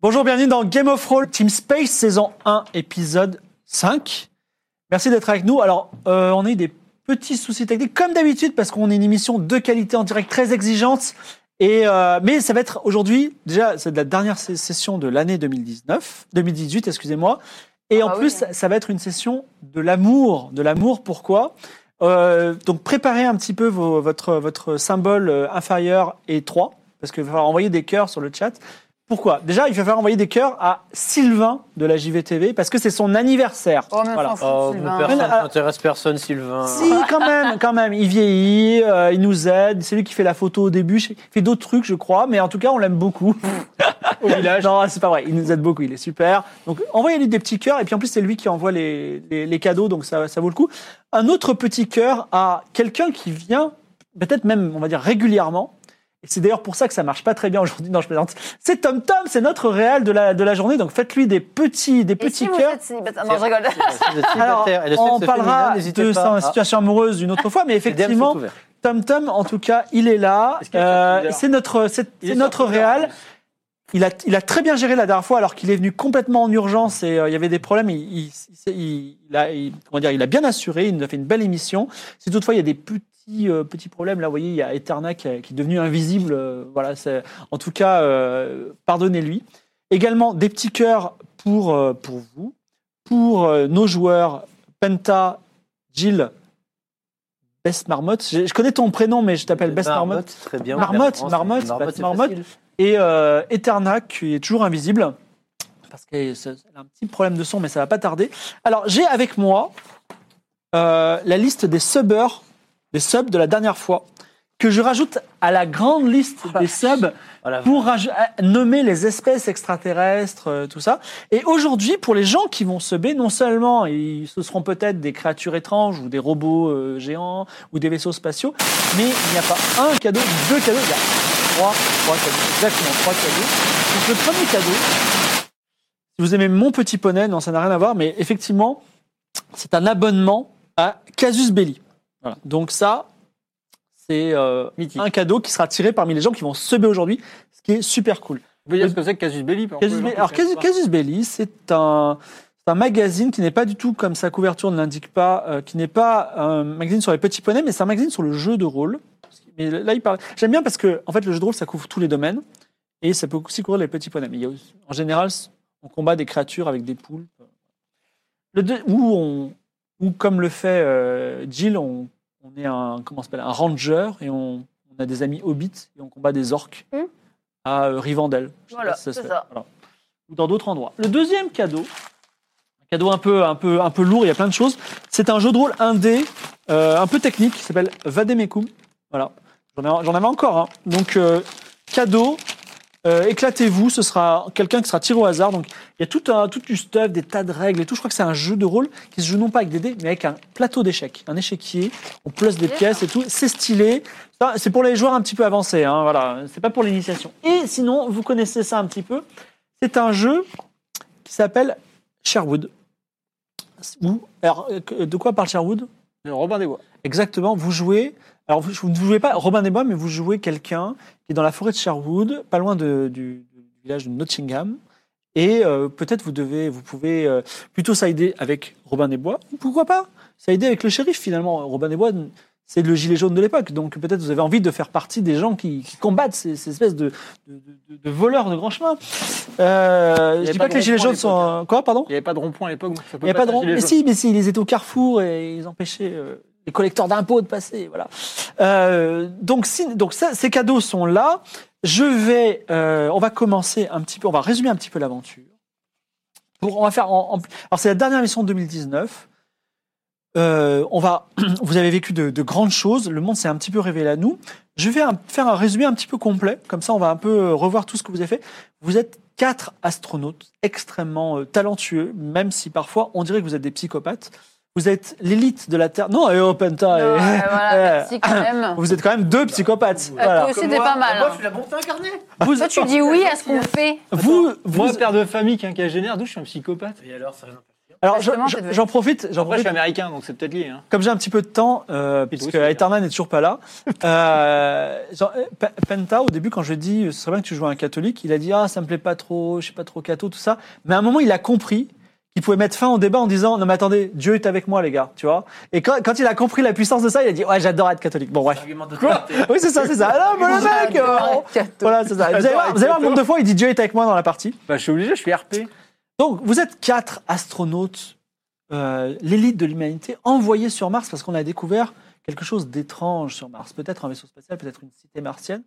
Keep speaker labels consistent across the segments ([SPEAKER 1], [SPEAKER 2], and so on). [SPEAKER 1] Bonjour, bienvenue dans Game of Roll Team Space, saison 1, épisode 5. Merci d'être avec nous. Alors, euh, on a eu des petits soucis techniques, comme d'habitude, parce qu'on est une émission de qualité en direct très exigeante. Et, euh, mais ça va être aujourd'hui, déjà, c'est de la dernière sé- session de l'année 2019, 2018, excusez-moi. Et
[SPEAKER 2] Ah
[SPEAKER 1] en
[SPEAKER 2] bah oui,
[SPEAKER 1] plus,
[SPEAKER 2] hein.
[SPEAKER 1] ça va être une session de l'amour. De l'amour, pourquoi Euh, Donc, préparez un petit peu vos- votre, votre symbole euh, inférieur et 3, parce qu'il va falloir envoyer des cœurs sur le chat. Pourquoi Déjà, il va falloir envoyer des cœurs à Sylvain de la JVTV parce que c'est son anniversaire.
[SPEAKER 2] Oh, mais on s'en fout,
[SPEAKER 3] euh,
[SPEAKER 4] Oh,
[SPEAKER 2] Sylvain.
[SPEAKER 4] personne
[SPEAKER 1] Mais là-
[SPEAKER 4] n'intéresse personne, Sylvain.
[SPEAKER 1] Si, quand même, quand même. Il vieillit, euh, il nous aide. C'est lui qui fait la photo au début. Il fait d'autres trucs, je crois. Mais en tout cas, on l'aime beaucoup. Au village. Non, c'est pas vrai. Il nous aide beaucoup. Il est super. Donc, envoyez-lui des petits cœurs. Et puis, en plus, c'est lui qui envoie les, les- les cadeaux. Donc, ça, ça vaut le coup. Un autre petit cœur à quelqu'un qui vient, peut-être même, on va dire, régulièrement. Et c'est d'ailleurs pour ça que ça marche pas très bien aujourd'hui. Non, je plaisante. C'est Tom Tom. C'est notre réel de la, de la journée. Donc, faites-lui des petits, des
[SPEAKER 2] Et
[SPEAKER 1] petits
[SPEAKER 2] si vous
[SPEAKER 1] cœur.
[SPEAKER 2] êtes célibataire Non, je rigole.
[SPEAKER 4] Si vous êtes
[SPEAKER 1] Alors,
[SPEAKER 4] célibataire et de
[SPEAKER 1] on
[SPEAKER 4] sexe
[SPEAKER 1] parlera
[SPEAKER 4] féminin, n'hésitez
[SPEAKER 1] de
[SPEAKER 4] pas
[SPEAKER 5] hein.
[SPEAKER 1] sa
[SPEAKER 4] à-
[SPEAKER 1] situation amoureuse une autre fois, mais
[SPEAKER 4] Les DM sont
[SPEAKER 1] effectivement,
[SPEAKER 4] ouverts.
[SPEAKER 1] Tom Tom, en tout cas, il est là.
[SPEAKER 5] Est-ce qu'il est sur
[SPEAKER 1] Euh,
[SPEAKER 5] Tinder
[SPEAKER 1] c'est notre, c'est
[SPEAKER 5] Il
[SPEAKER 1] c'est
[SPEAKER 5] est
[SPEAKER 1] notre
[SPEAKER 5] sur Tinder, en
[SPEAKER 1] réal. Il a, il a très bien géré la dernière fois, alors qu'il est venu complètement en urgence et euh, il y avait des problèmes. Il, il- il- il a, il- comment dire, il a bien assuré. Il nous a fait une belle émission. Si toutefois il y a des petits, euh, petits problèmes, là, vous voyez, il y a Eterna qui, a- qui est devenu invisible. euh, voilà, c'est- en tout cas, euh, pardonnez-lui. Également des petits cœurs pour, euh, pour vous, pour euh, nos joueurs Penta, Jill, Best Marmotte. Je, je connais ton prénom, mais je t'appelle Best Marmotte.
[SPEAKER 4] Très bien.
[SPEAKER 1] Marmotte,
[SPEAKER 4] Bertrand,
[SPEAKER 1] marmotte,
[SPEAKER 4] c'est-
[SPEAKER 1] bah,
[SPEAKER 4] c'est
[SPEAKER 1] marmotte.
[SPEAKER 4] facile.
[SPEAKER 1] Et euh, Eterna, qui est toujours invisible, parce qu'elle se- elle a un petit problème de son, mais ça va pas tarder. Alors, j'ai avec moi euh, la liste des subbers, des subs de la dernière fois, que je rajoute à la grande liste des subs
[SPEAKER 4] Oh la vache.
[SPEAKER 1] pour raj- euh, nommer les espèces extraterrestres, euh, tout ça. Et aujourd'hui, pour les gens qui vont se b, non seulement ils, ce seront peut-être des créatures étranges ou des robots euh, géants ou des vaisseaux spatiaux, mais il n'y a pas un cadeau, deux cadeaux, il y a trois, trois cadeaux, exactement trois cadeaux. Donc le premier cadeau, si vous aimez mon petit poney, non, ça n'a rien à voir, mais effectivement, c'est un abonnement à Casus Belli. Voilà. Donc ça, c'est euh,
[SPEAKER 5] Mythique.
[SPEAKER 1] un cadeau qui sera tiré parmi les gens qui vont se b aujourd'hui ce qui est super cool.
[SPEAKER 5] On peut dire ce que c'est que Casus Belli. par
[SPEAKER 1] Casus
[SPEAKER 5] contre, les
[SPEAKER 1] Belli-
[SPEAKER 5] gens
[SPEAKER 1] alors,
[SPEAKER 5] qui savent
[SPEAKER 1] Casus,
[SPEAKER 5] pas.
[SPEAKER 1] Casus Belli, c'est un, c'est un magazine qui n'est pas du tout comme sa couverture ne l'indique pas, euh, qui n'est pas un magazine sur les petits poneys, mais c'est un magazine sur le jeu de rôle. Mais là, il parle. J'aime bien parce que, en fait, le jeu de rôle, ça couvre tous les domaines et ça peut aussi couvrir les petits poneys. Mais il y a aussi- en général, on combat des créatures avec des poules. Le deux- ou on, ou comme le fait euh, Jill, on, on est un comment ça s'appelle un ranger et on, on a des amis hobbits et on combat des orques
[SPEAKER 2] Hmm.
[SPEAKER 1] à euh, Rivendell. Je sais
[SPEAKER 2] Voilà,
[SPEAKER 1] pas si se
[SPEAKER 2] c'est
[SPEAKER 1] fait.
[SPEAKER 2] ça.
[SPEAKER 1] Voilà. Ou dans d'autres endroits. Le deuxième cadeau, un cadeau un peu un peu un peu lourd, il y a plein de choses. C'est un jeu de rôle indé, euh, un peu technique qui s'appelle Vademecum. Voilà, j'en ai- j'en avais encore. hein. Donc euh, cadeau. euh, éclatez-vous, ce sera quelqu'un qui sera tiré au hasard. Donc, il y a tout un, tout du stuff, des tas de règles et tout. Je crois que c'est un jeu de rôle qui se joue non pas avec des dés, mais avec un plateau d'échecs, un échiquier. On place des
[SPEAKER 2] Bien.
[SPEAKER 1] pièces et tout. C'est stylé. Ça, C'est pour les joueurs un petit peu avancés. Hein, voilà, c'est pas pour l'initiation. Et sinon, vous connaissez ça un petit peu. C'est un jeu qui s'appelle Sherwood. Ou- alors, euh, que- de quoi parle Sherwood
[SPEAKER 5] Le Robin des Bois.
[SPEAKER 1] Exactement. Vous jouez. Alors, vous vous ne jouez pas Robin des Bois, mais vous jouez quelqu'un qui est dans la forêt de Sherwood, pas loin de- du, du village de Nottingham. Et euh, peut-être vous devez, vous pouvez euh, plutôt s'aider avec Robin des Bois. ou Pourquoi pas S'aider avec le shérif finalement. Robin des Bois, c'est le gilet jaune de l'époque. Donc peut-être vous avez envie de faire partie des gens qui, qui combattent ces, ces espèces de, de, de- de voleurs de grand chemin. Euh,
[SPEAKER 5] avait
[SPEAKER 1] je dis
[SPEAKER 5] pas
[SPEAKER 1] pas
[SPEAKER 5] de
[SPEAKER 1] que les gilets
[SPEAKER 5] rond-point à hein.
[SPEAKER 1] jaunes sont quoi, pardon
[SPEAKER 5] Il n'y avait pas de rond-point à l'époque. donc ça
[SPEAKER 1] il
[SPEAKER 5] peut
[SPEAKER 1] n'y a pas de
[SPEAKER 5] passer
[SPEAKER 1] rond-
[SPEAKER 5] chez les
[SPEAKER 1] Mais
[SPEAKER 5] gens.
[SPEAKER 1] si, mais si, ils étaient au carrefour et ils empêchaient euh, les collecteurs d'impôts de passer. Voilà. Euh, donc, si, donc ça, ces cadeaux sont là. Je vais, euh, on va commencer un petit peu, on va résumer un petit peu l'aventure. Pour, on va faire, en- en- alors c'est la dernière mission de 2019. Euh, on va, vous avez vécu de, de grandes choses. Le monde s'est un petit peu révélé à nous. Je vais un- faire un résumé un petit peu complet. Comme ça, on va un peu euh, revoir tout ce que vous avez fait. Vous êtes quatre astronautes extrêmement euh, talentueux, même si parfois on dirait que vous êtes des psychopathes. Vous êtes l'élite de la Terre. Non, et oh, Penta,
[SPEAKER 2] Non,
[SPEAKER 1] et-
[SPEAKER 2] euh, voilà,
[SPEAKER 1] euh,
[SPEAKER 2] merci quand même.
[SPEAKER 1] vous êtes quand même deux psychopathes.
[SPEAKER 2] Euh,
[SPEAKER 1] Voilà.
[SPEAKER 2] Toi aussi, t'es pas mal. hein.
[SPEAKER 4] la bonté incarnée.
[SPEAKER 1] Vous,
[SPEAKER 2] Toi, tu dis oui à ce qu'on fait.
[SPEAKER 1] vous, vous-
[SPEAKER 5] Moi, père de famille, quinquagénaire, d'où je suis un psychopathe.
[SPEAKER 4] Et alors, ça rien à faire.
[SPEAKER 1] Alors, je-
[SPEAKER 2] Justement,
[SPEAKER 1] je-
[SPEAKER 2] t'es devenu-
[SPEAKER 1] j'en profite, j'en
[SPEAKER 3] Après, je
[SPEAKER 1] profite.
[SPEAKER 3] suis américain, donc c'est peut-être lié. Hein.
[SPEAKER 1] Comme j'ai un petit peu de temps, euh, puisque
[SPEAKER 3] c'est bien.
[SPEAKER 1] Etherman n'est toujours pas là, euh, genre, euh, Pe- Penta, au début, quand je dis ce serait bien que tu joues à un catholique, il a dit Ah, ça me plaît pas trop, je suis pas trop catho, tout ça. Mais à un moment, il a compris qu'il pouvait mettre fin au débat en disant Non, mais attendez, Dieu est avec moi, les gars, tu vois. Et quand, quand il a compris la puissance de ça, il a dit Ouais, j'adore être catholique. Bon, bref.
[SPEAKER 5] Argument de
[SPEAKER 1] Quoi Oui, c'est ça, c'est ça. Ah, non, mais le mec euh,
[SPEAKER 2] oh.
[SPEAKER 1] Voilà, c'est ça. Et Vous allez voir, vous allez voir le nombre de fois, il dit Dieu est avec moi dans la partie.
[SPEAKER 3] Bah, je suis obligé, je suis RP.
[SPEAKER 1] Donc, vous êtes quatre astronautes, euh, l'élite de l'humanité, envoyés sur Mars parce qu'on a découvert quelque chose d'étrange sur Mars. Peut-être un vaisseau spatial, peut-être une cité martienne.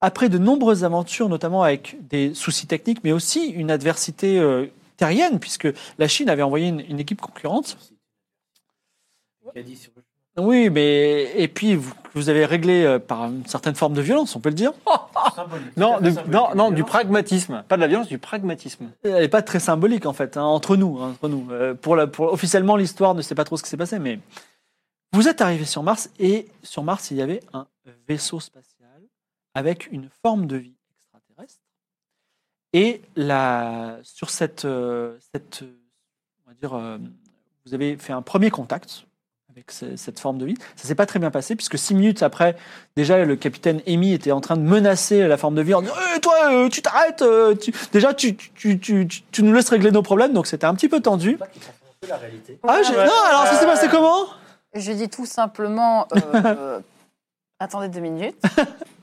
[SPEAKER 1] Après de nombreuses aventures, notamment avec des soucis techniques, mais aussi une adversité euh, terrienne, puisque la Chine avait envoyé une- une équipe concurrente.
[SPEAKER 5] qui a dit sur le
[SPEAKER 1] Oui, mais et puis vous, vous avez réglé euh, par une certaine forme de violence, on peut le dire.
[SPEAKER 5] symbolique.
[SPEAKER 3] Non, de-
[SPEAKER 5] Symbolique.
[SPEAKER 3] non, non, du pragmatisme. Pas de la violence, du pragmatisme.
[SPEAKER 1] Elle n'est pas très symbolique en fait, hein, entre nous, hein, entre nous. Euh, pour la, pour, officiellement, l'histoire ne sait pas trop ce qui s'est passé, mais vous êtes arrivé sur Mars et sur Mars, il y avait un vaisseau spatial avec une forme de vie extraterrestre. Et la, sur cette, euh, cette, euh, on va dire, euh, vous avez fait un premier contact avec ce- cette forme de vie. Ça s'est pas très bien passé puisque six minutes après, déjà le capitaine Amy était en train de menacer la forme de vie en disant Eh, toi, euh, tu t'arrêtes, euh, tu- déjà tu, tu, tu, tu- tu nous laisses régler nos problèmes." Donc c'était un petit peu tendu.
[SPEAKER 5] Pas qu'ils s'en foutent de la réalité.
[SPEAKER 1] Ah, j'ai- non, alors ça s'est passé comment
[SPEAKER 2] Je dis tout simplement, euh, attendez deux minutes,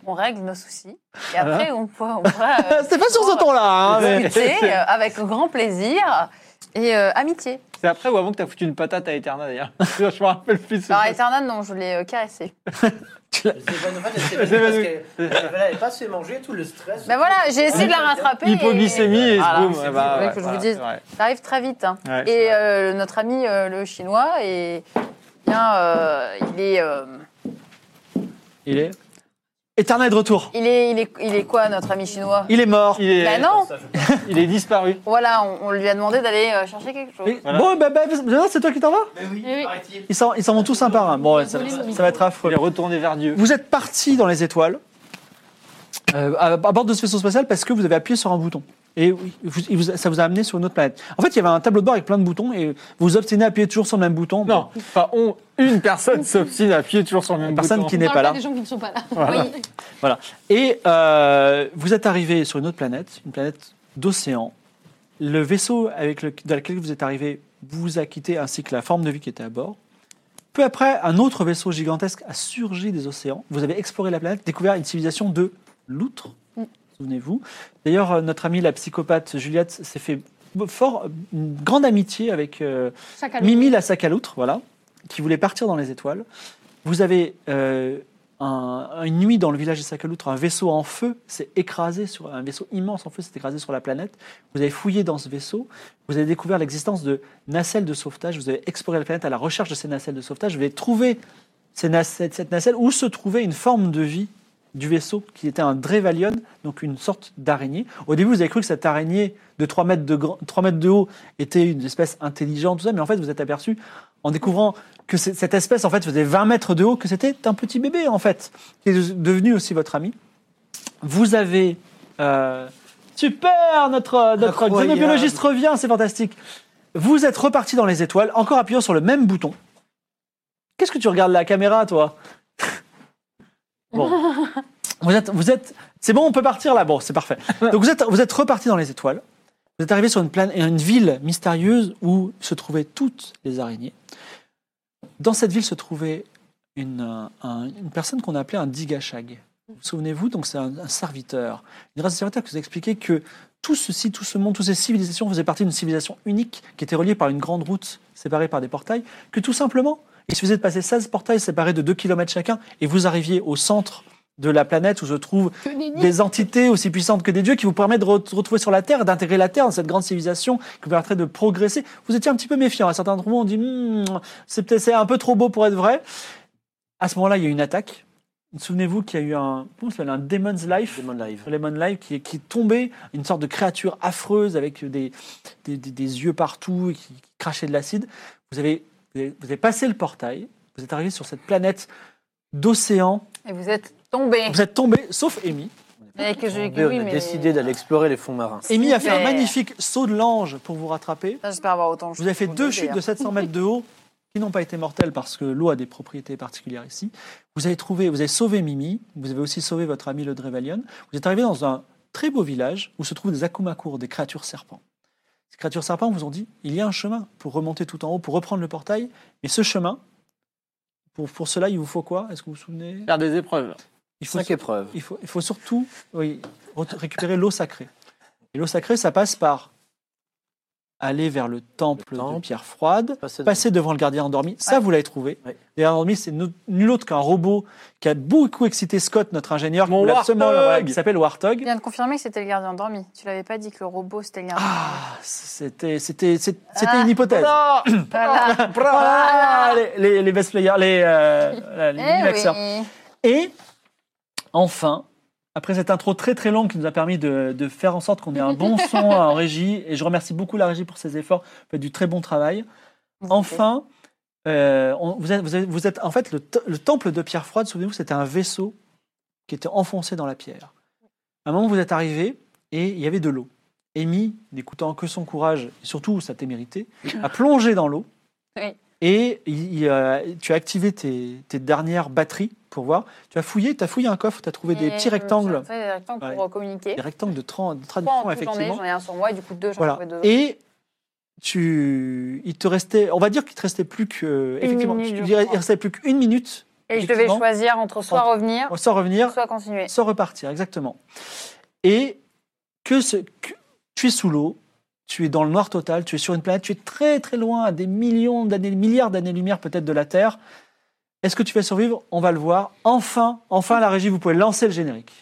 [SPEAKER 2] on règle nos soucis, et
[SPEAKER 3] Ah.
[SPEAKER 2] après on pourra... on pourra, euh,
[SPEAKER 1] C'était pas sur ce ton-là. hein, mais-
[SPEAKER 2] discuter euh, avec grand plaisir et euh, amitié.
[SPEAKER 3] C'est après ou avant que t'as foutu une patate à Eterna, d'ailleurs. je me rappelle plus. de ce-
[SPEAKER 2] Alors, Eterna, non, je l'ai euh, caressé.
[SPEAKER 5] Elle s'est évanouie, elle s'est évanouie parce qu'elle- elle n'avait pas se fait manger tout le stress.
[SPEAKER 3] Bah,
[SPEAKER 2] Ben voilà, j'ai essayé de la rattraper.
[SPEAKER 3] Hypoglycémie et,
[SPEAKER 2] Voilà,
[SPEAKER 3] boum.
[SPEAKER 2] euh, Ah, c'est
[SPEAKER 3] eh bah,
[SPEAKER 2] ce que je
[SPEAKER 3] ouais,
[SPEAKER 2] voulais que je
[SPEAKER 3] voilà,
[SPEAKER 2] vous dise.
[SPEAKER 3] c'est vrai.
[SPEAKER 2] Ça arrive très vite. hein.
[SPEAKER 3] Ouais, c'est
[SPEAKER 2] Et
[SPEAKER 3] vrai.
[SPEAKER 2] euh, notre ami euh, le chinois, et, bien, euh, il, est, euh,
[SPEAKER 1] Il est éternel de retour.
[SPEAKER 2] il, est, il, est, il est quoi, notre ami chinois
[SPEAKER 1] Il est mort.
[SPEAKER 3] il, est,
[SPEAKER 2] Ben non
[SPEAKER 5] Ça, je pense.
[SPEAKER 3] il est disparu.
[SPEAKER 2] Voilà, on, on lui a demandé d'aller euh, chercher quelque chose.
[SPEAKER 1] Mais-
[SPEAKER 3] Voilà.
[SPEAKER 1] Bon, bah, bah, bah, c'est toi qui t'en vas
[SPEAKER 5] Mais oui,
[SPEAKER 6] Eh Oui, oui.
[SPEAKER 5] paraît-il.
[SPEAKER 1] Ils s'en ils s'en vont tous un par un. Bon, ouais, ça,
[SPEAKER 6] Désolé, mon
[SPEAKER 1] ça va être
[SPEAKER 3] Il
[SPEAKER 1] affreux.
[SPEAKER 3] est retourné vers Dieu.
[SPEAKER 1] Vous êtes parti dans les étoiles euh, à, à bord de ce vaisseau spatial parce que vous avez appuyé sur un bouton. Et oui, vous- il vous a- ça vous a amené sur une autre planète. En fait, il y avait un tableau de bord avec plein de boutons et vous vous obstinez à appuyer toujours sur le même bouton.
[SPEAKER 3] Non, pas on. Une personne s'obstine à pied toujours sur le même
[SPEAKER 1] Personne
[SPEAKER 3] bouton.
[SPEAKER 1] qui
[SPEAKER 6] On
[SPEAKER 1] n'est
[SPEAKER 6] parle
[SPEAKER 1] pas là.
[SPEAKER 6] des gens qui ne sont pas là. Oui.
[SPEAKER 1] Et euh, vous êtes arrivé sur une autre planète, une planète d'océan. Le vaisseau avec le- dans lequel vous êtes arrivé vous a quitté ainsi que la forme de vie qui était à bord. Peu après, un autre vaisseau gigantesque a surgi des océans. Vous avez exploré la planète, découvert une civilisation de loutres. Souvenez-vous. D'ailleurs, euh, notre amie la psychopathe Juliette s'est fait fort une grande amitié avec euh,
[SPEAKER 6] Chacal.
[SPEAKER 1] Mimi la sac à loutre, voilà, qui voulait partir dans les étoiles. Vous avez euh, un- une nuit dans le village des sac à loutre, un vaisseau en feu s'est écrasé sur un vaisseau immense en feu s'est écrasé sur la planète. Vous avez fouillé dans ce vaisseau, vous avez découvert l'existence de nacelles de sauvetage. Vous avez exploré la planète à la recherche de ces nacelles de sauvetage. Vous avez trouvé ces nacelles- cette nacelle où se trouvait une forme de vie du vaisseau qui était un Drevalion, donc une sorte d'araignée. Au début, vous avez cru que cette araignée de 3 mètres de, grand- 3 mètres de haut était une espèce intelligente, tout ça, mais en fait, vous êtes aperçu en découvrant que c'est- cette espèce, en fait, faisait 20 mètres de haut, que c'était un petit bébé, en fait, qui est devenu aussi votre ami. Vous avez... euh, super Notre, notre
[SPEAKER 5] Incroyable.
[SPEAKER 1] xénobiologiste revient, c'est fantastique. Vous êtes reparti dans les étoiles, encore appuyant sur le même bouton. Qu'est-ce que tu regardes la caméra, toi Bon. Vous êtes, vous êtes, c'est bon, on peut partir là. Bon, c'est parfait. Donc vous êtes, vous êtes reparti dans les étoiles. Vous êtes arrivé sur une plane, une ville mystérieuse où se trouvaient toutes les araignées. Dans cette ville se trouvait une, euh, un- une personne qu'on appelait un digashag. Vous vous souvenez-vous Donc c'est un, un serviteur, une race de serviteurs qui vous expliquait que tout ceci, tout ce monde, toutes ces civilisations faisaient partie d'une civilisation unique qui était reliée par une grande route séparée par des portails. Que tout simplement, il suffisait de passer 16 portails séparés de 2 km chacun et vous arriviez au centre de la planète où se trouvent
[SPEAKER 6] Que nenni.
[SPEAKER 1] des entités aussi puissantes que des dieux qui vous permettent de re- retrouver sur la Terre, d'intégrer la Terre dans cette grande civilisation qui vous permettrait de progresser. Vous étiez un petit peu méfiant. À certains moments, on dit Hmm, c'est peut-être c'est un peu trop beau pour être vrai. À ce moment-là, il y a eu une attaque. Souvenez-vous qu'il y a eu un, comment ça s'appelle, un Demon's Life.
[SPEAKER 5] Demande live.
[SPEAKER 1] Lemon Live qui est, qui est tombé, une sorte de créature affreuse avec des, des, des- des yeux partout et qui, qui crachait de l'acide. Vous avez, vous, avez, vous avez passé le portail, vous êtes arrivé sur cette planète d'océan,
[SPEAKER 2] Et vous êtes tombé.
[SPEAKER 1] vous êtes tombé, sauf Amy,
[SPEAKER 2] Mais que je,
[SPEAKER 5] On
[SPEAKER 2] que oui,
[SPEAKER 5] a
[SPEAKER 2] mais-
[SPEAKER 5] décidé d'aller explorer les fonds marins.
[SPEAKER 1] Amy a fait un
[SPEAKER 2] Mais-
[SPEAKER 1] magnifique saut de l'ange pour vous rattraper.
[SPEAKER 2] Ça, J'espère avoir autant.
[SPEAKER 1] Vous avez fait deux chutes de 700 mètres de haut qui n'ont pas été mortelles parce que l'eau a des propriétés particulières ici. Vous avez trouvé, vous avez sauvé Mimi, vous avez aussi sauvé votre ami le Drevalion. Vous êtes arrivé dans un très beau village où se trouvent des akumakours, des créatures serpents. Ces créatures serpents vous ont dit il y a un chemin pour remonter tout en haut, pour reprendre le portail. Mais ce chemin, pour, pour cela, il vous faut quoi Est-ce que vous vous souvenez
[SPEAKER 3] Faire des épreuves.
[SPEAKER 1] il faut,
[SPEAKER 5] Cinq épreuves.
[SPEAKER 1] il faut, il faut surtout oui, re- récupérer l'eau sacrée. Et l'eau sacrée, ça passe par aller vers le temple, de
[SPEAKER 5] temple.
[SPEAKER 1] pierre froide,
[SPEAKER 5] Passer dans-
[SPEAKER 1] passer devant le gardien endormi. Ça, vous l'avez trouvé.
[SPEAKER 5] Ouais.
[SPEAKER 1] Le gardien endormi, c'est no- nul autre qu'un robot qui a beaucoup excité Scott, notre ingénieur, qui
[SPEAKER 3] Mon
[SPEAKER 1] voulait absolument-
[SPEAKER 3] Warthog
[SPEAKER 1] voilà, qui s'appelle
[SPEAKER 2] Je
[SPEAKER 1] Warthog.
[SPEAKER 2] viens de confirmer que c'était le gardien endormi. Tu l'avais pas dit que le robot c'était le gardien.
[SPEAKER 1] Ah, c'était c'était- c'est- c'était
[SPEAKER 2] Ah.
[SPEAKER 1] une hypothèse.
[SPEAKER 3] Ah,
[SPEAKER 2] Voilà.
[SPEAKER 1] Ah, les, les, les best players, les, euh, les
[SPEAKER 2] Eh
[SPEAKER 1] mini-maxeurs.
[SPEAKER 2] oui.
[SPEAKER 1] Et enfin, après cette intro très très longue qui nous a permis de, de faire en sorte qu'on ait un bon son en régie, et je remercie beaucoup la régie pour ses efforts, vous faites du très bon travail. Enfin, euh, on- vous, êtes, vous êtes- vous êtes- en fait le, te- le temple de pierre froide, souvenez-vous, c'était un vaisseau qui était enfoncé dans la pierre. À un moment, vous êtes arrivé et il y avait de l'eau. Amy, n'écoutant que son courage et surtout sa témérité, a plongé dans l'eau.
[SPEAKER 2] Oui.
[SPEAKER 1] Et il- il, euh, tu as activé tes, tes dernières batteries pour voir. Tu as fouillé, tu as fouillé un coffre, tu as trouvé des
[SPEAKER 2] Et
[SPEAKER 1] petits
[SPEAKER 2] Eh je-
[SPEAKER 1] rectangles,
[SPEAKER 2] J'ai fait des rectangles pour
[SPEAKER 1] Ouais.
[SPEAKER 2] euh, communiquer.
[SPEAKER 1] des rectangles de, tran- de
[SPEAKER 2] Trois en
[SPEAKER 1] traduction,
[SPEAKER 2] tout, j'en ai,
[SPEAKER 1] effectivement.
[SPEAKER 2] j'en ai un sur moi et du coup deux, j'en ai
[SPEAKER 1] Voilà.
[SPEAKER 2] trouvé deux.
[SPEAKER 1] Et tu, il te restait, on va dire qu'il te restait plus que, effectivement,
[SPEAKER 2] minute,
[SPEAKER 1] tu-
[SPEAKER 2] je
[SPEAKER 1] il
[SPEAKER 2] crois.
[SPEAKER 1] restait plus qu'une minute
[SPEAKER 2] Et je devais
[SPEAKER 1] effectivement.
[SPEAKER 2] choisir entre soit
[SPEAKER 1] Entre-
[SPEAKER 2] revenir,
[SPEAKER 1] sans revenir,
[SPEAKER 2] soit continuer.
[SPEAKER 1] sans repartir, exactement. Et que ce, que- tu es sous l'eau, tu es dans le noir total, tu es sur une planète, tu es très très loin, à des millions d'années, milliards d'années-lumière peut-être de la Terre. Est-ce que tu vas survivre On va le voir. Enfin, enfin, la régie, vous pouvez lancer le générique.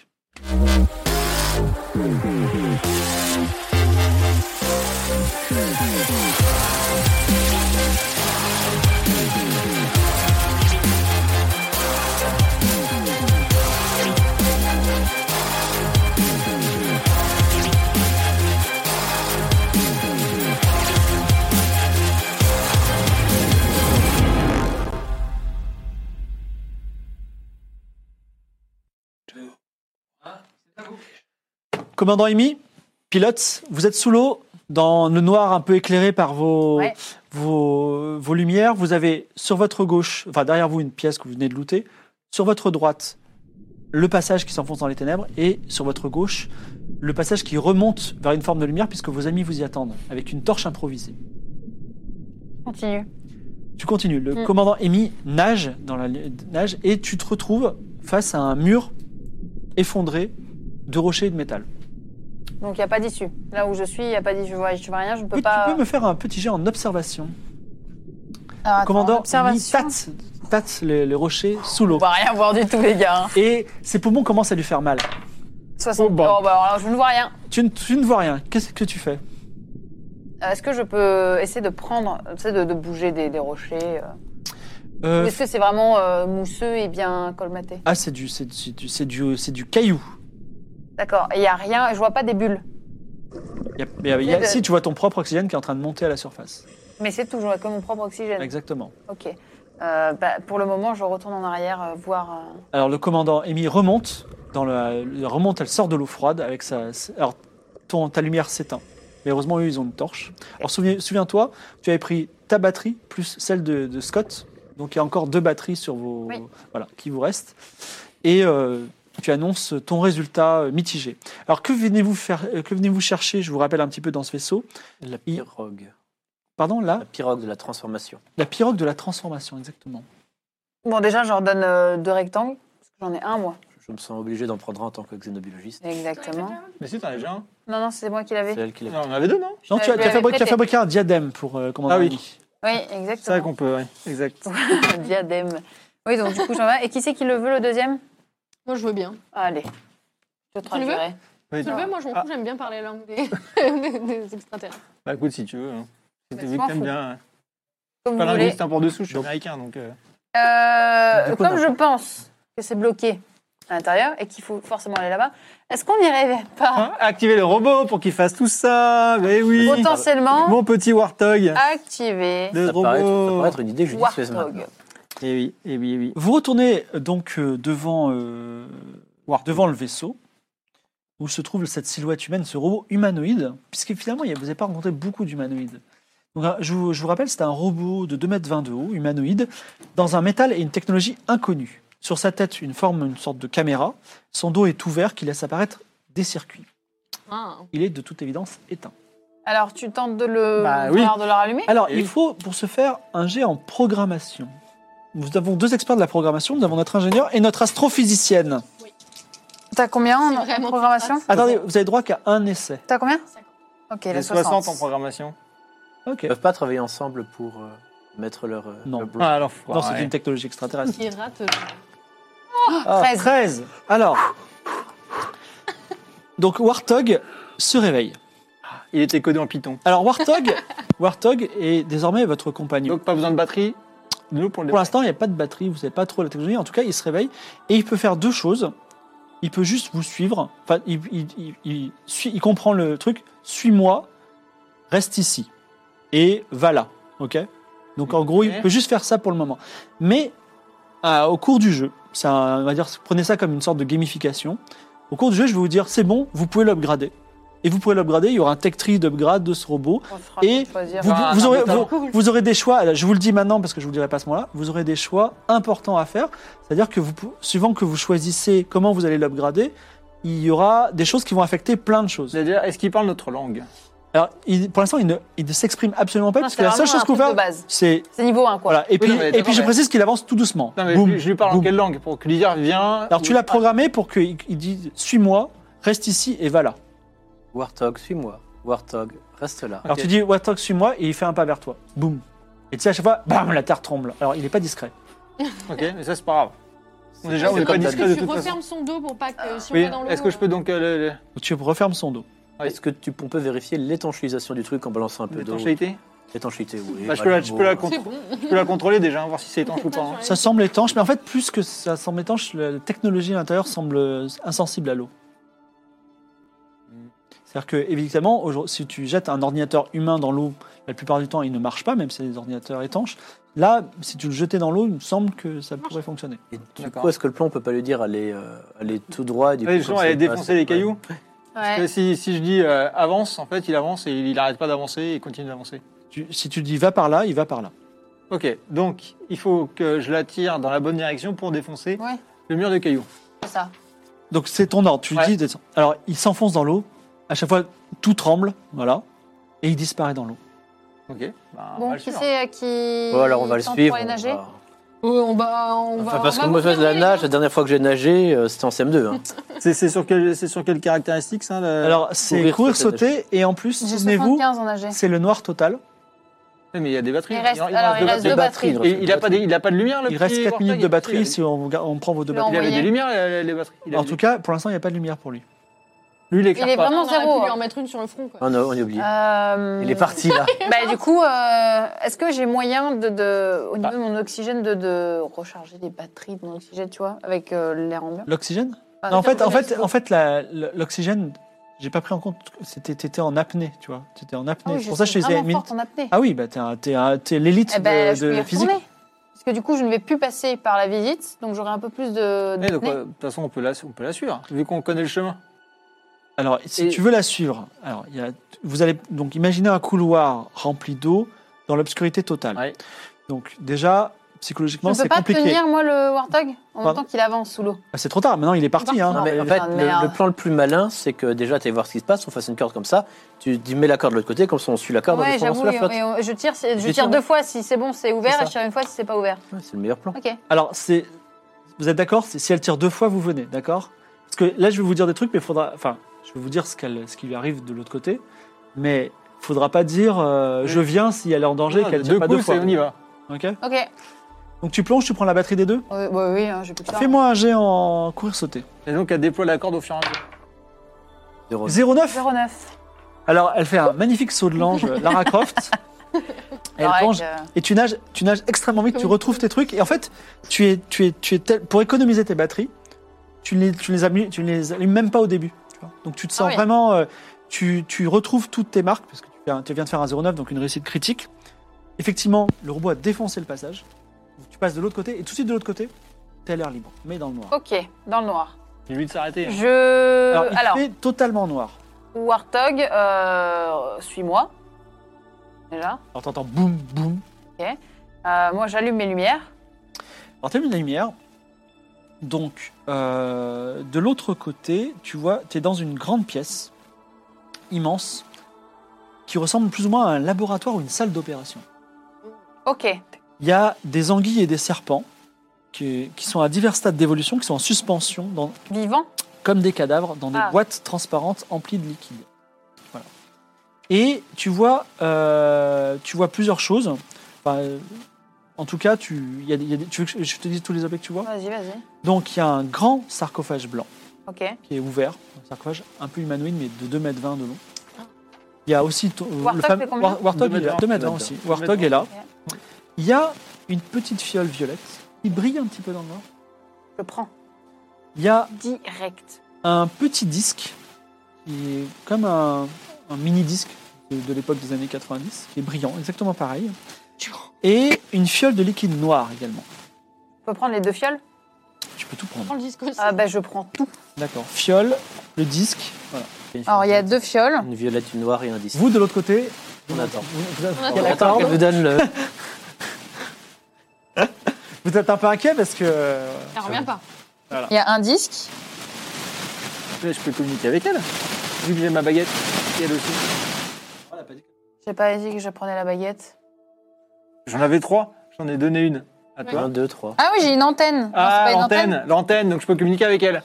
[SPEAKER 1] Commandant Amy, pilote, vous êtes sous l'eau, dans le noir un peu éclairé par vos,
[SPEAKER 2] Ouais.
[SPEAKER 1] vos, vos lumières. Vous avez sur votre gauche, enfin derrière vous, une pièce que vous venez de looter. Sur votre droite, le passage qui s'enfonce dans les ténèbres. Et sur votre gauche, le passage qui remonte vers une forme de lumière puisque vos amis vous y attendent avec une torche improvisée.
[SPEAKER 2] Continue.
[SPEAKER 1] Tu continues. Le
[SPEAKER 2] Mm.
[SPEAKER 1] commandant Amy nage dans la lu- nage et tu te retrouves face à un mur effondré de rochers et de métal.
[SPEAKER 2] Donc il n'y a pas d'issue. Là où je suis, il n'y a pas d'issue. Je vois, je vois rien, je ne peux
[SPEAKER 1] Oui,
[SPEAKER 2] pas.
[SPEAKER 1] Tu peux me faire un petit jet en observation.
[SPEAKER 2] Alors, euh, attends,
[SPEAKER 1] commandant Amy
[SPEAKER 2] observation.
[SPEAKER 1] tâte, tâte le, le rocher sous
[SPEAKER 2] On
[SPEAKER 1] l'eau.
[SPEAKER 2] va rien voir du tout, les gars. hein.
[SPEAKER 1] Et ses poumons commencent à lui faire mal.
[SPEAKER 2] 60.
[SPEAKER 3] Oh,
[SPEAKER 2] Oh,
[SPEAKER 3] bah.
[SPEAKER 2] bah, alors, je ne vois rien.
[SPEAKER 1] Tu, ne- tu ne vois rien. Qu'est-ce que tu fais
[SPEAKER 2] Euh, Est-ce que je peux essayer de prendre, tu sais, de, de bouger des, des rochers euh,
[SPEAKER 1] Euh,
[SPEAKER 2] ou Est-ce que c'est vraiment euh, mousseux et bien colmaté
[SPEAKER 1] Ah, c'est du, c'est, c'est du, c'est du, c'est du caillou.
[SPEAKER 2] D'accord. Et il n'y a rien, je vois pas des bulles.
[SPEAKER 1] Il y a- il y a- il y a- si tu vois ton propre oxygène qui est en train de monter à la surface.
[SPEAKER 2] Mais c'est tout, je vois que mon propre oxygène.
[SPEAKER 1] Exactement.
[SPEAKER 2] Ok. Euh, bah, pour le moment, je retourne en arrière euh, voir. euh,
[SPEAKER 1] Alors le commandant Amy remonte dans la, le- remonte, elle sort de l'eau froide avec sa. Alors ton, ta lumière s'éteint. Mais heureusement eux ils ont une torche. Alors souviens- souviens-toi, tu avais pris ta batterie plus celle de, de Scott, donc il y a encore deux batteries sur vos
[SPEAKER 2] Oui.
[SPEAKER 1] voilà qui vous restent. Et euh, tu annonces ton résultat euh, mitigé. Alors que venez-vous faire euh, Que venez-vous chercher Je vous rappelle un petit peu dans ce vaisseau.
[SPEAKER 5] La pirogue.
[SPEAKER 1] Pardon là,
[SPEAKER 5] La pirogue de la transformation.
[SPEAKER 1] la pirogue de la transformation exactement.
[SPEAKER 2] Bon, déjà, j'en donne euh, deux rectangles. parce que J'en ai un, moi.
[SPEAKER 5] Je me sens obligé d'en prendre un en tant que xénobiologiste.
[SPEAKER 2] Exactement.
[SPEAKER 3] Mais si, t'en as déjà un.
[SPEAKER 2] Non, non, c'est moi qui l'avais.
[SPEAKER 5] C'est elle qui l'a.
[SPEAKER 3] Non, on en avait deux, non
[SPEAKER 1] Non, tu as, tu
[SPEAKER 2] Euh, Je
[SPEAKER 1] as
[SPEAKER 2] l'avais
[SPEAKER 1] fabriqué, tu as
[SPEAKER 2] prêté.
[SPEAKER 1] fabriqué un diadème pour euh, commandant
[SPEAKER 3] Ah oui.
[SPEAKER 1] Amy.
[SPEAKER 2] Oui,
[SPEAKER 3] C'est vrai
[SPEAKER 2] exactement.
[SPEAKER 3] qu'on peut, ouais. Exact.
[SPEAKER 2] Un diadème. Oui, donc du coup, j'en ai. Et qui c'est qui le veut, le deuxième
[SPEAKER 7] Moi, je veux bien.
[SPEAKER 2] Allez. Je
[SPEAKER 7] le veux
[SPEAKER 2] traduirai.
[SPEAKER 3] Oui.
[SPEAKER 7] Tu le veux Moi, je m'en
[SPEAKER 3] Ah.
[SPEAKER 7] fous, j'aime bien parler la langue des, des extraterrestres.
[SPEAKER 3] Bah écoute, si tu veux. hein. Si
[SPEAKER 2] Bah,
[SPEAKER 3] tu
[SPEAKER 2] je
[SPEAKER 3] vu
[SPEAKER 2] m'en
[SPEAKER 3] que t'aimes
[SPEAKER 2] fous.
[SPEAKER 3] bien. hein.
[SPEAKER 2] Comme
[SPEAKER 3] Pas hein.
[SPEAKER 2] vous voulez.
[SPEAKER 3] linguiste, hein, un port dessous, je suis américain, donc. euh,
[SPEAKER 2] Euh,
[SPEAKER 1] Du coup,
[SPEAKER 2] comme
[SPEAKER 1] non.
[SPEAKER 2] je pense que c'est bloqué à l'intérieur et qu'il faut forcément aller là-bas, est-ce qu'on n'irait pas
[SPEAKER 3] hein, activer le robot pour qu'il fasse tout ça.
[SPEAKER 1] Eh
[SPEAKER 3] Mais oui.
[SPEAKER 2] potentiellement
[SPEAKER 3] Mon petit Warthog.
[SPEAKER 2] activer
[SPEAKER 3] Le
[SPEAKER 5] Ça paraît, être, ça
[SPEAKER 3] robot.
[SPEAKER 5] paraît être une idée judicieuse
[SPEAKER 2] Warthog
[SPEAKER 5] maintenant.
[SPEAKER 3] Eh oui, eh oui, eh oui.
[SPEAKER 1] Vous retournez euh, donc euh, devant, euh, devant le vaisseau où se trouve cette silhouette humaine, ce robot humanoïde, puisque finalement, il y a- vous n'avez pas rencontré beaucoup d'humanoïdes. Donc, euh, je, vous, je vous rappelle, c'était un robot de 2,20 m de haut, humanoïde, dans un métal et une technologie inconnue. Sur sa tête, une forme, une sorte de caméra. Son dos est ouvert qui laisse apparaître des circuits.
[SPEAKER 7] Ah.
[SPEAKER 1] Il est de toute évidence éteint.
[SPEAKER 2] Alors, tu tentes de le
[SPEAKER 3] Bah
[SPEAKER 2] de
[SPEAKER 3] oui.
[SPEAKER 2] leur- de leur allumer
[SPEAKER 1] Alors,
[SPEAKER 3] Et
[SPEAKER 1] il
[SPEAKER 3] oui.
[SPEAKER 1] faut, pour se faire, un jet en programmation. Nous avons deux experts de la programmation. Nous avons notre ingénieur et notre astrophysicienne.
[SPEAKER 2] T'as combien
[SPEAKER 7] C'est
[SPEAKER 2] en- en,
[SPEAKER 7] vraiment
[SPEAKER 2] programmation
[SPEAKER 7] plus
[SPEAKER 1] Attendez, vous avez droit qu'à un essai.
[SPEAKER 2] T'as combien
[SPEAKER 7] Cinquante.
[SPEAKER 2] Ok,
[SPEAKER 3] J'ai
[SPEAKER 2] la 60.
[SPEAKER 3] 60 en programmation.
[SPEAKER 1] Ok.
[SPEAKER 5] Ils
[SPEAKER 3] Euh,
[SPEAKER 5] peuvent pas travailler ensemble pour euh, mettre leur. euh,
[SPEAKER 1] Non.
[SPEAKER 5] leur bloc.
[SPEAKER 3] Ah, alors,
[SPEAKER 1] Non, c'est une technologie extraterrestre.
[SPEAKER 7] Qui rate. euh,
[SPEAKER 1] Ah,
[SPEAKER 2] 13.
[SPEAKER 1] 13. Alors. Donc Warthog se réveille.
[SPEAKER 3] Il était codé en Python.
[SPEAKER 1] Alors Warthog, Warthog est désormais votre compagnon.
[SPEAKER 3] Donc, pas besoin de batterie. Nous, pour le
[SPEAKER 1] Pour l'instant, il n'y a pas de batterie, vous n'avez pas trop la technologie. En tout cas, il se réveille et il peut faire deux choses. Il peut juste vous suivre. Enfin, il, il- il- il suit- il comprend le truc. Suis-moi, reste ici et va là. Ok. Donc en gros, il
[SPEAKER 3] Ok.
[SPEAKER 1] peut juste faire ça pour le moment. Mais euh, au cours du jeu, c'est un- on va dire, prenez ça comme une sorte de gamification. Au cours du jeu, je vais vous dire, c'est bon, vous pouvez l'upgrader. Et vous pouvez l'upgrader. Il y aura un tech tree d'upgrade de ce robot.
[SPEAKER 2] On fera
[SPEAKER 1] Et
[SPEAKER 2] choisir.
[SPEAKER 1] Vous,
[SPEAKER 3] Ah,
[SPEAKER 1] vous
[SPEAKER 3] non,
[SPEAKER 1] aurez,
[SPEAKER 3] mais attends.
[SPEAKER 1] vous- vous aurez des choix, alors, je vous le dis maintenant parce que je vous le dirai pas à ce moment-là, vous aurez des choix importants à faire. C'est-à-dire que vous, pou- suivant que vous choisissez comment vous allez l'upgrader, il y aura des choses qui vont affecter plein de choses.
[SPEAKER 3] C'est-à-dire, est-ce qu'il parle notre langue
[SPEAKER 1] Alors, il- pour l'instant, il ne, il ne s'exprime absolument pas,
[SPEAKER 2] Non,
[SPEAKER 1] parce
[SPEAKER 2] c'est
[SPEAKER 1] que la seule
[SPEAKER 2] vraiment
[SPEAKER 1] chose
[SPEAKER 2] un
[SPEAKER 1] qu'on
[SPEAKER 2] truc
[SPEAKER 1] fait,
[SPEAKER 2] de base.
[SPEAKER 1] c'est...
[SPEAKER 2] C'est niveau 1, quoi.
[SPEAKER 1] Voilà. Et
[SPEAKER 3] Oui,
[SPEAKER 1] puis,
[SPEAKER 3] non, mais
[SPEAKER 1] et puis je
[SPEAKER 3] d'accord,
[SPEAKER 1] précise qu'il avance tout doucement.
[SPEAKER 3] Non, mais
[SPEAKER 1] Boum,
[SPEAKER 3] je, lui- je lui parle en
[SPEAKER 1] boum.
[SPEAKER 3] quelle langue Pour que lui dire, viens.
[SPEAKER 1] Alors, tu l'as programmé pour qu'il il dise « suis-moi, reste ici et va là
[SPEAKER 5] Warthog, suis-moi. Warthog, reste là. ».
[SPEAKER 1] Alors,
[SPEAKER 3] Ok.
[SPEAKER 1] tu dis « Watok, suis-moi » et il fait un pas vers toi. Boum. Et tu sais, à chaque fois, bam, la terre tremble. Alors, il n'est pas discret.
[SPEAKER 3] Ok, mais ça, c'est pas grave. Déjà,
[SPEAKER 7] c'est
[SPEAKER 3] on est pas
[SPEAKER 7] comme
[SPEAKER 3] discret de
[SPEAKER 7] si Tu
[SPEAKER 3] toute façon.
[SPEAKER 7] refermes son dos pour pas que. Si on
[SPEAKER 3] Oui,
[SPEAKER 7] va dans le
[SPEAKER 3] est-ce
[SPEAKER 7] haut,
[SPEAKER 3] que je peux donc euh, le- le-
[SPEAKER 1] Donc, tu refermes son dos.
[SPEAKER 5] Est-ce que tu on peut vérifier l'étanchéisation du truc en balançant un peu d'eau
[SPEAKER 3] l'étanchéité
[SPEAKER 5] L'étanchéité, oui.
[SPEAKER 3] Bah, je peux la- je peux la
[SPEAKER 7] euh,
[SPEAKER 3] con-
[SPEAKER 7] C'est bon.
[SPEAKER 3] Je peux la contrôler déjà, hein, voir si c'est étanche ou pas. hein.
[SPEAKER 1] Ça semble étanche, mais en fait, plus que ça semble étanche, la technologie à l'intérieur semble insensible à l'eau. C'est-à-dire que, évidemment, aujourd'hui, si tu jettes un ordinateur humain dans l'eau, la plupart du temps, il ne marche pas, même si c'est des ordinateurs étanches. Là, si tu le jetais dans l'eau, il me semble que ça pourrait fonctionner.
[SPEAKER 5] Et du
[SPEAKER 3] D'accord.
[SPEAKER 5] coup, est-ce que le plan, on peut pas lui dire aller, euh, aller tout droit et du
[SPEAKER 3] Ouais,
[SPEAKER 5] coup,
[SPEAKER 3] justement,
[SPEAKER 5] comme ça,
[SPEAKER 3] elle a
[SPEAKER 5] il passe,
[SPEAKER 3] défoncé les
[SPEAKER 5] ouais.
[SPEAKER 3] cailloux. Parce que
[SPEAKER 2] Ouais.
[SPEAKER 3] si, si je dis euh, avance, en fait, il avance et il n'arrête pas d'avancer et il continue d'avancer.
[SPEAKER 1] Tu- si tu dis va par là, il va par là.
[SPEAKER 3] Ok, donc il faut que je la tire dans la bonne direction pour défoncer
[SPEAKER 2] Ouais.
[SPEAKER 3] le mur de cailloux.
[SPEAKER 2] C'est ça.
[SPEAKER 1] Donc c'est ton ordre. Tu lui
[SPEAKER 3] Ouais.
[SPEAKER 1] dis. descends. Alors il s'enfonce dans l'eau. À chaque fois, tout tremble. Voilà. Et il disparaît dans l'eau.
[SPEAKER 3] Ok, bah, on va
[SPEAKER 2] Bon,
[SPEAKER 3] le
[SPEAKER 2] qui
[SPEAKER 3] suivre.
[SPEAKER 2] c'est euh, qui.
[SPEAKER 5] Bon, alors on va le
[SPEAKER 2] tente
[SPEAKER 5] suivre.
[SPEAKER 2] Pour aller
[SPEAKER 5] on
[SPEAKER 2] nager
[SPEAKER 5] va-
[SPEAKER 7] Ouais, on va. On
[SPEAKER 5] Enfin,
[SPEAKER 7] va
[SPEAKER 5] parce
[SPEAKER 7] on
[SPEAKER 5] que
[SPEAKER 7] va
[SPEAKER 5] moi, je fais de la
[SPEAKER 7] confirmer, les
[SPEAKER 5] nage.
[SPEAKER 7] gars.
[SPEAKER 5] La dernière fois que j'ai nagé, euh, c'était en CM2. hein.
[SPEAKER 3] C'est c'est sur, quel, c'est sur quelle caractéristique ça le-
[SPEAKER 1] Alors c'est
[SPEAKER 5] courir,
[SPEAKER 1] courir,
[SPEAKER 5] sauter,
[SPEAKER 1] sauter, et en plus,
[SPEAKER 2] J'ai
[SPEAKER 1] souvenez-vous,
[SPEAKER 2] 75 en nager.
[SPEAKER 1] c'est le noir total.
[SPEAKER 3] Ouais, Mais il y a des batteries.
[SPEAKER 2] Il reste,
[SPEAKER 3] en- en
[SPEAKER 2] alors, il reste
[SPEAKER 5] deux
[SPEAKER 2] deux
[SPEAKER 5] batteries.
[SPEAKER 2] batteries.
[SPEAKER 3] batteries. Et il n'a pas, des- il a pas de lumière, le
[SPEAKER 1] Il reste
[SPEAKER 3] petit
[SPEAKER 1] 4 minutes de
[SPEAKER 3] Warthog
[SPEAKER 1] batterie
[SPEAKER 3] Il-
[SPEAKER 1] si on, regarde- on prend vos deux
[SPEAKER 2] Le
[SPEAKER 3] Il
[SPEAKER 1] batteries.
[SPEAKER 3] avait des
[SPEAKER 2] Envoyé.
[SPEAKER 3] lumières, les, les batteries. Il
[SPEAKER 1] En
[SPEAKER 3] avait-
[SPEAKER 1] tout cas, pour l'instant, il n'y a pas de lumière pour lui.
[SPEAKER 3] lui, il
[SPEAKER 2] il est
[SPEAKER 3] éclaire pas.
[SPEAKER 2] vraiment-
[SPEAKER 7] On aurait pu
[SPEAKER 2] zéro,
[SPEAKER 7] lui
[SPEAKER 2] hein.
[SPEAKER 7] en mettre une sur le front. quoi.
[SPEAKER 5] Oh non, on a oublié.
[SPEAKER 2] Euh,
[SPEAKER 5] Il est parti là.
[SPEAKER 2] Bah, du coup, euh, est-ce que j'ai moyen, de, de- au niveau de mon oxygène, de, de recharger les batteries de mon oxygène, tu vois, avec euh, l'air ambiant
[SPEAKER 1] L'oxygène
[SPEAKER 2] Enfin,
[SPEAKER 1] Non, En fait, en
[SPEAKER 2] avec
[SPEAKER 1] fait,
[SPEAKER 2] Bah, l'oxygène.
[SPEAKER 1] en fait, la- l'oxygène, j'ai pas pris en compte. que C'était, t'étais en apnée, tu vois. T'étais en
[SPEAKER 2] Ah
[SPEAKER 1] apnée.
[SPEAKER 2] oui,
[SPEAKER 1] C'est pour ça, que je
[SPEAKER 2] suis
[SPEAKER 1] faisais
[SPEAKER 2] vraiment
[SPEAKER 1] une minute.
[SPEAKER 2] forte en apnée.
[SPEAKER 1] Ah oui, bah t'es, un- t'es un- t'es l'élite
[SPEAKER 2] Eh ben,
[SPEAKER 1] de,
[SPEAKER 2] je peux y
[SPEAKER 1] de physique.
[SPEAKER 2] retourner. Parce que du coup, je ne vais plus passer par la visite, donc j'aurai un peu plus de.
[SPEAKER 1] Eh,
[SPEAKER 3] Ouais, donc,
[SPEAKER 2] d'apnée.
[SPEAKER 3] euh, de toute façon, on peut la, on peut la suivre, hein. vu qu'on connaît le chemin.
[SPEAKER 1] Alors, si
[SPEAKER 3] Et-
[SPEAKER 1] tu veux la suivre, alors il y a- vous allez donc imaginer un couloir rempli d'eau dans l'obscurité totale.
[SPEAKER 3] Ouais.
[SPEAKER 1] Donc déjà,
[SPEAKER 2] je
[SPEAKER 1] psychologiquement,
[SPEAKER 2] ne peux
[SPEAKER 1] c'est
[SPEAKER 2] pas
[SPEAKER 1] compliqué.
[SPEAKER 2] tenir, moi, le Warthog, en même
[SPEAKER 1] Pardon
[SPEAKER 2] temps qu'il avance sous l'eau.
[SPEAKER 1] Ah, c'est trop tard. Maintenant, il est parti. hein.
[SPEAKER 5] Non, mais en
[SPEAKER 2] putain
[SPEAKER 5] fait,
[SPEAKER 2] de
[SPEAKER 5] le,
[SPEAKER 2] Ah merde.
[SPEAKER 5] le plan le plus malin, c'est que déjà, tu vas voir ce qui se passe, on fasse une corde comme ça, tu dis mets la corde de l'autre côté, comme ça on suit la corde, on
[SPEAKER 2] Ouais,
[SPEAKER 5] descend
[SPEAKER 2] j'avoue,
[SPEAKER 5] sur la flotte.
[SPEAKER 2] et- et on- je tire, c'est- je
[SPEAKER 5] Des
[SPEAKER 2] tire
[SPEAKER 5] tours.
[SPEAKER 2] deux fois si c'est bon, c'est ouvert,
[SPEAKER 5] C'est
[SPEAKER 2] et je tire une fois si c'est pas ouvert.
[SPEAKER 5] Ouais, c'est le meilleur plan.
[SPEAKER 2] Ok.
[SPEAKER 1] Alors, c'est. Vous êtes d'accord C'est- Si elle tire deux fois, vous venez, d'accord Parce que là, je vais vous dire des trucs, mais faudra. Enfin, je vais vous dire ce, qu'elle- ce qui lui arrive de l'autre côté, mais faudra pas dire euh,
[SPEAKER 3] Oui.
[SPEAKER 1] je viens si elle est en danger et
[SPEAKER 3] Ah,
[SPEAKER 1] qu'elle
[SPEAKER 3] de
[SPEAKER 1] tire pas deux
[SPEAKER 3] coups,
[SPEAKER 1] fois. hein.
[SPEAKER 3] c'est- on y va.
[SPEAKER 1] Ok
[SPEAKER 2] Ok.
[SPEAKER 1] Donc tu plonges, tu prends la batterie des deux
[SPEAKER 2] Euh, bah oui, hein, j'ai plus que ça.
[SPEAKER 1] Fais-moi un jet en courir-sauter.
[SPEAKER 3] Et donc, elle déploie la corde au fur et à mesure.
[SPEAKER 5] Zéro.
[SPEAKER 1] 09
[SPEAKER 2] 09.
[SPEAKER 1] Alors, elle fait un magnifique saut de l'ange, Lara Croft. Elle
[SPEAKER 2] Alors,
[SPEAKER 1] plonge
[SPEAKER 2] avec, euh,
[SPEAKER 1] et tu nages, tu nages extrêmement vite, tu retrouves tes trucs et en fait, tu es, tu es, tu es tel- pour économiser tes batteries, tu les, tu les allumes, tu les allumes même pas au début. tu vois. Donc tu te sens
[SPEAKER 2] Ah oui.
[SPEAKER 1] vraiment, euh, tu, tu retrouves toutes tes marques parce que tu viens, tu viens de faire un 09 donc une réussite critique. Effectivement, le robot a défoncé le passage. Tu passes de l'autre côté et tout de suite de l'autre côté, t'es à l'air libre, mais dans le noir.
[SPEAKER 2] Ok, dans le noir.
[SPEAKER 3] J'ai lui de s'arrêter. hein.
[SPEAKER 2] Je.
[SPEAKER 1] Alors, il
[SPEAKER 2] Euh, Alors,
[SPEAKER 1] fait totalement noir.
[SPEAKER 2] Warthog, euh, suis-moi. Déjà.
[SPEAKER 1] Alors, t'entends boum, boum.
[SPEAKER 2] Euh, moi, j'allume mes lumières.
[SPEAKER 1] Alors, t'allumes la lumière. Donc, euh, de l'autre côté, tu vois, t'es dans une grande pièce immense qui ressemble plus ou moins à un laboratoire ou une salle d'opération.
[SPEAKER 2] Ok.
[SPEAKER 1] Il y a des anguilles et des serpents qui, qui sont à divers stades d'évolution, qui sont en suspension, dans-
[SPEAKER 2] Vivant.
[SPEAKER 1] comme des cadavres, dans des
[SPEAKER 2] Ah.
[SPEAKER 1] boîtes transparentes emplies de liquide. Voilà. Et tu vois, euh, tu vois plusieurs choses. Enfin, euh, en tout cas, tu, il y a des- il y a des- tu veux que je- je te dise tous les objets que tu vois
[SPEAKER 2] Vas-y, vas-y.
[SPEAKER 1] Donc, il y a un grand sarcophage blanc
[SPEAKER 2] Ok.
[SPEAKER 1] qui est ouvert, un sarcophage un peu humanoïde, mais de 2 mètres 20 de long. Il y a aussi to-
[SPEAKER 2] Warthog
[SPEAKER 1] le fameux-
[SPEAKER 2] fait combien
[SPEAKER 1] War- Warthog,
[SPEAKER 3] 2
[SPEAKER 1] il est là,
[SPEAKER 3] mètres
[SPEAKER 1] 2 mètres
[SPEAKER 3] 20
[SPEAKER 1] 20 aussi.
[SPEAKER 3] 2
[SPEAKER 1] Warthog
[SPEAKER 3] mètres
[SPEAKER 1] est là.
[SPEAKER 2] Ok.
[SPEAKER 1] Il y a une petite fiole violette qui brille un petit peu dans le noir.
[SPEAKER 2] Je prends.
[SPEAKER 1] Il y a
[SPEAKER 2] Direct.
[SPEAKER 1] un petit disque qui est comme un, un mini disque de, de l'époque des années 90, qui est brillant, exactement pareil. Et une fiole de liquide noir également.
[SPEAKER 2] Je peux prendre les deux fioles
[SPEAKER 1] Tu peux tout prendre.
[SPEAKER 7] Prends le disque aussi.
[SPEAKER 2] Ah, ben, je prends tout.
[SPEAKER 1] D'accord. Fiole, le disque. Voilà.
[SPEAKER 2] Alors, il y a deux fioles.
[SPEAKER 5] Une violette, une noire et un disque.
[SPEAKER 1] Vous de l'autre côté,
[SPEAKER 5] On attend.
[SPEAKER 1] vous- vous-
[SPEAKER 7] On
[SPEAKER 5] On
[SPEAKER 1] la
[SPEAKER 5] attend
[SPEAKER 1] corde.
[SPEAKER 5] qu'elle nous donne le.
[SPEAKER 1] vous êtes un peu inquiet parce que euh,
[SPEAKER 7] Ça revient pas.
[SPEAKER 2] Il y a un disque.
[SPEAKER 3] Là, je peux communiquer avec elle. Vu que j'ai ma baguette. Et elle aussi.
[SPEAKER 2] J'ai pas dit que je prenais la baguette.
[SPEAKER 3] J'en avais trois. J'en ai donné une. À toi.
[SPEAKER 5] 1, 2, 3.
[SPEAKER 2] Ah oui, j'ai une antenne. Non,
[SPEAKER 3] Ah,
[SPEAKER 2] c'est pas une antenne.
[SPEAKER 3] l'antenne, l'antenne, donc je peux communiquer avec elle.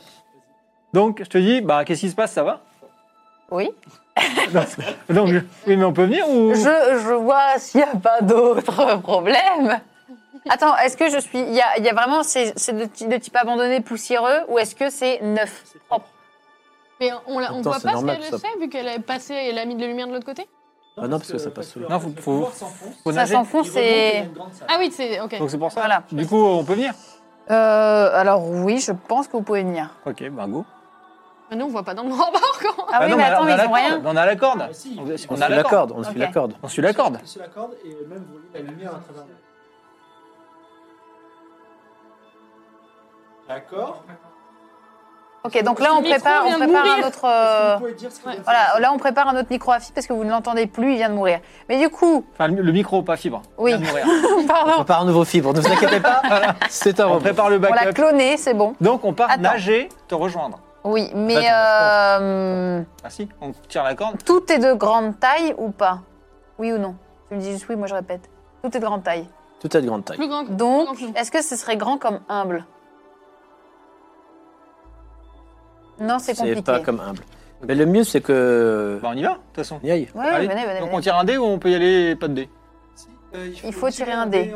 [SPEAKER 3] Donc, je te dis, bah, qu'est-ce qui se passe, ça va
[SPEAKER 2] Oui.
[SPEAKER 3] Non, Donc, je- oui, mais on peut venir ou
[SPEAKER 2] Je, je vois s'il n'y a pas d'autres problèmes. Attends, est-ce que je suis. Il y a, il y a vraiment. C'est c'est de, ti- de type abandonné, poussiéreux, ou est-ce que c'est neuf propre
[SPEAKER 7] Mais on, la-
[SPEAKER 5] En
[SPEAKER 7] on
[SPEAKER 5] même temps,
[SPEAKER 7] voit
[SPEAKER 5] c'est
[SPEAKER 7] pas
[SPEAKER 5] normal,
[SPEAKER 7] ce
[SPEAKER 5] ça.
[SPEAKER 7] qu'elle fait vu qu'elle est passée et elle a mis de la lumière de l'autre côté.
[SPEAKER 5] Ah non, parce que ça passe sous l'eau.
[SPEAKER 3] Non, faut- faut- faut
[SPEAKER 2] Ça
[SPEAKER 3] nager
[SPEAKER 2] s'enfonce et.
[SPEAKER 7] Ah oui, c'est ok.
[SPEAKER 3] Donc, c'est pour ça.
[SPEAKER 2] Voilà.
[SPEAKER 3] Du coup, on peut venir
[SPEAKER 2] Euh, alors oui, je pense que vous pouvez venir.
[SPEAKER 3] Ok, bah, go.
[SPEAKER 7] Ah non, on voit pas dans le grand bord. quand-
[SPEAKER 2] Ah, oui, mais
[SPEAKER 3] alors,
[SPEAKER 2] attends,
[SPEAKER 3] Bah on a
[SPEAKER 2] mais
[SPEAKER 3] la
[SPEAKER 2] ils ont
[SPEAKER 3] corde,
[SPEAKER 2] rien.
[SPEAKER 3] On a la corde.
[SPEAKER 1] Ah, si.
[SPEAKER 3] On,
[SPEAKER 5] On
[SPEAKER 3] a
[SPEAKER 5] suit la corde, on suit
[SPEAKER 2] Ok.
[SPEAKER 5] la corde.
[SPEAKER 3] On suit la corde.
[SPEAKER 1] C'est la corde et euh, même vous voyez la lumière à travers. D'accord.
[SPEAKER 2] Ok, donc là on
[SPEAKER 7] Le micro
[SPEAKER 2] prépare, on
[SPEAKER 7] vient de
[SPEAKER 2] prépare un
[SPEAKER 7] mourir.
[SPEAKER 2] autre. euh,
[SPEAKER 1] dire ce que
[SPEAKER 7] ouais.
[SPEAKER 1] vous
[SPEAKER 2] Voilà, là on prépare un autre micro à fil parce que vous ne l'entendez plus, il vient de mourir. Mais du coup,
[SPEAKER 3] Enfin, le le micro, pas fibre.
[SPEAKER 2] oui,
[SPEAKER 3] Viens de mourir.
[SPEAKER 5] On
[SPEAKER 2] pardon,
[SPEAKER 5] prépare un nouveau fibre, ne vous inquiétez pas. C'est un
[SPEAKER 3] On
[SPEAKER 5] repris.
[SPEAKER 3] prépare le
[SPEAKER 2] on l'a
[SPEAKER 3] backup.
[SPEAKER 2] cloné, c'est bon.
[SPEAKER 3] Donc, on part
[SPEAKER 2] Attends.
[SPEAKER 3] nager, te rejoindre.
[SPEAKER 2] Oui, mais
[SPEAKER 5] Attends,
[SPEAKER 2] euh,
[SPEAKER 3] Ah si, on tire la corde.
[SPEAKER 2] tout est de grande taille ou pas Oui ou non Tu me dis juste oui, moi je répète. Tout est de grande taille.
[SPEAKER 5] Tout est de grande taille.
[SPEAKER 7] Plus grand. que-
[SPEAKER 2] Donc,
[SPEAKER 7] plus grand que
[SPEAKER 2] est-ce que ce serait grand comme humble Non, c'est compliqué.
[SPEAKER 5] C'est pas comme humble. Mais le mieux, c'est que.
[SPEAKER 3] Bah, on y va, de toute façon.
[SPEAKER 5] On y aille.
[SPEAKER 2] Ouais,
[SPEAKER 3] Allez,
[SPEAKER 2] venez, venez,
[SPEAKER 3] Donc,
[SPEAKER 2] venez.
[SPEAKER 3] on tire un dé ou on peut y aller pas de dé
[SPEAKER 2] euh, Il faut tirer un dé.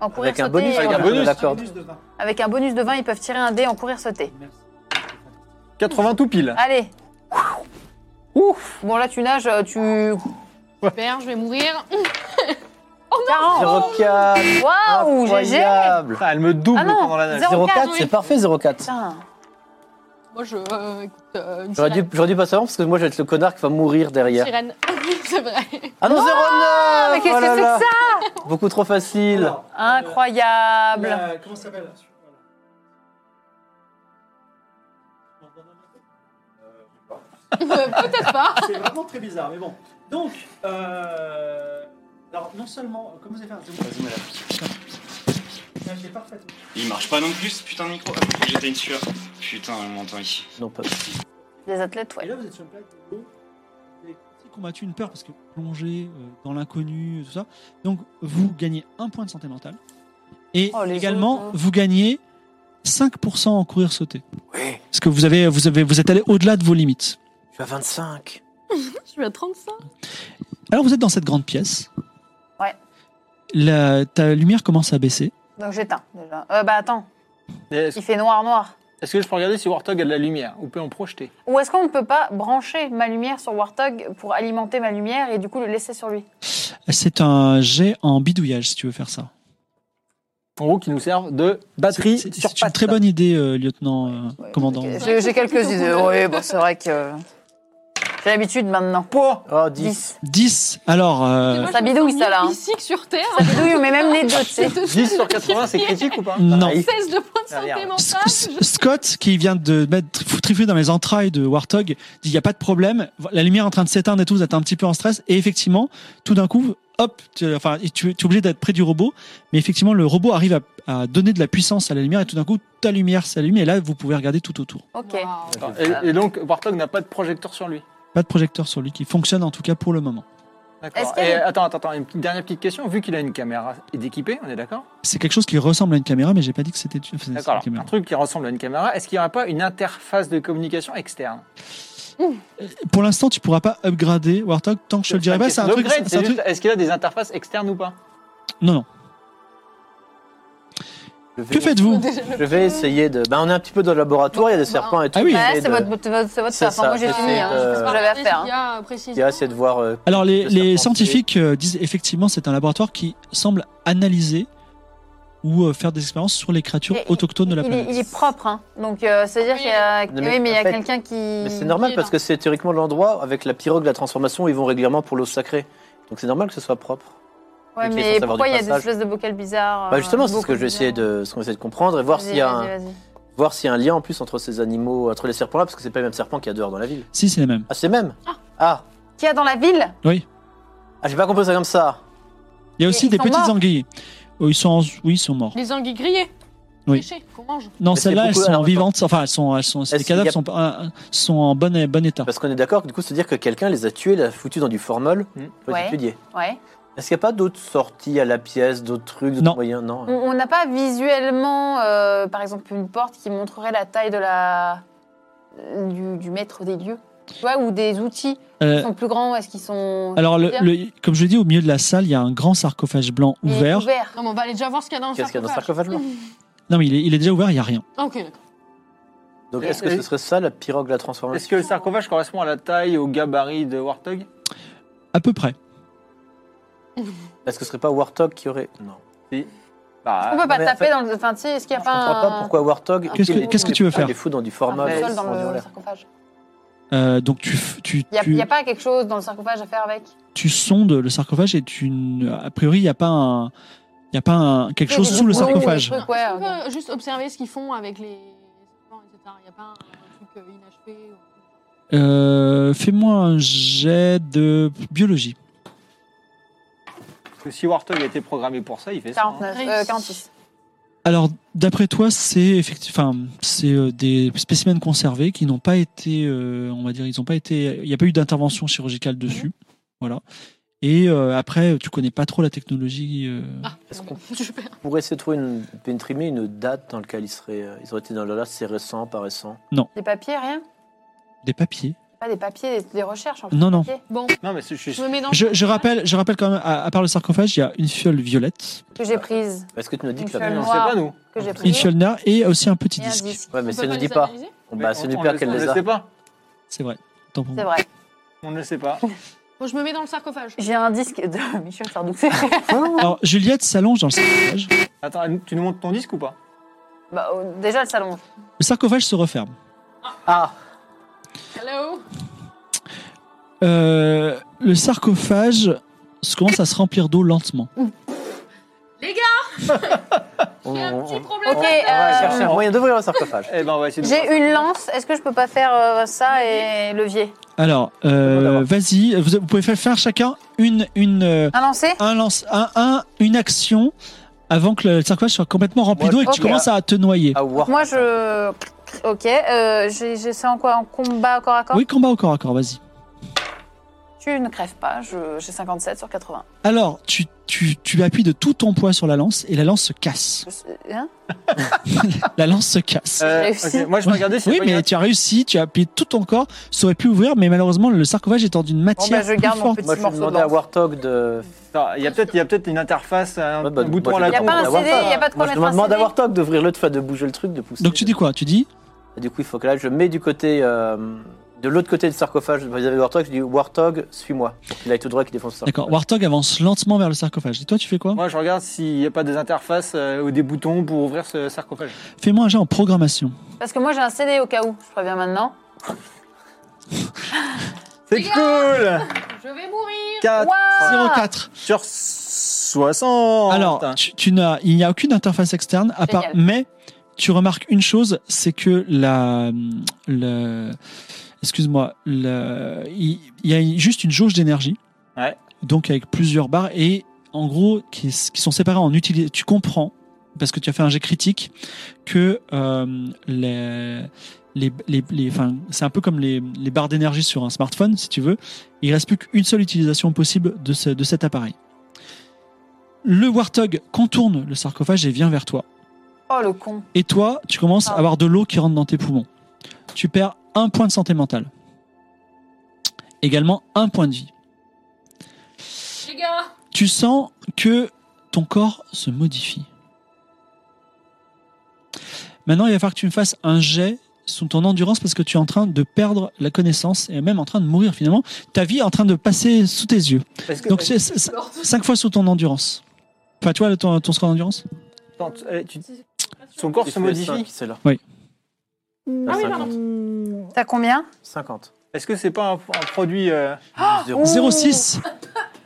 [SPEAKER 2] En courir,
[SPEAKER 5] Avec un
[SPEAKER 2] sauter
[SPEAKER 5] bonus,
[SPEAKER 2] et
[SPEAKER 3] avec
[SPEAKER 2] en-
[SPEAKER 3] un bonus.
[SPEAKER 5] de la corde.
[SPEAKER 2] Avec un bonus de 20, ils peuvent tirer un dé en courir sauter.
[SPEAKER 3] 80 tout pile.
[SPEAKER 2] Allez. Ouf. Bon là tu nages, euh, tu
[SPEAKER 7] nous. Super, je vais mourir.
[SPEAKER 2] 40.
[SPEAKER 5] 04
[SPEAKER 2] Waouh, GG.
[SPEAKER 5] Incroyable
[SPEAKER 3] Ah, elle me double
[SPEAKER 2] Ah non,
[SPEAKER 3] pendant la nage.
[SPEAKER 2] zéro-
[SPEAKER 5] 04,
[SPEAKER 7] oui.
[SPEAKER 5] c'est parfait 04.
[SPEAKER 2] Putain.
[SPEAKER 7] Moi, je. euh, écoute, euh, une
[SPEAKER 5] J'aurais dû,
[SPEAKER 7] sirène.
[SPEAKER 5] j'aurais dû pas savoir parce que moi je vais être le connard qui va mourir derrière.
[SPEAKER 7] Sirène. c'est vrai.
[SPEAKER 5] Ah non, 09
[SPEAKER 2] Oh, mais qu'est-ce que c'est que
[SPEAKER 5] ça Beaucoup trop facile.
[SPEAKER 3] Ah,
[SPEAKER 2] Incroyable.
[SPEAKER 1] Euh, Comment ça s'appelle
[SPEAKER 7] Euh, Peut-être pas.
[SPEAKER 1] Ah, C'est vraiment très bizarre, mais bon. Donc, euh, alors non seulement, comme vous avez fait un Vas-y, madame. J'ai parfaitement.
[SPEAKER 8] Il marche pas non plus ce putain de micro. Ah, faut que J'étais une sueur. Putain, elle m'entend ici.
[SPEAKER 5] Non, pas.
[SPEAKER 2] Des athlètes,
[SPEAKER 1] Et
[SPEAKER 2] ouais.
[SPEAKER 1] là, vous êtes sur une plage de l'eau. Vous avez aussi combattu une peur parce que plongé euh, dans l'inconnu, tout ça. Donc, vous gagnez un point de santé mentale. Et
[SPEAKER 2] Oh, les
[SPEAKER 1] également,
[SPEAKER 2] autres, hein.
[SPEAKER 1] vous gagnez 5% en courir sauter. Parce que vous, avez, vous, avez, vous êtes allé au-delà de vos limites.
[SPEAKER 5] Je suis à 25.
[SPEAKER 7] Je suis à 35.
[SPEAKER 1] Alors, vous êtes dans cette grande pièce.
[SPEAKER 2] Ouais.
[SPEAKER 1] La, ta lumière commence à baisser.
[SPEAKER 2] Donc j'éteins déjà. Euh, bah attends,
[SPEAKER 3] Est-ce
[SPEAKER 2] il fait noir noir.
[SPEAKER 3] est-ce que je peux regarder si Warthog a de la lumière ou peut en projeter
[SPEAKER 2] Ou est-ce qu'on ne peut pas brancher ma lumière sur Warthog pour alimenter ma lumière et du coup le laisser sur lui
[SPEAKER 1] C'est un jet en bidouillage si tu veux faire ça.
[SPEAKER 3] En gros, qui nous servent de batterie
[SPEAKER 1] C'est- c'est-
[SPEAKER 3] sur
[SPEAKER 1] C'est une
[SPEAKER 3] patte.
[SPEAKER 1] très bonne idée, euh, lieutenant euh, commandant.
[SPEAKER 2] J'ai j'ai quelques idées. Oui, bon, c'est vrai que. J'ai l'habitude maintenant.
[SPEAKER 3] Pour
[SPEAKER 5] Oh, 10.
[SPEAKER 2] 10.
[SPEAKER 9] 10. Alors, euh,
[SPEAKER 7] Moi, je
[SPEAKER 2] ça
[SPEAKER 7] me
[SPEAKER 2] bidouille,
[SPEAKER 7] sens
[SPEAKER 2] ça, là, hein.
[SPEAKER 7] mieux Ici que sur Terre.
[SPEAKER 2] Bidouille, mais même les deux, tu sais.
[SPEAKER 7] C'est deux
[SPEAKER 3] 10 sur
[SPEAKER 7] choses
[SPEAKER 3] 80, c'est critique ou pas
[SPEAKER 9] non.
[SPEAKER 7] 16 de points de
[SPEAKER 3] Ah, merde.
[SPEAKER 7] santé
[SPEAKER 9] S-
[SPEAKER 7] mentale.
[SPEAKER 9] S- Scott, qui vient de mettre fou- trifouiller dans les entrailles de Warthog, dit il n'y a pas de problème, la lumière est en train de s'éteindre et tout, vous êtes un petit peu en stress. Et effectivement, tout d'un coup, hop, tu, enfin, tu, tu es obligé d'être près du robot. Mais effectivement, le robot arrive à, à donner de la puissance à la lumière et tout d'un coup, ta lumière s'allume et là, vous pouvez regarder tout autour.
[SPEAKER 2] Ok.
[SPEAKER 7] Waouh.
[SPEAKER 3] et, et donc, Warthog n'a pas de projecteur sur lui.
[SPEAKER 9] Pas de projecteur sur lui qui fonctionne en tout cas pour le moment.
[SPEAKER 2] Est-ce
[SPEAKER 3] D'accord.
[SPEAKER 2] qu'il y a
[SPEAKER 3] Et
[SPEAKER 2] des-
[SPEAKER 3] attends, attends, attends, une petite- dernière petite question. Vu qu'il a une caméra équipée, on est d'accord
[SPEAKER 9] C'est quelque chose qui ressemble à une caméra, mais j'ai pas dit que c'était une, c'est une
[SPEAKER 3] D'accord. alors, Un
[SPEAKER 9] caméra.
[SPEAKER 3] truc qui ressemble à une caméra, est-ce qu'il n'y aura pas une interface de communication externe
[SPEAKER 9] Pour l'instant, tu pourras pas upgrader Warthog tant que je te le dirai pas. C'est un truc.
[SPEAKER 3] L'upgrade,
[SPEAKER 9] c'est un
[SPEAKER 3] c'est
[SPEAKER 9] truc-
[SPEAKER 3] juste, Est-ce qu'il a des interfaces externes ou pas
[SPEAKER 9] Non, non.
[SPEAKER 5] Je vais-
[SPEAKER 9] Que faites-vous
[SPEAKER 7] Déjà, le-
[SPEAKER 5] Je vais essayer de. Bah, on est un petit peu dans le laboratoire, il y a des serpents et tout.
[SPEAKER 9] Ah oui.
[SPEAKER 5] je vais
[SPEAKER 2] Ouais,
[SPEAKER 5] essayer
[SPEAKER 2] c'est
[SPEAKER 5] de-
[SPEAKER 2] votre, c'est votre, c'est votre
[SPEAKER 5] C'est
[SPEAKER 2] taf, hein.
[SPEAKER 5] ça,
[SPEAKER 2] Moi, j'ai
[SPEAKER 5] c'est-
[SPEAKER 2] fini. hein.
[SPEAKER 5] euh,
[SPEAKER 2] Je sais pas ce que j'avais à faire. hein.
[SPEAKER 7] Il y a euh,
[SPEAKER 5] Il y a c'est de voir. euh,
[SPEAKER 9] Alors les,
[SPEAKER 5] Le
[SPEAKER 9] les
[SPEAKER 5] serpent
[SPEAKER 9] scientifiques euh, disent effectivement c'est un laboratoire qui semble analyser ou euh, faire des expériences sur les créatures
[SPEAKER 2] Et-
[SPEAKER 9] autochtones de la
[SPEAKER 2] Il est,
[SPEAKER 9] planète.
[SPEAKER 2] il est propre, hein. Donc, euh, c'est-à-dire
[SPEAKER 7] Oui.
[SPEAKER 2] qu'il y a,
[SPEAKER 5] Non, mais
[SPEAKER 2] oui, mais il y a
[SPEAKER 5] en fait-
[SPEAKER 2] quelqu'un qui.
[SPEAKER 5] Mais c'est
[SPEAKER 2] normal.
[SPEAKER 5] normal
[SPEAKER 7] il est
[SPEAKER 5] parce
[SPEAKER 7] là.
[SPEAKER 5] que c'est théoriquement l'endroit avec la pirogue, la transformation, où ils vont régulièrement pour l'eau sacrée. Donc c'est normal que ce soit propre.
[SPEAKER 2] Ouais,
[SPEAKER 5] Ok, il faut
[SPEAKER 2] mais
[SPEAKER 5] savoir
[SPEAKER 2] pourquoi
[SPEAKER 5] du
[SPEAKER 2] il y a des
[SPEAKER 5] passage.
[SPEAKER 2] espèces de bocal bizarres
[SPEAKER 5] Bah
[SPEAKER 2] euh,
[SPEAKER 5] justement, c'est ce
[SPEAKER 2] beaucoup
[SPEAKER 5] que je vais essayer
[SPEAKER 2] bizarres.
[SPEAKER 5] de, ce qu'on va essayer de comprendre et voir s'il y a
[SPEAKER 2] Vas-y,
[SPEAKER 5] un,
[SPEAKER 2] vas-y, vas-y.
[SPEAKER 5] voir s'il y a un lien en plus entre ces animaux, entre les serpents là, parce que c'est pas les mêmes serpents qu'il y a dehors dans la ville.
[SPEAKER 9] Si c'est les mêmes.
[SPEAKER 5] Ah, c'est les mêmes. Ah,
[SPEAKER 2] Qu'il y a dans la ville
[SPEAKER 5] ah j'ai pas compris ça comme ça.
[SPEAKER 9] Il y a
[SPEAKER 2] Et
[SPEAKER 9] aussi
[SPEAKER 2] ils
[SPEAKER 9] des
[SPEAKER 2] sont
[SPEAKER 9] petites
[SPEAKER 2] morts.
[SPEAKER 9] anguilles. Oh, ils sont en- oui ils sont morts.
[SPEAKER 7] Les anguilles grillées.
[SPEAKER 9] Oui.
[SPEAKER 7] Séchées, qu'on mange.
[SPEAKER 9] Non
[SPEAKER 5] Mais c'est
[SPEAKER 9] celles-là elles
[SPEAKER 5] beaucoup-
[SPEAKER 9] sont
[SPEAKER 5] alors,
[SPEAKER 9] vivantes. Enfin elles sont, elles sont
[SPEAKER 5] Est-ce
[SPEAKER 9] les
[SPEAKER 5] qu'il y a-
[SPEAKER 9] cadavres sont, pas- euh, sont en bon, bon état.
[SPEAKER 5] Parce qu'on est d'accord, que, du coup, c'est dire que quelqu'un les a tués, les a foutus dans du formol
[SPEAKER 3] Hmm.
[SPEAKER 5] pour
[SPEAKER 2] Ouais.
[SPEAKER 5] les étudier.
[SPEAKER 2] Ouais.
[SPEAKER 5] Est-ce qu'il n'y a pas d'autres sorties à la pièce, d'autres trucs, d'autres
[SPEAKER 9] Non.
[SPEAKER 5] moyens Non.
[SPEAKER 2] On- On n'a pas visuellement, euh, par exemple, une porte qui montrerait la taille de la du, du maître des lieux, tu vois, ou des outils
[SPEAKER 9] Euh,
[SPEAKER 2] qui sont plus grands, est-ce qu'ils sont
[SPEAKER 9] alors le,
[SPEAKER 2] bien.
[SPEAKER 9] le- comme je dis au milieu de la salle il y a un grand sarcophage blanc
[SPEAKER 2] mais
[SPEAKER 9] ouvert.
[SPEAKER 7] Non, mais on va aller déjà voir ce qu'il y a dans le
[SPEAKER 5] Qu'est-ce qu'il y a dans le
[SPEAKER 7] sarcophage.
[SPEAKER 5] sarcophage blanc
[SPEAKER 9] Non mais il est, il est déjà ouvert il y a rien.
[SPEAKER 7] Ah, Ok, d'accord.
[SPEAKER 5] Donc
[SPEAKER 3] Et-
[SPEAKER 5] est-ce que
[SPEAKER 3] et-
[SPEAKER 5] ce serait ça la pirogue, la
[SPEAKER 3] Est-ce
[SPEAKER 5] transformation
[SPEAKER 3] que le sarcophage correspond à la taille, au gabarit de Warthog
[SPEAKER 9] À peu près.
[SPEAKER 5] Est-ce que ce serait pas Warthog qui aurait Non.
[SPEAKER 3] bah,
[SPEAKER 2] On peut pas
[SPEAKER 5] Ah, mais en
[SPEAKER 2] taper
[SPEAKER 5] fait-
[SPEAKER 2] dans le. Enfin, tu sais, est-ce qu'il n'y a
[SPEAKER 5] Je comprends
[SPEAKER 2] pas
[SPEAKER 5] pas
[SPEAKER 2] un,
[SPEAKER 5] pourquoi Warthog.
[SPEAKER 9] Qu'est-ce que-
[SPEAKER 5] il-
[SPEAKER 9] qu'est-ce que tu veux
[SPEAKER 5] il
[SPEAKER 9] faire
[SPEAKER 5] les fout dans du
[SPEAKER 2] un
[SPEAKER 5] format.
[SPEAKER 2] sol Ah, bah, dans
[SPEAKER 5] en
[SPEAKER 2] le
[SPEAKER 5] l'air.
[SPEAKER 2] sarcophage
[SPEAKER 9] Euh, donc tu f- tu,
[SPEAKER 2] Il
[SPEAKER 9] tu-
[SPEAKER 2] n'y a, pas quelque chose dans le sarcophage à faire avec
[SPEAKER 9] tu sondes le sarcophage et tu n- a priori il n'y a pas un il y a pas un- quelque
[SPEAKER 2] Oui,
[SPEAKER 9] chose
[SPEAKER 2] des
[SPEAKER 9] sous le
[SPEAKER 2] boulots, des
[SPEAKER 9] sarcophage.
[SPEAKER 2] trucs, ouais,
[SPEAKER 7] Est-ce qu'on
[SPEAKER 2] ok.
[SPEAKER 7] peut juste observer ce qu'ils font avec les serpents, etc. Il n'y a pas un, un truc euh, inachevé ou-
[SPEAKER 9] Euh, Fais-moi un jet de biologie.
[SPEAKER 3] parce que si Warthog a été programmé pour ça, il fait ça. hein.
[SPEAKER 2] 49, euh, 46.
[SPEAKER 9] Alors, d'après toi, c'est effectivement, enfin, c'est euh, des spécimens conservés qui n'ont pas été, euh, on va dire, ils n'ont pas été, il n'y a pas eu d'intervention
[SPEAKER 2] Mhm.
[SPEAKER 9] chirurgicale dessus, voilà. Et euh, après, tu connais pas trop la technologie. euh,
[SPEAKER 7] Ah,
[SPEAKER 5] Est-ce
[SPEAKER 7] bon,
[SPEAKER 5] qu'on-
[SPEAKER 7] super.
[SPEAKER 5] Pourrait essayer de trouver une, d'intrimer une date dans laquelle ils seraient, euh, ils auraient été dans le là, c'est récent, pas récent.
[SPEAKER 2] Des papiers, rien
[SPEAKER 9] Des papiers.
[SPEAKER 2] Pas des papiers, des, des recherches en fait.
[SPEAKER 9] Non, non.
[SPEAKER 2] des papiers.
[SPEAKER 7] Bon,
[SPEAKER 3] Non, mais c'est- je
[SPEAKER 7] je
[SPEAKER 3] suis.
[SPEAKER 7] me mets dans.
[SPEAKER 9] Je, je rappelle, je rappelle quand même, à, à part le sarcophage, il y a une fiole violette,
[SPEAKER 2] Que j'ai prise,
[SPEAKER 5] Est-ce que tu nous dis que
[SPEAKER 2] Une
[SPEAKER 3] on
[SPEAKER 5] la
[SPEAKER 2] seule.
[SPEAKER 3] sait pas, nous.
[SPEAKER 2] que j'ai
[SPEAKER 9] une
[SPEAKER 2] prise.
[SPEAKER 9] fiole noire et aussi un petit
[SPEAKER 2] et un
[SPEAKER 9] disque.
[SPEAKER 2] disque.
[SPEAKER 5] Ouais,
[SPEAKER 7] On
[SPEAKER 5] mais
[SPEAKER 7] peut
[SPEAKER 5] ça ne
[SPEAKER 7] les
[SPEAKER 5] dit pas.
[SPEAKER 7] analyser
[SPEAKER 5] Bah,
[SPEAKER 3] Mais
[SPEAKER 5] c'est
[SPEAKER 3] on-
[SPEAKER 5] du
[SPEAKER 3] on
[SPEAKER 5] père
[SPEAKER 3] le-
[SPEAKER 5] qu'elle
[SPEAKER 3] on
[SPEAKER 5] les
[SPEAKER 3] le sait
[SPEAKER 5] a.
[SPEAKER 3] pas.
[SPEAKER 9] C'est vrai. Tant pour
[SPEAKER 2] C'est
[SPEAKER 9] moi.
[SPEAKER 2] vrai.
[SPEAKER 3] On ne le sait pas.
[SPEAKER 7] Bon, je me mets dans le sarcophage.
[SPEAKER 2] J'ai un disque de Michel Sardoucet.
[SPEAKER 9] Alors, Juliette s'allonge dans le sarcophage.
[SPEAKER 3] Attends, tu nous montres ton disque ou pas
[SPEAKER 2] bah, euh, déjà le salon.
[SPEAKER 9] Le sarcophage se referme.
[SPEAKER 5] Ah
[SPEAKER 7] Hello
[SPEAKER 9] Euh, le sarcophage se commence à se remplir d'eau lentement.
[SPEAKER 5] on,
[SPEAKER 7] Il y a un
[SPEAKER 5] on-
[SPEAKER 7] petit
[SPEAKER 5] on-
[SPEAKER 7] problème.
[SPEAKER 2] Ok,
[SPEAKER 5] on
[SPEAKER 7] là.
[SPEAKER 5] va
[SPEAKER 2] euh,
[SPEAKER 5] chercher un moyen d'ouvrir le sarcophage.
[SPEAKER 3] Eh ben, on va essayer de.
[SPEAKER 2] J'ai une lance, est-ce que je peux pas faire euh, ça et levier
[SPEAKER 9] Alors,
[SPEAKER 5] Bon,
[SPEAKER 9] euh,
[SPEAKER 5] d'abord.
[SPEAKER 9] vas-y, vous, vous pouvez faire- faire chacun une, une, euh,
[SPEAKER 2] Un lancer
[SPEAKER 9] un lance, un, un- une action avant que le sarcophage soit complètement rempli
[SPEAKER 5] Moi,
[SPEAKER 9] d'eau et
[SPEAKER 5] je
[SPEAKER 9] que tu
[SPEAKER 2] Ok.
[SPEAKER 9] commences à te noyer.
[SPEAKER 5] Ah, Warthog.
[SPEAKER 2] Moi je. Ok, euh, j'ai j'ai ça en quoi En combat corps à corps
[SPEAKER 9] Oui, combat au corps à corps, vas-y.
[SPEAKER 2] Tu ne crèves pas, je- j'ai 57 sur 80.
[SPEAKER 9] Alors, tu, tu, tu appuies de tout ton poids sur la lance et la lance se casse.
[SPEAKER 2] Je sais- hein
[SPEAKER 9] La lance se casse.
[SPEAKER 3] Euh,
[SPEAKER 2] réussi.
[SPEAKER 3] ok, Moi, je vais regarder si.
[SPEAKER 9] oui, mais tu as réussi, tu as appuyé de tout ton corps, ça aurait pu ouvrir, mais malheureusement, le sarcophage étant d'une
[SPEAKER 2] Bon,
[SPEAKER 9] matière
[SPEAKER 2] bah, je garde
[SPEAKER 9] plus
[SPEAKER 2] mon
[SPEAKER 9] forte.
[SPEAKER 2] petit
[SPEAKER 5] Moi, je vais
[SPEAKER 2] morceau de
[SPEAKER 5] demander à
[SPEAKER 2] lance.
[SPEAKER 5] Warthog de.
[SPEAKER 3] Attends, Il y a peut-être il y a peut-être une interface, un
[SPEAKER 5] Ouais, bah,
[SPEAKER 3] bouton
[SPEAKER 5] moi,
[SPEAKER 3] à la
[SPEAKER 5] je
[SPEAKER 2] Y a
[SPEAKER 3] con.
[SPEAKER 2] pas un
[SPEAKER 5] demande à
[SPEAKER 2] CD, y a
[SPEAKER 5] Warthog.
[SPEAKER 2] pas de quoi
[SPEAKER 5] Moi, je
[SPEAKER 2] mettre un
[SPEAKER 5] demande à
[SPEAKER 2] CD.
[SPEAKER 5] Warthog d'ouvrir le, enfin, de bouger le truc, de pousser.
[SPEAKER 9] Donc tu dis quoi Tu dis
[SPEAKER 5] Et Du coup, il faut que là, je mets du côté. euh, de l'autre côté du sarcophage, vous avez Warthog, je dis Warthog, suis-moi. Il a tout droit qui défonce ça.
[SPEAKER 9] D'accord, Warthog avance lentement vers le sarcophage. Et toi, tu fais quoi
[SPEAKER 3] Moi, je regarde s'il n'y a pas des interfaces euh, ou des boutons pour ouvrir ce sarcophage.
[SPEAKER 9] Fais-moi un jet en programmation.
[SPEAKER 2] Parce que moi j'ai un CD au cas où, je préviens maintenant.
[SPEAKER 3] C'est cool
[SPEAKER 7] Je vais mourir
[SPEAKER 5] Ah,
[SPEAKER 3] 4
[SPEAKER 2] Waouh
[SPEAKER 9] 04.
[SPEAKER 3] sur
[SPEAKER 1] Oh,
[SPEAKER 3] 60
[SPEAKER 9] Alors, tu, tu n'as, il n'y a aucune interface externe, à part,
[SPEAKER 2] Génial.
[SPEAKER 9] mais tu remarques une chose, c'est que la, le, excuse-moi, le- il il y a juste une jauge d'énergie.
[SPEAKER 3] Ouais.
[SPEAKER 9] Donc avec plusieurs barres et en gros qui, qui sont séparées en utilité. Tu comprends parce que tu as fait un jet critique que euh, les les, les, les- enfin, c'est un peu comme les, les barres d'énergie sur un smartphone, si tu veux. Il reste plus qu'une seule utilisation possible de, ce- de cet appareil. Le Warthog contourne le sarcophage et vient vers toi.
[SPEAKER 2] Oh le con.
[SPEAKER 9] Et toi, tu commences à
[SPEAKER 2] Ah.
[SPEAKER 9] avoir de l'eau qui rentre dans tes poumons. Tu perds un point de santé mentale. Également un point de vie.
[SPEAKER 7] Les gars
[SPEAKER 9] Tu sens que ton corps se modifie. Maintenant, il va falloir que tu me fasses un jet sous ton endurance parce que tu es en train de perdre la connaissance et même en train de mourir finalement. Ta vie est en train de passer sous tes yeux.
[SPEAKER 3] Est-ce que-
[SPEAKER 9] Donc, c'est 5 fois sous ton endurance. Enfin, tu vois, ton, ton score d'endurance
[SPEAKER 3] attends, tu- eh, tu- son corps se modifie
[SPEAKER 5] C'est là.
[SPEAKER 9] Oui.
[SPEAKER 7] Ah oui,
[SPEAKER 5] 50.
[SPEAKER 2] T'as combien
[SPEAKER 5] 50.
[SPEAKER 3] Est-ce que c'est pas un, un produit euh,
[SPEAKER 5] Zéro.
[SPEAKER 9] 06.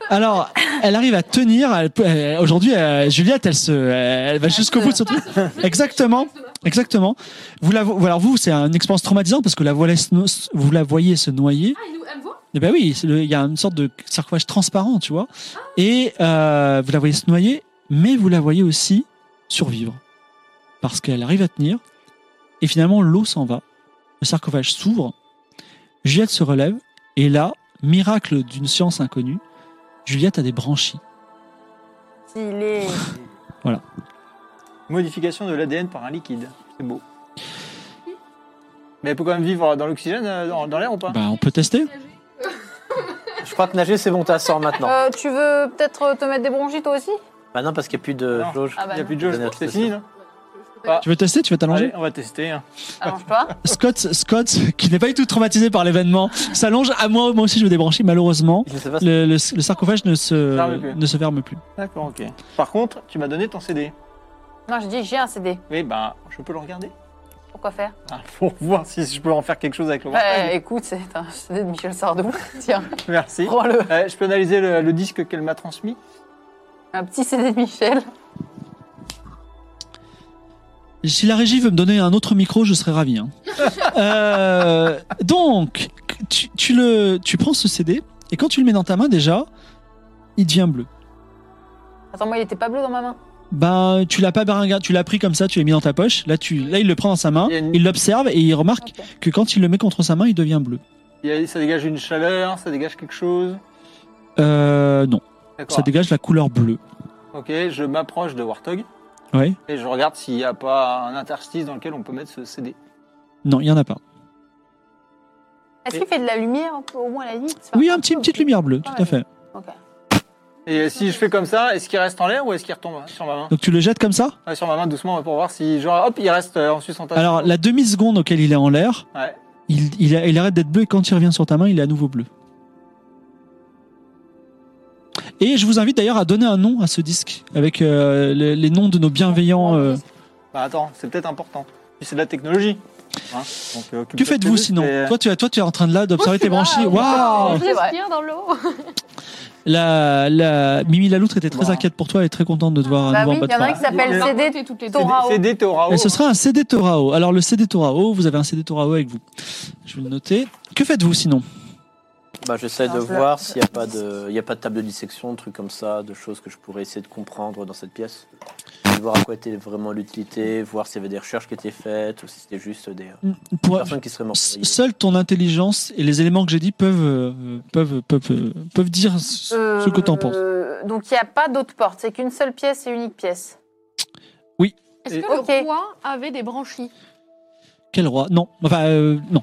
[SPEAKER 9] Alors, elle arrive à tenir. elle peut- elle- Aujourd'hui, euh, Juliette, elle, se, Euh, elle va jusqu'au bout de son truc. Exactement. Exactement. Vous la, vo- alors vous, c'est une expérience traumatisante parce que la voilà se no- vous la voyez se noyer.
[SPEAKER 7] Ah, il nous- elle me voit
[SPEAKER 9] Eh ben oui, c'est le- il y a une sorte de sarcophage transparent, tu vois. Et euh, vous la voyez se noyer, mais vous la voyez aussi survivre. Parce qu'elle arrive à tenir. Et finalement, l'eau s'en va. Le sarcophage s'ouvre. Juliette se relève. Et là, miracle d'une science inconnue, Juliette a des branchies.
[SPEAKER 2] Il est.
[SPEAKER 3] modification de l'ADN par un liquide C'est beau. Mais elle peut quand même vivre dans l'oxygène, euh, dans, dans l'air ou pas
[SPEAKER 9] Bah, on peut tester.
[SPEAKER 5] Je crois que nager, c'est bon, t'as sort maintenant.
[SPEAKER 2] Euh, tu veux peut-être te mettre des bronchies toi aussi
[SPEAKER 5] Bah non, parce qu'il n'y a plus de
[SPEAKER 3] Non.
[SPEAKER 5] jauge.
[SPEAKER 2] Ah
[SPEAKER 3] Il
[SPEAKER 2] bah
[SPEAKER 3] n'y a
[SPEAKER 2] non.
[SPEAKER 3] plus de jauge,
[SPEAKER 5] Dernière
[SPEAKER 3] c'est
[SPEAKER 5] station.
[SPEAKER 3] fini, non
[SPEAKER 9] Tu veux tester Tu vas t'allonger
[SPEAKER 3] Allez, on va tester. hein.
[SPEAKER 2] Allonge-toi.
[SPEAKER 9] Scott, Scott, qui n'est pas du tout traumatisé par l'événement, s'allonge. À moi, moi aussi, je veux des branchies, malheureusement.
[SPEAKER 5] Je sais pas si-
[SPEAKER 9] Le, le- le sarcophage
[SPEAKER 3] Ferme
[SPEAKER 9] ne se,
[SPEAKER 3] plus.
[SPEAKER 9] ne se ferme plus.
[SPEAKER 3] D'accord, ok. Par contre, tu m'as donné ton CD.
[SPEAKER 2] Non, je dis j'ai un CD.
[SPEAKER 3] Oui, ben, je peux le regarder
[SPEAKER 2] Pourquoi faire
[SPEAKER 3] Ah, Pour voir si je peux en faire quelque chose avec le
[SPEAKER 2] Bah,
[SPEAKER 3] morceau.
[SPEAKER 2] Écoute, c'est un CD de Michel Sardou. Tiens,
[SPEAKER 3] Merci.
[SPEAKER 2] prends-le.
[SPEAKER 3] Euh, je peux analyser le, le disque qu'elle m'a transmis
[SPEAKER 2] Un petit CD de Michel.
[SPEAKER 9] Si la régie veut me donner un autre micro, je serais ravi. hein. Euh, donc, tu, tu le, tu prends ce CD et quand tu le mets dans ta main déjà, il devient bleu.
[SPEAKER 2] Attends, moi il était pas bleu dans ma main.
[SPEAKER 9] Ben, tu l'as pas baringa- tu l'as pris comme ça, tu l'as mis dans ta poche. Là, tu, là, il le prend dans sa main,
[SPEAKER 3] Il y a une-
[SPEAKER 9] il l'observe et il remarque
[SPEAKER 2] Ok.
[SPEAKER 9] que quand il le met contre sa main, il devient bleu.
[SPEAKER 3] Il y a- Ça dégage une chaleur, ça dégage quelque chose
[SPEAKER 9] Euh, non, ça
[SPEAKER 3] D'accord.
[SPEAKER 9] dégage la couleur bleue.
[SPEAKER 3] Ok, je m'approche de Warthog
[SPEAKER 9] Ouais.
[SPEAKER 3] et je regarde s'il n'y a pas un interstice dans lequel on peut mettre ce CD.
[SPEAKER 9] Non, il y en a pas.
[SPEAKER 2] Est-ce qu'il fait de la lumière un peu, au moins à la nuit C'est pas
[SPEAKER 9] Oui, un
[SPEAKER 2] grave,
[SPEAKER 9] petit,
[SPEAKER 2] peu, Ah, ok.
[SPEAKER 9] petite
[SPEAKER 2] Ah,
[SPEAKER 9] lumière bleue, tout à
[SPEAKER 2] Ouais.
[SPEAKER 9] fait.
[SPEAKER 2] Ok.
[SPEAKER 3] Et si je fais comme ça, est-ce qu'il reste en l'air ou est-ce qu'il retombe sur ma main
[SPEAKER 9] Donc tu le jettes comme ça
[SPEAKER 3] Ouais, Sur ma main doucement pour voir si, genre, hop, il reste euh, en sustentation.
[SPEAKER 9] Alors la demi seconde auquel il est en l'air,
[SPEAKER 3] Ouais.
[SPEAKER 9] il, il a- il arrête d'être bleu et quand il revient sur ta main, il est à nouveau bleu. Et je vous invite d'ailleurs à donner un nom à ce disque avec euh, les, les noms de nos bienveillants. euh.
[SPEAKER 3] Bah attends, c'est peut-être important. Puis c'est de la technologie. Hein, donc, euh, occupe-toi
[SPEAKER 9] Que
[SPEAKER 3] de
[SPEAKER 9] faites-vous
[SPEAKER 3] tes
[SPEAKER 9] sinon
[SPEAKER 3] muscles et-
[SPEAKER 9] toi tu, as- toi, tu es en train de là d'observer tes branchies. Waouh
[SPEAKER 7] Je respire dans l'eau
[SPEAKER 9] la, la- Mimi la loutre était très
[SPEAKER 3] Wow.
[SPEAKER 9] inquiète pour toi. Elle est très contente de te voir à
[SPEAKER 2] Bah
[SPEAKER 9] nouveau
[SPEAKER 2] oui,
[SPEAKER 9] en bas
[SPEAKER 2] il
[SPEAKER 9] de
[SPEAKER 2] y en a un
[SPEAKER 9] forme.
[SPEAKER 2] qui s'appelle
[SPEAKER 3] Ah.
[SPEAKER 2] CD.
[SPEAKER 7] et toutes les
[SPEAKER 2] Torah. Torao.
[SPEAKER 3] CD Torao.
[SPEAKER 9] Et ce sera un CD Torao. Alors le CD Torao, vous avez un CD Torao avec vous. Je vais le noter. Que faites-vous sinon
[SPEAKER 5] Bah, j'essaie de
[SPEAKER 2] Alors, je la-
[SPEAKER 5] voir s'il n'y a, pas de- il y a pas de table de dissection, de trucs comme ça, de choses que je pourrais essayer de comprendre dans cette pièce. Et voir à quoi était vraiment l'utilité, voir s'il y avait des recherches qui étaient faites ou si c'était juste des euh,
[SPEAKER 9] Pour-
[SPEAKER 5] personnes qui seraient mortes.
[SPEAKER 9] S- Seule ton intelligence et les éléments que j'ai dit peuvent, euh, peuvent, peuvent, euh, peuvent dire ce
[SPEAKER 2] Euh,
[SPEAKER 9] ce que t'en penses.
[SPEAKER 2] Donc il n'y a pas d'autre porte, c'est qu'une seule pièce et unique pièce.
[SPEAKER 7] Est-ce
[SPEAKER 3] Et-
[SPEAKER 7] que le
[SPEAKER 2] Ok.
[SPEAKER 7] roi avait des branchies
[SPEAKER 9] Quel roi Non. Enfin, euh, non.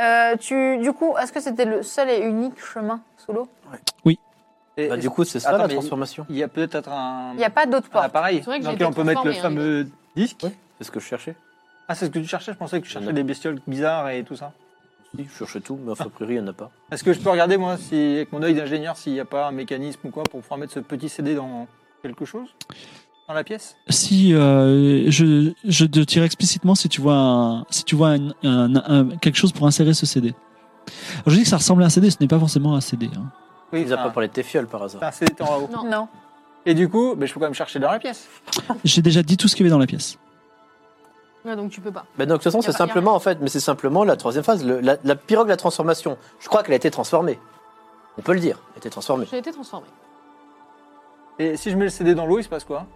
[SPEAKER 2] Euh, tu, du coup, est-ce que c'était le seul et unique chemin sous l'eau
[SPEAKER 3] Et-
[SPEAKER 5] Bah,
[SPEAKER 3] et-
[SPEAKER 5] du coup, c'est ça
[SPEAKER 3] Attends,
[SPEAKER 5] la
[SPEAKER 3] mais-
[SPEAKER 5] transformation.
[SPEAKER 3] Il y a peut-être un,
[SPEAKER 2] Il n'y a pas d'autre
[SPEAKER 3] un
[SPEAKER 2] porte.
[SPEAKER 3] appareil
[SPEAKER 7] C'est vrai que
[SPEAKER 3] dans
[SPEAKER 7] j'ai
[SPEAKER 3] lequel on
[SPEAKER 7] été hein,
[SPEAKER 3] peut mettre le
[SPEAKER 7] transformée,
[SPEAKER 3] fameux disque.
[SPEAKER 5] C'est ce que je cherchais.
[SPEAKER 3] Ah, c'est ce que tu cherchais Je pensais que tu
[SPEAKER 5] Non.
[SPEAKER 3] cherchais des bestioles bizarres et tout ça.
[SPEAKER 5] Si, je cherchais tout,
[SPEAKER 3] Ah.
[SPEAKER 5] mais enfin, a priori, il n'y en a pas.
[SPEAKER 3] Est-ce que je peux regarder, moi, si, avec mon œil d'ingénieur, s'il n'y a pas un mécanisme ou quoi pour pouvoir mettre ce petit CD dans quelque chose Dans la pièce
[SPEAKER 9] Si euh, je, je te dirais explicitement si tu vois, un, si tu vois un- un- un- quelque chose pour insérer ce CD. Alors, je dis que ça ressemble à un CD, ce n'est pas forcément un CD. hein.
[SPEAKER 3] Oui,
[SPEAKER 5] Ils n'ont pas
[SPEAKER 3] enfin,
[SPEAKER 5] parlé de tes fioles par hasard.
[SPEAKER 3] enfin, c'est en haut.
[SPEAKER 7] Non.
[SPEAKER 2] Non.
[SPEAKER 3] Et du coup, ben, je peux quand même chercher dans la pièce.
[SPEAKER 9] J'ai déjà dit tout ce qu'il y avait dans la pièce.
[SPEAKER 7] Ouais, donc tu peux pas.
[SPEAKER 5] Ben donc, de toute façon,
[SPEAKER 7] Y a
[SPEAKER 5] c'est
[SPEAKER 7] pas- y a
[SPEAKER 5] simplement, en fait, mais c'est simplement la troisième phase, le- la, la pirogue de la transformation. Je crois qu'elle a été transformée. On peut le dire, elle a été transformée.
[SPEAKER 7] J'ai été transformé.
[SPEAKER 3] Et si je mets le CD dans l'eau, il se passe quoi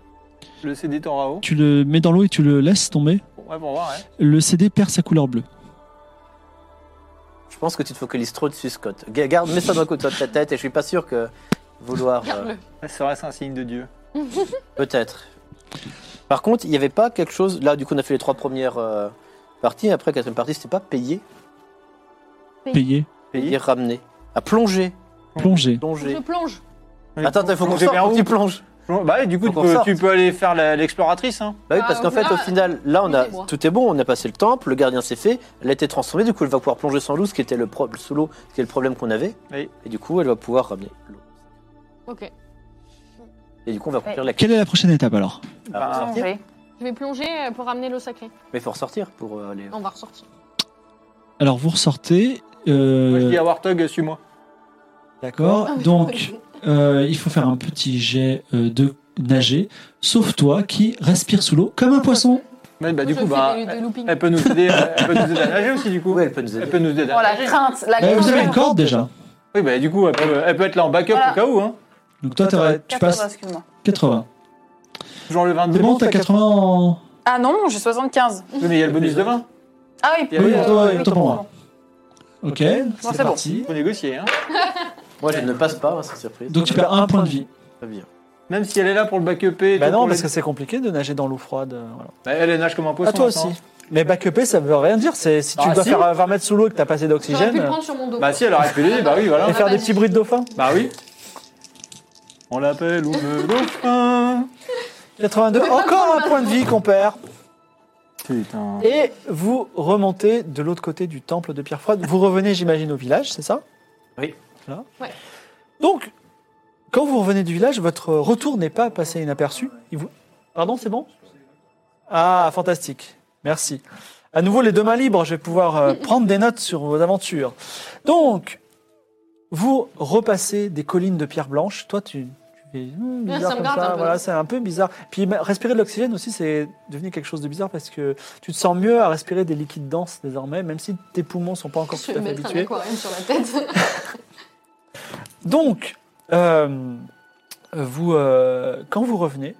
[SPEAKER 3] Le CD est en haut.
[SPEAKER 9] Tu le mets dans l'eau et tu le laisses tomber.
[SPEAKER 3] Bon, ouais, pour voir, ouais.
[SPEAKER 9] Le CD perd sa couleur bleue.
[SPEAKER 5] Je pense que tu te focalises trop dessus, Scott. Ga- Garde, mets ça d'un côté de ta tête et je suis pas sûr que vouloir. euh,
[SPEAKER 7] Garde-le.
[SPEAKER 3] Ouais, Serait-ce un signe de Dieu
[SPEAKER 5] Peut-être. Par contre, il n'y avait pas quelque chose. Là, du coup, on a fait les trois premières euh, parties. Après, quatrième partie, c'était pas payé,
[SPEAKER 9] Payé,
[SPEAKER 5] payé, ramené. À plonger,
[SPEAKER 9] plongé.
[SPEAKER 5] plonger.
[SPEAKER 7] Je plonge.
[SPEAKER 5] Attends, attends, il faut qu'on
[SPEAKER 3] Plonger
[SPEAKER 5] sorte,
[SPEAKER 3] vers
[SPEAKER 5] faut
[SPEAKER 3] où
[SPEAKER 5] que tu plonges.
[SPEAKER 3] Plonge- Bah, ouais, du coup,
[SPEAKER 5] Faut
[SPEAKER 3] tu
[SPEAKER 5] qu'on
[SPEAKER 3] peux,
[SPEAKER 5] sorte.
[SPEAKER 3] tu peux aller faire la- l'exploratrice. Hein.
[SPEAKER 5] Bah oui,
[SPEAKER 7] Ah,
[SPEAKER 5] parce qu'en
[SPEAKER 7] là,
[SPEAKER 5] fait, au final, là, on a
[SPEAKER 7] excusez-moi.
[SPEAKER 5] tout est bon. On a passé le temple, le gardien s'est fait, elle a été transformée. Du coup, elle va pouvoir plonger sans l'eau, ce qui était le pro- sous l'eau, ce qui est le problème qu'on avait.
[SPEAKER 3] Oui.
[SPEAKER 5] Et du coup, elle va pouvoir ramener l'eau.
[SPEAKER 7] Ok.
[SPEAKER 5] Et du coup, on va remplir la quête.
[SPEAKER 9] Quelle est la prochaine étape alors
[SPEAKER 5] Ah, faut
[SPEAKER 3] Bah,
[SPEAKER 5] sortir.
[SPEAKER 2] Plongée.
[SPEAKER 7] Je vais plonger euh, pour ramener l'eau sacrée.
[SPEAKER 5] Mais faut ressortir pour euh, aller.
[SPEAKER 7] On va ressortir.
[SPEAKER 9] Alors vous ressortez. euh,
[SPEAKER 3] Moi, je dis à Warthog, suis-moi.
[SPEAKER 2] Ah
[SPEAKER 9] D'accord. Donc euh, il faut faire un petit jet euh, de nager. Sauf toi qui respire sous l'eau comme un poisson.
[SPEAKER 3] Mais, bah, du
[SPEAKER 7] Je
[SPEAKER 3] coup,
[SPEAKER 7] fais
[SPEAKER 3] bah,
[SPEAKER 7] des- des loopings.
[SPEAKER 3] elle peut nous aider, euh, elle peut nous aider à nager aussi, du coup.
[SPEAKER 5] Oui, elle peut nous aider.
[SPEAKER 3] Elle peut nous aider
[SPEAKER 2] Oh
[SPEAKER 3] à
[SPEAKER 2] la
[SPEAKER 3] nager.
[SPEAKER 2] crainte, la
[SPEAKER 9] Euh, vous avez une
[SPEAKER 2] crainte.
[SPEAKER 9] corde déjà.
[SPEAKER 3] Oui, bah, du coup, elle peut, elle peut être là en backup
[SPEAKER 2] Voilà.
[SPEAKER 3] au cas où. Hein.
[SPEAKER 9] Donc toi t'aurais- tu
[SPEAKER 2] 80,
[SPEAKER 9] passes
[SPEAKER 2] excuse-moi.
[SPEAKER 9] 80.
[SPEAKER 3] Genre le 22
[SPEAKER 9] C'est bon,
[SPEAKER 3] bon,
[SPEAKER 9] t'as 80 en...
[SPEAKER 2] Ah non, j'ai 75.
[SPEAKER 3] Oui, mais il y a le bonus de 20.
[SPEAKER 2] Ah oui,
[SPEAKER 3] Oui,
[SPEAKER 9] autant-
[SPEAKER 2] euh, oui,
[SPEAKER 9] autant pour
[SPEAKER 2] autant
[SPEAKER 9] moi.
[SPEAKER 2] pour Bon,
[SPEAKER 9] Ok, c'est
[SPEAKER 2] c'est bon.
[SPEAKER 9] parti.
[SPEAKER 3] Faut négocier. Hein.
[SPEAKER 5] Moi, je ne passe pas, hein, c'est surprise.
[SPEAKER 9] Donc tu perds un point de vie.
[SPEAKER 5] Très bien.
[SPEAKER 3] Même si elle est là pour le backuper.
[SPEAKER 1] Bah
[SPEAKER 3] tout
[SPEAKER 1] non,
[SPEAKER 3] pour
[SPEAKER 1] parce
[SPEAKER 3] le-
[SPEAKER 1] que c'est compliqué de nager dans l'eau froide. euh, voilà.
[SPEAKER 3] Bah, elle, elle nage comme un poisson.
[SPEAKER 1] À toi aussi.
[SPEAKER 3] maintenant.
[SPEAKER 1] Mais backupé, ça veut rien dire. C'est si tu
[SPEAKER 3] Ah,
[SPEAKER 1] dois
[SPEAKER 3] si.
[SPEAKER 1] faire euh, 20 mètres sous l'eau et que t'as pas assez
[SPEAKER 7] J'aurais pu le
[SPEAKER 1] d'oxygène
[SPEAKER 7] prendre sur mon dos.
[SPEAKER 3] Bah, si, elle aurait pu l'aider, bah oui, voilà.
[SPEAKER 1] et faire des petits bruits de dauphin.
[SPEAKER 3] Bah oui. On l'appelle ou me dauphin.
[SPEAKER 1] 82. Encore un point de vie qu'on perd.
[SPEAKER 3] Putain.
[SPEAKER 1] Et vous remontez de l'autre côté du temple de Pierre Froide. Vous revenez, j'imagine, au village, c'est ça
[SPEAKER 5] Oui.
[SPEAKER 1] Voilà.
[SPEAKER 7] Ouais.
[SPEAKER 1] Donc, quand vous revenez du village, votre retour n'est pas passé inaperçu. Il vous- Pardon, c'est bon Ah, fantastique. Merci. À nouveau, les deux mains libres, je vais pouvoir euh, prendre des notes sur vos aventures. Donc, vous repassez des collines de pierre blanche. Toi, tu, tu fais hum,
[SPEAKER 7] Ouais,
[SPEAKER 1] bizarre
[SPEAKER 7] Ah, ça me
[SPEAKER 1] comme
[SPEAKER 7] gratte
[SPEAKER 1] ça.
[SPEAKER 7] un peu.
[SPEAKER 1] Voilà, c'est un peu bizarre. Puis bah, respirer de l'oxygène aussi, c'est devenu quelque chose de bizarre parce que tu te sens mieux à respirer des liquides denses désormais, même si tes poumons sont pas encore
[SPEAKER 7] Je
[SPEAKER 1] tout
[SPEAKER 7] vais
[SPEAKER 1] à fait
[SPEAKER 7] mettre un
[SPEAKER 1] habitués.
[SPEAKER 7] aquarium sur la tête.
[SPEAKER 1] Donc, euh, vous, euh, quand vous revenez,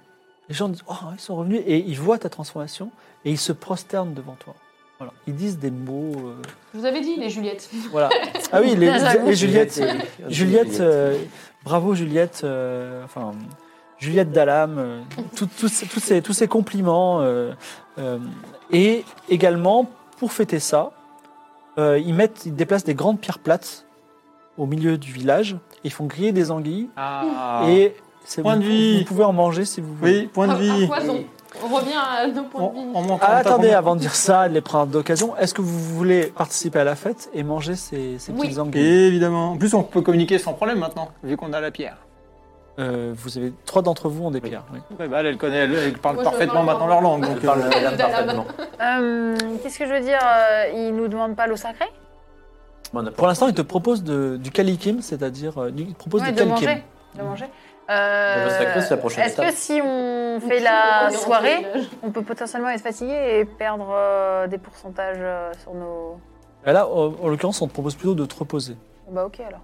[SPEAKER 1] les gens disent Oh, ils sont revenus et ils voient ta transformation et ils se prosternent devant toi. Voilà. Ils disent des mots. euh,
[SPEAKER 7] Je vous avais dit, les Juliettes.
[SPEAKER 1] voilà. Ah oui, les,
[SPEAKER 2] J'avoue.
[SPEAKER 1] les Juliettes.
[SPEAKER 5] et-
[SPEAKER 1] Juliette, euh, bravo Juliette, euh, enfin Juliette Dallam, euh, tout- tout ces- tous ces, tous ces compliments. euh, euh, et également, pour fêter ça, euh, ils, mettent, ils déplacent des grandes pierres plates au milieu du village, et ils font griller des anguilles,
[SPEAKER 3] Ah.
[SPEAKER 1] et c'est-
[SPEAKER 3] Point
[SPEAKER 1] vous,
[SPEAKER 3] de vie.
[SPEAKER 1] vous pouvez en manger si vous voulez.
[SPEAKER 3] Oui, point de
[SPEAKER 7] Un- un
[SPEAKER 3] vie.
[SPEAKER 7] poison. On revient à nos
[SPEAKER 3] On,
[SPEAKER 7] points de vie.
[SPEAKER 3] on monte
[SPEAKER 1] Ah,
[SPEAKER 3] on tape, on
[SPEAKER 1] attendez,
[SPEAKER 3] monte.
[SPEAKER 1] avant de dire ça, de les prendre d'occasion, est-ce que vous voulez participer à la fête et manger ces, ces
[SPEAKER 7] Oui.
[SPEAKER 1] petites anguilles
[SPEAKER 3] Évidemment. En plus, on peut communiquer sans problème maintenant, vu qu'on a la pierre.
[SPEAKER 1] Euh, Vous avez trois d'entre vous ont des pierres. oui.
[SPEAKER 3] Ouais, bah, elle, elle connaît, elle, elle parle
[SPEAKER 7] Moi, je
[SPEAKER 3] parfaitement
[SPEAKER 7] parle
[SPEAKER 3] maintenant
[SPEAKER 7] pas.
[SPEAKER 3] leur langue. Donc,
[SPEAKER 5] Elle parle
[SPEAKER 3] euh,
[SPEAKER 5] la dame
[SPEAKER 7] Dallam.
[SPEAKER 5] parfaitement.
[SPEAKER 2] moi. Euh, Qu'est-ce que je veux dire euh, Il nous demande pas l'eau sacrée
[SPEAKER 5] Bon, on a pas-
[SPEAKER 1] Pour l'instant, il te propose de- du kalikim, c'est-à-dire euh, du- il te propose
[SPEAKER 2] Ouais,
[SPEAKER 1] du
[SPEAKER 2] de
[SPEAKER 1] kalikim.
[SPEAKER 2] manger. De manger. Euh,
[SPEAKER 5] Mais l'eau sacrée, Bah, c'est la prochaine
[SPEAKER 2] Est-ce que
[SPEAKER 5] étape.
[SPEAKER 2] si on
[SPEAKER 7] On
[SPEAKER 2] fait la
[SPEAKER 7] est rentré au
[SPEAKER 2] soirée,
[SPEAKER 7] village.
[SPEAKER 2] on peut potentiellement être fatigué et perdre euh, des pourcentages euh, sur nos.
[SPEAKER 1] Et Là, en, en l'occurrence, on te propose plutôt de te reposer.
[SPEAKER 2] Bah ok alors.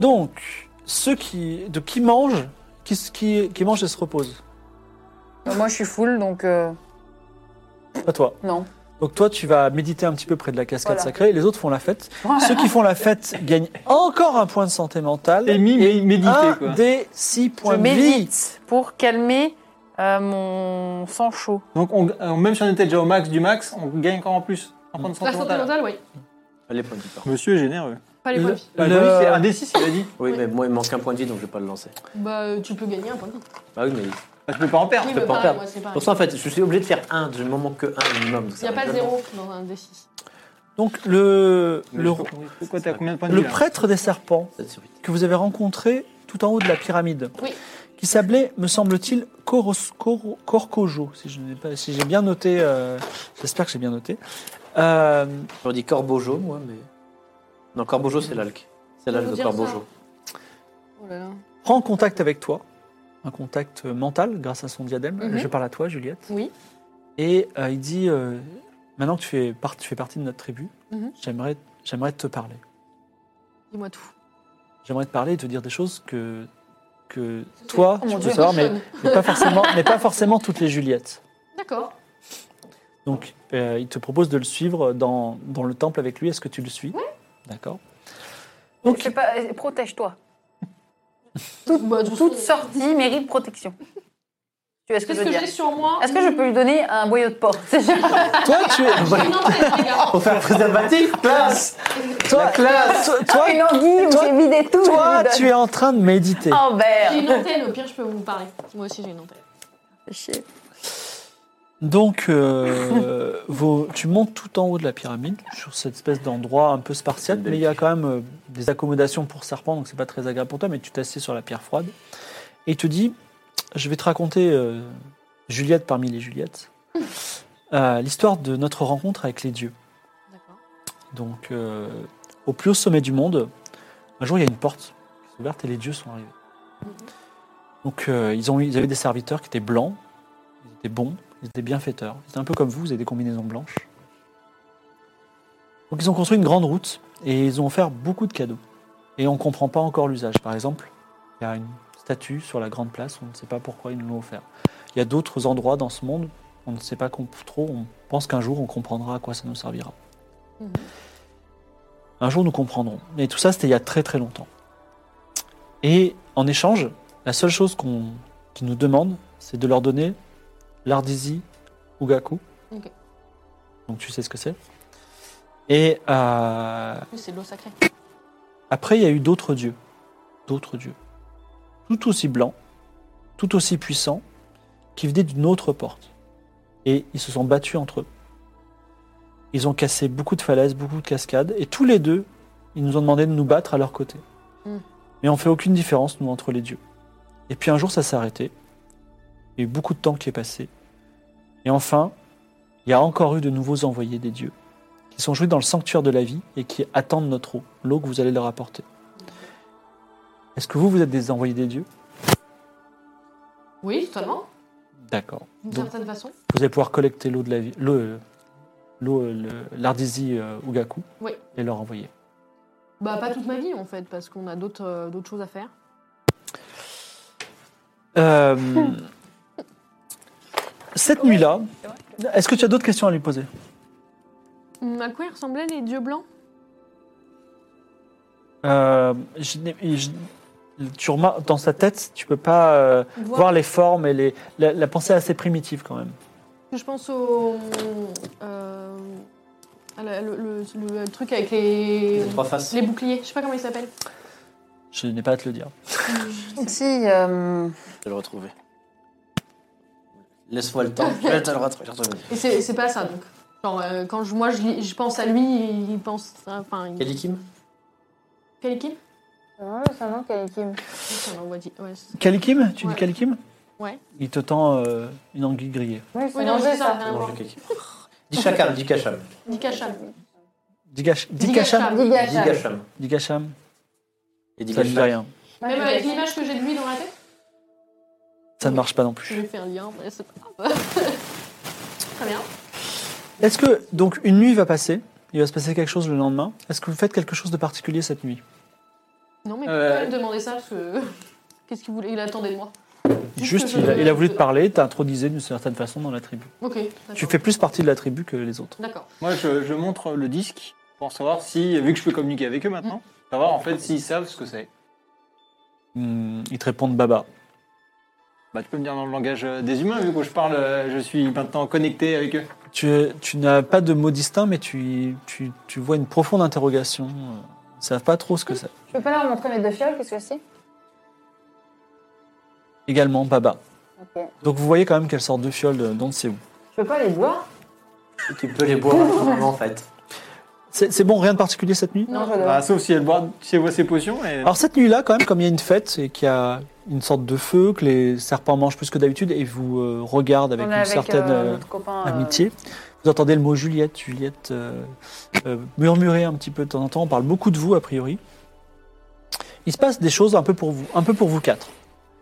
[SPEAKER 1] Donc, ceux qui, de qui mangent, qui, s- qui, qui mangent et se reposent.
[SPEAKER 2] Bah, moi je suis full donc euh,
[SPEAKER 1] Pas toi.
[SPEAKER 2] non.
[SPEAKER 1] Donc toi, tu vas méditer un petit peu près de la cascade
[SPEAKER 2] Voilà.
[SPEAKER 1] sacrée. et Les autres font la fête. Ceux qui font la fête gagnent encore un point de santé mentale.
[SPEAKER 3] Et mi- mi- méditer,
[SPEAKER 1] un
[SPEAKER 3] quoi.
[SPEAKER 1] des six points
[SPEAKER 2] je
[SPEAKER 1] de vie.
[SPEAKER 2] médite pour calmer euh, mon sang chaud.
[SPEAKER 3] Donc, on- euh, même si on était déjà au max du max, on gagne encore en plus. En point de
[SPEAKER 7] La
[SPEAKER 3] santé
[SPEAKER 7] santé
[SPEAKER 3] mentale.
[SPEAKER 7] mentale, oui.
[SPEAKER 5] Les points de vie, par contre.
[SPEAKER 3] Monsieur est généreux.
[SPEAKER 7] Pas les points de vie.
[SPEAKER 3] Bah,
[SPEAKER 1] Le-
[SPEAKER 3] lui, c'est un des six, il a dit.
[SPEAKER 5] Oui, mais moi, il manque un point de vie, donc je vais pas le lancer.
[SPEAKER 7] Bah, euh, tu peux gagner un point de vie.
[SPEAKER 5] Bah oui, mais
[SPEAKER 3] Bah, je peux pas en perdre.
[SPEAKER 7] Oui,
[SPEAKER 5] peux
[SPEAKER 7] mais
[SPEAKER 5] pas en
[SPEAKER 7] pareil,
[SPEAKER 5] perdre.
[SPEAKER 7] moi, c'est pareil.
[SPEAKER 5] Pour ça, en fait, je suis obligé de faire un. Je m'en manque que un minimum.
[SPEAKER 7] Il n'y a pas de zéro dans un D6.
[SPEAKER 1] Donc le,
[SPEAKER 3] Mais
[SPEAKER 1] le,
[SPEAKER 3] je peux- Pourquoi t'as combien de points de
[SPEAKER 1] le
[SPEAKER 3] vie, là
[SPEAKER 1] prêtre des serpents que vous avez rencontré tout en haut de la pyramide,
[SPEAKER 7] Oui.
[SPEAKER 1] qui s'appelait, me semble-t-il, Koros- Koro- Korkojo, si je n'ai pas, si j'ai bien noté, euh, j'espère que j'ai bien noté. Euh,
[SPEAKER 5] J'aurais dit corbeau jaune, moi, mais. Non, Corbojo, c'est l'alc. C'est l'alc
[SPEAKER 7] Faut
[SPEAKER 5] de
[SPEAKER 7] dire ça.
[SPEAKER 5] Corbojo.
[SPEAKER 7] Oh là là.
[SPEAKER 1] prend contact avec toi, un contact mental grâce à son diadème.
[SPEAKER 7] Mhm.
[SPEAKER 1] Je parle à toi, Juliette.
[SPEAKER 7] Oui.
[SPEAKER 1] Et euh, il dit euh, Maintenant que tu fais, par- tu fais partie de notre tribu,
[SPEAKER 7] Mhm.
[SPEAKER 1] j'aimerais j'aimerais te parler.
[SPEAKER 7] Dis-moi tout.
[SPEAKER 1] J'aimerais te parler et te dire des choses que, que toi,
[SPEAKER 7] Oh
[SPEAKER 1] tu peux
[SPEAKER 7] mon Dieu.
[SPEAKER 1] savoir, mais, mais pas forcément, mais pas forcément toutes les Juliettes.
[SPEAKER 7] D'accord.
[SPEAKER 1] Donc, euh, il te propose de le suivre dans, dans le temple avec lui. Est-ce que tu le suis D'accord.
[SPEAKER 2] Je sais pas, euh, protège-toi.
[SPEAKER 7] Bah, de toute
[SPEAKER 2] Toute
[SPEAKER 7] façon,
[SPEAKER 2] sortie mérite protection. Tu vois ce que
[SPEAKER 7] Qu'est-ce
[SPEAKER 2] je
[SPEAKER 7] que
[SPEAKER 2] veux dire
[SPEAKER 7] j'ai sur moi
[SPEAKER 2] Est-ce que je peux lui donner un boyau de porte
[SPEAKER 1] Toi, tu es.
[SPEAKER 7] J'ai une antenne, les gars.
[SPEAKER 5] Pour faire un préservatif, classe
[SPEAKER 1] Toi, toi- toi-
[SPEAKER 2] Ah, Une anguille où
[SPEAKER 1] toi-
[SPEAKER 2] j'ai vidé tout je
[SPEAKER 1] toi,
[SPEAKER 2] lui donne.
[SPEAKER 1] tu es en train de méditer.
[SPEAKER 2] Oh, merde.
[SPEAKER 7] J'ai une antenne, au pire, je peux vous parler. Moi aussi, j'ai une antenne.
[SPEAKER 2] Chier.
[SPEAKER 1] Donc, euh, vos- tu montes tout en haut de la pyramide, sur cette espèce d'endroit un peu spartiate,
[SPEAKER 5] C'est une belle
[SPEAKER 1] mais il y a quand même euh, des accommodations pour serpents, donc c'est pas très agréable pour toi, mais tu t'assieds sur la pierre froide. Et il te dit Je vais te raconter, euh, Juliette parmi les Juliettes, euh, l'histoire de notre rencontre avec les dieux.
[SPEAKER 7] D'accord.
[SPEAKER 1] Donc, euh, au plus haut sommet du monde, un jour, il y a une porte qui s'est ouverte et les dieux sont arrivés. Donc, euh, ils, ont, eu- ils avaient des serviteurs qui étaient blancs, ils étaient bons, ils étaient bienfaiteurs. Ils étaient un peu comme vous, vous avez des combinaisons blanches. Donc, ils ont construit une grande route et ils ont offert beaucoup de cadeaux. Et on ne comprend pas encore l'usage. Par exemple, il y a une statue sur la grande place, on ne sait pas pourquoi ils nous l'ont offert. Il y a d'autres endroits dans ce monde, on ne sait pas comp- trop, on pense qu'un jour on comprendra à quoi ça nous servira.
[SPEAKER 7] Mhm.
[SPEAKER 1] Un jour, nous comprendrons. Mais tout ça, c'était il y a très très longtemps. Et en échange, la seule chose qu'on qu'ils nous demandent, c'est de leur donner l'Ardizi Ugaku.
[SPEAKER 7] Ok.
[SPEAKER 1] Donc tu sais ce que c'est. Et euh,
[SPEAKER 7] En plus, c'est de l'eau sacrée.
[SPEAKER 1] après, il y a eu d'autres dieux. D'autres dieux. Tout aussi blancs, tout aussi puissants, qui venaient d'une autre porte. Et ils se sont battus entre eux. Ils ont cassé beaucoup de falaises, beaucoup de cascades, et tous les deux, ils nous ont demandé de nous battre à leur côté.
[SPEAKER 7] Mm.
[SPEAKER 1] Mais on fait aucune différence, nous, entre les dieux. Et puis un jour, ça s'est arrêté. Il y a eu beaucoup de temps qui est passé. Et enfin, il y a encore eu de nouveaux envoyés des dieux qui sont joués dans le sanctuaire de la vie et qui attendent notre eau, l'eau que vous allez leur apporter. Est-ce que vous, vous êtes des envoyés des dieux
[SPEAKER 7] Oui, totalement.
[SPEAKER 1] D'accord.
[SPEAKER 7] D'une
[SPEAKER 1] Donc,
[SPEAKER 7] certaine façon.
[SPEAKER 1] vous allez pouvoir collecter l'eau de la vie, l'eau, euh, l'eau, euh, le- l'ardésie euh, Ugaku,
[SPEAKER 7] Oui.
[SPEAKER 1] et leur envoyer.
[SPEAKER 7] Bah, pas toute ma vie, en fait, parce qu'on a d'autres euh, d'autres choses à faire.
[SPEAKER 1] Euh, cette nuit-là, est-ce que tu as d'autres questions à lui poser
[SPEAKER 7] Hum, À quoi ils ressemblaient les dieux blancs
[SPEAKER 1] Euh, je n'ai- je- tu remar- Dans sa tête, tu peux pas euh,
[SPEAKER 7] Voir-
[SPEAKER 1] voir les formes et les, la, la pensée est assez primitive quand même.
[SPEAKER 7] Je pense au. euh, à la- le, le- le truc avec les.
[SPEAKER 5] Les trois faces.
[SPEAKER 7] Les boucliers, je sais pas comment ils s'appellent.
[SPEAKER 1] Je n'ai pas à te le dire.
[SPEAKER 2] Si, euh,
[SPEAKER 5] Je vais le retrouver. Laisse-moi le temps, je vais te le retrouver. je vais le retrouver.
[SPEAKER 7] Et c'est c'est pas ça donc. Genre, euh, quand je, moi je, lis- je pense à lui, il pense. Enfin, il-
[SPEAKER 5] Kalikim
[SPEAKER 7] Kalikin
[SPEAKER 2] C'est un nom Kalikim.
[SPEAKER 7] On l'envoie dit. Ouais, c'est ça.
[SPEAKER 1] Kalikim Tu
[SPEAKER 7] Ouais.
[SPEAKER 1] dis Kalikim
[SPEAKER 7] Ouais.
[SPEAKER 1] Il te tend euh, une anguille grillée.
[SPEAKER 2] Oui, c'est
[SPEAKER 7] Oui, non,
[SPEAKER 2] mangé,
[SPEAKER 7] c'est ça.
[SPEAKER 2] ça.
[SPEAKER 7] rien à voir.
[SPEAKER 5] Mange le Kalikim. Dis Chakam, dis Kacham.
[SPEAKER 7] Dit Kacham.
[SPEAKER 1] Digash-
[SPEAKER 7] Dit
[SPEAKER 1] Dikacham
[SPEAKER 7] Kacham.
[SPEAKER 5] Dis
[SPEAKER 2] Digacha.
[SPEAKER 5] Gacham.
[SPEAKER 1] Dikacham
[SPEAKER 5] Et dis
[SPEAKER 1] Ça ne dit
[SPEAKER 5] Gacham.
[SPEAKER 1] rien.
[SPEAKER 7] Même avec l'image que j'ai de lui dans la tête,
[SPEAKER 1] Ça ne marche pas non
[SPEAKER 7] je
[SPEAKER 1] plus.
[SPEAKER 7] lui fais un lien, mais c'est pas grave. Très bien.
[SPEAKER 1] Est-ce que, donc, une nuit va passer, il va se passer quelque chose le lendemain. Est-ce que vous faites quelque chose de particulier cette nuit
[SPEAKER 7] Non, mais
[SPEAKER 3] Euh,
[SPEAKER 7] pourquoi il me demandait ça Parce que. euh, Qu'est-ce qu'il voulait Il attendait de moi.
[SPEAKER 1] Juste, il a, il a voulu te parler, t'as intronisé d'une certaine façon dans la tribu.
[SPEAKER 7] Ok.
[SPEAKER 1] Tu
[SPEAKER 7] d'accord.
[SPEAKER 1] fais plus partie de la tribu que les autres.
[SPEAKER 7] D'accord.
[SPEAKER 3] Moi, je, je montre le disque pour savoir si, vu que je peux communiquer avec eux maintenant, savoir en fait s'ils savent ce que c'est.
[SPEAKER 1] Hmm, ils te répondent Baba.
[SPEAKER 3] Bah, tu peux me dire dans le langage euh, des humains, vu que je parle, euh, je suis maintenant connecté avec eux.
[SPEAKER 1] Tu, tu n'as pas de mot distinct, mais tu, tu, tu vois une profonde interrogation. euh, Ils ne savent pas trop ce que c'est.
[SPEAKER 2] Je peux pas leur montrer mes deux fioles, qu'est-ce que c'est
[SPEAKER 1] Également Baba.
[SPEAKER 2] Ok.
[SPEAKER 1] Donc vous voyez quand même quelle sorte de fiole, euh, dont c'est où.
[SPEAKER 2] Je peux pas les boire
[SPEAKER 5] Tu peux les boire en fait.
[SPEAKER 1] C'est c'est bon, rien de particulier cette nuit
[SPEAKER 2] Oh
[SPEAKER 7] Non,
[SPEAKER 3] Bah, sauf si elle, boit, si elle boit ses potions. Et...
[SPEAKER 1] Alors cette nuit-là, quand même, comme il y a une fête et qu'il y a une sorte de feu, que les serpents mangent plus que d'habitude et vous euh, regardent avec
[SPEAKER 2] On
[SPEAKER 1] une
[SPEAKER 2] est avec
[SPEAKER 1] certaine
[SPEAKER 2] euh,
[SPEAKER 1] euh,
[SPEAKER 2] notre copain. euh,
[SPEAKER 1] amitié, vous entendez le mot Juliette, Juliette euh, euh, murmurer un petit peu de temps en temps. On parle beaucoup de vous, a priori. Il se passe des choses un peu pour vous, un peu pour vous quatre.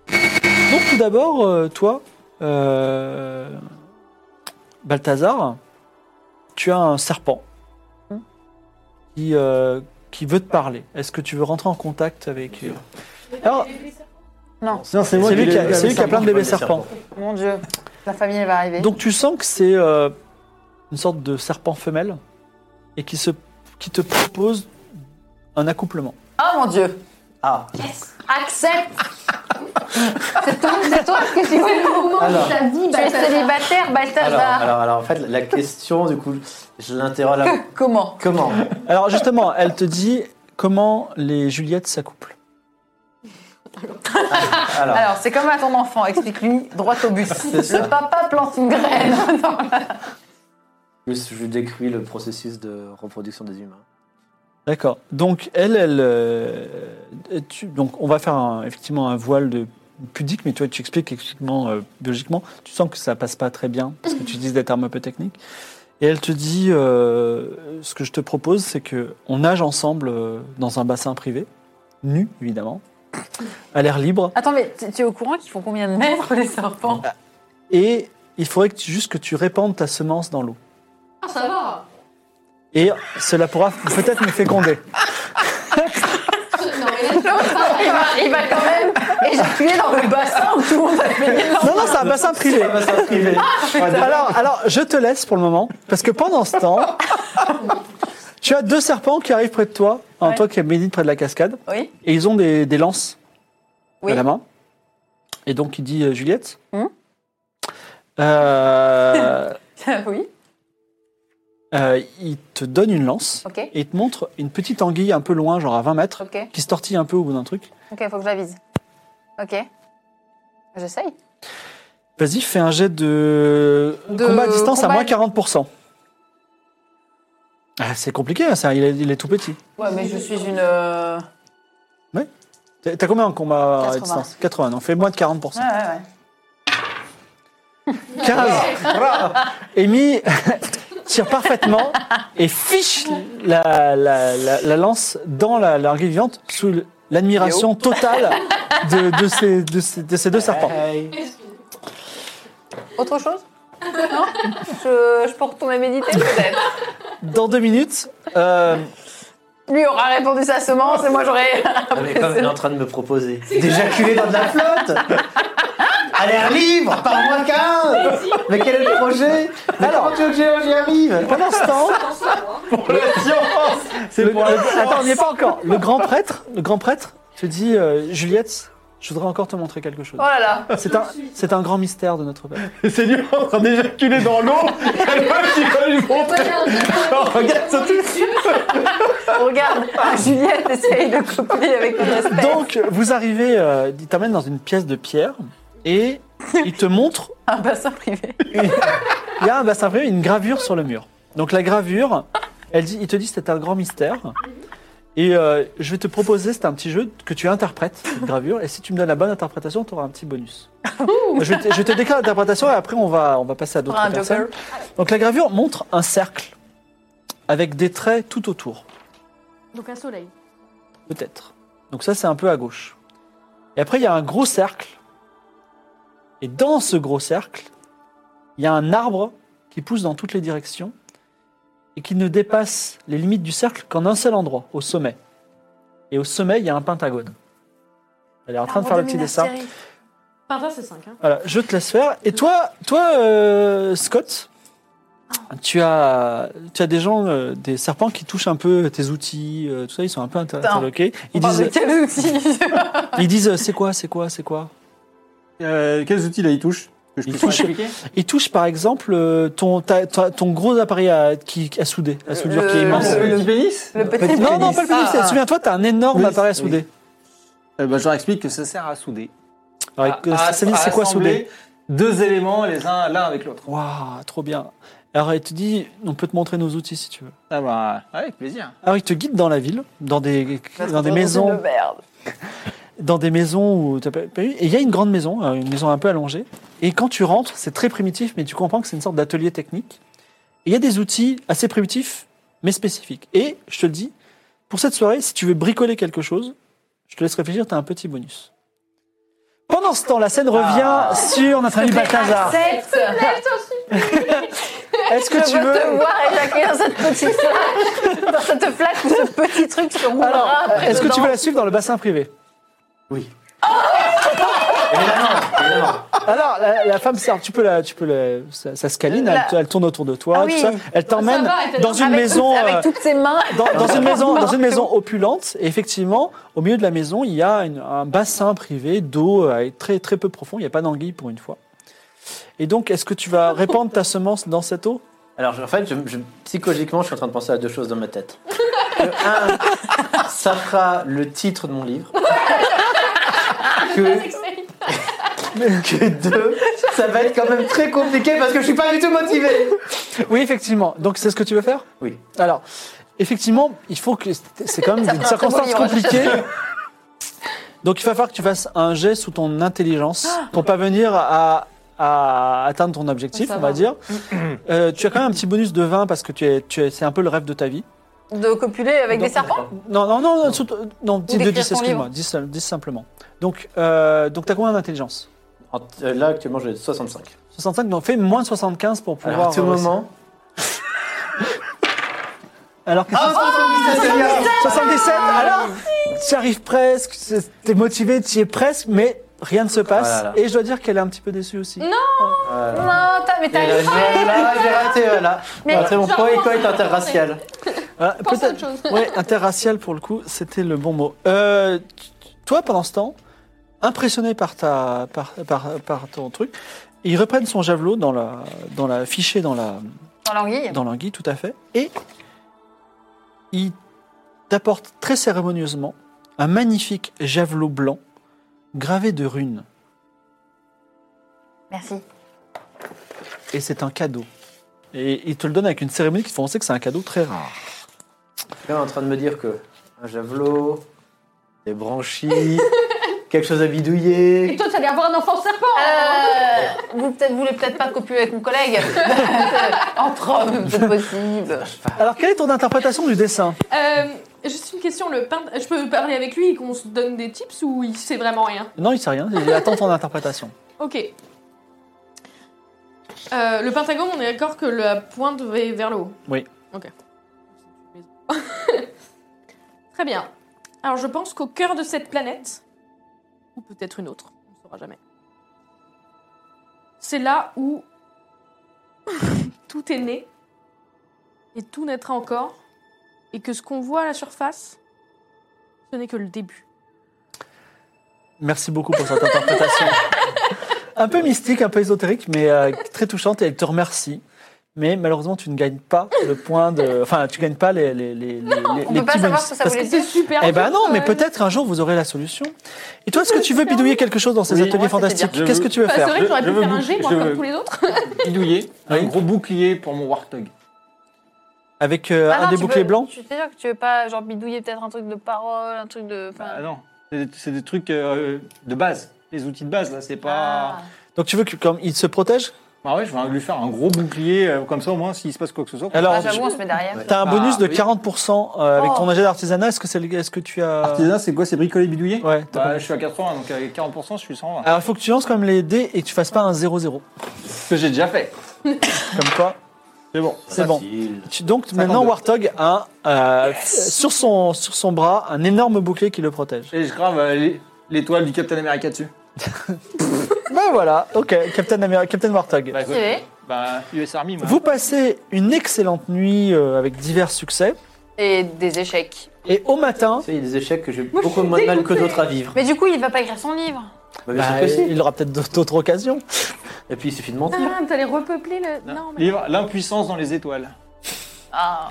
[SPEAKER 1] Donc tout d'abord, euh, toi, euh, Balthazar, tu as un serpent qui, euh, qui veut te parler. Est-ce que tu veux rentrer en contact avec... Alors,
[SPEAKER 10] Non, c'est
[SPEAKER 1] c'est
[SPEAKER 10] moi
[SPEAKER 1] lui
[SPEAKER 10] qui
[SPEAKER 1] qui
[SPEAKER 10] l'ai-
[SPEAKER 1] a, c'est lui qui a plein de bébés serpents.
[SPEAKER 2] Mon Dieu, la famille elle va arriver.
[SPEAKER 1] Donc tu sens que c'est euh, une sorte de serpent femelle et qui, se, qui te propose un accouplement.
[SPEAKER 2] Oh mon Dieu
[SPEAKER 5] Ah,
[SPEAKER 2] Accepte C'est toi, c'est toi ce que tu
[SPEAKER 7] C'est le
[SPEAKER 2] veux
[SPEAKER 5] Ah,
[SPEAKER 7] moment où t'as dit,
[SPEAKER 2] Tu
[SPEAKER 7] bah,
[SPEAKER 2] es
[SPEAKER 7] ça-
[SPEAKER 2] célibataire,
[SPEAKER 5] alors,
[SPEAKER 2] Balthazar
[SPEAKER 5] alors, alors, en fait, la question, du coup, je l'interroge là.
[SPEAKER 2] Comment
[SPEAKER 5] Comment
[SPEAKER 1] Alors justement, elle te dit comment les Juliettes s'accouplent.
[SPEAKER 5] Alors,
[SPEAKER 2] Alors, c'est comme à ton enfant, explique-lui droit au but.
[SPEAKER 5] ça.
[SPEAKER 2] Le papa plante une graine. Non.
[SPEAKER 5] plus je décris le processus de reproduction des humains.
[SPEAKER 1] D'accord. Donc elle, elle, euh, tu- donc on va faire un- effectivement un voile de pudique, mais toi tu expliques effectivement euh, biologiquement. Tu sens que ça passe pas très bien parce que tu utilises des termes un peu techniques. Et elle te dit, euh, ce que je te propose, c'est que on nage ensemble euh, dans un bassin privé, nu évidemment, à l'air libre,
[SPEAKER 2] Attends, mais tu tu es au courant qu'ils font combien de mètres, les serpents
[SPEAKER 1] et il faudrait que tu- juste que tu répandes ta semence dans l'eau.
[SPEAKER 7] Ah, ça va.
[SPEAKER 1] Et cela pourra peut-être me féconder.
[SPEAKER 7] Non, mais là, tu vois, ça-
[SPEAKER 2] il, va, il va quand même éjaculer dans le bassin où tout le monde va se baigner dedans.
[SPEAKER 1] Non, non, c'est un bassin privé. alors, alors, je te laisse pour le moment, parce que pendant ce temps, tu as deux serpents qui arrivent près de toi, un
[SPEAKER 2] Ouais.
[SPEAKER 1] toi qui médite près de la cascade,
[SPEAKER 2] Oui,
[SPEAKER 1] et ils ont des, des lances
[SPEAKER 2] oui.
[SPEAKER 1] à la main. Et donc, il dit euh, Juliette.
[SPEAKER 2] Hum
[SPEAKER 1] euh,
[SPEAKER 2] oui,
[SPEAKER 1] euh, il te donne une lance
[SPEAKER 2] ok,
[SPEAKER 1] et il te montre une petite anguille un peu loin, genre à 20 mètres,
[SPEAKER 2] ok.
[SPEAKER 1] qui se tortille un peu au bout d'un truc.
[SPEAKER 2] Ok, faut que je la vise. Ok. J'essaye.
[SPEAKER 1] Vas-y, fais un jet de,
[SPEAKER 2] De
[SPEAKER 1] combat à distance
[SPEAKER 2] combat-
[SPEAKER 1] à moins 40%. Ah, c'est compliqué, ça. Il est, il est tout petit.
[SPEAKER 2] Ouais, mais je suis une. euh,
[SPEAKER 1] T'as t'as combien en combat à
[SPEAKER 2] 80.
[SPEAKER 1] distance 80, donc fais moins de 40%.
[SPEAKER 2] Ouais, ouais, ouais.
[SPEAKER 1] 15 Amy tire parfaitement et fiche la, la- la- la lance dans la largue vivante sous l- l'admiration totale de, de ces, de ces- de ces deux serpents.
[SPEAKER 2] Autre chose Non je, je peux retourner méditer peut-être.
[SPEAKER 1] Dans deux minutes, euh,
[SPEAKER 2] Lui aura répondu sa semence et moi j'aurai.
[SPEAKER 5] Non, mais comme elle est en train de me proposer d'éjaculer dans de la flotte à l'air libre, par moins 15 Mais quel est le projet Mais Alors, comment tu veux que j'y j'y arrive
[SPEAKER 1] pendant ce temps,
[SPEAKER 3] C'est
[SPEAKER 1] Le-
[SPEAKER 3] pour
[SPEAKER 1] le-
[SPEAKER 3] la science.
[SPEAKER 1] attends, on n'y est pas encore. Le grand prêtre, le grand prêtre te dit, euh, Juliette, je voudrais encore te montrer quelque chose.
[SPEAKER 2] Oh là là
[SPEAKER 1] C'est un, c'est un grand mystère de notre père.
[SPEAKER 3] C'est lui en train d'éjaculer dans l'eau. Elle va qui va lui montrer. Oh, regarde ça tout.
[SPEAKER 2] Regarde Juliette essaye de copier avec une espèce.
[SPEAKER 1] Donc, vous arrivez, euh, il t'amène dans une pièce de pierre et il te montre,
[SPEAKER 2] Un bassin privé.
[SPEAKER 1] il y a un bassin privé, une gravure sur le mur. Donc, la gravure, elle dit, il te dit c'est un grand mystère. Et euh, je vais te proposer, c'est un petit jeu que tu interprètes, cette gravure. Et si tu me donnes la bonne interprétation, tu auras un petit bonus. je, vais te, je vais te décrire l'interprétation et après, on va, on va passer à d'autres
[SPEAKER 2] Un
[SPEAKER 1] personnes.
[SPEAKER 2] joker.
[SPEAKER 1] Donc la gravure montre un cercle avec des traits tout autour,
[SPEAKER 7] Donc un soleil.
[SPEAKER 1] peut-être. Donc ça, c'est un peu à gauche. Et après, il y a un gros cercle. Et dans ce gros cercle, il y a un arbre qui pousse dans toutes les directions et qui ne dépasse les limites du cercle qu'en un seul endroit, au sommet. Et au sommet, il y a un pentagone. Elle est en train de faire le petit dessin.
[SPEAKER 7] Pardon, c'est 5. Hein.
[SPEAKER 1] Voilà, je te laisse faire. Et toi, toi, euh, Scott, tu as, tu as des gens, euh, des serpents qui touchent un peu tes outils, euh, tout ça, ils sont un peu inter-
[SPEAKER 2] Attends.
[SPEAKER 1] interloqués. Ils
[SPEAKER 2] On parle
[SPEAKER 1] disent,
[SPEAKER 2] de Oh, quel outil
[SPEAKER 1] ils disent, euh, c'est quoi, c'est quoi, c'est quoi
[SPEAKER 3] Euh, Quels outils là il touche Que je
[SPEAKER 1] Il
[SPEAKER 3] puisse
[SPEAKER 1] touche.
[SPEAKER 3] expliquer
[SPEAKER 1] Ils touchent par exemple euh, ton, ta- ta- ton gros appareil à, qui, à souder, à soudure qui est
[SPEAKER 2] Le-
[SPEAKER 1] immense.
[SPEAKER 3] Le petit pénis
[SPEAKER 2] Le petit.
[SPEAKER 1] Euh, Non, non, pas le pénis.
[SPEAKER 2] Ah, ah.
[SPEAKER 1] Souviens-toi, t'as un énorme
[SPEAKER 3] Oui,
[SPEAKER 1] appareil à
[SPEAKER 3] oui.
[SPEAKER 1] souder.
[SPEAKER 3] Euh, bah, Je leur explique que ça sert à souder.
[SPEAKER 1] Alors,
[SPEAKER 3] À- à-
[SPEAKER 1] Sabine,
[SPEAKER 3] à
[SPEAKER 1] c'est quoi
[SPEAKER 3] assembler
[SPEAKER 1] souder
[SPEAKER 3] Deux éléments les uns l'un avec l'autre.
[SPEAKER 1] Waouh, trop bien. Alors il te dit, on peut te montrer nos outils si tu veux.
[SPEAKER 3] Ah bah, ouais, avec plaisir.
[SPEAKER 1] Alors il te guide dans la ville, dans des, dans des maisons,
[SPEAKER 2] merde.
[SPEAKER 1] dans des maisons où t'as pas pas eu. Et il y a une grande maison, euh, une maison un peu allongée. Et quand tu rentres, c'est très primitif, mais tu comprends que c'est une sorte d'atelier technique. Et Il y a des outils assez primitifs, mais spécifiques. Et je te le dis, pour cette soirée, si tu veux bricoler quelque chose, je te laisse réfléchir, tu as un petit bonus. Pendant ce temps, la scène revient sur notre ami Balthazar.
[SPEAKER 2] Accepte.
[SPEAKER 1] Est-ce que
[SPEAKER 2] je
[SPEAKER 1] tu
[SPEAKER 2] veux,
[SPEAKER 1] veux...
[SPEAKER 2] te voir éjaculer dans cette petite flaque, dans cette flaque ou ce petit truc sur mon
[SPEAKER 1] Alors,
[SPEAKER 2] bras après
[SPEAKER 1] est-ce que tu
[SPEAKER 2] dedans. Ah
[SPEAKER 1] veux la suivre dans le bassin privé
[SPEAKER 5] Évidemment, évidemment.
[SPEAKER 1] Alors, la, la femme, sert- tu peux la, tu peux la, ça, ça se câline, elle,
[SPEAKER 2] La-
[SPEAKER 1] te- elle tourne autour de toi,
[SPEAKER 2] Ah oui.
[SPEAKER 1] tout ça. Elle t'emmène
[SPEAKER 7] va, elle te
[SPEAKER 1] dans
[SPEAKER 7] donne-
[SPEAKER 1] une
[SPEAKER 2] Avec
[SPEAKER 1] maison,
[SPEAKER 2] toutes-
[SPEAKER 1] euh,
[SPEAKER 2] avec toutes ses mains.
[SPEAKER 1] dans, dans une maison, dans une maison opulente. Et effectivement, au milieu de la maison, il y a une- un bassin privé d'eau euh, très très peu profond. Il n'y a pas d'anguille pour une fois. Et donc, est-ce que tu vas répandre ta semence dans cette eau
[SPEAKER 5] Alors, en fait, je, je- psychologiquement, je suis en train de penser à deux choses dans ma tête. Que, un, ça fera le titre de mon livre. Que, que deux, ça va être quand même très compliqué parce que je suis pas du tout motivé.
[SPEAKER 1] Oui, effectivement. Donc, c'est ce que tu veux faire
[SPEAKER 5] Oui.
[SPEAKER 1] Alors, effectivement, il faut que c'est quand même
[SPEAKER 2] Ça
[SPEAKER 1] une
[SPEAKER 2] fera un très beau
[SPEAKER 1] circonstance
[SPEAKER 2] livre.
[SPEAKER 1] compliquée. Donc, il va falloir que tu fasses un jet sous ton intelligence pour parvenir à, à atteindre ton objectif,
[SPEAKER 7] Ça
[SPEAKER 1] on va,
[SPEAKER 7] va.
[SPEAKER 1] dire. Euh, tu as quand même un petit bonus de 20 parce que tu es, tu es, c'est un peu le rêve de ta vie.
[SPEAKER 2] De copuler avec des serpents
[SPEAKER 1] Non, non, non, non, sous- euh, non, dix- de
[SPEAKER 2] d'écrire
[SPEAKER 1] 10,
[SPEAKER 2] ton
[SPEAKER 1] excuse-moi, 10, seul- 10 simplement. Donc, euh, donc tu as combien d'intelligence
[SPEAKER 5] En- euh, Là, actuellement, j'ai 65.
[SPEAKER 1] 65, donc fais moins 75 pour pouvoir...
[SPEAKER 5] Alors, à tout
[SPEAKER 1] euh,
[SPEAKER 5] moment.
[SPEAKER 1] Alors que
[SPEAKER 5] Ah,
[SPEAKER 1] Oh, 77 Alors, tu arrives presque, c'est- t'es motivé, tu es presque, mais rien ne se passe.
[SPEAKER 5] Ah là là.
[SPEAKER 1] Et je dois dire qu'elle est un petit peu déçue aussi.
[SPEAKER 5] Voilà.
[SPEAKER 2] Non, t'as- mais
[SPEAKER 5] Et là,
[SPEAKER 2] t'as eu
[SPEAKER 5] voilà, j'ai raté, voilà.
[SPEAKER 2] Mais-
[SPEAKER 5] Voilà, c'est mon
[SPEAKER 7] Genre,
[SPEAKER 5] point écho est
[SPEAKER 7] non,
[SPEAKER 5] interracial.
[SPEAKER 1] Voilà,
[SPEAKER 7] Pense à
[SPEAKER 1] Ah, peut-être-
[SPEAKER 7] autre chose.
[SPEAKER 1] Ouais, interracial pour le coup, c'était le bon mot. Euh, t- toi, pendant ce temps, impressionné par ta, par, par, par ton truc, ils reprennent son javelot dans la, dans la fichée dans la,
[SPEAKER 2] dans l'anguille.
[SPEAKER 1] dans l'anguille, tout à fait, et il t'apporte très cérémonieusement un magnifique javelot blanc gravé de runes.
[SPEAKER 2] Merci.
[SPEAKER 1] et c'est un cadeau. Et il te le donne avec une cérémonie qui te fait penser que c'est un cadeau très rare.
[SPEAKER 5] Là, en train de me dire que un javelot, des branchies, quelque chose à
[SPEAKER 7] Et
[SPEAKER 5] bidouiller.
[SPEAKER 7] toi, tu allais avoir un enfant serpent
[SPEAKER 2] Euh, vous peut-être voulez peut-être pas copuler avec mon collègue. Euh, Entre hommes, c'est possible.
[SPEAKER 1] Alors, quelle est ton interprétation du dessin
[SPEAKER 7] Euh, Juste une question, le peintre, je peux parler avec lui et qu'on se donne des tips ou il sait vraiment rien
[SPEAKER 1] Non, il sait rien. Il attend ton interprétation.
[SPEAKER 7] Ok. Euh, le pentagone, on est d'accord que la pointe va vers le haut
[SPEAKER 1] Oui.
[SPEAKER 7] Ok. Très bien. Alors je pense qu'au cœur de cette planète, ou peut-être une autre, on ne saura jamais, c'est là où tout est né et tout naîtra encore et que ce qu'on voit à la surface, ce n'est que le début.
[SPEAKER 1] Merci beaucoup pour cette interprétation. un peu mystique, un peu ésotérique, mais euh, très touchante. Et elle te remercie. Mais malheureusement, tu ne gagnes pas le point de. Enfin, tu gagnes pas les. les, les, les, les
[SPEAKER 2] on peut pas
[SPEAKER 1] petits
[SPEAKER 2] savoir
[SPEAKER 1] bonus.
[SPEAKER 2] ce que ça
[SPEAKER 1] Parce
[SPEAKER 2] voulait
[SPEAKER 7] C'est super.
[SPEAKER 1] Eh ben
[SPEAKER 7] dur, euh,
[SPEAKER 1] non, mais
[SPEAKER 7] quand même.
[SPEAKER 1] peut-être un jour vous aurez la solution. Et toi, est-ce que tu veux bidouiller quelque chose dans ces
[SPEAKER 3] Oui,
[SPEAKER 1] ateliers
[SPEAKER 3] moi, c'était
[SPEAKER 1] fantastiques
[SPEAKER 3] bien.
[SPEAKER 1] Qu'est-ce que tu veux
[SPEAKER 7] Bah,
[SPEAKER 1] faire
[SPEAKER 7] c'est vrai que j'aurais
[SPEAKER 3] Je-
[SPEAKER 7] pu
[SPEAKER 3] je
[SPEAKER 7] faire
[SPEAKER 3] veux-
[SPEAKER 7] un G, moi, comme
[SPEAKER 3] je-
[SPEAKER 7] tous les autres.
[SPEAKER 3] Bidouiller,
[SPEAKER 1] Oui.
[SPEAKER 3] un gros bouclier pour mon Warthog.
[SPEAKER 1] Avec euh,
[SPEAKER 2] Ah
[SPEAKER 1] un
[SPEAKER 2] non,
[SPEAKER 1] des
[SPEAKER 2] tu
[SPEAKER 1] boucliers
[SPEAKER 2] veux-
[SPEAKER 1] blancs
[SPEAKER 2] Tu t'es sûr que tu veux pas genre bidouiller peut-être un truc de parole, un truc de. enfin,
[SPEAKER 1] Bah,
[SPEAKER 3] Ah non, c'est des, c'est des trucs euh, de base, les outils de base, là, c'est pas...
[SPEAKER 2] ah.
[SPEAKER 1] Donc tu veux que comme il se protège
[SPEAKER 3] Bah ouais, je vais lui faire un gros bouclier, euh, comme ça au moins, s'il se passe quoi que ce soit.
[SPEAKER 1] Alors,
[SPEAKER 2] Ah, j'avoue, on se met derrière.
[SPEAKER 1] T'as un
[SPEAKER 3] Ah,
[SPEAKER 1] bonus de
[SPEAKER 3] oui.
[SPEAKER 1] 40% euh, avec
[SPEAKER 2] Oh.
[SPEAKER 1] ton jet d'artisanat. Est-ce que c'est le- est-ce que tu as
[SPEAKER 3] Artisanat, c'est quoi C'est bricoler, bidouiller
[SPEAKER 1] Ouais. t'as
[SPEAKER 3] Euh, Bah,
[SPEAKER 1] pas-
[SPEAKER 3] je suis à 80, donc avec 40%, je suis 120.
[SPEAKER 1] Alors il faut que tu lances quand même les dés et que tu fasses pas un 0-0.
[SPEAKER 3] Ah, Ce que j'ai déjà fait.
[SPEAKER 1] Comme quoi.
[SPEAKER 3] C'est bon.
[SPEAKER 1] C'est bon.
[SPEAKER 5] Facile.
[SPEAKER 1] Tu- donc maintenant
[SPEAKER 3] 52.
[SPEAKER 1] Warthog a un, euh, sur son sur son bras un énorme bouclier qui le protège.
[SPEAKER 3] Et je grave euh, l'é- l'étoile du Captain America dessus.
[SPEAKER 1] Ben voilà. Ok. Captain Ameri- Captain Warthog.
[SPEAKER 3] Bah, quoi.
[SPEAKER 2] Stylé.
[SPEAKER 3] bah US Army, moi.
[SPEAKER 1] Vous passez une excellente nuit euh, avec divers succès
[SPEAKER 2] Et des échecs.
[SPEAKER 1] et au matin.
[SPEAKER 5] Tu sais, il y a des échecs que j'ai
[SPEAKER 7] Moi, je
[SPEAKER 5] beaucoup
[SPEAKER 7] suis
[SPEAKER 5] moins de mal que d'autres à vivre.
[SPEAKER 2] Mais du coup, il va pas écrire son livre.
[SPEAKER 5] Bah, bien sûr
[SPEAKER 1] bah,
[SPEAKER 5] que si.
[SPEAKER 1] il aura peut-être d'autres occasions.
[SPEAKER 5] Et puis il suffit de mentir.
[SPEAKER 7] Ah, t'allais repeupler le. Non, mais.
[SPEAKER 3] Livre L'impuissance dans les étoiles.
[SPEAKER 2] Ah.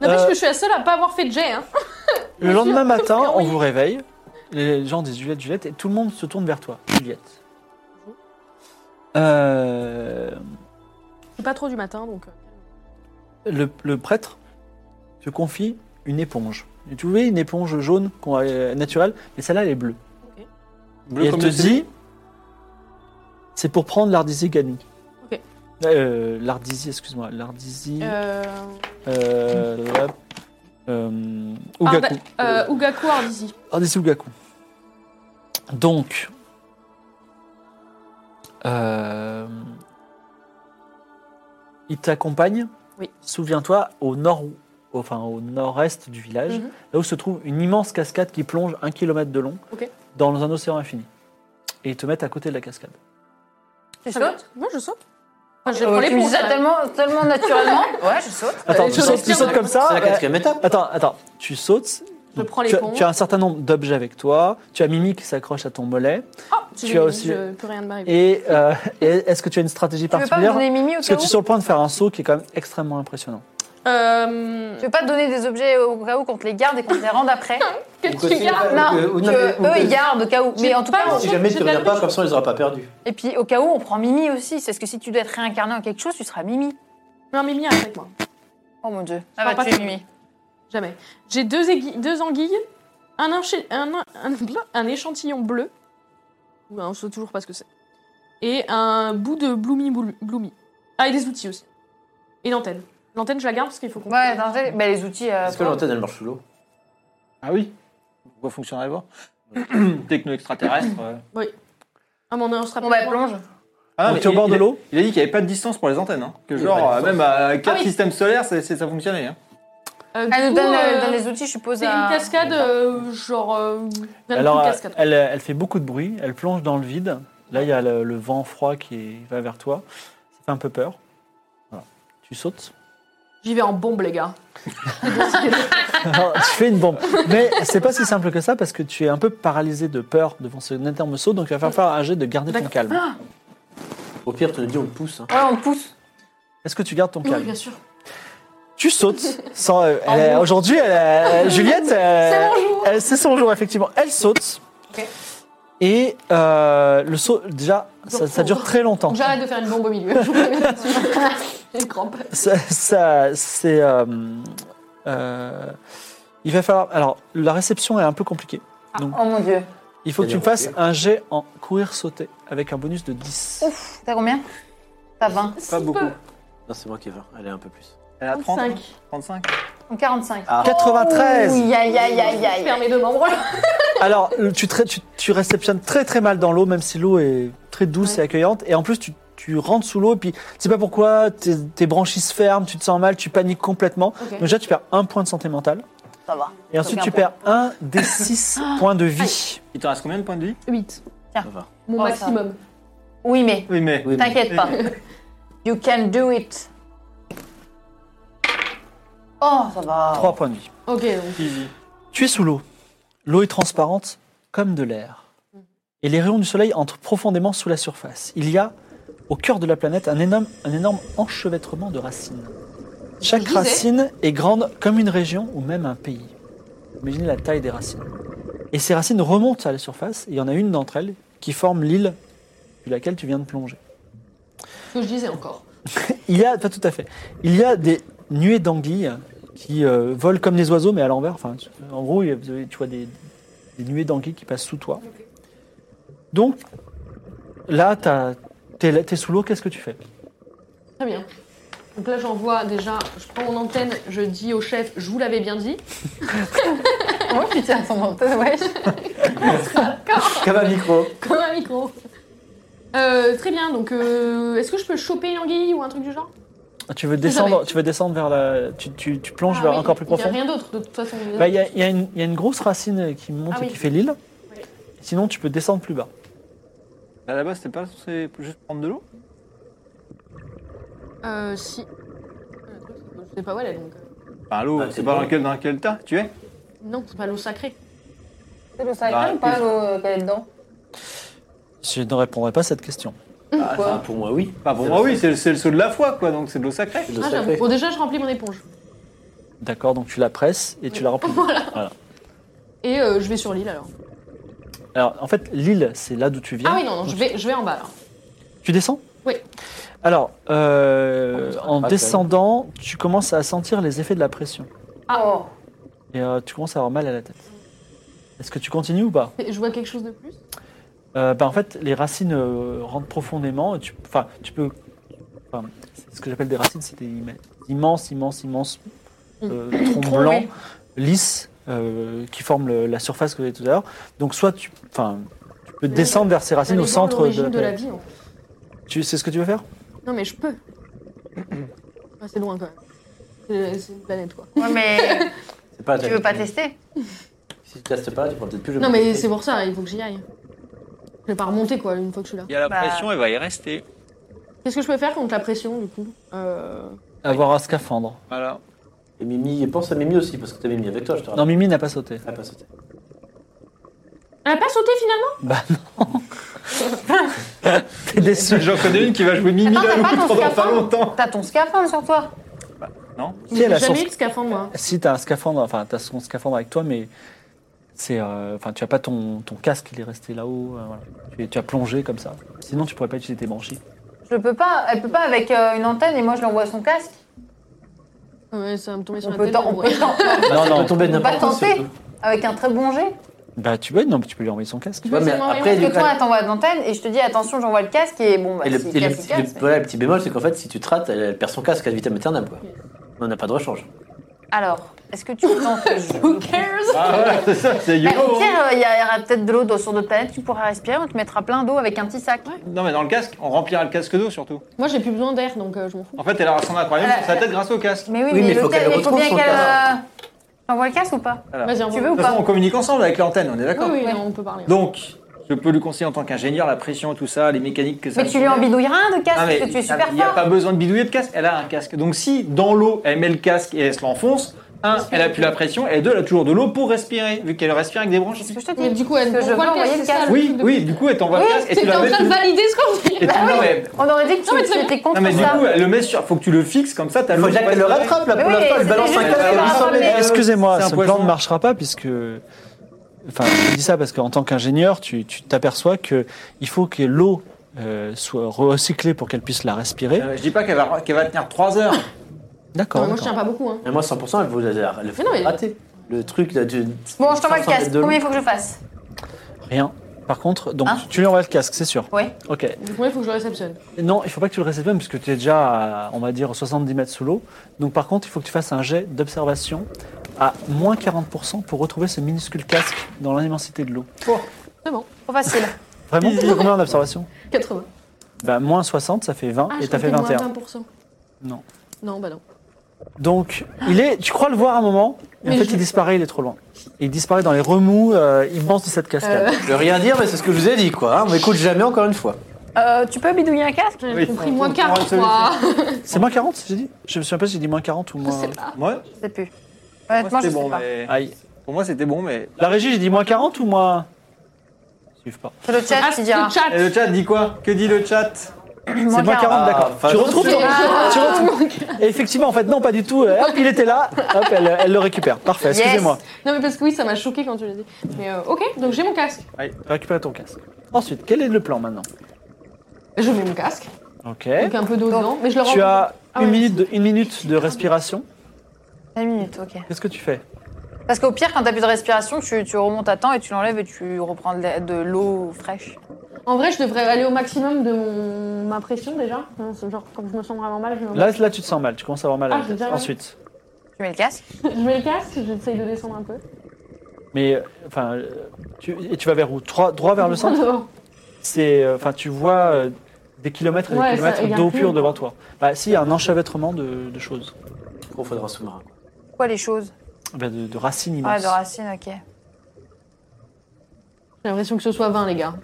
[SPEAKER 7] N'empêche
[SPEAKER 1] Euh,
[SPEAKER 7] que je suis la seule à pas avoir fait de jet, hein.
[SPEAKER 1] Le lendemain matin, on vous réveille. Les gens disent Juliette, Juliette, et tout le monde se tourne vers toi, Juliette. Euh,
[SPEAKER 7] Je suis pas trop du matin, donc. euh,
[SPEAKER 1] le, le prêtre te confie une éponge. Et tu vois une éponge jaune qu'on a- euh, naturelle, mais celle-là, elle est bleue.
[SPEAKER 3] Bleu
[SPEAKER 1] Et elle
[SPEAKER 3] comme
[SPEAKER 1] te
[SPEAKER 3] le ciel.
[SPEAKER 1] dit, c'est pour prendre l'ardisi Ganu.
[SPEAKER 7] Ok.
[SPEAKER 1] Euh, l'ardisi, excuse-moi, l'ardisi...
[SPEAKER 7] Euh,
[SPEAKER 1] Euh, la- euh,
[SPEAKER 7] Arda-
[SPEAKER 1] Ugaku.
[SPEAKER 7] euh, Ugaku Ardisi.
[SPEAKER 1] Ardisi Ugaku. Donc... euh, il t'accompagne.
[SPEAKER 7] Oui.
[SPEAKER 1] Souviens-toi, au nord, enfin au nord-est du village,
[SPEAKER 7] Mhm.
[SPEAKER 1] là où se trouve une immense cascade qui plonge un kilomètre de long
[SPEAKER 7] Ok.
[SPEAKER 1] dans un océan infini. Et ils te mettent à côté de la cascade.
[SPEAKER 2] Tu
[SPEAKER 7] Très bien.
[SPEAKER 2] sautes
[SPEAKER 7] Moi, je saute. Oh, Enfin, je
[SPEAKER 2] Euh,
[SPEAKER 7] prends les
[SPEAKER 2] Tu dis
[SPEAKER 7] ponts,
[SPEAKER 2] ça
[SPEAKER 7] là.
[SPEAKER 2] tellement, tellement naturellement. Ouais, je saute.
[SPEAKER 1] Attends,
[SPEAKER 7] Euh,
[SPEAKER 1] tu
[SPEAKER 7] je
[SPEAKER 1] sautes,
[SPEAKER 7] respire,
[SPEAKER 1] tu sautes
[SPEAKER 7] moi.
[SPEAKER 1] comme ça.
[SPEAKER 5] C'est la
[SPEAKER 1] euh,
[SPEAKER 5] quatrième étape.
[SPEAKER 1] Attends, attends, tu sautes.
[SPEAKER 7] Je prends les
[SPEAKER 1] tu, as-
[SPEAKER 7] ponts.
[SPEAKER 1] tu as un certain nombre d'objets avec toi. Tu as Mimi qui s'accroche à ton mollet.
[SPEAKER 7] Ah,
[SPEAKER 1] Tu
[SPEAKER 7] j'ai
[SPEAKER 1] as
[SPEAKER 7] mis,
[SPEAKER 1] aussi-
[SPEAKER 7] je- plus rien ne m'arrive.
[SPEAKER 1] Et, euh, et est-ce que tu as une stratégie
[SPEAKER 2] Tu veux pas me
[SPEAKER 1] particulière
[SPEAKER 2] donner Mimi au
[SPEAKER 1] Parce
[SPEAKER 2] cas
[SPEAKER 1] que
[SPEAKER 2] où
[SPEAKER 1] tu es sur le point de faire un saut qui est quand même extrêmement impressionnant.
[SPEAKER 7] Euh,
[SPEAKER 2] Tu veux pas donner des objets au cas où qu'on te les garde et qu'on te les rende après
[SPEAKER 7] que tu gardes.
[SPEAKER 2] Non,
[SPEAKER 5] euh,
[SPEAKER 2] que
[SPEAKER 5] non, mais-
[SPEAKER 2] eux ils gardent au cas où. Mais en tout
[SPEAKER 7] pas
[SPEAKER 2] cas, on-
[SPEAKER 7] mangé.
[SPEAKER 5] Si jamais
[SPEAKER 7] J'ai
[SPEAKER 5] tu
[SPEAKER 7] de la
[SPEAKER 5] reviens pas,
[SPEAKER 7] nourriture.
[SPEAKER 5] comme ça on les aura pas perdus.
[SPEAKER 2] et puis au cas où on prend Mimi aussi. C'est ce que si tu dois être réincarné en quelque chose, tu seras Mimi.
[SPEAKER 7] Non, mais viens avec moi.
[SPEAKER 2] Oh mon dieu.
[SPEAKER 7] Ah
[SPEAKER 2] Je
[SPEAKER 7] bah,
[SPEAKER 2] prends
[SPEAKER 7] tu-
[SPEAKER 2] pas Mimi.
[SPEAKER 7] Jamais. J'ai deux, aiguilles- deux anguilles, un, enchi- un, un- un échantillon bleu, ou un- on sait toujours pas ce que c'est, et un bout de bloomy Boul- bloomy. Ah, et des outils aussi. Et l'antenne. L'antenne, je la garde parce qu'il faut qu'on.
[SPEAKER 2] Ouais, attends, j'ai- bah, les outils. euh,
[SPEAKER 5] Est-ce que l'antenne elle marche sous l'eau
[SPEAKER 3] Ah oui Pourquoi fonctionnerait pas Techno extraterrestre. euh.
[SPEAKER 7] Ah, mais on, on se rappelle.
[SPEAKER 2] Bon bah
[SPEAKER 7] pas.
[SPEAKER 2] plonge.
[SPEAKER 3] Ah,
[SPEAKER 1] Donc
[SPEAKER 3] mais
[SPEAKER 1] tu es au
[SPEAKER 3] il-
[SPEAKER 1] bord de
[SPEAKER 3] il-
[SPEAKER 1] l'eau.
[SPEAKER 3] Il a dit qu'il n'y avait pas de distance pour les antennes. hein. Que
[SPEAKER 5] Il y a pas
[SPEAKER 3] genre,
[SPEAKER 5] de
[SPEAKER 3] euh,
[SPEAKER 5] distance.
[SPEAKER 3] même à 4
[SPEAKER 7] Ah oui.
[SPEAKER 3] systèmes solaires, c'est- c'est- ça fonctionnait. hein.
[SPEAKER 7] Euh, du
[SPEAKER 2] Elle nous
[SPEAKER 7] coup,
[SPEAKER 2] donne,
[SPEAKER 7] euh,
[SPEAKER 2] euh, donne les outils, je suppose.
[SPEAKER 7] C'est une
[SPEAKER 2] à-
[SPEAKER 7] cascade, euh, genre. euh, vingt-quatre
[SPEAKER 1] Alors, euh,
[SPEAKER 7] cascades.
[SPEAKER 1] elle, elle fait beaucoup de bruit. Elle plonge dans le vide. Là, il y a le, le vent froid qui est- va vers toi. Ça fait un peu peur. Voilà. Tu sautes.
[SPEAKER 7] J'y vais en bombe, les gars.
[SPEAKER 1] Alors, tu fais une bombe. Mais c'est pas si simple que ça parce que tu es un peu paralysé de peur devant ce énorme saut, donc il va falloir faire un jet de garder ton calme.
[SPEAKER 5] Au pire, tu nous dis on le pousse. hein.
[SPEAKER 2] Ouais, on pousse.
[SPEAKER 1] Est-ce que tu gardes ton
[SPEAKER 7] Oui,
[SPEAKER 1] calme
[SPEAKER 7] bien sûr.
[SPEAKER 1] Tu sautes. Sans, euh,
[SPEAKER 7] En
[SPEAKER 1] elle-
[SPEAKER 7] haut.
[SPEAKER 1] Aujourd'hui, elle, euh, Juliette, euh,
[SPEAKER 7] C'est mon jour.
[SPEAKER 1] elle- c'est son jour effectivement. Elle saute.
[SPEAKER 7] Ok.
[SPEAKER 1] Et euh, le saut, déjà, ça, ça dure très longtemps.
[SPEAKER 7] Donc, j'arrête de faire une bombe au milieu. Je vous préviens là-dessus. Et crampe.
[SPEAKER 1] ça, ça- c'est. euh, euh, il va falloir. Alors, la réception est un peu compliquée. Donc,
[SPEAKER 2] Oh mon dieu.
[SPEAKER 1] il faut que tu me
[SPEAKER 5] C'est-à-dire
[SPEAKER 1] fasses un jet en courir-sauter avec un bonus de 10.
[SPEAKER 2] T'as combien T'as 20.
[SPEAKER 3] Pas
[SPEAKER 7] Si
[SPEAKER 3] beaucoup.
[SPEAKER 7] peu.
[SPEAKER 5] Non, c'est moi qui ai 20. Allez, un peu plus.
[SPEAKER 3] Elle a 30,
[SPEAKER 7] 35.
[SPEAKER 3] 35.
[SPEAKER 2] En 45.
[SPEAKER 5] Ah,
[SPEAKER 1] 93
[SPEAKER 2] Ouh, aïe, aïe, aïe,
[SPEAKER 7] Je
[SPEAKER 2] aïe.
[SPEAKER 7] perds mes deux membres.
[SPEAKER 1] Alors, le- tu, tra- tu, tu réceptionnes très très mal dans l'eau, même si l'eau est très douce et accueillante. Et en plus, tu, tu rentres sous l'eau, et puis tu sais pas pourquoi, tes, tes branchies se ferment, tu te sens mal, tu paniques complètement.
[SPEAKER 7] Ok.
[SPEAKER 1] Donc déjà, tu perds un point de santé mentale.
[SPEAKER 2] Ça va.
[SPEAKER 1] Et ensuite,
[SPEAKER 2] un
[SPEAKER 1] tu perds un des six points de vie.
[SPEAKER 3] Il te reste combien de points de vie
[SPEAKER 7] 8.
[SPEAKER 5] ça va.
[SPEAKER 7] Mon
[SPEAKER 2] Oh,
[SPEAKER 7] maximum.
[SPEAKER 2] Oui, mais
[SPEAKER 3] Oui, mais.
[SPEAKER 5] Oui, mais-
[SPEAKER 2] t'inquiète pas. You can do it. Oh, ça va.
[SPEAKER 1] Trois points de vie.
[SPEAKER 7] Ok, donc.
[SPEAKER 3] Easy.
[SPEAKER 1] Tu es sous l'eau. L'eau est transparente comme de l'air. Et les rayons du soleil entrent profondément sous la surface. Il y a, au cœur de la planète, un énorme, un énorme enchevêtrement de racines. Chaque
[SPEAKER 7] disais.
[SPEAKER 1] racine est grande comme une région ou même un pays. Imaginez la taille des racines. Et ces racines remontent à la surface, et il y en a une d'entre elles qui forme l'île sur laquelle tu viens de plonger.
[SPEAKER 7] ce que je disais encore.
[SPEAKER 1] Il y a, pas tout à fait. Il y a des nuées d'anguilles qui euh, volent comme des oiseaux, mais à l'envers. Enfin, tu- en gros, il y a- vous avez- tu vois des, des nuées d'anguilles qui passent sous toi. Donc, là, t'as- t'es es sous l'eau, qu'est-ce que tu fais
[SPEAKER 7] Très bien. Donc là, j'envoie déjà, je prends mon antenne, je dis au chef, je vous l'avais bien dit.
[SPEAKER 2] Oh putain, son antenne, ouais.
[SPEAKER 5] Comme un micro.
[SPEAKER 7] Comme un micro. Euh, très bien, donc euh, est-ce que je peux choper une anguille ou un truc du genre
[SPEAKER 1] Tu veux
[SPEAKER 7] jamais.
[SPEAKER 1] descendre, tu veux descendre vers la, tu, tu- tu plonges vers
[SPEAKER 7] Ah oui,
[SPEAKER 1] encore plus
[SPEAKER 7] il y a
[SPEAKER 1] profond.
[SPEAKER 7] rien d'autre, de toute façon.
[SPEAKER 1] Bah, Il y, a- il y a une- il y a une grosse racine qui monte
[SPEAKER 7] Ah
[SPEAKER 1] et
[SPEAKER 7] oui.
[SPEAKER 1] qui fait l'île. Sinon, tu peux descendre plus bas.
[SPEAKER 3] Là, là-bas, c'était pas censé juste prendre de l'eau
[SPEAKER 7] Euh, si. Euh, le truc, c'est que Je sais pas où elle est donc. euh,
[SPEAKER 3] Enfin, l'eau,
[SPEAKER 5] Ah,
[SPEAKER 3] c'est
[SPEAKER 5] c'est
[SPEAKER 3] pas
[SPEAKER 5] bon.
[SPEAKER 3] dans quel, dans quel tas tu es
[SPEAKER 7] Non, c'est pas l'eau sacrée.
[SPEAKER 2] C'est le
[SPEAKER 3] Bah,
[SPEAKER 2] sacré ou pas
[SPEAKER 3] plus-
[SPEAKER 2] l'eau euh, qu'elle est dedans
[SPEAKER 1] Je ne répondrai pas à cette question.
[SPEAKER 5] Ah,
[SPEAKER 2] Quoi
[SPEAKER 5] enfin, pour moi, oui.
[SPEAKER 3] Bah, pour moi, oui, c'est c'est le saut de la foi, quoi, donc c'est de l'eau sacrée.
[SPEAKER 5] C'est de
[SPEAKER 7] Ah, j'avoue.
[SPEAKER 5] sacré.
[SPEAKER 7] Bon, déjà, je remplis mon éponge.
[SPEAKER 1] D'accord, donc tu la presses et tu la remplis.
[SPEAKER 7] Et euh, je vais sur l'île alors.
[SPEAKER 1] Alors, en fait, l'île, c'est là d'où tu viens.
[SPEAKER 7] Ah oui, non, non, je vais, je vais en bas alors.
[SPEAKER 1] Tu descends
[SPEAKER 7] Oui.
[SPEAKER 1] Alors, euh, en
[SPEAKER 5] pas
[SPEAKER 1] descendant, tu commences à sentir les effets de la pression.
[SPEAKER 7] Ah.
[SPEAKER 2] Oh.
[SPEAKER 1] Et euh, tu commences à avoir mal à la tête. Est-ce que tu continues ou pas
[SPEAKER 7] Je vois quelque chose de plus
[SPEAKER 1] Euh, bah, En fait, les racines euh, rentrent profondément. et tu, enfin, tu peux. enfin, c'est ce que j'appelle des racines, c'est des imme- immenses, immenses, immenses
[SPEAKER 7] Mm.
[SPEAKER 1] euh, troncs
[SPEAKER 2] Troncs,
[SPEAKER 1] blancs,
[SPEAKER 2] oui.
[SPEAKER 1] lisses, euh, qui forment le- la surface que vous avez tout à l'heure. Donc, soit tu, enfin, tu peux
[SPEAKER 7] Mais
[SPEAKER 1] descendre vers ces racines Ah,
[SPEAKER 7] Allez
[SPEAKER 1] au
[SPEAKER 7] voir
[SPEAKER 1] centre
[SPEAKER 7] l'origine
[SPEAKER 1] de,
[SPEAKER 7] de la vie. en fait.
[SPEAKER 1] Tu, c'est ce que tu veux faire
[SPEAKER 7] Non, mais je peux. Ah, c'est loin quand même. C'est- C'est une planète quoi.
[SPEAKER 2] Ouais, mais
[SPEAKER 5] C'est pas
[SPEAKER 2] tu veux pas tester
[SPEAKER 5] Si tu testes pas, tu pourras peut-être plus le
[SPEAKER 7] Non, mais c'est pour ça, il faut que j'y aille. Je vais pas remonter quoi une fois que je suis là.
[SPEAKER 3] Il y a la
[SPEAKER 2] Bah.
[SPEAKER 3] pression, elle va y rester.
[SPEAKER 7] Qu'est-ce que je peux faire contre la pression du coup Euh,
[SPEAKER 1] Avoir un scaphandre.
[SPEAKER 3] Voilà.
[SPEAKER 5] Et Mimi, et pense à Mimi aussi, parce que t'as Mimi avec toi, je te
[SPEAKER 1] Non,
[SPEAKER 5] rappelle.
[SPEAKER 1] Mimi n'a pas sauté.
[SPEAKER 5] Ah, pas sauté.
[SPEAKER 7] Elle a pas sauté finalement
[SPEAKER 1] Bah non T'es déçu.
[SPEAKER 3] J'en connais une qui va jouer Mimi
[SPEAKER 2] Attends,
[SPEAKER 3] la
[SPEAKER 2] t'as pas
[SPEAKER 3] loupe
[SPEAKER 2] ton scaphandre
[SPEAKER 3] pendant pas longtemps.
[SPEAKER 2] T'as ton scaphandre sur toi
[SPEAKER 1] Si, elle a
[SPEAKER 7] J'ai jamais
[SPEAKER 1] son-
[SPEAKER 7] eu de scaphandre moi.
[SPEAKER 1] Si t'as un scaphandre, enfin t'as son scaphandre avec toi, mais c'est, euh, enfin tu as pas ton, ton casque, il est resté là-haut. euh, voilà. tu, es- tu as plongé comme ça. Sinon tu pourrais pas utiliser tes branchies.
[SPEAKER 2] Je peux pas, elle peut pas avec euh, une antenne et moi je l'envoie son casque.
[SPEAKER 7] Ah Ouais, ça va me tomber sur
[SPEAKER 2] On
[SPEAKER 7] la
[SPEAKER 2] peut,
[SPEAKER 7] tête.
[SPEAKER 2] tenter, on
[SPEAKER 7] ouais.
[SPEAKER 2] peut tenter.
[SPEAKER 1] non
[SPEAKER 5] Ça
[SPEAKER 1] non.
[SPEAKER 5] peut tomber
[SPEAKER 2] On peut pas
[SPEAKER 5] n'importe où.
[SPEAKER 2] tenter
[SPEAKER 5] surtout.
[SPEAKER 2] avec un très bon jet.
[SPEAKER 1] Bah tu peux, non, mais tu peux lui envoyer son casque.
[SPEAKER 7] Tu veux
[SPEAKER 5] Ouais, mais
[SPEAKER 7] seulement
[SPEAKER 5] après,
[SPEAKER 7] envoyer-
[SPEAKER 2] Parce que toi, elle t'envoie l'antenne et je te dis attention, j'envoie le casque et bon, bah,
[SPEAKER 5] Et le,
[SPEAKER 2] si
[SPEAKER 5] et le
[SPEAKER 2] casse,
[SPEAKER 5] petit-
[SPEAKER 2] il casse,
[SPEAKER 5] le-
[SPEAKER 2] mais-
[SPEAKER 5] voilà, le petit bémol, c'est qu'en fait, si tu te rates, elle, elle perd son casque à vitam aeternam, quoi. On n'a pas de rechange.
[SPEAKER 2] Alors, est-ce que tu tentes le jeu
[SPEAKER 7] Who cares
[SPEAKER 3] Ah voilà, c'est ça, c'est
[SPEAKER 2] Bah,
[SPEAKER 3] YOLO.
[SPEAKER 2] Au
[SPEAKER 3] hein.
[SPEAKER 2] pire, il y a- y aura peut-être de l'eau dans- sur d'autres planètes, tu pourras respirer, on te mettra plein d'eau avec un petit sac.
[SPEAKER 3] Non mais dans le casque, on remplira le casque d'eau surtout.
[SPEAKER 7] Moi j'ai plus besoin d'air donc euh, je m'en fous.
[SPEAKER 3] En fait, elle aura son aquarium
[SPEAKER 2] Euh,
[SPEAKER 3] sur sa tête grâce au casque.
[SPEAKER 2] Mais oui,
[SPEAKER 5] Oui, mais
[SPEAKER 2] le
[SPEAKER 5] faut
[SPEAKER 2] tel-
[SPEAKER 5] qu'elle
[SPEAKER 2] mais faut
[SPEAKER 5] retrouve
[SPEAKER 2] bien
[SPEAKER 5] son
[SPEAKER 2] qu'elle.
[SPEAKER 5] cadavre.
[SPEAKER 2] euh, T'envoies le casque ou pas
[SPEAKER 3] Bah,
[SPEAKER 5] Alors,
[SPEAKER 7] Vas-y, envoie.
[SPEAKER 2] veux ou
[SPEAKER 3] De toute façon, on communique ensemble avec l'antenne, on est
[SPEAKER 7] Oui,
[SPEAKER 3] d'accord
[SPEAKER 7] oui, non, on peut parler. hein.
[SPEAKER 3] Donc, je peux lui conseiller en tant qu'ingénieur la pression, tout ça, les mécaniques que ça.
[SPEAKER 2] Mais tu lui en bidouilleras un de casque
[SPEAKER 3] Non, mais
[SPEAKER 2] parce que tu es super
[SPEAKER 3] Il n'y a
[SPEAKER 2] fort.
[SPEAKER 3] pas besoin de bidouiller de casque, elle a un casque. Donc si dans l'eau, elle met le casque et elle se l'enfonce, un, elle appuie la pression, et deux, elle a toujours de l'eau pour respirer, vu qu'elle respire avec des branches.
[SPEAKER 2] C'est ce que je te
[SPEAKER 7] Mais
[SPEAKER 2] dis.
[SPEAKER 7] du coup, elle
[SPEAKER 2] Parce que je veux
[SPEAKER 7] envoie
[SPEAKER 2] envoyer
[SPEAKER 7] le
[SPEAKER 2] le
[SPEAKER 7] casque. c'est
[SPEAKER 2] casque.
[SPEAKER 7] ça, le
[SPEAKER 3] Oui,
[SPEAKER 7] truc de-
[SPEAKER 3] oui, du coup, elle t'envoie
[SPEAKER 2] Oui,
[SPEAKER 3] le casque et tu
[SPEAKER 7] T'étais
[SPEAKER 3] la
[SPEAKER 7] en
[SPEAKER 3] mets...
[SPEAKER 7] train de valider ce qu'on
[SPEAKER 3] et tu-
[SPEAKER 7] fait.
[SPEAKER 3] non, mais,
[SPEAKER 2] On aurait dit que
[SPEAKER 7] Non, mais
[SPEAKER 2] tu- tu
[SPEAKER 7] c'est-
[SPEAKER 2] étais contre
[SPEAKER 3] non, mais du
[SPEAKER 2] Ah ça.
[SPEAKER 3] coup, elle le met sur... Faut que tu le fixes, comme ça, t'as l'eau
[SPEAKER 5] Faut déjà
[SPEAKER 3] pour
[SPEAKER 5] qu'elle le
[SPEAKER 3] respirer.
[SPEAKER 5] rattrape, là, pour
[SPEAKER 2] Mais oui,
[SPEAKER 5] l'instant, elle
[SPEAKER 2] c'est
[SPEAKER 5] balance
[SPEAKER 2] juste
[SPEAKER 5] un
[SPEAKER 2] que
[SPEAKER 5] casque
[SPEAKER 2] ça va
[SPEAKER 5] à 800
[SPEAKER 2] ramener-
[SPEAKER 5] mètres.
[SPEAKER 1] Excusez-moi,
[SPEAKER 3] c'est un
[SPEAKER 1] ce
[SPEAKER 3] poison.
[SPEAKER 1] plan ne marchera pas puisque. Enfin, je dis ça parce qu'en tant qu'ingénieur, tu tu t'aperçois que il faut que l'eau euh, soit recyclée pour qu'elle puisse la respirer.
[SPEAKER 3] Euh, Je dis pas qu'elle va, qu'elle va tenir 3 heures.
[SPEAKER 7] Non,
[SPEAKER 1] D'accord.
[SPEAKER 7] mais moi je
[SPEAKER 1] d'accord.
[SPEAKER 7] tiens pas beaucoup. Hein.
[SPEAKER 5] Mais moi, 100%, elle vous elle elle
[SPEAKER 7] Mais non, mais-
[SPEAKER 5] le raté. Le truc, là, du.
[SPEAKER 2] Bon, je t'envoie le
[SPEAKER 5] 500 mètres
[SPEAKER 2] casque.
[SPEAKER 5] de l'eau.
[SPEAKER 2] Combien il faut que je fasse
[SPEAKER 1] Rien. Par contre, donc
[SPEAKER 2] Hein
[SPEAKER 1] tu lui envoies le casque, c'est sûr.
[SPEAKER 2] Oui.
[SPEAKER 1] Ok.
[SPEAKER 7] Du coup, il faut que je le réceptionne.
[SPEAKER 1] Non, il faut pas que tu le réceptionnes puisque tu es déjà à, on va dire, 70 mètres sous l'eau. Donc par contre, il faut que tu fasses un jet d'observation à moins 40% pour retrouver ce minuscule casque dans l'immensité de l'eau.
[SPEAKER 2] Trop facile.
[SPEAKER 1] Vraiment Tu fais combien en observation
[SPEAKER 7] 80.
[SPEAKER 1] Bah moins 60, ça fait 20
[SPEAKER 7] Ah,
[SPEAKER 1] et
[SPEAKER 7] je
[SPEAKER 1] t'as fait
[SPEAKER 7] comptais
[SPEAKER 1] 21.
[SPEAKER 7] moins 20%.
[SPEAKER 1] Non.
[SPEAKER 7] Non, bah non.
[SPEAKER 1] Donc il est, tu crois le voir un moment, et en
[SPEAKER 7] Mais
[SPEAKER 1] fait
[SPEAKER 7] je-
[SPEAKER 1] il disparaît, il est trop loin. Il disparaît dans les remous euh, immenses de cette cascade.
[SPEAKER 7] Euh.
[SPEAKER 5] Je veux rien dire, mais c'est ce que je vous ai dit, quoi. hein. On m'écoute jamais, encore une fois.
[SPEAKER 2] Euh, Tu peux bidouiller un casque
[SPEAKER 7] J'avais
[SPEAKER 3] Oui,
[SPEAKER 7] compris
[SPEAKER 3] on-
[SPEAKER 7] moins
[SPEAKER 3] on-
[SPEAKER 7] 40,
[SPEAKER 3] on- on-
[SPEAKER 7] quoi.
[SPEAKER 1] C'est moins 40, j'ai dit Je me souviens pas si j'ai dit moins 40 ou moins.
[SPEAKER 7] C'est pas-
[SPEAKER 3] Moi,
[SPEAKER 2] Je sais plus.
[SPEAKER 3] moi,
[SPEAKER 2] Honnêtement, je
[SPEAKER 3] c'était
[SPEAKER 2] sais
[SPEAKER 3] bon,
[SPEAKER 2] pas.
[SPEAKER 3] mais...
[SPEAKER 1] Aïe.
[SPEAKER 3] Pour moi, c'était bon, mais...
[SPEAKER 1] La régie, j'ai dit moins 40 ou moins. Ils suivent pas.
[SPEAKER 2] C'est le chat
[SPEAKER 7] Ah,
[SPEAKER 2] qui dira.
[SPEAKER 7] le chat.
[SPEAKER 3] Et Eh, le chat dit quoi Que dit le chat
[SPEAKER 1] C'est moins 40,
[SPEAKER 5] Ah,
[SPEAKER 1] d'accord.
[SPEAKER 5] enfin,
[SPEAKER 1] tu retrouves ton...
[SPEAKER 7] Ah.
[SPEAKER 1] tu retrouves- Et effectivement, en fait, non, pas du tout. Euh, Hop, il était là. Hop, elle, elle le récupère. Parfait,
[SPEAKER 2] Yes.
[SPEAKER 1] excusez-moi.
[SPEAKER 7] Non, mais parce que oui, ça m'a choqué quand tu l'as dit. Mais euh, ok, donc j'ai mon casque.
[SPEAKER 1] Récupère ton casque. Ensuite, quel est le plan maintenant
[SPEAKER 7] Je mets mon casque,
[SPEAKER 1] Ok.
[SPEAKER 7] donc un peu d'eau dedans, mais je le
[SPEAKER 1] Eh? Tu
[SPEAKER 7] rends-
[SPEAKER 1] as
[SPEAKER 7] Ah
[SPEAKER 1] une
[SPEAKER 7] ouais.
[SPEAKER 1] minute, de, une minute de respiration.
[SPEAKER 2] 5 minutes, ok.
[SPEAKER 1] Qu'est-ce que tu fais
[SPEAKER 2] Parce qu'au pire, quand t'as plus de respiration, tu, tu remontes à temps et tu l'enlèves et tu reprends de, la- de l'eau fraîche.
[SPEAKER 7] En vrai, je devrais aller au maximum de mon... ma pression déjà. Hein, c'est Genre, quand je me sens vraiment mal, je, me-
[SPEAKER 1] là, là, tu te sens mal. Tu commences à avoir mal à la
[SPEAKER 7] Ah,
[SPEAKER 1] tête.
[SPEAKER 7] j'ai bien-
[SPEAKER 1] Ensuite.
[SPEAKER 2] Tu mets le casque
[SPEAKER 7] je mets le casque, j'essaye de descendre un peu.
[SPEAKER 1] Mais, euh, enfin, euh, tu, et tu vas vers où Trois- Droit vers le centre C'est, euh, enfin, tu vois euh, des kilomètres et des
[SPEAKER 7] Ouais, ça,
[SPEAKER 1] kilomètres
[SPEAKER 7] il y a
[SPEAKER 1] d'eau
[SPEAKER 7] plus.
[SPEAKER 1] pure devant toi. Bah, si, il y a un enchevêtrement de, de choses,
[SPEAKER 5] Gros, faudra un sous-marin. quoi.
[SPEAKER 2] Quoi, les choses
[SPEAKER 1] Bah, de, de racines
[SPEAKER 2] Ouais,
[SPEAKER 1] immenses.
[SPEAKER 2] de racines, ok.
[SPEAKER 7] J'ai l'impression que ce soit 20, les gars.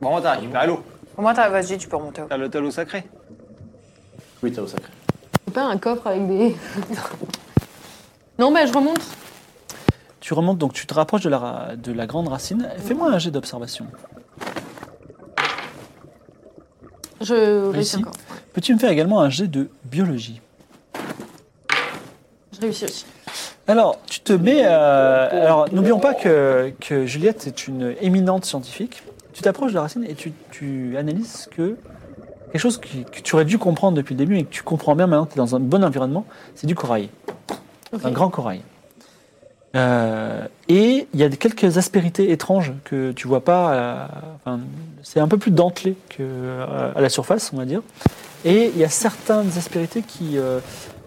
[SPEAKER 3] Bon, t'as récupéré l'eau.
[SPEAKER 2] Au moins, t'as vas-y, tu peux remonter. au-
[SPEAKER 3] T'as le- t'as l'eau sacrée.
[SPEAKER 5] Oui, t'as au sacré.
[SPEAKER 7] C'est pas un coffre avec des. non, bah je remonte.
[SPEAKER 1] Tu remontes donc, tu te rapproches de la, ra- de la grande racine. Fais-moi un jet d'observation.
[SPEAKER 7] Je
[SPEAKER 1] Réussi.
[SPEAKER 7] réussis encore.
[SPEAKER 1] Peux-tu me faire également un jet de biologie
[SPEAKER 7] Je réussis aussi.
[SPEAKER 1] Alors, tu te mets. euh, alors, n'oublions pas que, que Juliette est une éminente scientifique. Tu t'approches de la racine et tu, tu analyses que Quelque chose qui- que tu aurais dû comprendre depuis le début et que tu comprends bien maintenant que tu es dans un bon environnement, c'est du corail. Un grand corail. Euh, et il y a quelques aspérités étranges que tu vois pas. euh, enfin, c'est un peu plus dentelé que euh, à la surface, on va dire. Et il y a certaines aspérités qui euh,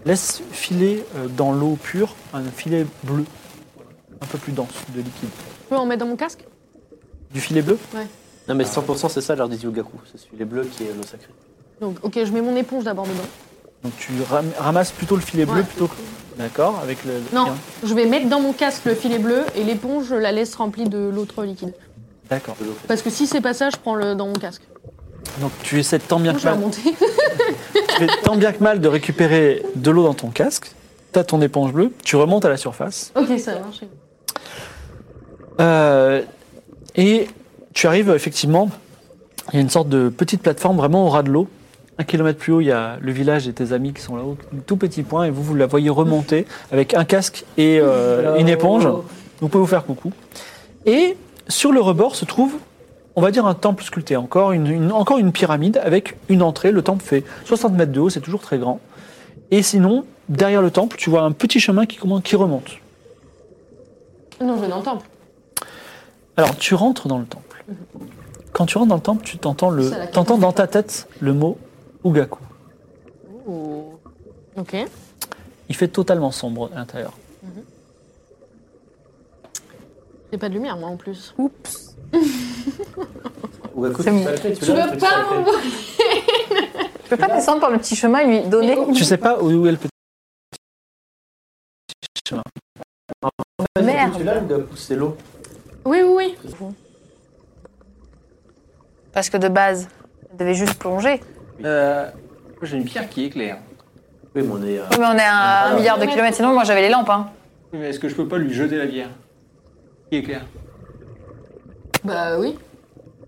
[SPEAKER 1] laissent filer euh, dans l'eau pure un filet bleu, un peu plus dense de liquide.
[SPEAKER 7] Je peux en mettre dans mon casque
[SPEAKER 1] Du filet bleu
[SPEAKER 5] Non, mais 100% c'est ça l'art des Yugaku. C'est celui les bleus qui est le sacré.
[SPEAKER 7] Donc, ok, je mets mon éponge d'abord dedans.
[SPEAKER 1] Donc tu ram- ramasses plutôt le filet bleu
[SPEAKER 7] Ouais.
[SPEAKER 1] plutôt que. D'accord, avec le. le-
[SPEAKER 7] Non. Je vais mettre dans mon casque le filet bleu et l'éponge, je la laisse remplie de l'autre liquide.
[SPEAKER 1] D'accord.
[SPEAKER 7] Parce que si c'est pas ça, je prends le dans mon casque.
[SPEAKER 1] Donc tu essaies tant bien,
[SPEAKER 7] Donc,
[SPEAKER 1] que
[SPEAKER 7] je vais
[SPEAKER 1] mal,
[SPEAKER 7] remonter.
[SPEAKER 1] tu fais tant bien que mal de récupérer de l'eau dans ton casque. T'as ton éponge bleue, tu remontes à la surface.
[SPEAKER 7] ok, ça marche.
[SPEAKER 1] Euh, et tu arrives effectivement, il y a une sorte de petite plateforme vraiment au ras de l'eau. Un kilomètre plus haut, il y a le village et tes amis qui sont là-haut, un tout petit point, et vous, vous la voyez remonter avec un casque et euh, une éponge. Vous pouvez vous faire coucou. Et sur le rebord se trouve, on va dire, un temple sculpté, encore une, une- encore une pyramide avec une entrée. Le temple fait 60 mètres de haut, c'est toujours très grand. Et sinon, derrière le temple, tu vois un petit chemin qui, commence- qui remonte.
[SPEAKER 7] Non, je vais dans le temple.
[SPEAKER 1] Alors, tu rentres dans le temple. Quand tu rentres dans le temple, tu t'entends le,
[SPEAKER 7] Ça, la carte
[SPEAKER 1] t'entends dans ta tête le mot Ugaku.
[SPEAKER 7] Oh. Ok.
[SPEAKER 1] Il fait totalement sombre à l'intérieur.
[SPEAKER 7] J'ai pas de lumière, moi, en plus.
[SPEAKER 2] Oups.
[SPEAKER 5] Ugaku,
[SPEAKER 2] C'est bon.
[SPEAKER 7] Tu veux pas m'envoyer
[SPEAKER 2] Je peux pas descendre par le petit chemin et lui donner.
[SPEAKER 1] Tu sais pas où où est le petit chemin.
[SPEAKER 2] Merde.
[SPEAKER 5] Celui-là, Ugaku, c'est l'eau.
[SPEAKER 7] Oui, oui, oui.
[SPEAKER 2] Parce que de base, elle devait juste plonger.
[SPEAKER 3] Euh, moi, J'ai une pierre qui éclaire.
[SPEAKER 5] Oui, mais on est. euh,
[SPEAKER 2] Oui, mais on est à un milliard de kilomètres, sinon moi j'avais les lampes. Hein.
[SPEAKER 3] Oui, Mais est-ce que je peux pas lui jeter la pierre Qui éclaire
[SPEAKER 7] Bah oui.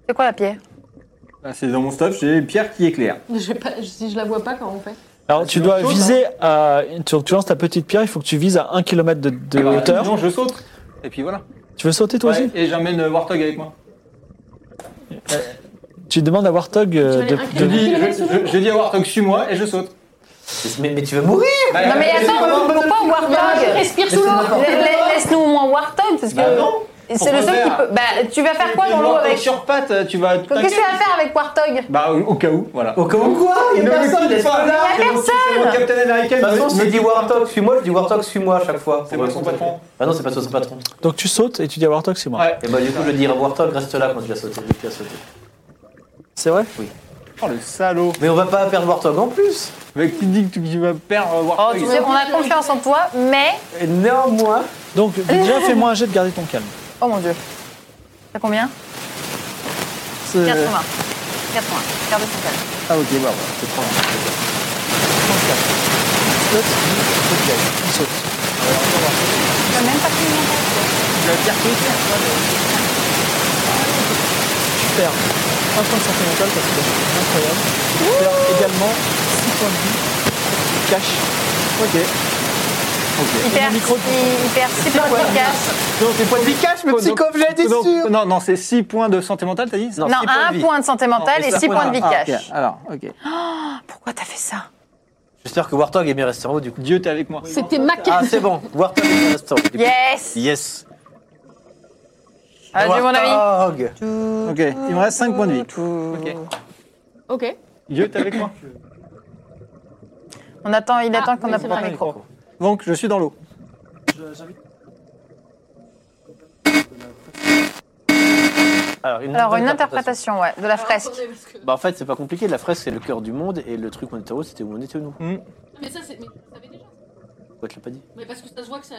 [SPEAKER 2] C'est quoi la pierre
[SPEAKER 3] Ah, C'est dans mon stuff, j'ai une pierre qui éclaire.
[SPEAKER 7] Mais je sais pas- si je la vois pas, comment on fait
[SPEAKER 1] Alors, tu
[SPEAKER 3] c'est
[SPEAKER 1] dois
[SPEAKER 3] autre chose,
[SPEAKER 1] viser
[SPEAKER 7] hein.
[SPEAKER 1] à. Tu, tu lances ta petite pierre, il faut que tu vises à 1 km de,
[SPEAKER 7] Ah
[SPEAKER 1] de
[SPEAKER 3] Bah,
[SPEAKER 1] hauteur.
[SPEAKER 3] Non, je saute. Et puis voilà.
[SPEAKER 1] Tu veux sauter toi
[SPEAKER 3] Ouais,
[SPEAKER 1] aussi
[SPEAKER 3] et j'emmène euh, Warthog avec moi.
[SPEAKER 1] Tu demandes à Warthog euh,
[SPEAKER 7] Tu
[SPEAKER 1] de.
[SPEAKER 7] veux aller
[SPEAKER 1] de-
[SPEAKER 3] Je
[SPEAKER 7] un
[SPEAKER 3] dis,
[SPEAKER 7] kilomètre
[SPEAKER 3] je, je- je dis à Warthog, suis-moi et je saute.
[SPEAKER 5] Mais, mais tu vas mourir
[SPEAKER 3] Bah,
[SPEAKER 2] Non mais
[SPEAKER 3] je-
[SPEAKER 2] attends, on peut pas Warthog
[SPEAKER 7] Respire sous l'eau
[SPEAKER 2] La- la- Laisse-nous au moins Warthog, parce que
[SPEAKER 3] Bah non.
[SPEAKER 2] c'est
[SPEAKER 3] on
[SPEAKER 2] le
[SPEAKER 3] peut
[SPEAKER 2] seul qui
[SPEAKER 3] faire.
[SPEAKER 2] peut. Bah, tu vas faire quoi dans l'eau
[SPEAKER 3] Warthog
[SPEAKER 2] avec.
[SPEAKER 3] sur pattes, tu vas.
[SPEAKER 2] Qu'est-ce que tu vas faire avec Warthog
[SPEAKER 3] Bah, au, au cas où, voilà.
[SPEAKER 5] Au cas où quoi Oh, Il y a personne, n'est-ce pas là
[SPEAKER 2] Il y a
[SPEAKER 3] C'est mon Captain American.
[SPEAKER 5] De toute façon,
[SPEAKER 3] me-
[SPEAKER 5] je me dis Warthog, suis-moi, je dis Warthog, suis-moi à chaque fois.
[SPEAKER 3] C'est pas son patron.
[SPEAKER 5] Ah non, c'est pas son patron.
[SPEAKER 1] Donc, tu sautes et tu dis à Warthog, c'est moi.
[SPEAKER 3] Ouais.
[SPEAKER 5] Et bah, du coup, je dis à Warthog, reste là quand tu vas sauter. tu vas sauter.
[SPEAKER 1] C'est vrai
[SPEAKER 3] Oh le salaud.
[SPEAKER 5] Mais on va pas perdre Warthog en plus
[SPEAKER 3] Avec qui dit que tu vas euh, perdre
[SPEAKER 2] Oh,
[SPEAKER 3] Warthog
[SPEAKER 2] tu sais, on a confiance en toi, mais.
[SPEAKER 5] Et néanmoins.
[SPEAKER 1] Donc,
[SPEAKER 7] Eh
[SPEAKER 1] déjà, fais-moi un jet de garder ton calme.
[SPEAKER 2] Oh mon dieu. T'as combien
[SPEAKER 1] C'est-
[SPEAKER 2] 80. 80. Garde ton calme.
[SPEAKER 3] Ah, ok, bah, voilà.
[SPEAKER 5] C'est 30.
[SPEAKER 1] Saute, saute, saute.
[SPEAKER 2] Tu vas même pas pris une lampe.
[SPEAKER 1] Tu perds un point de santé mentale parce que c'est incroyable. Tu perds également 6 points de vie. Tu caches. Ok.
[SPEAKER 2] Il perd, il, il perd 6 points de cash.
[SPEAKER 3] Non, c'est pas de cash, mais
[SPEAKER 5] c'est comme j'ai été sûr.
[SPEAKER 3] Non, non, c'est 6 points de santé mentale, t'as dit
[SPEAKER 5] Non,
[SPEAKER 2] Non,
[SPEAKER 5] six points
[SPEAKER 2] 1
[SPEAKER 5] de vie.
[SPEAKER 2] point de santé mentale et 6 points de vie
[SPEAKER 3] Ah, ok.
[SPEAKER 2] cash.
[SPEAKER 3] Alors, ok.
[SPEAKER 2] Pourquoi t'as fait ça
[SPEAKER 5] J'espère que Warthog est bien resté en haut du coup.
[SPEAKER 3] Dieu, t'es avec moi.
[SPEAKER 7] C'était ma
[SPEAKER 5] Ah,
[SPEAKER 7] carte.
[SPEAKER 5] c'est bon, Warthog est bien resté en haut. du coup.
[SPEAKER 2] Yes
[SPEAKER 5] Yes
[SPEAKER 2] Vas-y, mon ami.
[SPEAKER 5] Warthog.
[SPEAKER 3] Ok, il me reste 5 points de vie. Ok.
[SPEAKER 7] Ok.
[SPEAKER 3] Dieu, t'es avec moi.
[SPEAKER 2] On attend, il
[SPEAKER 7] Ah,
[SPEAKER 2] attend qu'on
[SPEAKER 7] oui,
[SPEAKER 2] apprenne
[SPEAKER 7] c'est
[SPEAKER 2] le
[SPEAKER 7] vrai.
[SPEAKER 2] micro.
[SPEAKER 3] Donc, je suis dans l'eau.
[SPEAKER 5] Alors, une,
[SPEAKER 2] Alors, une interprétation, ouais, de la fresque.
[SPEAKER 7] Ah,
[SPEAKER 5] Bah, en fait, c'est pas compliqué, la fresque c'est le cœur du monde et le truc où on était haut, c'était où on était nous.
[SPEAKER 7] Mais ça, c'est. Mais vous savez déjà.
[SPEAKER 5] Pourquoi tu l'as pas dit
[SPEAKER 7] Mais parce que ça se voit que ça.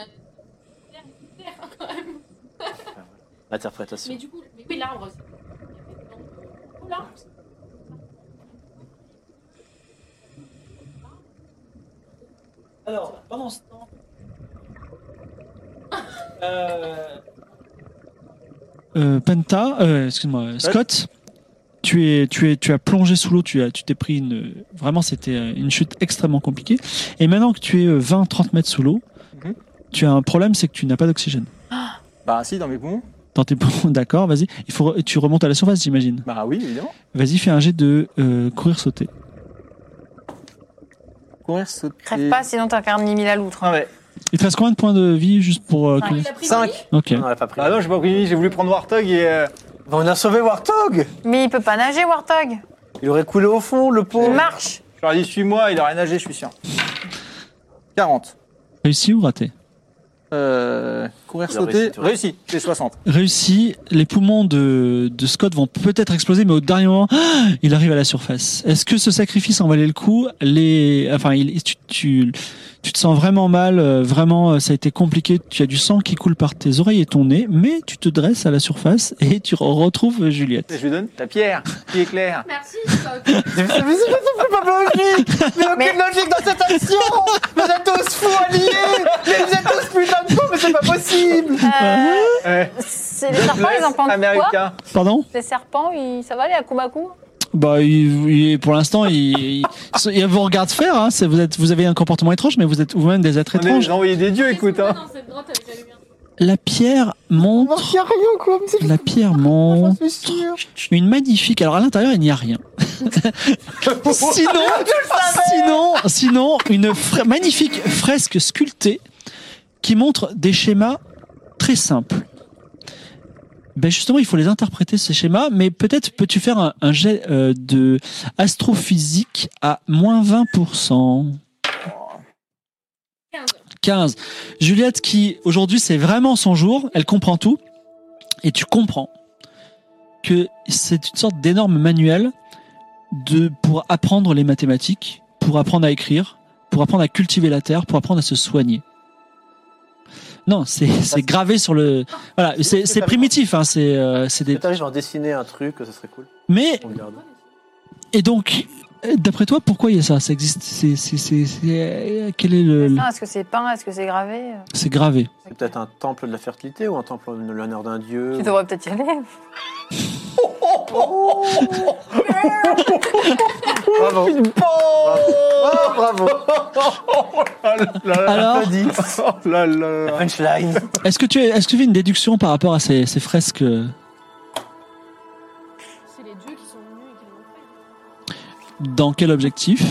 [SPEAKER 5] L'interprétation.
[SPEAKER 7] du coup, mais oui, l'arbre. c'est- Oh, l'arbre, c'est-
[SPEAKER 1] Alors, pendant ce temps.
[SPEAKER 9] Euh, Penta, euh, excuse-moi, Scott, tu, es, tu, es, tu as plongé sous l'eau, tu as- tu t'es pris une. Vraiment, c'était euh, une chute extrêmement compliquée. Et maintenant que tu es euh, 20-30 mètres sous l'eau,
[SPEAKER 3] Mhm.
[SPEAKER 9] tu as un problème, c'est que tu n'as pas d'oxygène.
[SPEAKER 3] Bah, si, dans mes poumons.
[SPEAKER 1] dans tes poumons. D'accord, vas-y. Il faut, re- tu remontes à la surface, j'imagine.
[SPEAKER 3] Bah oui, évidemment.
[SPEAKER 1] Vas-y, fais un jet de euh, courir sauter.
[SPEAKER 3] Courir, sauter.
[SPEAKER 2] Crève pas, sinon t'incarnes Mimi la loutre.
[SPEAKER 3] Ah ouais.
[SPEAKER 1] Il te reste combien de points de vie juste pour euh, courir
[SPEAKER 7] Il a pris
[SPEAKER 3] 5.
[SPEAKER 7] qui
[SPEAKER 1] Ok.
[SPEAKER 5] On l'a pas pris.
[SPEAKER 3] Ah non, j'ai pas pris, j'ai voulu prendre Warthog et. euh,
[SPEAKER 5] Bah, on a sauvé Warthog
[SPEAKER 2] Mais il peut pas nager, Warthog.
[SPEAKER 5] Il aurait coulé au fond, le
[SPEAKER 2] Il
[SPEAKER 5] pauvre.
[SPEAKER 2] marche.
[SPEAKER 3] Je leur ai dit, suis-moi, il aurait nagé, je suis sûr. 40.
[SPEAKER 1] Réussi ou raté
[SPEAKER 3] Euh, courir,
[SPEAKER 5] Il a
[SPEAKER 3] sauter,
[SPEAKER 5] réussi, toi.
[SPEAKER 3] réussi, c'est 60.
[SPEAKER 1] Réussi. Les poumons de, de Scott vont peut-être exploser, mais au dernier moment, ah, il arrive à la surface. Est-ce que ce sacrifice en valait le coup Les, enfin, il, tu, tu, tu te sens vraiment mal, euh, vraiment, euh, ça a été compliqué. Tu as du sang qui coule par tes oreilles et ton nez, mais tu te dresses à la surface et tu re- retrouves euh, Juliette.
[SPEAKER 3] Et je lui donne ta pierre, qui éclaire.
[SPEAKER 7] Merci, Scott.
[SPEAKER 2] Mais
[SPEAKER 3] logique dans cette action Vous êtes tous fous alliés Mais vous êtes tous putain de fous, mais c'est pas possible
[SPEAKER 2] euh,
[SPEAKER 3] ouais.
[SPEAKER 2] c'est- les serpents, ils en pendent quoi
[SPEAKER 3] américain.
[SPEAKER 1] Pardon
[SPEAKER 2] Les serpents, ils- ça va aller à Kumaku
[SPEAKER 1] Bah, il- il- pour l'instant, il, il, il vous regarde faire. Hein. C'est- Vous, êtes, vous avez un comportement étrange, mais vous êtes vous-même des êtres
[SPEAKER 3] On est
[SPEAKER 1] étranges.
[SPEAKER 3] j'ai envoyé des dieux, écoute. Hein.
[SPEAKER 7] dans cette grotte avec la lumière
[SPEAKER 1] La pierre montre. La pierre montre. Une magnifique. Alors à l'intérieur, il n'y a rien.
[SPEAKER 3] Oh,
[SPEAKER 1] sinon, sinon, sinon, une fra- magnifique fresque sculptée qui montre des schémas très simples. Ben justement, il faut les interpréter ces schémas, mais peut-être peux-tu faire un, un jet euh, de astrophysique à moins 20
[SPEAKER 7] 15.
[SPEAKER 1] 15. Juliette qui aujourd'hui c'est vraiment son jour, elle comprend tout et tu comprends que c'est une sorte d'énorme manuel de pour apprendre les mathématiques, pour apprendre à écrire, pour apprendre à cultiver la terre, pour apprendre à se soigner. Non, c'est Ah, c'est gravé sur le voilà, c'est c'est primitif hein, c'est euh, c'est des
[SPEAKER 5] Peut-être j'en dessiner un truc, ça serait cool.
[SPEAKER 1] mais
[SPEAKER 5] On regarde.
[SPEAKER 1] et donc euh, d'après toi pourquoi il y a ça Ça existe c'est c'est c'est c'est- euh, quel est le le-
[SPEAKER 2] Ah, Est-ce que c'est peint Est-ce que c'est gravé
[SPEAKER 5] Euh.
[SPEAKER 1] c'est gravé.
[SPEAKER 5] C'est peut-être un temple de la fertilité ou un temple en l'honneur d'un dieu.
[SPEAKER 2] Tu devrais peut-être y aller.
[SPEAKER 5] Bravo. Oh, bravo.
[SPEAKER 1] Alors
[SPEAKER 3] Oh là là là.
[SPEAKER 5] Punchline.
[SPEAKER 1] Est-ce que tu est-ce que tu fais une déduction par rapport à ces, ces fresques euh,
[SPEAKER 7] C'est les dieux qui sont venus et qui l'ont fait.
[SPEAKER 1] Dans quel objectif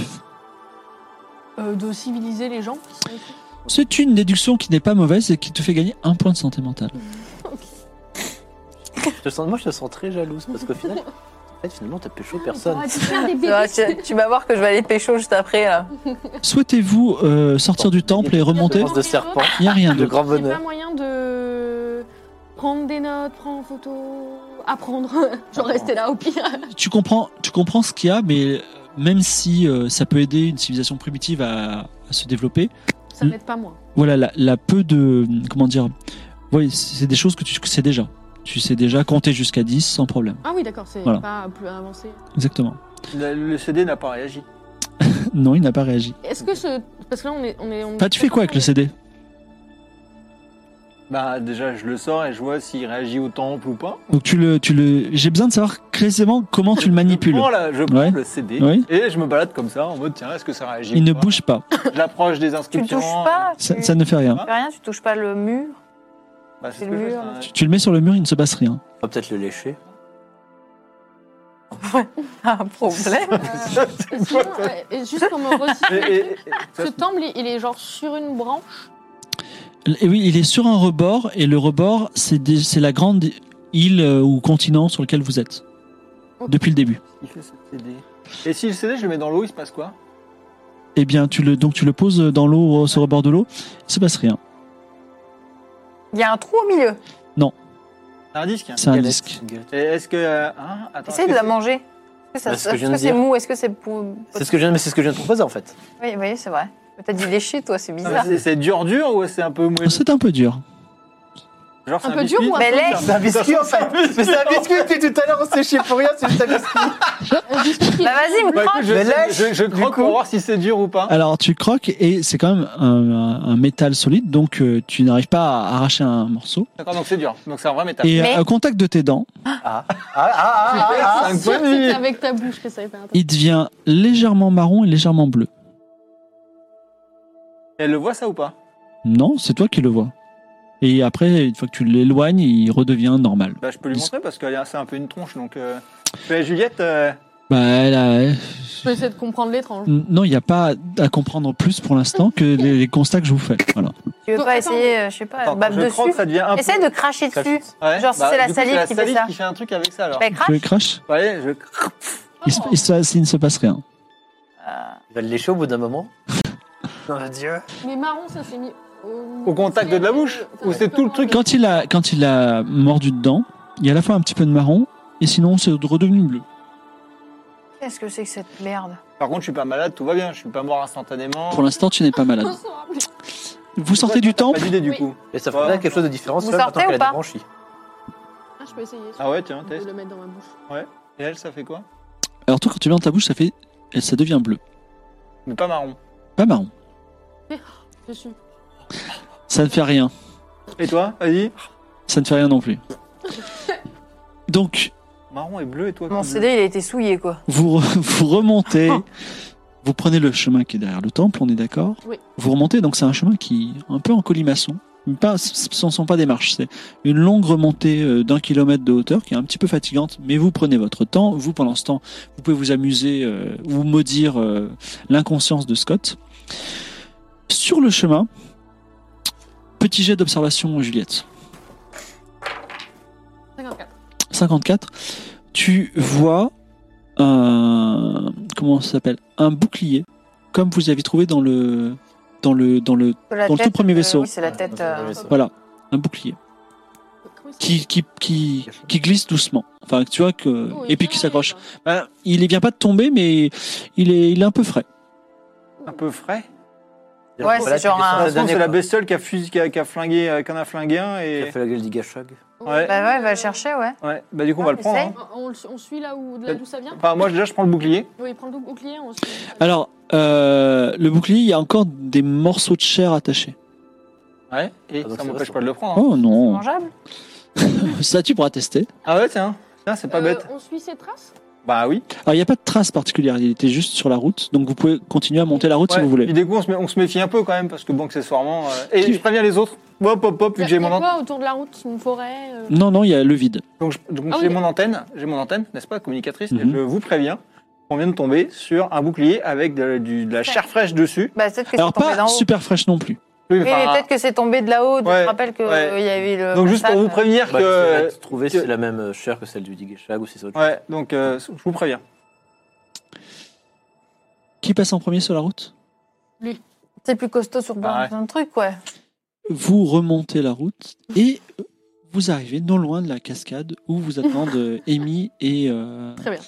[SPEAKER 7] Euh, de civiliser les gens qui sont ici.
[SPEAKER 1] C'est une déduction qui n'est pas mauvaise et qui te fait gagner un point de santé mentale.
[SPEAKER 5] Je te sens, moi, je te sens très jalouse parce qu'au final, en fait, finalement, t'as pécho personne.
[SPEAKER 7] T'aurais pu faire des
[SPEAKER 2] Tu,
[SPEAKER 7] bébés.
[SPEAKER 2] vois, tu- tu vas voir que je vais aller pécho juste après. Là.
[SPEAKER 1] Souhaitez-vous euh, sortir du temple et remonter
[SPEAKER 5] Pense de serpent,
[SPEAKER 1] Il n'y a rien
[SPEAKER 5] de
[SPEAKER 1] d'autre.
[SPEAKER 5] grand
[SPEAKER 7] Il n'y a
[SPEAKER 5] bonheur.
[SPEAKER 7] pas moyen de prendre des notes, prendre en photo, apprendre. J'en restais là au pire.
[SPEAKER 1] Tu comprends, tu comprends ce qu'il y a, mais même si euh, ça peut aider une civilisation primitive à, à se développer,
[SPEAKER 7] Ça
[SPEAKER 1] Mm.
[SPEAKER 7] m'aide pas moi.
[SPEAKER 1] voilà, la, la peu de comment dire, oui, c'est des choses que tu sais déjà. Tu sais déjà compter jusqu'à 10 sans problème.
[SPEAKER 7] Ah oui, d'accord, c'est
[SPEAKER 1] Voilà.
[SPEAKER 7] pas plus avancé.
[SPEAKER 1] Exactement.
[SPEAKER 3] Le, le CD n'a pas réagi.
[SPEAKER 1] Non, il n'a pas réagi.
[SPEAKER 7] Est-ce que ce. Parce que là, on est. On est on
[SPEAKER 1] Bah, tu fais quoi avec le CD
[SPEAKER 3] Bah déjà, je le sors et je vois s'il réagit au temple ou pas.
[SPEAKER 1] Donc tu le, tu le, j'ai besoin de savoir précisément comment tu le manipules.
[SPEAKER 3] Je prends, la- je prends
[SPEAKER 1] Ouais.
[SPEAKER 3] le CD
[SPEAKER 1] Oui.
[SPEAKER 3] et je me balade comme ça en mode tiens, est-ce que ça réagit
[SPEAKER 1] Il
[SPEAKER 3] ou
[SPEAKER 1] ne
[SPEAKER 3] pas
[SPEAKER 1] bouge pas.
[SPEAKER 3] J'approche des
[SPEAKER 2] Tu
[SPEAKER 3] inscriptions.
[SPEAKER 2] touches pas
[SPEAKER 1] Ça,
[SPEAKER 2] tu-
[SPEAKER 1] ça ne fait rien.
[SPEAKER 2] tu fais rien, tu touches pas le mur.
[SPEAKER 3] Bah, c'est
[SPEAKER 2] C'est
[SPEAKER 3] ce que
[SPEAKER 2] le
[SPEAKER 3] je
[SPEAKER 2] mur.
[SPEAKER 3] fais,
[SPEAKER 1] Tu, tu le mets sur le mur, il ne se passe rien.
[SPEAKER 5] On va peut-être le lécher.
[SPEAKER 2] Un problème.
[SPEAKER 7] Sinon, euh, et juste pour me
[SPEAKER 3] ouais.
[SPEAKER 7] resituer,
[SPEAKER 3] hein. Et- et- et-
[SPEAKER 7] ce temple, il il est genre sur une branche.
[SPEAKER 1] Et oui, il est sur un rebord, et le rebord, c'est des- c'est la grande île euh, ou continent sur lequel vous êtes. Depuis le début.
[SPEAKER 3] Il fait ce CD. Et si le CD, je le mets dans l'eau, il se passe quoi
[SPEAKER 1] Eh bien, tu le, donc tu le poses dans l'eau, euh, sur le rebord de l'eau, il se passe rien.
[SPEAKER 2] Il y a un trou au milieu.
[SPEAKER 5] Ah,
[SPEAKER 3] C'est un disque. hein.
[SPEAKER 1] C'est un
[SPEAKER 5] Galette,
[SPEAKER 1] disque.
[SPEAKER 5] une galette.
[SPEAKER 3] Et est-ce que. euh, hein, attends,
[SPEAKER 2] Essaye de
[SPEAKER 3] est-ce
[SPEAKER 2] la
[SPEAKER 3] que
[SPEAKER 2] manger. Est-ce que ça-
[SPEAKER 5] Bah, c'est ce que je
[SPEAKER 2] est-ce
[SPEAKER 5] viens
[SPEAKER 2] que
[SPEAKER 5] de
[SPEAKER 2] c'est
[SPEAKER 5] dire.
[SPEAKER 2] mou Est-ce que c'est pour.
[SPEAKER 5] C'est ce que je viens, mais c'est ce que je viens de proposer en fait.
[SPEAKER 2] Oui, oui c'est vrai. Mais T'as dit lécher, toi,
[SPEAKER 5] Ah,
[SPEAKER 2] c'est
[SPEAKER 3] c'est- Non, mais
[SPEAKER 2] bizarre.
[SPEAKER 3] c'est- C'est dur dur ou c'est un peu moelleux
[SPEAKER 1] C'est un peu dur.
[SPEAKER 3] Genre, c'est
[SPEAKER 7] Un peu dur
[SPEAKER 3] biscuit
[SPEAKER 7] ou un
[SPEAKER 2] Mais
[SPEAKER 7] peu
[SPEAKER 2] lait.
[SPEAKER 7] dur
[SPEAKER 3] C'est un biscuit en fait Mais c'est un biscuit depuis tout à l'heure, on s'est chié pour rien, c'est juste un biscuit
[SPEAKER 7] Euh, juste qui-
[SPEAKER 2] Bah vas-y, me
[SPEAKER 3] Bah
[SPEAKER 2] croque.
[SPEAKER 3] écoute, je,
[SPEAKER 5] Mais
[SPEAKER 3] je,
[SPEAKER 5] lèche,
[SPEAKER 3] je, je croque pour voir si c'est dur ou pas.
[SPEAKER 1] Alors, tu croques, et c'est quand même un, un- un métal solide, donc euh, tu n'arrives pas à arracher un morceau.
[SPEAKER 3] D'accord, donc c'est dur. Donc c'est un vrai métal.
[SPEAKER 1] Et
[SPEAKER 2] Mais-
[SPEAKER 1] euh, au contact de tes dents,
[SPEAKER 5] Ah ah
[SPEAKER 3] Ah,
[SPEAKER 7] C'est
[SPEAKER 3] cinq
[SPEAKER 7] sûr
[SPEAKER 3] points
[SPEAKER 7] que
[SPEAKER 3] de vie.
[SPEAKER 7] c'était avec ta bouche que ça avait fait un temple.
[SPEAKER 1] il devient légèrement marron et légèrement bleu.
[SPEAKER 3] Elle le voit ça ou pas
[SPEAKER 1] Non, c'est toi qui le vois. Et après, une fois que tu l'éloignes, il redevient normal.
[SPEAKER 3] Bah, je peux lui montrer parce que euh, c'est un peu une tronche. Donc, euh... Mais Juliette, euh,
[SPEAKER 1] Bah là, euh,
[SPEAKER 7] Je peux essayer de comprendre l'étrange.
[SPEAKER 1] n- non, il n'y a pas à comprendre plus pour l'instant que les, les constats que je vous fais. Voilà.
[SPEAKER 2] Tu veux
[SPEAKER 7] Donc,
[SPEAKER 2] pas
[SPEAKER 7] attends.
[SPEAKER 2] essayer, euh, je sais pas,
[SPEAKER 3] attends,
[SPEAKER 2] bave
[SPEAKER 3] je crois
[SPEAKER 2] dessus
[SPEAKER 3] que ça devient un peu.
[SPEAKER 2] Essaye de cracher
[SPEAKER 5] Ça-
[SPEAKER 2] dessus.
[SPEAKER 3] Ouais,
[SPEAKER 2] Genre, si
[SPEAKER 3] bah,
[SPEAKER 2] c'est la
[SPEAKER 3] du coup,
[SPEAKER 2] salive qui fait ça.
[SPEAKER 3] qui fait un truc avec ça alors.
[SPEAKER 2] Ben,
[SPEAKER 1] Tu
[SPEAKER 2] crache.
[SPEAKER 1] le crash
[SPEAKER 3] Ouais, je.
[SPEAKER 1] il,
[SPEAKER 7] Oh,
[SPEAKER 1] se- il se- il ne se passe rien.
[SPEAKER 5] Il va le lécher au bout d'un moment. Oh, Dieu.
[SPEAKER 7] Mais marron, ça s'est mis. au- euh,
[SPEAKER 3] Au contact de la bouche Ou c'est tout le truc
[SPEAKER 1] Quand il a, quand il a mordu dedans, il y a à la fois un petit peu de marron, et sinon c'est redevenu bleu.
[SPEAKER 2] Qu'est-ce que c'est que cette merde
[SPEAKER 3] Par contre, je suis pas malade, tout va bien, je suis pas mort instantanément.
[SPEAKER 1] Pour l'instant, tu n'es pas malade.
[SPEAKER 7] Ah,
[SPEAKER 1] Vous sortez du
[SPEAKER 3] T'as
[SPEAKER 1] temple
[SPEAKER 3] Pas d'idée du
[SPEAKER 7] Oui.
[SPEAKER 3] coup.
[SPEAKER 5] Et ça ferait
[SPEAKER 3] Ouais.
[SPEAKER 5] quelque chose de différent
[SPEAKER 2] Vous
[SPEAKER 5] seul maintenant
[SPEAKER 2] sortez ou
[SPEAKER 5] qu'elle
[SPEAKER 2] pas
[SPEAKER 5] a débranché.
[SPEAKER 7] Ah, je peux essayer.
[SPEAKER 3] Ah ouais, tiens,
[SPEAKER 7] Je
[SPEAKER 3] test.
[SPEAKER 7] le mettre dans ma bouche.
[SPEAKER 3] Et elle, ça fait quoi
[SPEAKER 1] Alors toi, quand tu mets dans ta bouche, ça fait, ça devient bleu,
[SPEAKER 3] Mais pas marron.
[SPEAKER 1] pas marron.
[SPEAKER 7] Je suis.
[SPEAKER 1] Ça ne fait rien.
[SPEAKER 3] Et toi Vas-y.
[SPEAKER 1] Ça ne fait rien non plus. Donc,
[SPEAKER 3] Marron et bleu, et toi
[SPEAKER 2] Mon
[SPEAKER 3] bleu.
[SPEAKER 2] CD, il a été souillé, quoi.
[SPEAKER 1] vous, re- vous remontez, vous prenez le chemin qui est derrière le temple, on est d'accord
[SPEAKER 7] Oui.
[SPEAKER 1] Vous remontez, donc c'est un chemin qui est un peu en colimaçon. Mais Pas, ce ne sont pas des marches, c'est une longue remontée euh, d'un kilomètre de hauteur qui est un petit peu fatigante, mais vous prenez votre temps. Vous, pendant ce temps, vous pouvez vous amuser euh, ou maudire euh, l'inconscience de Scott. Sur le chemin, petit jet d'observation, Juliette.
[SPEAKER 7] 54.
[SPEAKER 1] 54, tu vois un comment ça s'appelle Un bouclier comme vous avez trouvé dans le dans le dans le
[SPEAKER 2] La
[SPEAKER 1] Dans le tout
[SPEAKER 2] tête,
[SPEAKER 1] premier
[SPEAKER 2] euh,
[SPEAKER 1] vaisseau.
[SPEAKER 2] oui, c'est la tête. euh,
[SPEAKER 1] voilà, un bouclier
[SPEAKER 7] Ah, Comment il
[SPEAKER 1] qui
[SPEAKER 7] s'appelle
[SPEAKER 1] qui qui, qui glisse doucement. Enfin, tu vois que
[SPEAKER 3] euh,
[SPEAKER 7] Oh,
[SPEAKER 1] et puis
[SPEAKER 7] il
[SPEAKER 1] qui
[SPEAKER 7] est
[SPEAKER 1] s'accroche.
[SPEAKER 7] là, là.
[SPEAKER 1] Ben, il ne vient pas de tomber mais il est il est un peu frais.
[SPEAKER 3] Un peu frais.
[SPEAKER 2] Ouais, c'est genre un-
[SPEAKER 3] De toute façon, c'est la
[SPEAKER 5] bête
[SPEAKER 3] bestiole qui a, fusé, qui a, qui a flingué, euh, qui en a flingué un
[SPEAKER 5] qui a
[SPEAKER 3] et.
[SPEAKER 5] fait la gueule d'Igashog.
[SPEAKER 3] Ouais.
[SPEAKER 2] Bah ouais, va le chercher, ouais.
[SPEAKER 3] Ouais, bah du coup, on
[SPEAKER 2] Ah,
[SPEAKER 3] va le prendre.
[SPEAKER 2] Essaye.
[SPEAKER 3] hein.
[SPEAKER 7] Oh, euh, On, le- on suit là où là d'où ça vient
[SPEAKER 3] Enfin, moi, déjà, je prends le bouclier.
[SPEAKER 7] Oui, prends le bouclier. On suit.
[SPEAKER 3] Ah,
[SPEAKER 1] Alors euh, le bouclier, il y a encore des morceaux de chair attachés.
[SPEAKER 3] Ouais. Et
[SPEAKER 5] Ah, donc
[SPEAKER 3] ça
[SPEAKER 5] c'est
[SPEAKER 3] m'empêche
[SPEAKER 5] vachement.
[SPEAKER 3] pas de le prendre. hein.
[SPEAKER 1] Oh non,
[SPEAKER 2] Mangeable
[SPEAKER 1] ça tu pourras tester.
[SPEAKER 3] Ah ouais, tiens. Tiens, c'est pas
[SPEAKER 7] Euh,
[SPEAKER 3] bête.
[SPEAKER 7] On suit ses traces
[SPEAKER 3] Bah oui.
[SPEAKER 1] Alors il n'y a pas de trace particulière, il était juste sur la route, donc vous pouvez continuer à monter la route si
[SPEAKER 3] Ouais.
[SPEAKER 1] vous voulez.
[SPEAKER 3] Puis du coup, on se, met- on se méfie un peu quand même parce que bon, accessoirement. euh, Et je préviens les autres. Hop, hop, hop, vu que
[SPEAKER 7] Il y
[SPEAKER 3] j'ai
[SPEAKER 7] a
[SPEAKER 3] mon antenne.
[SPEAKER 7] quoi autour de la route Une forêt euh,
[SPEAKER 1] Non non, il y a le vide.
[SPEAKER 3] Donc, je- donc
[SPEAKER 7] Ah
[SPEAKER 3] j'ai
[SPEAKER 7] oui.
[SPEAKER 3] mon antenne, j'ai mon antenne, n'est-ce pas, communicatrice. et
[SPEAKER 1] Mhm.
[SPEAKER 3] Je vous préviens. On vient de tomber sur un bouclier avec de, du- de la chair fraîche dessus.
[SPEAKER 2] Bah peut-être que c'est
[SPEAKER 1] Alors
[SPEAKER 2] tombé
[SPEAKER 1] pas
[SPEAKER 2] d'en haut.
[SPEAKER 1] super fraîche non plus.
[SPEAKER 3] Oui,
[SPEAKER 2] Oui, mais
[SPEAKER 3] enfin,
[SPEAKER 2] peut-être que c'est tombé de là-haut. donc
[SPEAKER 3] Bah, Ouais,
[SPEAKER 2] Je te rappelle qu'il
[SPEAKER 3] ouais.
[SPEAKER 2] y avait le.
[SPEAKER 3] donc juste pour
[SPEAKER 2] mental, euh,
[SPEAKER 3] vous prévenir
[SPEAKER 5] Bah,
[SPEAKER 3] que.
[SPEAKER 5] tu trouver si c'est la même euh, chair que celle du Digashog ou si c'est autre
[SPEAKER 3] Ouais, donc euh, je vous préviens.
[SPEAKER 1] Qui passe en premier sur la route
[SPEAKER 2] C'est plus costaud sur
[SPEAKER 3] Ah ouais.
[SPEAKER 2] plein de trucs, ouais.
[SPEAKER 1] Vous remontez la route et euh, vous arrivez non loin de la cascade où vous attendent euh, Amy et, euh,
[SPEAKER 7] Très bien.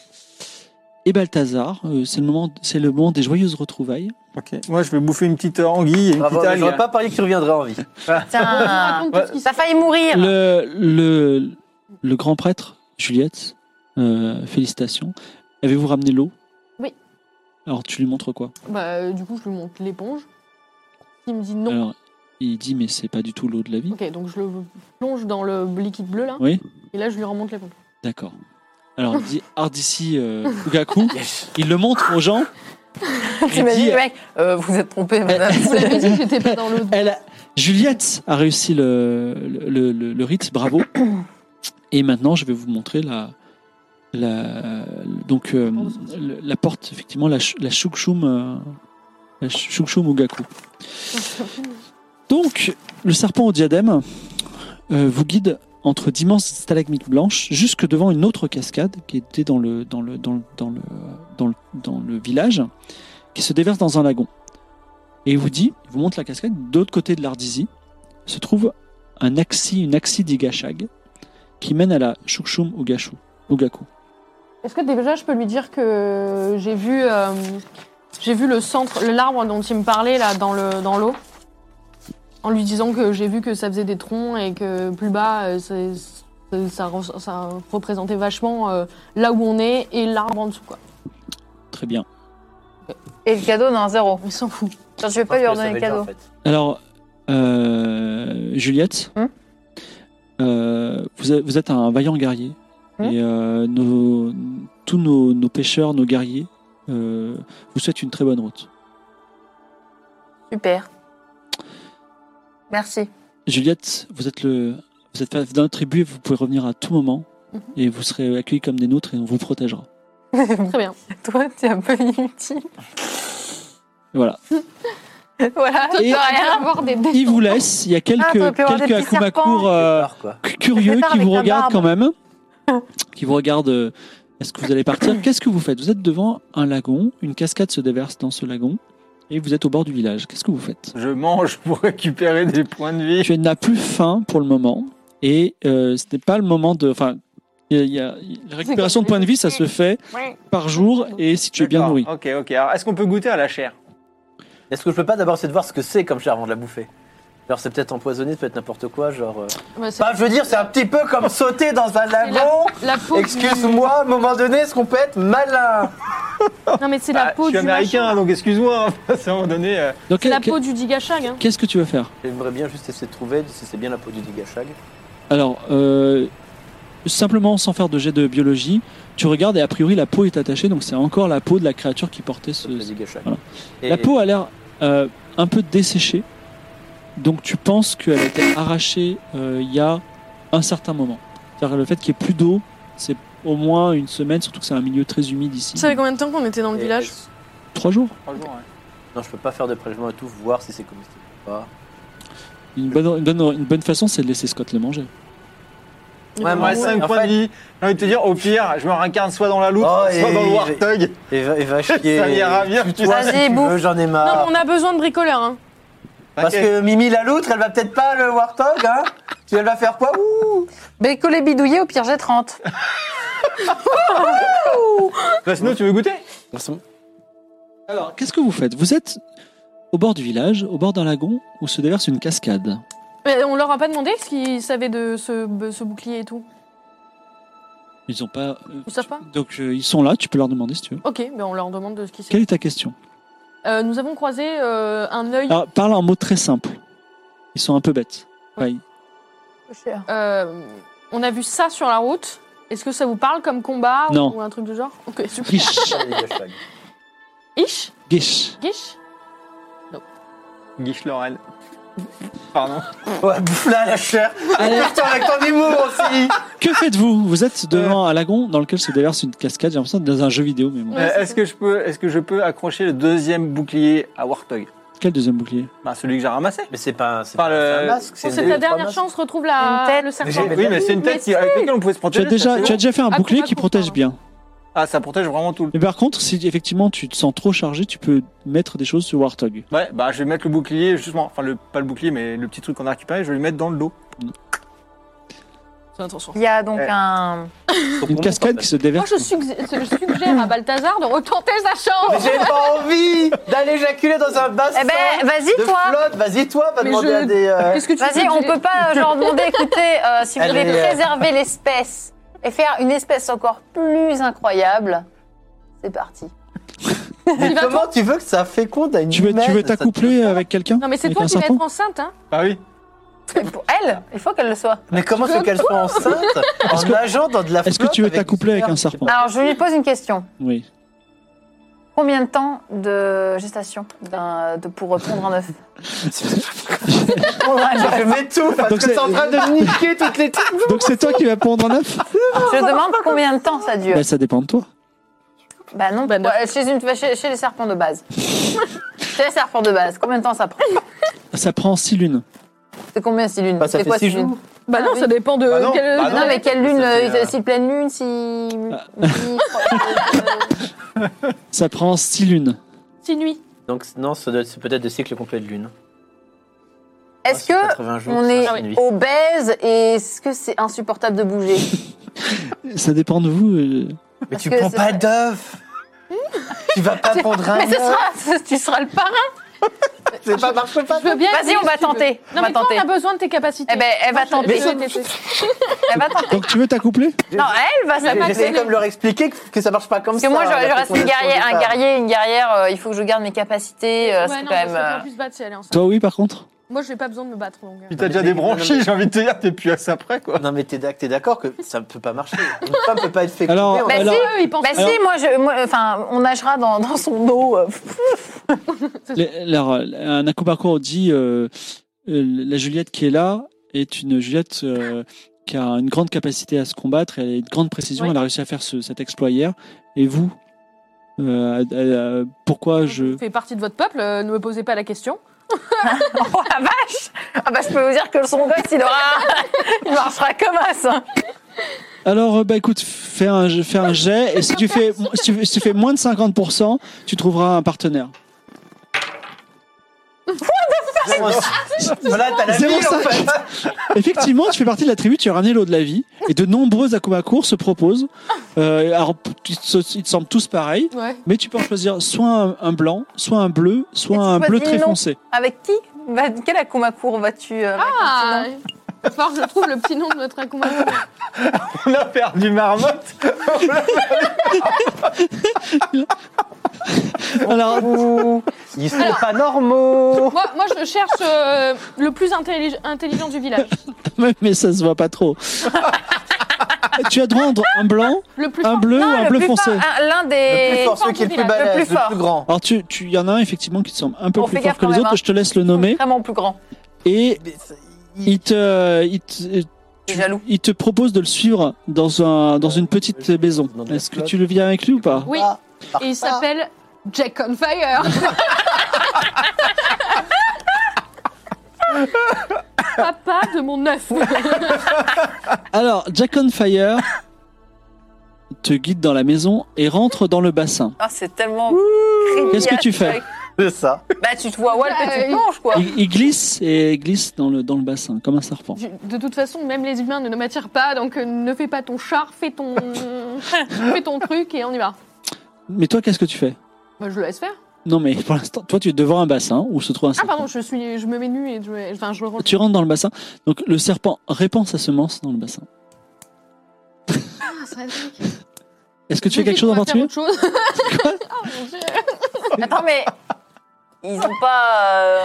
[SPEAKER 1] et Balthazar. Euh, c'est, le moment, c'est le moment des joyeuses retrouvailles.
[SPEAKER 3] Ok. Moi, je vais bouffer une petite euh, anguille et une
[SPEAKER 5] Bravo,
[SPEAKER 3] petite
[SPEAKER 5] mais
[SPEAKER 3] algue.
[SPEAKER 5] j'aurais pas parié qu'il reviendrait en vie.
[SPEAKER 2] Tiens,
[SPEAKER 7] Raconte
[SPEAKER 3] Ah. Ouais.
[SPEAKER 7] tout ce qui
[SPEAKER 2] ça a failli mourir.
[SPEAKER 1] Le, le, le grand prêtre, Juliette, euh, félicitations. Avez-vous ramené l'eau
[SPEAKER 7] Oui.
[SPEAKER 1] Alors tu lui montres quoi
[SPEAKER 7] Bah, euh, du coup, je lui montre l'éponge. Il me dit non.
[SPEAKER 1] Alors il dit mais c'est pas du tout l'eau de la vie.
[SPEAKER 7] Ok, donc je le plonge dans le liquide bleu là.
[SPEAKER 1] Oui.
[SPEAKER 7] Et là, je lui remonte l'éponge.
[SPEAKER 1] D'accord. Alors il dit Ardici euh, Fugaku. Il le montre aux gens. Il
[SPEAKER 2] T'imagines,
[SPEAKER 1] dit,
[SPEAKER 2] le mec, euh, vous êtes trompé, madame.
[SPEAKER 7] Vous l'avez dit que j'étais pas dans l'eau.
[SPEAKER 1] Elle a- Juliette a réussi le, le, le- le rite, bravo. Et maintenant, je vais vous montrer la, la, donc, euh, le- la porte, effectivement, la, ch- la shukshum, euh, la ch- shukshum ugaku. Donc, le serpent au diadème euh, vous guide entre d'immenses stalagmites blanches jusque devant une autre cascade qui était dans le, dans le, dans le, dans le, dans le, dans le village, qui se déverse dans un lagon. Et il vous dit, il vous montre la cascade, de l'autre côté de l'Ardizi se trouve un axi, une axi d'Igashag, qui mène à la Shukshum Ugashu, Ugaku.
[SPEAKER 7] Est-ce que déjà, je peux lui dire que j'ai vu, euh, j'ai vu le centre, l'arbre dont il me parlait là dans le dans l'eau, en lui disant que j'ai vu que ça faisait des troncs et que plus bas, euh, c'est- c'est- ça, re- ça représentait vachement euh, là où on est et l'arbre en dessous quoi.
[SPEAKER 1] Très bien.
[SPEAKER 2] Et le cadeau, non, zéro.
[SPEAKER 7] Il s'en fout.
[SPEAKER 2] Genre, je vais pas lui redonner le cadeau.
[SPEAKER 1] Alors, euh, Juliette,
[SPEAKER 2] Hum
[SPEAKER 1] euh, vous, êtes- vous êtes un vaillant guerrier.
[SPEAKER 2] Hum
[SPEAKER 1] et euh, nos- tous nos, nos pêcheurs, nos guerriers, euh, vous souhaitent une très bonne route.
[SPEAKER 2] Super. Merci.
[SPEAKER 1] Juliette, vous êtes le, vous êtes dans notre tribu, vous pouvez revenir à tout moment
[SPEAKER 7] Mhm.
[SPEAKER 1] et vous serez accueillis comme des nôtres et on vous protégera.
[SPEAKER 7] Très bien.
[SPEAKER 2] Toi, t'es un peu inutile.
[SPEAKER 1] Voilà.
[SPEAKER 2] Voilà,
[SPEAKER 1] Et-
[SPEAKER 2] t'as rien.
[SPEAKER 11] avoir des bêtes.
[SPEAKER 1] Il vous laisse. Il y a quelques,
[SPEAKER 2] Ah, on peut avoir des
[SPEAKER 1] quelques
[SPEAKER 2] petits serpents.
[SPEAKER 1] akumakurs euh,
[SPEAKER 5] Peur, quoi.
[SPEAKER 1] cu- curieux
[SPEAKER 2] Fais ça
[SPEAKER 1] qui vous
[SPEAKER 2] avec ta
[SPEAKER 1] regardent quand même, qui vous regardent. euh, Est-ce que vous allez partir Qu'est-ce que vous faites Vous êtes devant un lagon, une cascade se déverse dans ce lagon et vous êtes au bord du village. Qu'est-ce que vous faites
[SPEAKER 3] Je mange pour récupérer des points de vie.
[SPEAKER 1] Tu n'as plus faim pour le moment et euh, ce n'est pas le moment de. Enfin, il y a- il y a- la récupération de points de vie, ça se fait par jour et si tu es bien
[SPEAKER 3] D'accord.
[SPEAKER 1] nourri.
[SPEAKER 3] Ok, ok. Alors, est-ce qu'on peut goûter à la chair
[SPEAKER 5] Est-ce que je peux pas d'abord essayer de voir ce que c'est comme chair avant de la bouffer Genre c'est peut-être empoisonné, ça peut être n'importe quoi, genre... euh,
[SPEAKER 7] Bah, c'est
[SPEAKER 5] Bah je veux dire, c'est un petit peu comme sauter dans un lagon
[SPEAKER 7] la peau. du-
[SPEAKER 5] Excuse-moi, à un moment donné, est-ce qu'on peut être malin
[SPEAKER 7] Non, mais c'est
[SPEAKER 3] Bah,
[SPEAKER 7] la peau
[SPEAKER 3] Je suis
[SPEAKER 7] du.
[SPEAKER 3] américain,
[SPEAKER 7] machin.
[SPEAKER 3] donc excuse-moi. hein, à un moment donné. euh,
[SPEAKER 1] Donc,
[SPEAKER 7] C'est la
[SPEAKER 1] que-
[SPEAKER 7] peau du digachag. Hein.
[SPEAKER 1] qu'est-ce que tu veux faire
[SPEAKER 5] J'aimerais bien juste essayer de trouver si c'est bien la peau du digachag.
[SPEAKER 1] Alors, euh, simplement sans faire de jet de biologie, tu regardes et a priori la peau est attachée, donc c'est encore la peau de la créature qui portait ce.
[SPEAKER 5] Le digachag.
[SPEAKER 1] Voilà.
[SPEAKER 5] Et-
[SPEAKER 1] La peau a l'air euh, un peu desséchée, donc tu penses qu'elle a été arrachée euh, il y a un certain moment. C'est-à-dire le fait qu'il n'y ait plus d'eau, c'est au moins une semaine, surtout que c'est un milieu très humide ici.
[SPEAKER 7] Tu savais combien de temps qu'on était dans le
[SPEAKER 5] et-
[SPEAKER 7] village
[SPEAKER 5] et-
[SPEAKER 1] Trois jours.
[SPEAKER 3] trois jours, ouais.
[SPEAKER 5] Non, je peux pas faire de prélèvement et tout, voir si c'est comestible ou pas.
[SPEAKER 1] Une bonne, une bonne, une bonne façon, c'est de laisser Scott le manger.
[SPEAKER 7] Il y
[SPEAKER 5] Ouais,
[SPEAKER 7] a
[SPEAKER 3] Il me reste
[SPEAKER 5] ouais,
[SPEAKER 3] 5
[SPEAKER 5] Ah, en
[SPEAKER 3] points
[SPEAKER 5] fait-
[SPEAKER 3] de vie. J'ai envie de te dire, au pire, je me réincarne soit dans la loutre,
[SPEAKER 5] Oh,
[SPEAKER 3] soit
[SPEAKER 5] et-
[SPEAKER 3] dans le warthog.
[SPEAKER 5] Et va, et va chier.
[SPEAKER 3] Ça ira bien, tu vois.
[SPEAKER 2] Vas-y,
[SPEAKER 5] Vas-y, si tu
[SPEAKER 2] bouffe.
[SPEAKER 5] veux, j'en ai
[SPEAKER 7] Non,
[SPEAKER 3] Ah.
[SPEAKER 5] marre.
[SPEAKER 7] mais on a besoin de bricoleurs. Hein.
[SPEAKER 5] Parce que Mimi la loutre, elle va peut-être pas le warthog, hein Tu elle va faire quoi Ouh
[SPEAKER 2] Bricoler bidouiller, au pire, j'ai 30.
[SPEAKER 3] Bah, sinon, tu veux goûter
[SPEAKER 1] Alors, qu'est-ce que vous faites Vous êtes au bord du village, au bord d'un lagon où se déverse une cascade.
[SPEAKER 7] Mais on leur a pas demandé ce qu'ils savaient de ce, de ce bouclier et tout.
[SPEAKER 1] Ils ont pas. euh,
[SPEAKER 7] Ils savent pas
[SPEAKER 1] Donc euh, ils sont là, tu peux leur demander si tu veux.
[SPEAKER 7] Ok, ben on leur demande de ce qu'ils savent.
[SPEAKER 1] Quelle est ta question
[SPEAKER 7] Euh, nous avons croisé euh, un œil.
[SPEAKER 1] Alors, Parle en mots très simples. Ils sont un peu bêtes. Enfin, ils-
[SPEAKER 7] euh, on a vu ça sur la route. Est-ce que ça vous parle comme combat ou-
[SPEAKER 1] Non.
[SPEAKER 7] ou un truc du genre Ok, super.
[SPEAKER 1] Guiche,
[SPEAKER 5] Le digachag.
[SPEAKER 7] Ish
[SPEAKER 1] guiche.
[SPEAKER 7] Gish
[SPEAKER 3] Guiche Lorraine. Pardon.
[SPEAKER 5] Ouais, bouffe-la la chair
[SPEAKER 1] Allez.
[SPEAKER 5] Putain, avec ton humour aussi
[SPEAKER 1] Que faites-vous Vous êtes devant un lagon dans lequel se déverse une cascade. J'ai l'impression d'être dans un jeu vidéo, mais bon.
[SPEAKER 7] Ouais,
[SPEAKER 3] Euh,
[SPEAKER 7] c'est
[SPEAKER 3] est-ce
[SPEAKER 7] ça.
[SPEAKER 3] que je peux, est-ce que je peux accrocher le deuxième bouclier à warthog
[SPEAKER 1] Quel deuxième bouclier
[SPEAKER 3] Bah, celui que j'ai ramassé.
[SPEAKER 5] Mais c'est pas, un- c'est
[SPEAKER 3] Par
[SPEAKER 5] pas
[SPEAKER 3] le-
[SPEAKER 5] un masque,
[SPEAKER 7] Bon,
[SPEAKER 5] c'est
[SPEAKER 7] C'est
[SPEAKER 5] une-
[SPEAKER 7] ta
[SPEAKER 5] c'est pas un
[SPEAKER 7] dernière
[SPEAKER 5] masque.
[SPEAKER 7] chance, retrouve la,
[SPEAKER 2] Une tête.
[SPEAKER 7] le
[SPEAKER 5] Mais
[SPEAKER 7] serpent.
[SPEAKER 5] j'ai-
[SPEAKER 3] Oui, mais c'est une
[SPEAKER 7] Mais
[SPEAKER 3] tête qui- avec laquelle on pouvait se
[SPEAKER 1] tu as,
[SPEAKER 3] protéger. ça,
[SPEAKER 1] déjà,
[SPEAKER 3] c'est
[SPEAKER 1] tu as
[SPEAKER 3] bon.
[SPEAKER 1] déjà fait un
[SPEAKER 7] Ah,
[SPEAKER 1] bouclier qui
[SPEAKER 7] combattre,
[SPEAKER 1] protège
[SPEAKER 7] pardon.
[SPEAKER 1] bien.
[SPEAKER 3] Ah, ça protège vraiment tout le.
[SPEAKER 1] Mais par contre, si effectivement tu te sens trop chargé, tu peux mettre des choses sur Warthog.
[SPEAKER 3] Ouais, bah je vais mettre le bouclier, justement, enfin le, pas le bouclier, mais le petit truc qu'on a récupéré, je vais le mettre dans le dos.
[SPEAKER 7] Fais attention.
[SPEAKER 2] Il y a donc
[SPEAKER 3] Eh.
[SPEAKER 2] un.
[SPEAKER 5] Faut
[SPEAKER 1] Une
[SPEAKER 5] qu'on
[SPEAKER 1] cascade
[SPEAKER 5] monte,
[SPEAKER 1] qui se
[SPEAKER 7] Moi,
[SPEAKER 1] déverse.
[SPEAKER 7] je suggère, je suggère à Balthazar de retenter sa
[SPEAKER 5] en fait.
[SPEAKER 7] chance.
[SPEAKER 5] Mais Oh, j'ai pas envie d'aller éjaculer dans un bassin
[SPEAKER 2] Eh ben,
[SPEAKER 5] de
[SPEAKER 2] vas-y, toi.
[SPEAKER 5] flotte Vas-y, toi, va
[SPEAKER 7] Mais
[SPEAKER 5] demander
[SPEAKER 7] je-
[SPEAKER 5] à des... euh,
[SPEAKER 7] Est-ce que tu
[SPEAKER 2] Vas-y,
[SPEAKER 7] veux
[SPEAKER 2] on
[SPEAKER 7] qu'il-
[SPEAKER 2] peut pas euh, genre demander, écoutez, euh, si vous
[SPEAKER 5] Elle
[SPEAKER 2] voulez
[SPEAKER 5] est, euh,
[SPEAKER 2] préserver l'espèce et faire une espèce encore plus incroyable, c'est parti.
[SPEAKER 5] Mais
[SPEAKER 7] Il va
[SPEAKER 5] comment tu veux que ça féconde à une
[SPEAKER 1] Tu veux, tu
[SPEAKER 5] humaine,
[SPEAKER 1] veux
[SPEAKER 5] ça te-
[SPEAKER 1] t'accoupler avec quelqu'un
[SPEAKER 7] Non, mais c'est
[SPEAKER 1] Avec
[SPEAKER 7] toi
[SPEAKER 1] un
[SPEAKER 7] qui vas
[SPEAKER 1] serpent
[SPEAKER 7] être enceinte, hein
[SPEAKER 3] Ah oui
[SPEAKER 2] Et Pour elle, il faut qu'elle le soit.
[SPEAKER 5] Mais comment c'est qu'elle soit enceinte en
[SPEAKER 1] que-
[SPEAKER 5] nageant dans de la
[SPEAKER 1] Est-ce que tu veux
[SPEAKER 5] flotte avec
[SPEAKER 1] t'accoupler
[SPEAKER 5] du
[SPEAKER 1] avec un
[SPEAKER 5] cerf
[SPEAKER 1] serpent
[SPEAKER 2] Alors, je lui pose une question.
[SPEAKER 1] Oui.
[SPEAKER 2] Combien de temps de gestation d'un- de, pour euh, pondre un œuf Pondre un œuf.
[SPEAKER 5] Je m'étouffe parce
[SPEAKER 1] Donc
[SPEAKER 5] que c'est en
[SPEAKER 1] c'est-
[SPEAKER 5] train de me niquer toutes les trucs.
[SPEAKER 1] Donc c'est toi qui vas pondre en œuf
[SPEAKER 2] Je demande combien de temps ça dure.
[SPEAKER 1] Bah, Ça dépend de toi.
[SPEAKER 2] Bah non,
[SPEAKER 7] Bah,
[SPEAKER 2] bah, chez, une, chez, chez les serpents de base. chez les serpents de base, combien de temps ça prend
[SPEAKER 1] Ça prend six lunes.
[SPEAKER 2] C'est combien si lune
[SPEAKER 5] Bah, ça
[SPEAKER 2] C'est
[SPEAKER 5] fait
[SPEAKER 2] quoi
[SPEAKER 5] six
[SPEAKER 2] si lune
[SPEAKER 5] jours.
[SPEAKER 7] Bah
[SPEAKER 2] Ah
[SPEAKER 7] non,
[SPEAKER 2] oui.
[SPEAKER 7] ça dépend de
[SPEAKER 3] Bah non,
[SPEAKER 7] quel-
[SPEAKER 3] bah
[SPEAKER 2] Ah non, mais quelle lune
[SPEAKER 5] Ça fait,
[SPEAKER 2] euh,
[SPEAKER 5] euh,
[SPEAKER 2] Si pleine lune, si.
[SPEAKER 1] Ça prend six lunes.
[SPEAKER 7] Six nuits.
[SPEAKER 5] Donc non, ça doit- c'est peut-être des cycles complets de lune.
[SPEAKER 2] Est-ce
[SPEAKER 5] Ah,
[SPEAKER 2] que
[SPEAKER 5] c'est 80 jours,
[SPEAKER 2] on
[SPEAKER 5] c'est
[SPEAKER 2] est
[SPEAKER 5] un nuit.
[SPEAKER 2] obèse et est-ce que c'est insupportable de bouger
[SPEAKER 1] Ça dépend de vous. euh.
[SPEAKER 5] Mais tu
[SPEAKER 2] que
[SPEAKER 5] prends
[SPEAKER 2] c'est-
[SPEAKER 5] pas d'œuf. Tu vas pas prendre un
[SPEAKER 2] Mais ce
[SPEAKER 5] œuf.
[SPEAKER 2] sera, tu seras le parrain.
[SPEAKER 5] C'est pas marche pas.
[SPEAKER 7] Je veux bien.
[SPEAKER 2] Vas-y, on va
[SPEAKER 7] si tu veux.
[SPEAKER 2] tenter. On
[SPEAKER 7] Non,
[SPEAKER 2] va
[SPEAKER 7] mais toi,
[SPEAKER 2] tenter.
[SPEAKER 7] on a besoin de tes capacités.
[SPEAKER 2] Eh ben, elle va
[SPEAKER 7] Moi, je-
[SPEAKER 2] tenter.
[SPEAKER 7] je vais tester.
[SPEAKER 2] Elle va tenter.
[SPEAKER 1] Donc tu veux t'accoupler
[SPEAKER 2] Non, elle va
[SPEAKER 7] pas
[SPEAKER 5] J'essaie
[SPEAKER 2] s'attaquer.
[SPEAKER 7] tenu.
[SPEAKER 5] comme de leur expliquer que- que ça marche pas comme
[SPEAKER 2] Parce
[SPEAKER 5] ça.
[SPEAKER 2] que moi, je,
[SPEAKER 5] la
[SPEAKER 2] je reste une
[SPEAKER 5] fécondation
[SPEAKER 2] guerrier,
[SPEAKER 5] des
[SPEAKER 2] un
[SPEAKER 5] femmes.
[SPEAKER 2] guerrier, une guerrière. euh, il faut que je garde mes capacités. euh,
[SPEAKER 7] Ouais,
[SPEAKER 2] c'est
[SPEAKER 7] non,
[SPEAKER 2] quand même.
[SPEAKER 7] ça
[SPEAKER 2] euh,
[SPEAKER 7] peut plus se battre si elle est enceinte.
[SPEAKER 1] Toi oui par contre.
[SPEAKER 7] Moi, j'ai pas besoin de me battre, donc. euh.
[SPEAKER 3] Puis t'as déjà débranché, j'ai envie de te dire, t'es plus à ça près quoi.
[SPEAKER 5] Non mais t'es d'ac- t'es d'accord que ça ne peut pas marcher. Une femme peut pas être fécondée.
[SPEAKER 1] Alors-
[SPEAKER 5] on-
[SPEAKER 2] Bah,
[SPEAKER 1] Alors-
[SPEAKER 2] si,
[SPEAKER 7] Eux, ils pensent.
[SPEAKER 2] bah, si, moi, je, moi, enfin, on nagera dans, dans son eau. euh,
[SPEAKER 1] Les- leur- un acoupacor dit euh, euh, la Juliette qui est là est une Juliette euh, qui a une grande capacité à se combattre, elle a une grande précision,
[SPEAKER 7] Oui.
[SPEAKER 1] elle a réussi à faire ce- cet exploit hier. Et vous Euh, euh, Pourquoi je...
[SPEAKER 7] Je fais partie de votre peuple, euh, ne me posez pas la question.
[SPEAKER 2] Oh la vache Ah bah je peux vous dire que son gosse, il aura... il marchera comme as. hein.
[SPEAKER 1] Alors, euh, bah écoute, fais un, fais un jet, et si tu, fais, si, tu, si tu fais moins de 50%, tu trouveras un partenaire.
[SPEAKER 3] Voilà, t'as la vie,
[SPEAKER 1] Zéro
[SPEAKER 3] en
[SPEAKER 1] cinq.
[SPEAKER 3] fait. Ah.
[SPEAKER 1] Effectivement, tu fais partie de la tribu, tu as ramené l'eau de la vie, et de nombreux Akumakours se proposent. Euh, alors, ils se- ils te semblent tous pareils,
[SPEAKER 7] Ouais.
[SPEAKER 1] mais tu peux en choisir soit un, un blanc, soit un bleu,
[SPEAKER 2] Et
[SPEAKER 1] soit
[SPEAKER 2] tu
[SPEAKER 1] un bleu
[SPEAKER 2] choisis
[SPEAKER 1] très
[SPEAKER 2] non.
[SPEAKER 1] foncé.
[SPEAKER 2] Avec qui Bah, Quel Akumakour vas-tu euh,
[SPEAKER 7] Ah
[SPEAKER 2] réconcilier
[SPEAKER 7] Fort, je trouve le petit nom de notre accompagnant.
[SPEAKER 3] On a perdu Marmotte.
[SPEAKER 1] Alors,
[SPEAKER 3] Ils sont pas normaux.
[SPEAKER 7] Moi, moi, je cherche euh, le plus intellig- intelligent du village.
[SPEAKER 1] mais- mais ça se voit pas trop. tu as droit à un blanc,
[SPEAKER 7] Le plus
[SPEAKER 9] Ah,
[SPEAKER 1] un
[SPEAKER 7] fort.
[SPEAKER 1] bleu ou
[SPEAKER 2] Non,
[SPEAKER 1] un
[SPEAKER 2] le
[SPEAKER 1] bleu
[SPEAKER 2] plus
[SPEAKER 1] foncé.
[SPEAKER 2] fort, un- L'un
[SPEAKER 3] Le plus
[SPEAKER 2] des...
[SPEAKER 3] fort, celui qui est le plus
[SPEAKER 7] Le
[SPEAKER 3] balèze, le plus,
[SPEAKER 2] fort.
[SPEAKER 3] grand.
[SPEAKER 1] Alors, tu, tu, il y en a un effectivement qui te semble un peu
[SPEAKER 2] On
[SPEAKER 1] plus
[SPEAKER 2] fait
[SPEAKER 1] fort
[SPEAKER 2] gaffe
[SPEAKER 1] que
[SPEAKER 2] quand
[SPEAKER 1] les
[SPEAKER 2] même,
[SPEAKER 1] autres,
[SPEAKER 2] hein.
[SPEAKER 1] je te laisse le nommer.
[SPEAKER 2] Vraiment plus grand.
[SPEAKER 1] Et
[SPEAKER 3] Mais c'est-
[SPEAKER 1] il te, il te,
[SPEAKER 2] Je suis jaloux.
[SPEAKER 1] il te propose de le suivre dans, un, dans une petite maison.
[SPEAKER 5] Dans de la
[SPEAKER 1] Est-ce que
[SPEAKER 5] flotte.
[SPEAKER 1] tu le viens avec lui ou pas
[SPEAKER 7] Oui. Et il s'appelle Jack on Fire. Papa de mon œuf.
[SPEAKER 1] Alors, Jack on Fire te guide dans la maison et rentre dans le bassin.
[SPEAKER 2] Ah, c'est tellement...
[SPEAKER 1] Qu'est-ce que tu
[SPEAKER 2] creepy,
[SPEAKER 1] fais
[SPEAKER 3] C'est ça.
[SPEAKER 2] Bah, tu te vois Walt et tu
[SPEAKER 7] Ouais.
[SPEAKER 2] te penches, quoi.
[SPEAKER 1] Il, il glisse et glisse dans le, dans le bassin, comme un serpent.
[SPEAKER 7] Je- De toute façon, même les humains ne m'attirent pas, donc euh, ne fais pas ton char, fais ton, fais ton truc et on y va.
[SPEAKER 1] Mais toi, qu'est-ce que tu fais
[SPEAKER 7] Bah, je le laisse faire.
[SPEAKER 1] Non, mais pour l'instant, toi, tu es devant un bassin où se trouve un
[SPEAKER 7] Ah
[SPEAKER 1] serpent.
[SPEAKER 7] pardon, je suis, je me mets nue et je, enfin, je rentre.
[SPEAKER 1] Tu rentres dans le bassin. Donc, le serpent répand sa semence dans le bassin.
[SPEAKER 7] Ah, ça va être magnifique.
[SPEAKER 1] Est-ce que tu fais quelque
[SPEAKER 7] Vite,
[SPEAKER 1] chose
[SPEAKER 7] on
[SPEAKER 1] en
[SPEAKER 7] va faire
[SPEAKER 1] particulier
[SPEAKER 7] autre chose. Ah, mon Dieu.
[SPEAKER 2] Attends, mais... Ils ont pas...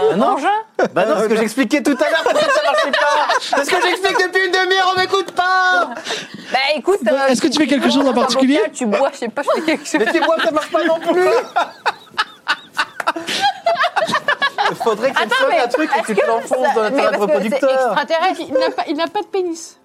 [SPEAKER 2] euh,
[SPEAKER 5] Ah non.
[SPEAKER 2] un enjeu
[SPEAKER 5] Bah non, parce que j'expliquais tout à l'heure, peut-être ça marchait pas.
[SPEAKER 3] Parce que j'explique depuis une demi-heure, on m'écoute pas.
[SPEAKER 2] Bah, écoute...
[SPEAKER 1] Bah,
[SPEAKER 2] euh,
[SPEAKER 1] est-ce que tu fais quelque chose en
[SPEAKER 2] manges un
[SPEAKER 1] particulier
[SPEAKER 2] bocal, Tu bois, je sais pas, je fais quelque chose.
[SPEAKER 3] Mais tes bois, ça marche pas non plus. Faudrait qu'elle
[SPEAKER 2] Attends,
[SPEAKER 3] sonne
[SPEAKER 2] mais
[SPEAKER 3] un truc et
[SPEAKER 2] est-ce
[SPEAKER 3] tu te
[SPEAKER 2] que
[SPEAKER 3] l'enfonces
[SPEAKER 2] ça-
[SPEAKER 3] dans la
[SPEAKER 2] mais
[SPEAKER 3] tête
[SPEAKER 2] parce que c'est
[SPEAKER 3] reproducteur.
[SPEAKER 7] Intérêt, il n'a pas, il n'a pas de pénis.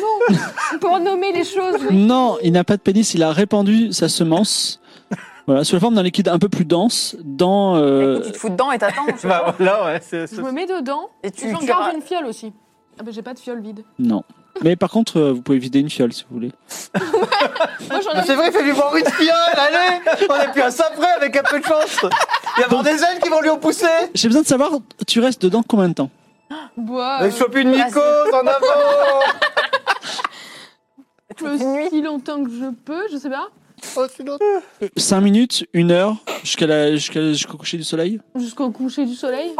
[SPEAKER 7] Non, pour nommer les choses. oui.
[SPEAKER 1] Non, il n'a pas de pénis, il a répandu sa semence. Voilà, sous la forme d'un liquide un peu plus dense dans. euh,
[SPEAKER 2] Écoute, tu te fous dedans et t'attends. je sais pas.
[SPEAKER 3] Bah voilà, ouais, c'est
[SPEAKER 7] Je me mets dedans
[SPEAKER 2] Et
[SPEAKER 7] et
[SPEAKER 2] tu,
[SPEAKER 7] j'en
[SPEAKER 2] tu
[SPEAKER 7] garde
[SPEAKER 2] ra-
[SPEAKER 7] une fiole aussi. Ah ben j'ai pas de fiole vide.
[SPEAKER 1] Non. Mais par contre, euh, vous pouvez vider une fiole si vous voulez.
[SPEAKER 7] Moi j'en
[SPEAKER 3] Mais
[SPEAKER 7] ai
[SPEAKER 3] C'est vrai, fais-lui boire une fiole, allez On est plus à ça près avec un peu de chance Il y a des ailes qui vont lui en pousser
[SPEAKER 2] Euh,
[SPEAKER 1] J'ai besoin de savoir, tu restes dedans combien de temps
[SPEAKER 7] bois.
[SPEAKER 3] Il chope une mycose en avant
[SPEAKER 7] si longtemps que je peux, je sais pas.
[SPEAKER 1] Euh, Cinq minutes, une heure, jusqu'à la- jusqu'à- jusqu'au coucher du soleil
[SPEAKER 7] Jusqu'au coucher du soleil.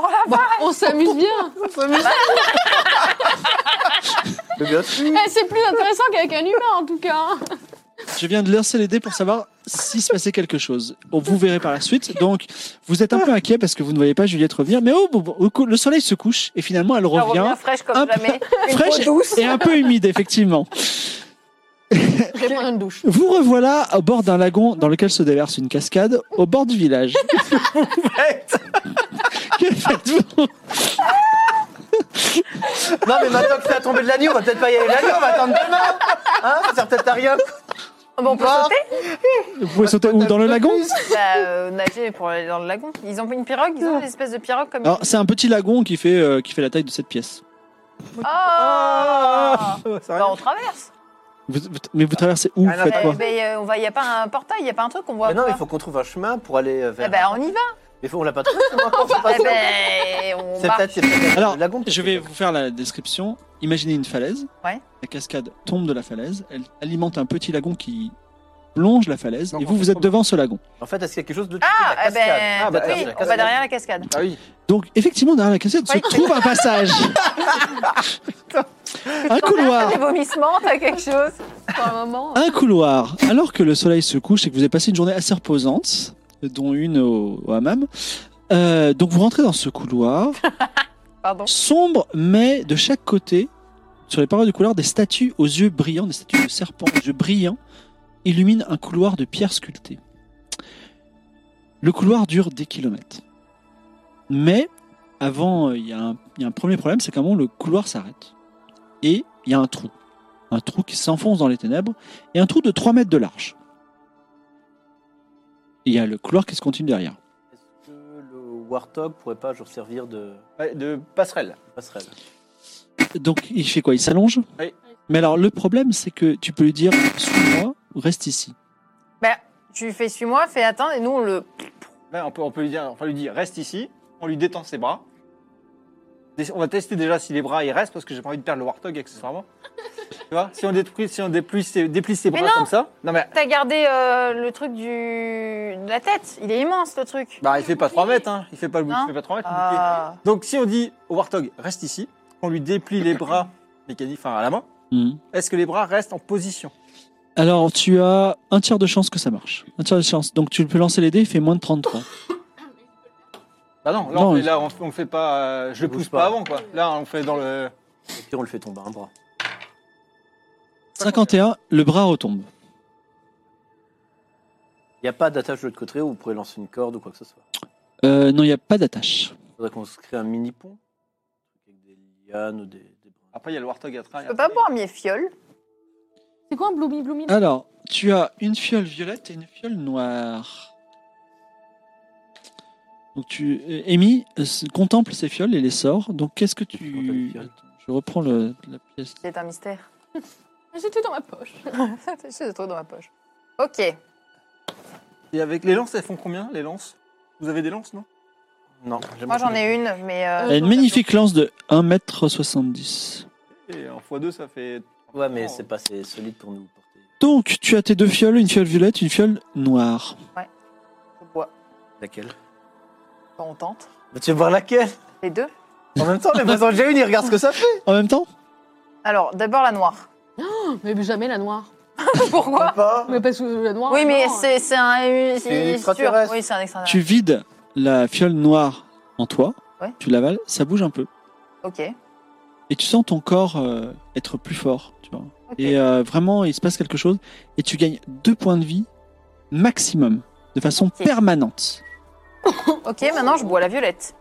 [SPEAKER 7] on s'amuse bien. Eh, c'est plus intéressant qu'avec un humain en tout cas.
[SPEAKER 1] Je viens de lancer les dés pour savoir s'il se passait quelque chose. Bon, Vous verrez par la suite. Donc, vous êtes un peu inquiet parce que vous ne voyez pas Juliette revenir. Mais oh, bon, bon, au cou- le soleil se couche et finalement elle
[SPEAKER 2] Elle
[SPEAKER 1] revient.
[SPEAKER 2] revient fraîche comme
[SPEAKER 1] Hop.
[SPEAKER 2] jamais. Une
[SPEAKER 1] Fraîche
[SPEAKER 2] peau douce.
[SPEAKER 1] et un peu humide, effectivement.
[SPEAKER 7] Je vais prendre une douche.
[SPEAKER 1] Vous revoilà au bord d'un lagon dans lequel se déverse une cascade, au bord du village. Que faites-vous
[SPEAKER 3] Non mais maintenant que c'est à tomber de la nuit, on va peut-être pas y aller la nuit, on va attendre demain Hein Ça sert peut-être à rien
[SPEAKER 2] Ah bon, on peut
[SPEAKER 3] Bah.
[SPEAKER 2] sauter
[SPEAKER 1] Vous pouvez sauter où Dans le lagon
[SPEAKER 2] Bah, euh, nager pour aller dans le lagon. Ils ont une pirogue, ils ont des espèces de pirogues comme.
[SPEAKER 1] Alors, c'est un petit lagon qui fait, euh, qui fait la taille de cette pièce.
[SPEAKER 2] Oh
[SPEAKER 3] Ah C'est
[SPEAKER 2] Bah,
[SPEAKER 3] rien.
[SPEAKER 2] on traverse.
[SPEAKER 1] Vous- vous- mais vous traversez où
[SPEAKER 3] Ah, non,
[SPEAKER 1] Faites
[SPEAKER 2] Eh
[SPEAKER 1] quoi
[SPEAKER 2] ben, euh, on va, y a pas un portail, y a pas un truc qu'on voit.
[SPEAKER 5] Mais non,
[SPEAKER 2] pas.
[SPEAKER 5] il faut qu'on trouve un chemin pour aller euh, vers.
[SPEAKER 2] Eh ben, on y va.
[SPEAKER 5] Mais faut- on l'a pas trouvé, Ah, c'est moi qu'on sait pas
[SPEAKER 2] Eh
[SPEAKER 5] ça.
[SPEAKER 2] ben, on
[SPEAKER 5] C'est
[SPEAKER 2] marche.
[SPEAKER 5] peut-être c'est peut-être
[SPEAKER 1] Alors,
[SPEAKER 5] le lagon, peut-être.
[SPEAKER 1] Je vais vous faire la description. Imaginez une falaise.
[SPEAKER 2] Ouais.
[SPEAKER 1] La cascade tombe de la falaise. Elle alimente un petit lagon qui longe la falaise.
[SPEAKER 3] Donc,
[SPEAKER 1] et
[SPEAKER 3] on
[SPEAKER 1] vous,
[SPEAKER 3] fait
[SPEAKER 1] vous êtes
[SPEAKER 3] comment
[SPEAKER 1] devant ce lagon.
[SPEAKER 5] En fait, est-ce qu'il y a quelque chose de.
[SPEAKER 2] Ah, eh ben,
[SPEAKER 5] Ah, bah,
[SPEAKER 2] oui,
[SPEAKER 5] derrière la
[SPEAKER 2] on
[SPEAKER 5] cascade.
[SPEAKER 2] va derrière la cascade.
[SPEAKER 3] Ah oui
[SPEAKER 1] Donc, effectivement, derrière la cascade se
[SPEAKER 2] Ouais.
[SPEAKER 1] trouve un passage. un couloir.
[SPEAKER 2] T'as des vomissements, t'as quelque chose.
[SPEAKER 7] Pour un moment.
[SPEAKER 1] Un couloir. Alors que le soleil se couche et que vous avez passé une journée assez reposante, dont une au, au hammam, euh, donc vous rentrez dans ce couloir,
[SPEAKER 2] Pardon.
[SPEAKER 1] sombre, mais de chaque côté, sur les parois du couloir, des statues aux yeux brillants, des statues de serpents aux yeux brillants, illuminent un couloir de pierre sculptée. Le couloir dure des kilomètres. Mais, avant, euh, il y, a un- il y a un premier problème, c'est qu'à un moment, le couloir s'arrête. Et il y a un trou. Un trou qui s'enfonce dans les ténèbres. Et un trou de 3 mètres de large. Et il y a le couloir qui se continue derrière.
[SPEAKER 5] Est-ce que le Warthog pourrait pas genre, servir de
[SPEAKER 3] Ouais, de passerelle.
[SPEAKER 5] passerelle
[SPEAKER 1] Donc, il fait quoi Il s'allonge
[SPEAKER 3] Oui.
[SPEAKER 1] Mais alors, le problème, c'est que tu peux lui dire suis-moi, reste ici.
[SPEAKER 2] Tu lui fais suis-moi, fais attendre et nous on le.
[SPEAKER 3] Là, on peut, on peut lui dire, enfin lui dire, reste ici. On lui détend ses bras. Dé- On va tester déjà si les bras ils restent parce que j'ai pas envie de perdre le Warthog accessoirement. tu vois, si on déplie, si on déplie ses, déplie ses
[SPEAKER 2] Mais
[SPEAKER 3] bras
[SPEAKER 2] non
[SPEAKER 3] comme ça. Non mais
[SPEAKER 2] T'as gardé euh, le truc du. de la tête. Il est immense le truc.
[SPEAKER 3] bah il fait pas 3 mètres, hein. Il fait pas le bouclier,
[SPEAKER 2] Non.
[SPEAKER 3] il fait pas 3 mètres. le bouclier.
[SPEAKER 2] Ah.
[SPEAKER 3] Donc si on dit au Warthog, reste ici, on lui déplie les bras mécaniques, enfin à la main.
[SPEAKER 1] Mhm.
[SPEAKER 3] Est-ce que les bras restent en position
[SPEAKER 1] Alors, tu as un tiers de chance que ça marche. Un tiers de chance. Donc, tu peux lancer les dés, il fait moins de 33.
[SPEAKER 3] Bah non, là,
[SPEAKER 1] Non,
[SPEAKER 3] on, fait,
[SPEAKER 1] je-
[SPEAKER 3] là on, on fait pas, euh, je le
[SPEAKER 5] bouge
[SPEAKER 3] pousse
[SPEAKER 5] pas.
[SPEAKER 3] pas. avant quoi. Là on fait dans le.
[SPEAKER 5] Au pire, on le fait tomber un bras.
[SPEAKER 1] 51, le bras retombe.
[SPEAKER 5] Il n'y a pas d'attache de l'autre côté où vous pourrez lancer une corde ou quoi que ce soit.
[SPEAKER 1] Euh, non, il n'y a pas d'attache.
[SPEAKER 5] Il faudrait qu'on se crée un mini pont. Avec des lianes ou des. des...
[SPEAKER 3] Après il y a le Warthog à travers.
[SPEAKER 2] Je peux pas boire mes fioles.
[SPEAKER 7] C'est quoi un bloomy bloomy
[SPEAKER 3] Euh.
[SPEAKER 1] Alors, tu as une fiole violette et une fiole noire. Donc tu, euh, Amy euh, s- contemple ces fioles et les sort. Donc qu'est-ce que
[SPEAKER 5] Comment t'as les
[SPEAKER 1] tu
[SPEAKER 5] fioles
[SPEAKER 1] Attends, Je reprends le- la pièce.
[SPEAKER 2] C'est un mystère.
[SPEAKER 7] C'était dans ma poche.
[SPEAKER 2] C'est ce truc dans ma poche. Ok.
[SPEAKER 3] Et avec les lances, elles font combien les lances Vous avez des lances, non
[SPEAKER 5] Non, j'aime
[SPEAKER 2] Moi
[SPEAKER 5] pas.
[SPEAKER 2] j'en ai une, mais. euh,
[SPEAKER 1] Elle a une magnifique lance de 1m70.
[SPEAKER 3] Et en x2, ça fait.
[SPEAKER 5] Ouais, mais c'est pas assez solide pour nous porter.
[SPEAKER 1] Donc tu as tes deux fioles, une fiole violette, une fiole noire.
[SPEAKER 2] je bois.
[SPEAKER 5] Laquelle
[SPEAKER 2] Quand on tente.
[SPEAKER 5] Bah, Tu veux voir laquelle
[SPEAKER 2] Les deux.
[SPEAKER 5] En même temps, on est présent déjà une, il regarde ce que ça fait.
[SPEAKER 1] En même temps,
[SPEAKER 2] Alors d'abord la noire.
[SPEAKER 7] Mais jamais la noire.
[SPEAKER 2] Pourquoi
[SPEAKER 5] Pas.
[SPEAKER 7] Mais parce que la noire.
[SPEAKER 2] Oui, mais
[SPEAKER 7] non. hein.
[SPEAKER 2] c'est c'est un.
[SPEAKER 5] une
[SPEAKER 2] sûr.
[SPEAKER 5] extraterrestre.
[SPEAKER 2] Oui, c'est un extraterrestre.
[SPEAKER 1] tu vides la fiole noire en toi,
[SPEAKER 2] Ouais.
[SPEAKER 1] tu l'avales, ça bouge un peu.
[SPEAKER 2] Ok.
[SPEAKER 1] Et tu sens ton corps euh, être plus fort, tu vois.
[SPEAKER 2] Ok.
[SPEAKER 1] Et euh, vraiment, il se passe quelque chose. Et tu gagnes deux points de vie maximum, de façon
[SPEAKER 2] Ok.
[SPEAKER 1] permanente.
[SPEAKER 2] Ok, maintenant je bois la violette.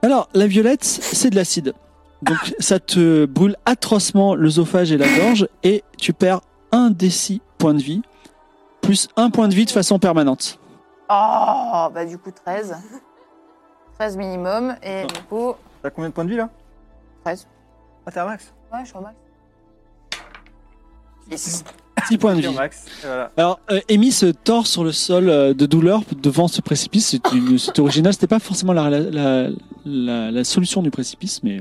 [SPEAKER 1] Alors, la violette, c'est de l'acide. Donc, ça te brûle atrocement l'œsophage et la gorge. Et tu perds un des six points de vie, plus un point de vie de façon permanente.
[SPEAKER 2] Oh, bah du coup 13. 13 minimum et du coup
[SPEAKER 3] T'as combien de points de vie là
[SPEAKER 2] 13.
[SPEAKER 3] Ah, t'es un max
[SPEAKER 2] Ouais, je suis au max. 6.
[SPEAKER 1] Six points de
[SPEAKER 3] T'es un
[SPEAKER 1] vie.
[SPEAKER 3] max. Et voilà.
[SPEAKER 1] Alors, euh, Amy se tord sur le sol euh, de douleur devant ce précipice. C'est une- C'est original. C'était pas forcément la, la- la- la- la solution du précipice, mais.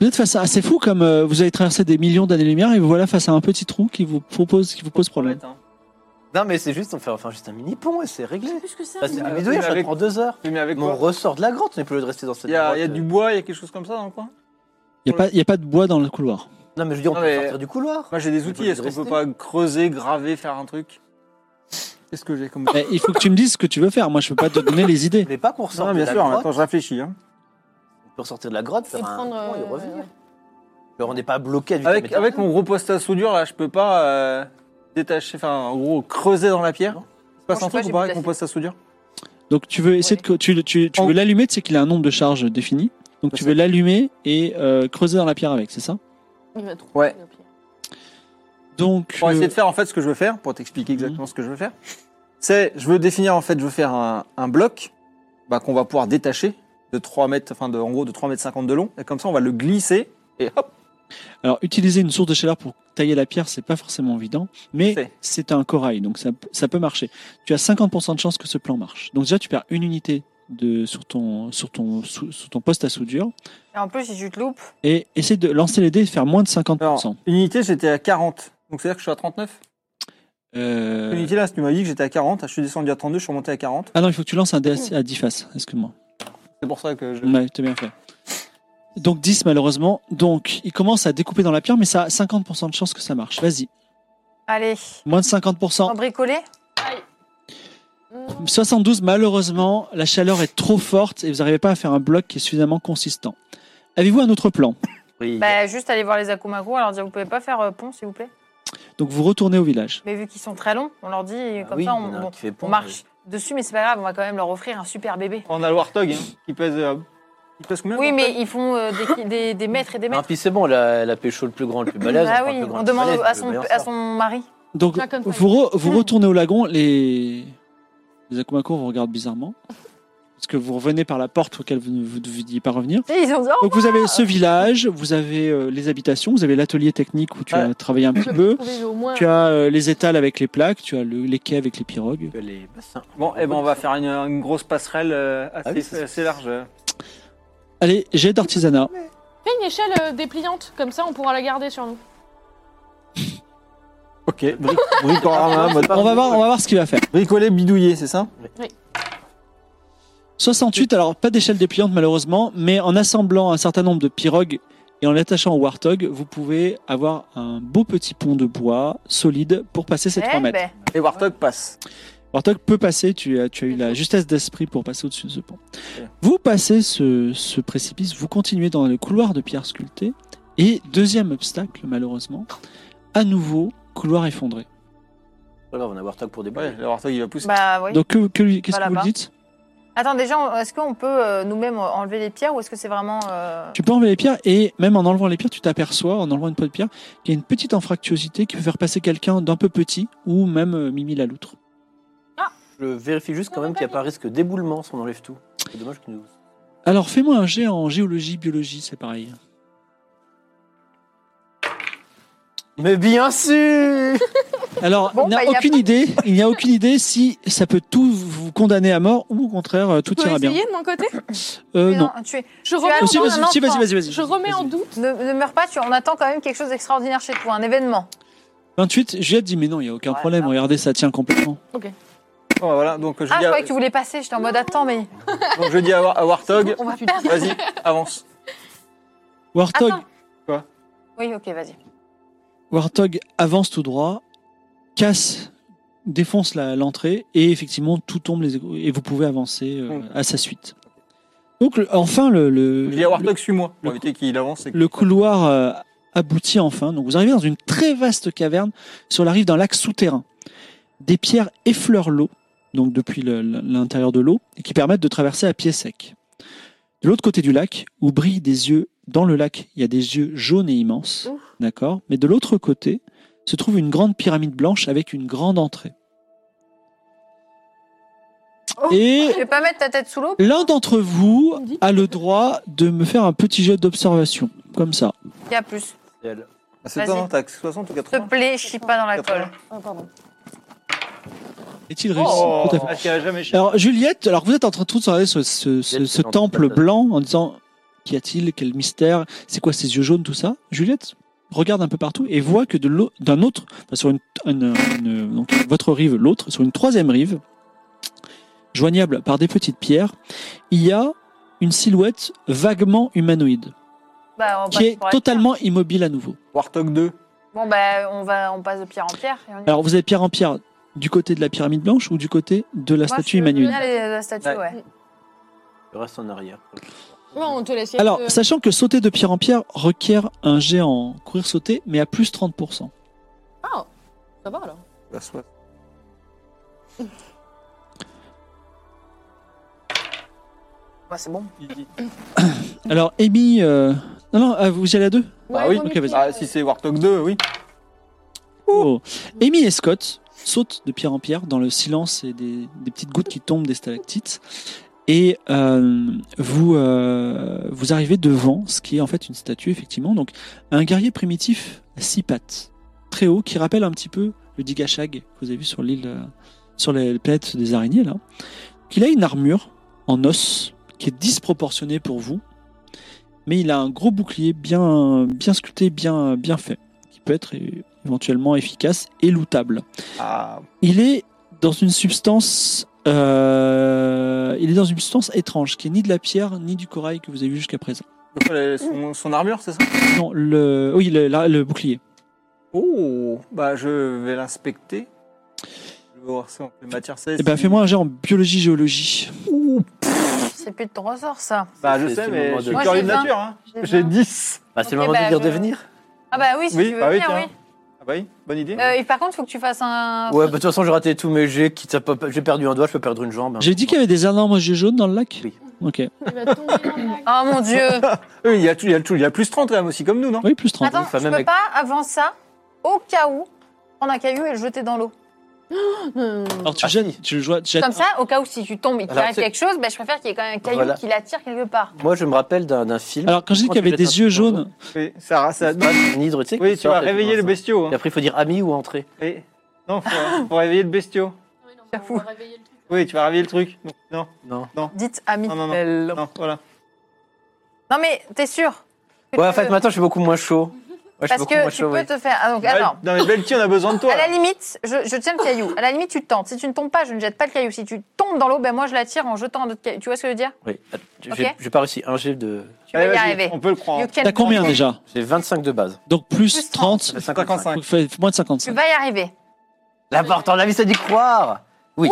[SPEAKER 1] Vous êtes face à. C'est fou comme euh, vous avez traversé des millions d'années-lumière et vous voilà face à un petit trou qui vous, propose, qui vous pose problème.
[SPEAKER 3] Hein.
[SPEAKER 5] Non, mais c'est juste, on fait enfin juste un mini pont et c'est réglé.
[SPEAKER 7] Plus que ça.
[SPEAKER 5] Bah, c'est
[SPEAKER 7] mais-
[SPEAKER 5] un
[SPEAKER 3] mais
[SPEAKER 5] bidouillage, ça
[SPEAKER 3] avec-
[SPEAKER 5] prend deux heures.
[SPEAKER 3] Oui, mais avec
[SPEAKER 5] Mais on
[SPEAKER 3] quoi
[SPEAKER 5] ressort de la grotte, on n'est plus obligé de rester dans cette
[SPEAKER 3] Il y, a,
[SPEAKER 5] grotte.
[SPEAKER 3] il y a du bois, il y a quelque chose comme ça dans le coin
[SPEAKER 1] Il n'y a, pas de bois dans le couloir.
[SPEAKER 5] Non, mais je dis, on
[SPEAKER 3] Non,
[SPEAKER 5] peut
[SPEAKER 3] mais-
[SPEAKER 5] sortir du couloir.
[SPEAKER 3] Moi j'ai des
[SPEAKER 5] On est
[SPEAKER 3] outils, est-ce qu'on
[SPEAKER 5] obligé de
[SPEAKER 3] peut pas creuser, graver, faire un truc Qu'est-ce que j'ai comme.
[SPEAKER 1] Eh, il faut que tu me dises ce que tu veux faire. Moi, je peux pas te donner les
[SPEAKER 5] Vous
[SPEAKER 1] idées.
[SPEAKER 5] voulez pas qu'on ressorte
[SPEAKER 3] Non,
[SPEAKER 5] de
[SPEAKER 3] bien
[SPEAKER 5] la
[SPEAKER 3] sûr,
[SPEAKER 5] grotte
[SPEAKER 3] attends, je réfléchis. Hein.
[SPEAKER 5] On peut ressortir de la grotte,
[SPEAKER 7] Et
[SPEAKER 5] faire un
[SPEAKER 7] prendre,
[SPEAKER 5] pont et
[SPEAKER 7] euh,
[SPEAKER 5] revenir.
[SPEAKER 7] ouais.
[SPEAKER 5] Alors, on n'est pas bloqué à du
[SPEAKER 3] Avec,
[SPEAKER 5] diamètre.
[SPEAKER 3] avec mon gros poste à soudure là, je peux pas euh, détacher, enfin en gros creuser dans la pierre. Il se
[SPEAKER 2] Moi, je
[SPEAKER 3] passe un
[SPEAKER 2] sais pas,
[SPEAKER 3] truc
[SPEAKER 2] j'ai
[SPEAKER 3] ou pas
[SPEAKER 2] plus
[SPEAKER 3] avec mon
[SPEAKER 2] la
[SPEAKER 3] poste à soudure
[SPEAKER 1] Donc, tu veux essayer de. co- Tu, tu- tu veux
[SPEAKER 3] On-
[SPEAKER 1] l'allumer, tu sais qu'il a un nombre de charges défini. Donc, tu veux l'allumer et euh, creuser dans la pierre avec, c'est ça
[SPEAKER 7] Il va trouver,
[SPEAKER 3] Ouais.
[SPEAKER 7] au pire.
[SPEAKER 1] Donc.
[SPEAKER 3] Pour essayer
[SPEAKER 1] euh,
[SPEAKER 3] de faire en fait ce que Mhm. je veux faire, pour t'expliquer exactement ce que je veux faire, c'est je veux définir en fait, je veux faire un, un bloc bah, qu'on va pouvoir détacher de 3 mètres, enfin de, en gros de 3 mètres 50 de long, et comme ça on va le glisser et hop,
[SPEAKER 1] Alors, utiliser une source de chaleur pour tailler la pierre, c'est pas forcément évident, mais
[SPEAKER 3] C'est.
[SPEAKER 1] c'est un corail, donc ça, ça peut marcher. Tu as 50% de chance que ce plan marche. Donc déjà, tu perds une unité de, sur, ton, sur, ton, sou- sur ton poste à soudure
[SPEAKER 2] Et en plus, si tu te loupes,
[SPEAKER 1] et essaie de lancer les dés et de faire moins de 50%.
[SPEAKER 3] Alors, une unité j'étais à 40, donc c'est à dire que je suis à 39.
[SPEAKER 1] Euh,
[SPEAKER 3] Une unité là, tu m'as dit que j'étais à 40, je suis descendu à 32, je suis remonté à 40,
[SPEAKER 1] Ah non, il faut que tu lances un dé à à 10 faces, excuse-moi.
[SPEAKER 3] c'est pour ça que je...
[SPEAKER 1] Ouais, t'as bien fait. Donc 10 malheureusement. Donc il commence à découper dans la pierre, mais ça a 50% de chance que ça marche. Vas-y.
[SPEAKER 2] allez,
[SPEAKER 1] Moins de 50%.
[SPEAKER 2] en bricoler.
[SPEAKER 7] Non.
[SPEAKER 1] 72, malheureusement, la chaleur est trop forte et vous n'arrivez pas à faire un bloc qui est suffisamment consistant. Avez-vous un autre plan
[SPEAKER 5] Oui,
[SPEAKER 2] Bah, juste aller voir les Akumaku, alors dire vous pouvez pas faire euh, pont, s'il vous plaît.
[SPEAKER 1] Donc vous retournez au village.
[SPEAKER 2] Mais vu qu'ils sont très longs, on leur dit,
[SPEAKER 5] Ah
[SPEAKER 2] comme
[SPEAKER 5] oui,
[SPEAKER 2] ça,
[SPEAKER 5] il y en
[SPEAKER 2] on,
[SPEAKER 5] a un
[SPEAKER 2] bon,
[SPEAKER 5] qui fait
[SPEAKER 2] on
[SPEAKER 5] pont,
[SPEAKER 2] marche. dessus, mais c'est pas grave, on va quand même leur offrir un super bébé.
[SPEAKER 3] On a le Warthog hein, qui pèse. euh, il pèse combien le
[SPEAKER 2] Oui,
[SPEAKER 3] Warthog
[SPEAKER 2] mais ils font euh, des, des- des mètres et des
[SPEAKER 5] euh. Non,
[SPEAKER 2] mètres.
[SPEAKER 5] puis c'est bon, la, la pécho le plus grand, le plus balèze.
[SPEAKER 2] Ah
[SPEAKER 5] prend
[SPEAKER 2] oui,
[SPEAKER 5] le plus grand,
[SPEAKER 2] on
[SPEAKER 5] le plus
[SPEAKER 2] demande
[SPEAKER 5] balèze,
[SPEAKER 2] à
[SPEAKER 5] le
[SPEAKER 2] son,
[SPEAKER 5] meilleur
[SPEAKER 2] à
[SPEAKER 5] sort.
[SPEAKER 2] son mari.
[SPEAKER 1] Donc,
[SPEAKER 7] Dragon Fire.
[SPEAKER 1] vous, re- vous
[SPEAKER 2] Hmm.
[SPEAKER 1] retournez au lagon, les, les Akumako vous regardent bizarrement. Parce que vous revenez par la porte auquel vous ne vous deviez pas revenir.
[SPEAKER 2] Et Ils ont dit, oh,
[SPEAKER 1] Donc, vous avez ce village, vous avez euh, les habitations, vous avez l'atelier technique où tu as travaillé un petit peu,
[SPEAKER 7] Trouvez au moins.
[SPEAKER 1] tu as euh, les étals avec les plaques, tu as le- les quais avec les pirogues.
[SPEAKER 5] Les bassins.
[SPEAKER 3] Bon, eh ben, on va faire une, une grosse passerelle euh, assez,
[SPEAKER 5] Ah oui, c'est-
[SPEAKER 3] assez large. euh.
[SPEAKER 1] Allez, j'ai d'artisanat.
[SPEAKER 7] Fais une échelle euh, dépliante, comme ça on pourra la garder sur nous.
[SPEAKER 3] Ok, bric bricorama, mode-
[SPEAKER 1] On va voir, on va voir ce qu'il va faire.
[SPEAKER 3] bricoler, bidouiller, c'est ça
[SPEAKER 1] 68, alors pas d'échelle dépliante malheureusement, mais en assemblant un certain nombre de pirogues et en l'attachant au Warthog, vous pouvez avoir un beau petit pont de bois solide pour passer ces
[SPEAKER 2] eh
[SPEAKER 1] 3 mètres.
[SPEAKER 2] ben,
[SPEAKER 3] Et Warthog passe.
[SPEAKER 1] Warthog peut passer, tu as, tu as eu la justesse d'esprit pour passer au-dessus de ce pont. Vous passez ce, ce précipice, vous continuez dans le couloir de pierre sculptée, et deuxième obstacle, malheureusement, à nouveau, couloir effondré.
[SPEAKER 5] Pas grave, on a Warthog pour des
[SPEAKER 3] Ouais,
[SPEAKER 5] balais.
[SPEAKER 3] le Warthog il va pousser.
[SPEAKER 2] bah oui.
[SPEAKER 1] Donc, que- que- qu'est-ce que vous
[SPEAKER 2] là-bas.
[SPEAKER 1] dites
[SPEAKER 2] Attends, déjà, on- est-ce qu'on peut euh, nous-mêmes euh, enlever les pierres ou est-ce que c'est vraiment. euh,
[SPEAKER 1] Tu peux enlever les pierres, et même en enlevant les pierres, tu t'aperçois, en enlevant une peau de pierre, qu'il y a une petite anfractuosité qui peut faire passer quelqu'un d'un peu petit, ou même euh, Mimi la loutre.
[SPEAKER 5] Je vérifie juste quand
[SPEAKER 7] Non,
[SPEAKER 5] même qu'il n'y a pas risque d'éboulement si on enlève tout. C'est dommage que nous.
[SPEAKER 1] Alors, fais-moi un jet en géologie, biologie, c'est pareil.
[SPEAKER 3] Mais bien sûr
[SPEAKER 1] Alors,
[SPEAKER 2] Bon,
[SPEAKER 1] il n'a
[SPEAKER 2] bah, il y a
[SPEAKER 1] aucune
[SPEAKER 2] pas-
[SPEAKER 1] idée. Il n'y a aucune idée si ça peut tout vous condamner à mort ou au contraire euh, tout
[SPEAKER 7] Tu peux
[SPEAKER 1] ira bien.
[SPEAKER 7] essayer de mon côté
[SPEAKER 1] Euh, non.
[SPEAKER 2] tu es-
[SPEAKER 7] Je
[SPEAKER 2] as
[SPEAKER 7] remets,
[SPEAKER 1] Oh,
[SPEAKER 7] en
[SPEAKER 1] si,
[SPEAKER 2] non,
[SPEAKER 7] doute,
[SPEAKER 1] vas-y,
[SPEAKER 2] non,
[SPEAKER 1] si, vas-y,
[SPEAKER 2] non.
[SPEAKER 1] vas-y, vas-y.
[SPEAKER 7] je remets en
[SPEAKER 1] Vas-y.
[SPEAKER 7] doute.
[SPEAKER 2] ne, ne meurs pas, tu, on attend quand même quelque chose d'extraordinaire chez toi, un événement.
[SPEAKER 1] 28. Juliette dit mais non, il n'y a aucun
[SPEAKER 2] Ouais,
[SPEAKER 1] problème.
[SPEAKER 2] là.
[SPEAKER 1] Regardez, ça tient complètement.
[SPEAKER 3] Bon, voilà, donc
[SPEAKER 2] Ah,
[SPEAKER 3] je, dis,
[SPEAKER 2] je
[SPEAKER 3] à,
[SPEAKER 2] croyais que tu voulais passer, j'étais en mode attends, mais.
[SPEAKER 3] donc, je dis à, War- à Warthog,
[SPEAKER 2] On va perdre.
[SPEAKER 3] vas-y, avance.
[SPEAKER 1] Warthog,
[SPEAKER 2] Attends.
[SPEAKER 3] Quoi
[SPEAKER 2] Oui, ok, vas-y.
[SPEAKER 1] Warthog avance tout droit, casse, défonce la- l'entrée et effectivement tout tombe les égouts, et vous pouvez avancer euh,
[SPEAKER 3] Hmm.
[SPEAKER 1] à sa suite. Donc le- enfin le le,
[SPEAKER 3] Je dis à
[SPEAKER 1] le-
[SPEAKER 3] Warthog, suis-moi. Pour
[SPEAKER 1] le-
[SPEAKER 3] éviter qu'il avance. et que-
[SPEAKER 1] le couloir euh, aboutit enfin. Donc vous arrivez dans une très vaste caverne sur la rive d'un lac souterrain. Des pierres effleurent l'eau, donc depuis le- l'intérieur de l'eau, et qui permettent de traverser à pied sec. De l'autre côté du lac, où brillent des yeux, dans le lac, il y a des yeux jaunes et immenses,
[SPEAKER 7] Ouf.
[SPEAKER 1] d'accord Mais de l'autre côté, se trouve une grande pyramide blanche avec une grande entrée.
[SPEAKER 2] Oh.
[SPEAKER 1] Et
[SPEAKER 2] Tu veux pas mettre ta tête sous l'eau
[SPEAKER 1] l'un d'entre vous
[SPEAKER 7] Vous me dites
[SPEAKER 1] a le droit de me faire un petit jet d'observation, comme ça.
[SPEAKER 2] Il y a plus.
[SPEAKER 5] C'est elle.
[SPEAKER 3] Ah, c'est
[SPEAKER 2] Vas-y.
[SPEAKER 3] toi, non T'as 60 ou
[SPEAKER 2] S'il
[SPEAKER 3] 80
[SPEAKER 2] te plaît, chie pas dans la colle.
[SPEAKER 7] Oh, pardon.
[SPEAKER 1] Est-il réussi
[SPEAKER 5] Oh.
[SPEAKER 1] Tout à fait.
[SPEAKER 3] elle tira jamais chez-
[SPEAKER 1] Alors Juliette, alors vous êtes en train de tout regarder ce, ce, ce-
[SPEAKER 5] Juliette,
[SPEAKER 1] ce
[SPEAKER 5] c'est dans
[SPEAKER 1] temple
[SPEAKER 5] le passage.
[SPEAKER 1] blanc en disant qu'y a-t-il, quel mystère, c'est quoi ces yeux jaunes, tout ça. Juliette regarde un peu partout et voit que de l'au- d'un autre, enfin, sur une, une- une- donc votre rive, l'autre, sur une troisième rive, joignable par des petites pierres, il y a une silhouette vaguement humanoïde
[SPEAKER 2] Bah, on passe
[SPEAKER 1] qui est
[SPEAKER 2] pour la
[SPEAKER 1] totalement immile à nouveau.
[SPEAKER 3] Warthog 2.
[SPEAKER 2] pierre. Bon, bah, on, va, on passe de pierre en pierre. Et on y va.
[SPEAKER 1] Alors vous êtes pierre en pierre du côté de la pyramide blanche ou du côté de la
[SPEAKER 2] Moi,
[SPEAKER 1] statue
[SPEAKER 2] je veux bien
[SPEAKER 1] humanoïde
[SPEAKER 2] aller à La statue,
[SPEAKER 3] Ouais.
[SPEAKER 2] ouais.
[SPEAKER 5] Le reste en arrière.
[SPEAKER 7] Ouais, on te laisse y
[SPEAKER 1] Alors,
[SPEAKER 7] aller, euh,
[SPEAKER 1] sachant que sauter de pierre en pierre requiert un jet en courir-sauter, mais à plus 30%.
[SPEAKER 7] ça va alors.
[SPEAKER 3] La soif.
[SPEAKER 2] Bah, c'est bon.
[SPEAKER 1] Alors, Amy... euh, Non, non, ah, vous y allez à deux
[SPEAKER 3] Bah oui,
[SPEAKER 7] vaut mieux
[SPEAKER 1] ok,
[SPEAKER 7] qu'il
[SPEAKER 1] vas-y.
[SPEAKER 7] y ait-
[SPEAKER 3] Ah, si c'est Warthog 2, oui.
[SPEAKER 1] Oh. Amy et Scott sautent de pierre en pierre dans le silence et des, des petites gouttes qui tombent des stalactites. Et euh, vous, euh, vous arrivez devant ce qui est en fait une statue, effectivement. Donc, un guerrier primitif à six pattes, très haut, qui rappelle un petit peu le Digashag que vous avez vu sur l'île, euh, sur les planètes des araignées, là. Qu'il a une armure en os qui est disproportionnée pour vous, mais il a un gros bouclier bien, bien sculpté, bien, bien fait, qui peut être euh, éventuellement efficace et lootable.
[SPEAKER 3] Ah,
[SPEAKER 1] Il est dans une substance, euh, il est dans une substance étrange qui est ni de la pierre ni du corail que vous avez vu jusqu'à présent.
[SPEAKER 3] donc, elle est- son, son armure, c'est ça
[SPEAKER 1] Non, le, oui, le, la- le bouclier.
[SPEAKER 3] Oh, bah je vais l'inspecter. Je vais voir ça en pleine matière. c'est-
[SPEAKER 1] Eh ben, fais-moi un jet en biologie géologie.
[SPEAKER 3] Ouh,
[SPEAKER 2] C'est plus de ton ressort, ça.
[SPEAKER 3] Bah je
[SPEAKER 5] C'est- c'est
[SPEAKER 3] sais,
[SPEAKER 5] le
[SPEAKER 3] mais
[SPEAKER 5] moment
[SPEAKER 3] je suis
[SPEAKER 5] de-
[SPEAKER 3] curieux de
[SPEAKER 2] Moi, j'ai
[SPEAKER 3] nature. Hein.
[SPEAKER 2] J'ai
[SPEAKER 3] J'ai
[SPEAKER 2] vingt.
[SPEAKER 3] 10.
[SPEAKER 5] Bah, c'est
[SPEAKER 2] Ok,
[SPEAKER 5] le moment
[SPEAKER 2] bah,
[SPEAKER 5] de dire
[SPEAKER 2] je-
[SPEAKER 5] de venir.
[SPEAKER 2] Ah, bah oui, si
[SPEAKER 3] Oui,
[SPEAKER 2] tu veux
[SPEAKER 3] bah oui,
[SPEAKER 2] bien,
[SPEAKER 3] tiens.
[SPEAKER 2] oui.
[SPEAKER 3] Ah Ah bah oui, bonne idée.
[SPEAKER 2] Euh, et par contre, faut que tu fasses un.
[SPEAKER 5] Ouais, bah, de toute façon, j'ai raté tous mes jets. quitte à pas- J'ai perdu un doigt, je peux perdre une jambe. hein.
[SPEAKER 1] J'ai dit qu'il y avait des énormes yeux jaunes dans le lac
[SPEAKER 5] Oui.
[SPEAKER 1] Ok.
[SPEAKER 7] Il va tomber dans le lac.
[SPEAKER 2] Oh mon dieu.
[SPEAKER 3] Oui, il y a tout, il y a tout, il y a plus 30 quand même aussi comme nous, non
[SPEAKER 1] Oui, plus 30.
[SPEAKER 2] Attends,
[SPEAKER 5] enfin,
[SPEAKER 2] tu
[SPEAKER 5] même
[SPEAKER 2] peux
[SPEAKER 5] avec-
[SPEAKER 2] pas avant ça, au cas où, prendre un caillou et le jeter dans l'eau.
[SPEAKER 1] Alors
[SPEAKER 5] Ah,
[SPEAKER 1] tu jettes, tu le joues, tu jettes.
[SPEAKER 2] Comme ça, au cas où si tu tombes et qu'il
[SPEAKER 5] Alors,
[SPEAKER 2] arrive
[SPEAKER 5] c'est-
[SPEAKER 2] quelque chose, bah, je préfère qu'il y ait quand même un caillou
[SPEAKER 5] Voilà.
[SPEAKER 2] qui l'attire quelque part.
[SPEAKER 5] Moi, je me rappelle d'un d'un film.
[SPEAKER 1] Alors quand je dis
[SPEAKER 5] Quand
[SPEAKER 1] qu'il y
[SPEAKER 5] tu
[SPEAKER 1] avait
[SPEAKER 5] jettes un
[SPEAKER 1] des yeux
[SPEAKER 5] truc dans
[SPEAKER 1] jaunes,
[SPEAKER 3] Oui, ça, ça-
[SPEAKER 5] C'est pas un hydre, tu sais.
[SPEAKER 3] oui
[SPEAKER 5] qui
[SPEAKER 3] tu
[SPEAKER 5] sort,
[SPEAKER 3] vas
[SPEAKER 5] et
[SPEAKER 3] réveiller
[SPEAKER 5] tout,
[SPEAKER 3] le
[SPEAKER 5] ça.
[SPEAKER 3] bestiau.
[SPEAKER 5] Et
[SPEAKER 3] hein.
[SPEAKER 5] après, il faut dire ami ou entrer.
[SPEAKER 3] Oui. Non, faut, faut réveiller le bestiau.
[SPEAKER 7] Oui, non, mais on va réveiller le truc.
[SPEAKER 3] Oui, tu vas réveiller le truc. Non, non,
[SPEAKER 5] Non.
[SPEAKER 2] Dites ami.
[SPEAKER 3] Non, non, non.
[SPEAKER 2] Elle-
[SPEAKER 3] non, voilà.
[SPEAKER 2] Non, mais t'es sûr que
[SPEAKER 5] Ouais,
[SPEAKER 2] tu
[SPEAKER 5] en fait,
[SPEAKER 2] veux
[SPEAKER 5] maintenant, je suis beaucoup moins chaud. Ouais, je suis
[SPEAKER 2] Parce
[SPEAKER 5] beaucoup moins
[SPEAKER 2] que tu
[SPEAKER 5] chaud,
[SPEAKER 2] peux
[SPEAKER 5] ouais.
[SPEAKER 2] te faire. Ah, donc, alors,
[SPEAKER 3] Non, mais Belty, on a besoin de toi.
[SPEAKER 2] à la limite, je, je tiens le caillou. À la limite, tu tentes. Si tu ne tombes pas, je ne jette pas le caillou. Si tu tombes dans l'eau, ben moi je l'attire en jetant un autre caillou. Tu vois ce que je veux dire
[SPEAKER 5] Oui. Att- j'ai-
[SPEAKER 2] Ok.
[SPEAKER 5] J'ai pas réussi un jet de.
[SPEAKER 2] Tu vas y
[SPEAKER 3] vas-y,
[SPEAKER 2] arriver.
[SPEAKER 3] On peut le croire.
[SPEAKER 2] You can
[SPEAKER 1] t'as combien
[SPEAKER 2] do it.
[SPEAKER 1] déjà
[SPEAKER 5] J'ai 25 de base.
[SPEAKER 1] Donc plus
[SPEAKER 2] Plus
[SPEAKER 1] 30,
[SPEAKER 3] 55.
[SPEAKER 1] donc fait moins de
[SPEAKER 2] Tu
[SPEAKER 1] 55.
[SPEAKER 2] vas y arriver.
[SPEAKER 5] L'important, la vie, c'est d'y croire. Oui.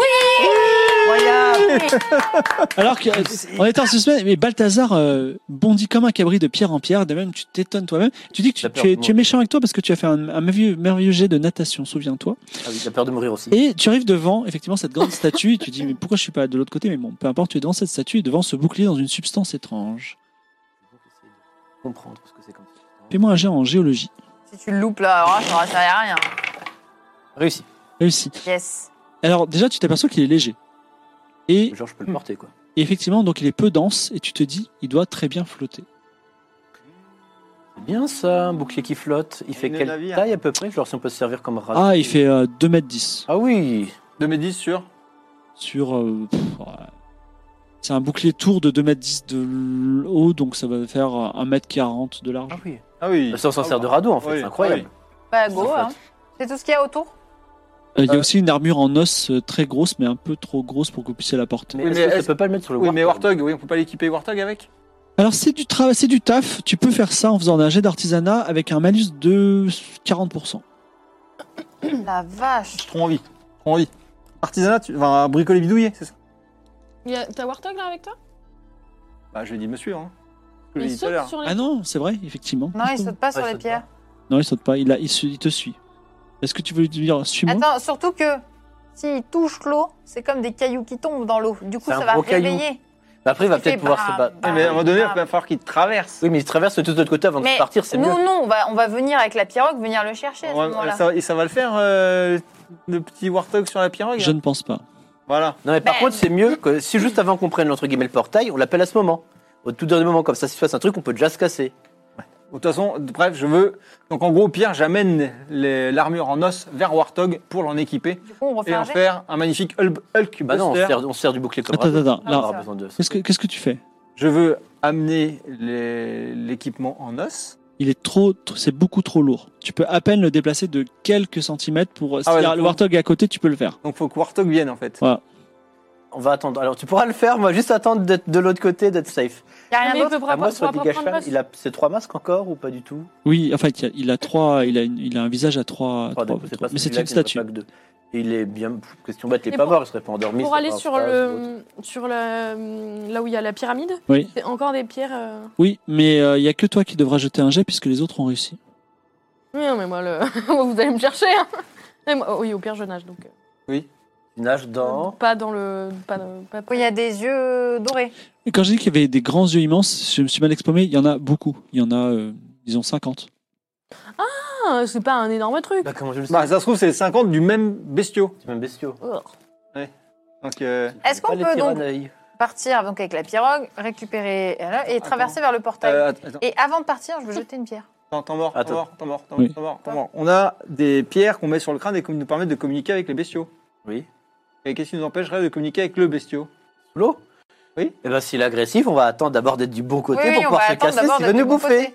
[SPEAKER 1] Alors
[SPEAKER 5] Ah
[SPEAKER 1] qu'on était en suspense, mais Balthazar euh, bondit comme un cabri de pierre en pierre, de même tu t'étonnes toi-même. Tu dis que tu,
[SPEAKER 5] J'ai peur
[SPEAKER 1] tu es,
[SPEAKER 5] de
[SPEAKER 1] tu es
[SPEAKER 5] moi.
[SPEAKER 1] méchant avec toi parce que tu as fait un, un merveilleux, merveilleux jet de natation, souviens-toi.
[SPEAKER 5] Ah oui, j'ai peur de mourir aussi.
[SPEAKER 1] Et tu arrives devant, effectivement, cette grande statue, et tu dis, mais pourquoi je suis pas de l'autre côté Mais bon, peu importe, tu es devant cette statue, et devant ce bouclier dans une substance étrange.
[SPEAKER 5] Comprendre ce que c'est comme ça.
[SPEAKER 1] Fais-moi un jet en géologie.
[SPEAKER 2] Si tu le loupes là, alors, ça ne sert à rien.
[SPEAKER 5] Réussi.
[SPEAKER 1] Réussi.
[SPEAKER 2] Yes.
[SPEAKER 1] Alors déjà, tu t'aperçois qu'il est léger. Et
[SPEAKER 5] Genre, je peux le porter, quoi.
[SPEAKER 1] Et effectivement, donc il est peu dense et tu te dis, il doit très bien flotter.
[SPEAKER 5] C'est bien ça, un bouclier qui flotte. Il fait
[SPEAKER 3] Une
[SPEAKER 5] quelle
[SPEAKER 3] navire.
[SPEAKER 5] taille à peu près Genre, si on peut se servir comme radeau.
[SPEAKER 1] Ah, il fait euh, 2m10
[SPEAKER 5] Ah oui
[SPEAKER 3] De mes 10 sur.
[SPEAKER 1] sur. euh, pff, ouais. C'est un bouclier tour de 2m10 de haut, donc ça va faire euh, 1m40 de large.
[SPEAKER 5] Ah oui.
[SPEAKER 3] Ah oui.
[SPEAKER 5] Ça, on s'en sert de radeau, en fait.
[SPEAKER 3] Oui,
[SPEAKER 5] C'est incroyable.
[SPEAKER 2] Bah, go.
[SPEAKER 5] Ça
[SPEAKER 2] hein. C'est tout ce qu'il y a autour
[SPEAKER 1] Euh, Il y a aussi une armure en os euh, très grosse, mais un peu trop grosse pour que vous puissiez la porter.
[SPEAKER 5] Mais
[SPEAKER 3] Oui,
[SPEAKER 5] est-ce
[SPEAKER 3] mais
[SPEAKER 5] que ça
[SPEAKER 3] est-ce-
[SPEAKER 5] peut pas le mettre sur le
[SPEAKER 3] Oui, mais
[SPEAKER 5] Warthog
[SPEAKER 3] Warthog, oui, on peut pas l'équiper Warthog avec
[SPEAKER 1] Alors c'est du travail, c'est du taf. Tu peux faire ça en faisant un jet d'artisanat avec un malus de 40%.
[SPEAKER 2] La vache.
[SPEAKER 3] Trop envie. Trop envie. Artisanat, tu vas bricoler bidouiller, c'est ça
[SPEAKER 7] Il y a- T'as Warthog là avec toi
[SPEAKER 3] Bah, je lui ai dit me suivre. Hein. Je lui ai
[SPEAKER 7] Il
[SPEAKER 3] dit tout à l'heure.
[SPEAKER 7] saute sur les.
[SPEAKER 1] Ah non, c'est vrai, effectivement.
[SPEAKER 2] Non, il saute pas sur
[SPEAKER 5] il
[SPEAKER 2] les
[SPEAKER 5] saute
[SPEAKER 2] pierres.
[SPEAKER 1] Non, il saute pas. Il, a, il, se- il te suit. Est-ce que tu veux lui dire, suis-moi
[SPEAKER 2] Attends, surtout que s'il touche l'eau, c'est comme des cailloux qui tombent dans l'eau. Du coup,
[SPEAKER 5] C'est un
[SPEAKER 2] ça va
[SPEAKER 5] gros caillou.
[SPEAKER 2] réveiller.
[SPEAKER 5] Bah, Après, il va
[SPEAKER 2] Il fait
[SPEAKER 5] peut-être pouvoir
[SPEAKER 2] bam,
[SPEAKER 5] se battre.
[SPEAKER 3] Ouais, Eh, mais à un moment
[SPEAKER 2] Ah.
[SPEAKER 3] donné, il va falloir qu'il traverse.
[SPEAKER 5] Oui, mais il traverse de tout l'autre côté avant de
[SPEAKER 2] Mais
[SPEAKER 5] partir, c'est
[SPEAKER 2] nous,
[SPEAKER 5] mieux.
[SPEAKER 2] non, on va, on va venir avec la pirogue, venir le chercher à ce
[SPEAKER 3] Ouais,
[SPEAKER 2] moment-là.
[SPEAKER 3] ça, et ça va le faire, euh, le petit Warthog sur la pirogue
[SPEAKER 1] Je
[SPEAKER 3] là
[SPEAKER 1] ne pense pas.
[SPEAKER 3] Voilà.
[SPEAKER 5] Non, mais par
[SPEAKER 2] Ben.
[SPEAKER 5] contre, c'est mieux que si juste avant qu'on prenne entre guillemets le portail, on l'appelle à ce moment. Au tout dernier moment, comme ça, s'il se passe un truc, on peut déjà se casser.
[SPEAKER 3] De toute façon, bref, je veux. Donc, en gros, Pierre, j'amène les- l'armure en os vers Warthog pour l'en équiper
[SPEAKER 2] Du coup, on refait
[SPEAKER 3] et
[SPEAKER 2] un
[SPEAKER 3] en
[SPEAKER 2] jet.
[SPEAKER 3] faire un magnifique Hulk Hulk
[SPEAKER 5] Bah non, on se
[SPEAKER 3] Buster.
[SPEAKER 5] sert, on se sert du bouclier comme Ah.
[SPEAKER 1] Attends,
[SPEAKER 5] radeau.
[SPEAKER 1] attends,
[SPEAKER 5] On
[SPEAKER 1] attends.
[SPEAKER 5] aura
[SPEAKER 2] ça.
[SPEAKER 5] besoin de ça.
[SPEAKER 1] Qu'est-ce que- qu'est-ce que tu fais
[SPEAKER 3] Je veux amener les- l'équipement en os.
[SPEAKER 1] il est trop, trop- c'est beaucoup trop lourd. Tu peux à peine le déplacer de quelques centimètres pour. si
[SPEAKER 3] ouais,
[SPEAKER 1] y a
[SPEAKER 3] donc
[SPEAKER 1] le
[SPEAKER 3] faut-
[SPEAKER 1] Warthog est à côté, tu peux le faire.
[SPEAKER 3] Donc, faut que Warthog vienne en fait.
[SPEAKER 1] Ouais.
[SPEAKER 5] On va attendre. Alors, tu pourras le faire, moi, juste attendre d'être de l'autre côté, d'être safe.
[SPEAKER 2] Y a rien
[SPEAKER 7] Ah, Mais il
[SPEAKER 2] d'autre.
[SPEAKER 7] peut pas-
[SPEAKER 5] à moi,
[SPEAKER 7] pas-
[SPEAKER 5] sur
[SPEAKER 7] pas
[SPEAKER 5] Big
[SPEAKER 7] prendre
[SPEAKER 5] H,
[SPEAKER 7] pas-
[SPEAKER 5] il a ses trois masques encore ou pas du tout
[SPEAKER 1] Oui, en fait, il a, il a trois, il a, une- il a un visage à trois,
[SPEAKER 5] Enfin,
[SPEAKER 1] trois-
[SPEAKER 5] donc,
[SPEAKER 1] trois-
[SPEAKER 5] pas
[SPEAKER 1] mais c'est
[SPEAKER 5] celui-là
[SPEAKER 1] une
[SPEAKER 5] qui ne va
[SPEAKER 1] statue.
[SPEAKER 5] pas que deux. Et il est bien. Question bête, il
[SPEAKER 7] Et
[SPEAKER 5] est pas
[SPEAKER 7] pour-
[SPEAKER 5] mort, il serait pas endormi.
[SPEAKER 7] Pour
[SPEAKER 5] c'est
[SPEAKER 7] aller
[SPEAKER 5] pas
[SPEAKER 7] sur
[SPEAKER 5] grave,
[SPEAKER 7] le hum, sur la là où il y a la pyramide.
[SPEAKER 1] Oui.
[SPEAKER 7] C'est encore des pierres. euh.
[SPEAKER 1] Oui, mais euh, il y a que toi qui devras jeter un jet puisque les autres ont réussi.
[SPEAKER 7] Oui, non, mais moi le vous allez me chercher. hein. Et moi- oui, au pire je nage donc. euh,
[SPEAKER 5] Il nage dans.
[SPEAKER 7] Pas dans le pas dans- pas-
[SPEAKER 2] Il y a des yeux dorés.
[SPEAKER 1] Et quand j'ai dit qu'il y avait des grands yeux immenses, je me suis mal exprimé. Il y en a beaucoup. Il y en a, euh, disons 50.
[SPEAKER 7] Ah, c'est pas un énorme truc.
[SPEAKER 5] Bah, comment je le sais
[SPEAKER 3] Bah, ça se trouve, c'est les 50 du même bestiau.
[SPEAKER 5] C'est même bestiaux.
[SPEAKER 7] Oh.
[SPEAKER 3] Donc, euh,
[SPEAKER 2] Est-ce qu'on
[SPEAKER 5] Pas les
[SPEAKER 2] peut donc
[SPEAKER 5] tyrannaïs.
[SPEAKER 2] partir donc avec la pirogue, récupérer voilà, et
[SPEAKER 3] Attends.
[SPEAKER 2] traverser vers le portail
[SPEAKER 3] euh, attends,
[SPEAKER 2] Et avant de partir, je veux jeter une pierre.
[SPEAKER 3] attends, t'en mort, t'en
[SPEAKER 5] Attends.
[SPEAKER 3] mort, t'en mort, t'en
[SPEAKER 1] Oui.
[SPEAKER 3] mort, t'en mort, t'en mort. On a des pierres qu'on met sur le crâne et qui nous permettent de communiquer avec les bestiaux.
[SPEAKER 5] Oui.
[SPEAKER 3] Et qu'est-ce qui nous empêcherait de communiquer avec le bestiau
[SPEAKER 5] L'eau
[SPEAKER 3] Oui.
[SPEAKER 5] Et ben, s'il est agressif, on va attendre d'abord d'être du bon côté
[SPEAKER 2] Oui, oui,
[SPEAKER 5] pour
[SPEAKER 2] on va
[SPEAKER 5] pouvoir se
[SPEAKER 2] attendre
[SPEAKER 5] casser
[SPEAKER 2] d'abord
[SPEAKER 5] s'il veut
[SPEAKER 2] d'être
[SPEAKER 5] nous
[SPEAKER 2] de bon
[SPEAKER 5] bouffer.
[SPEAKER 2] côté.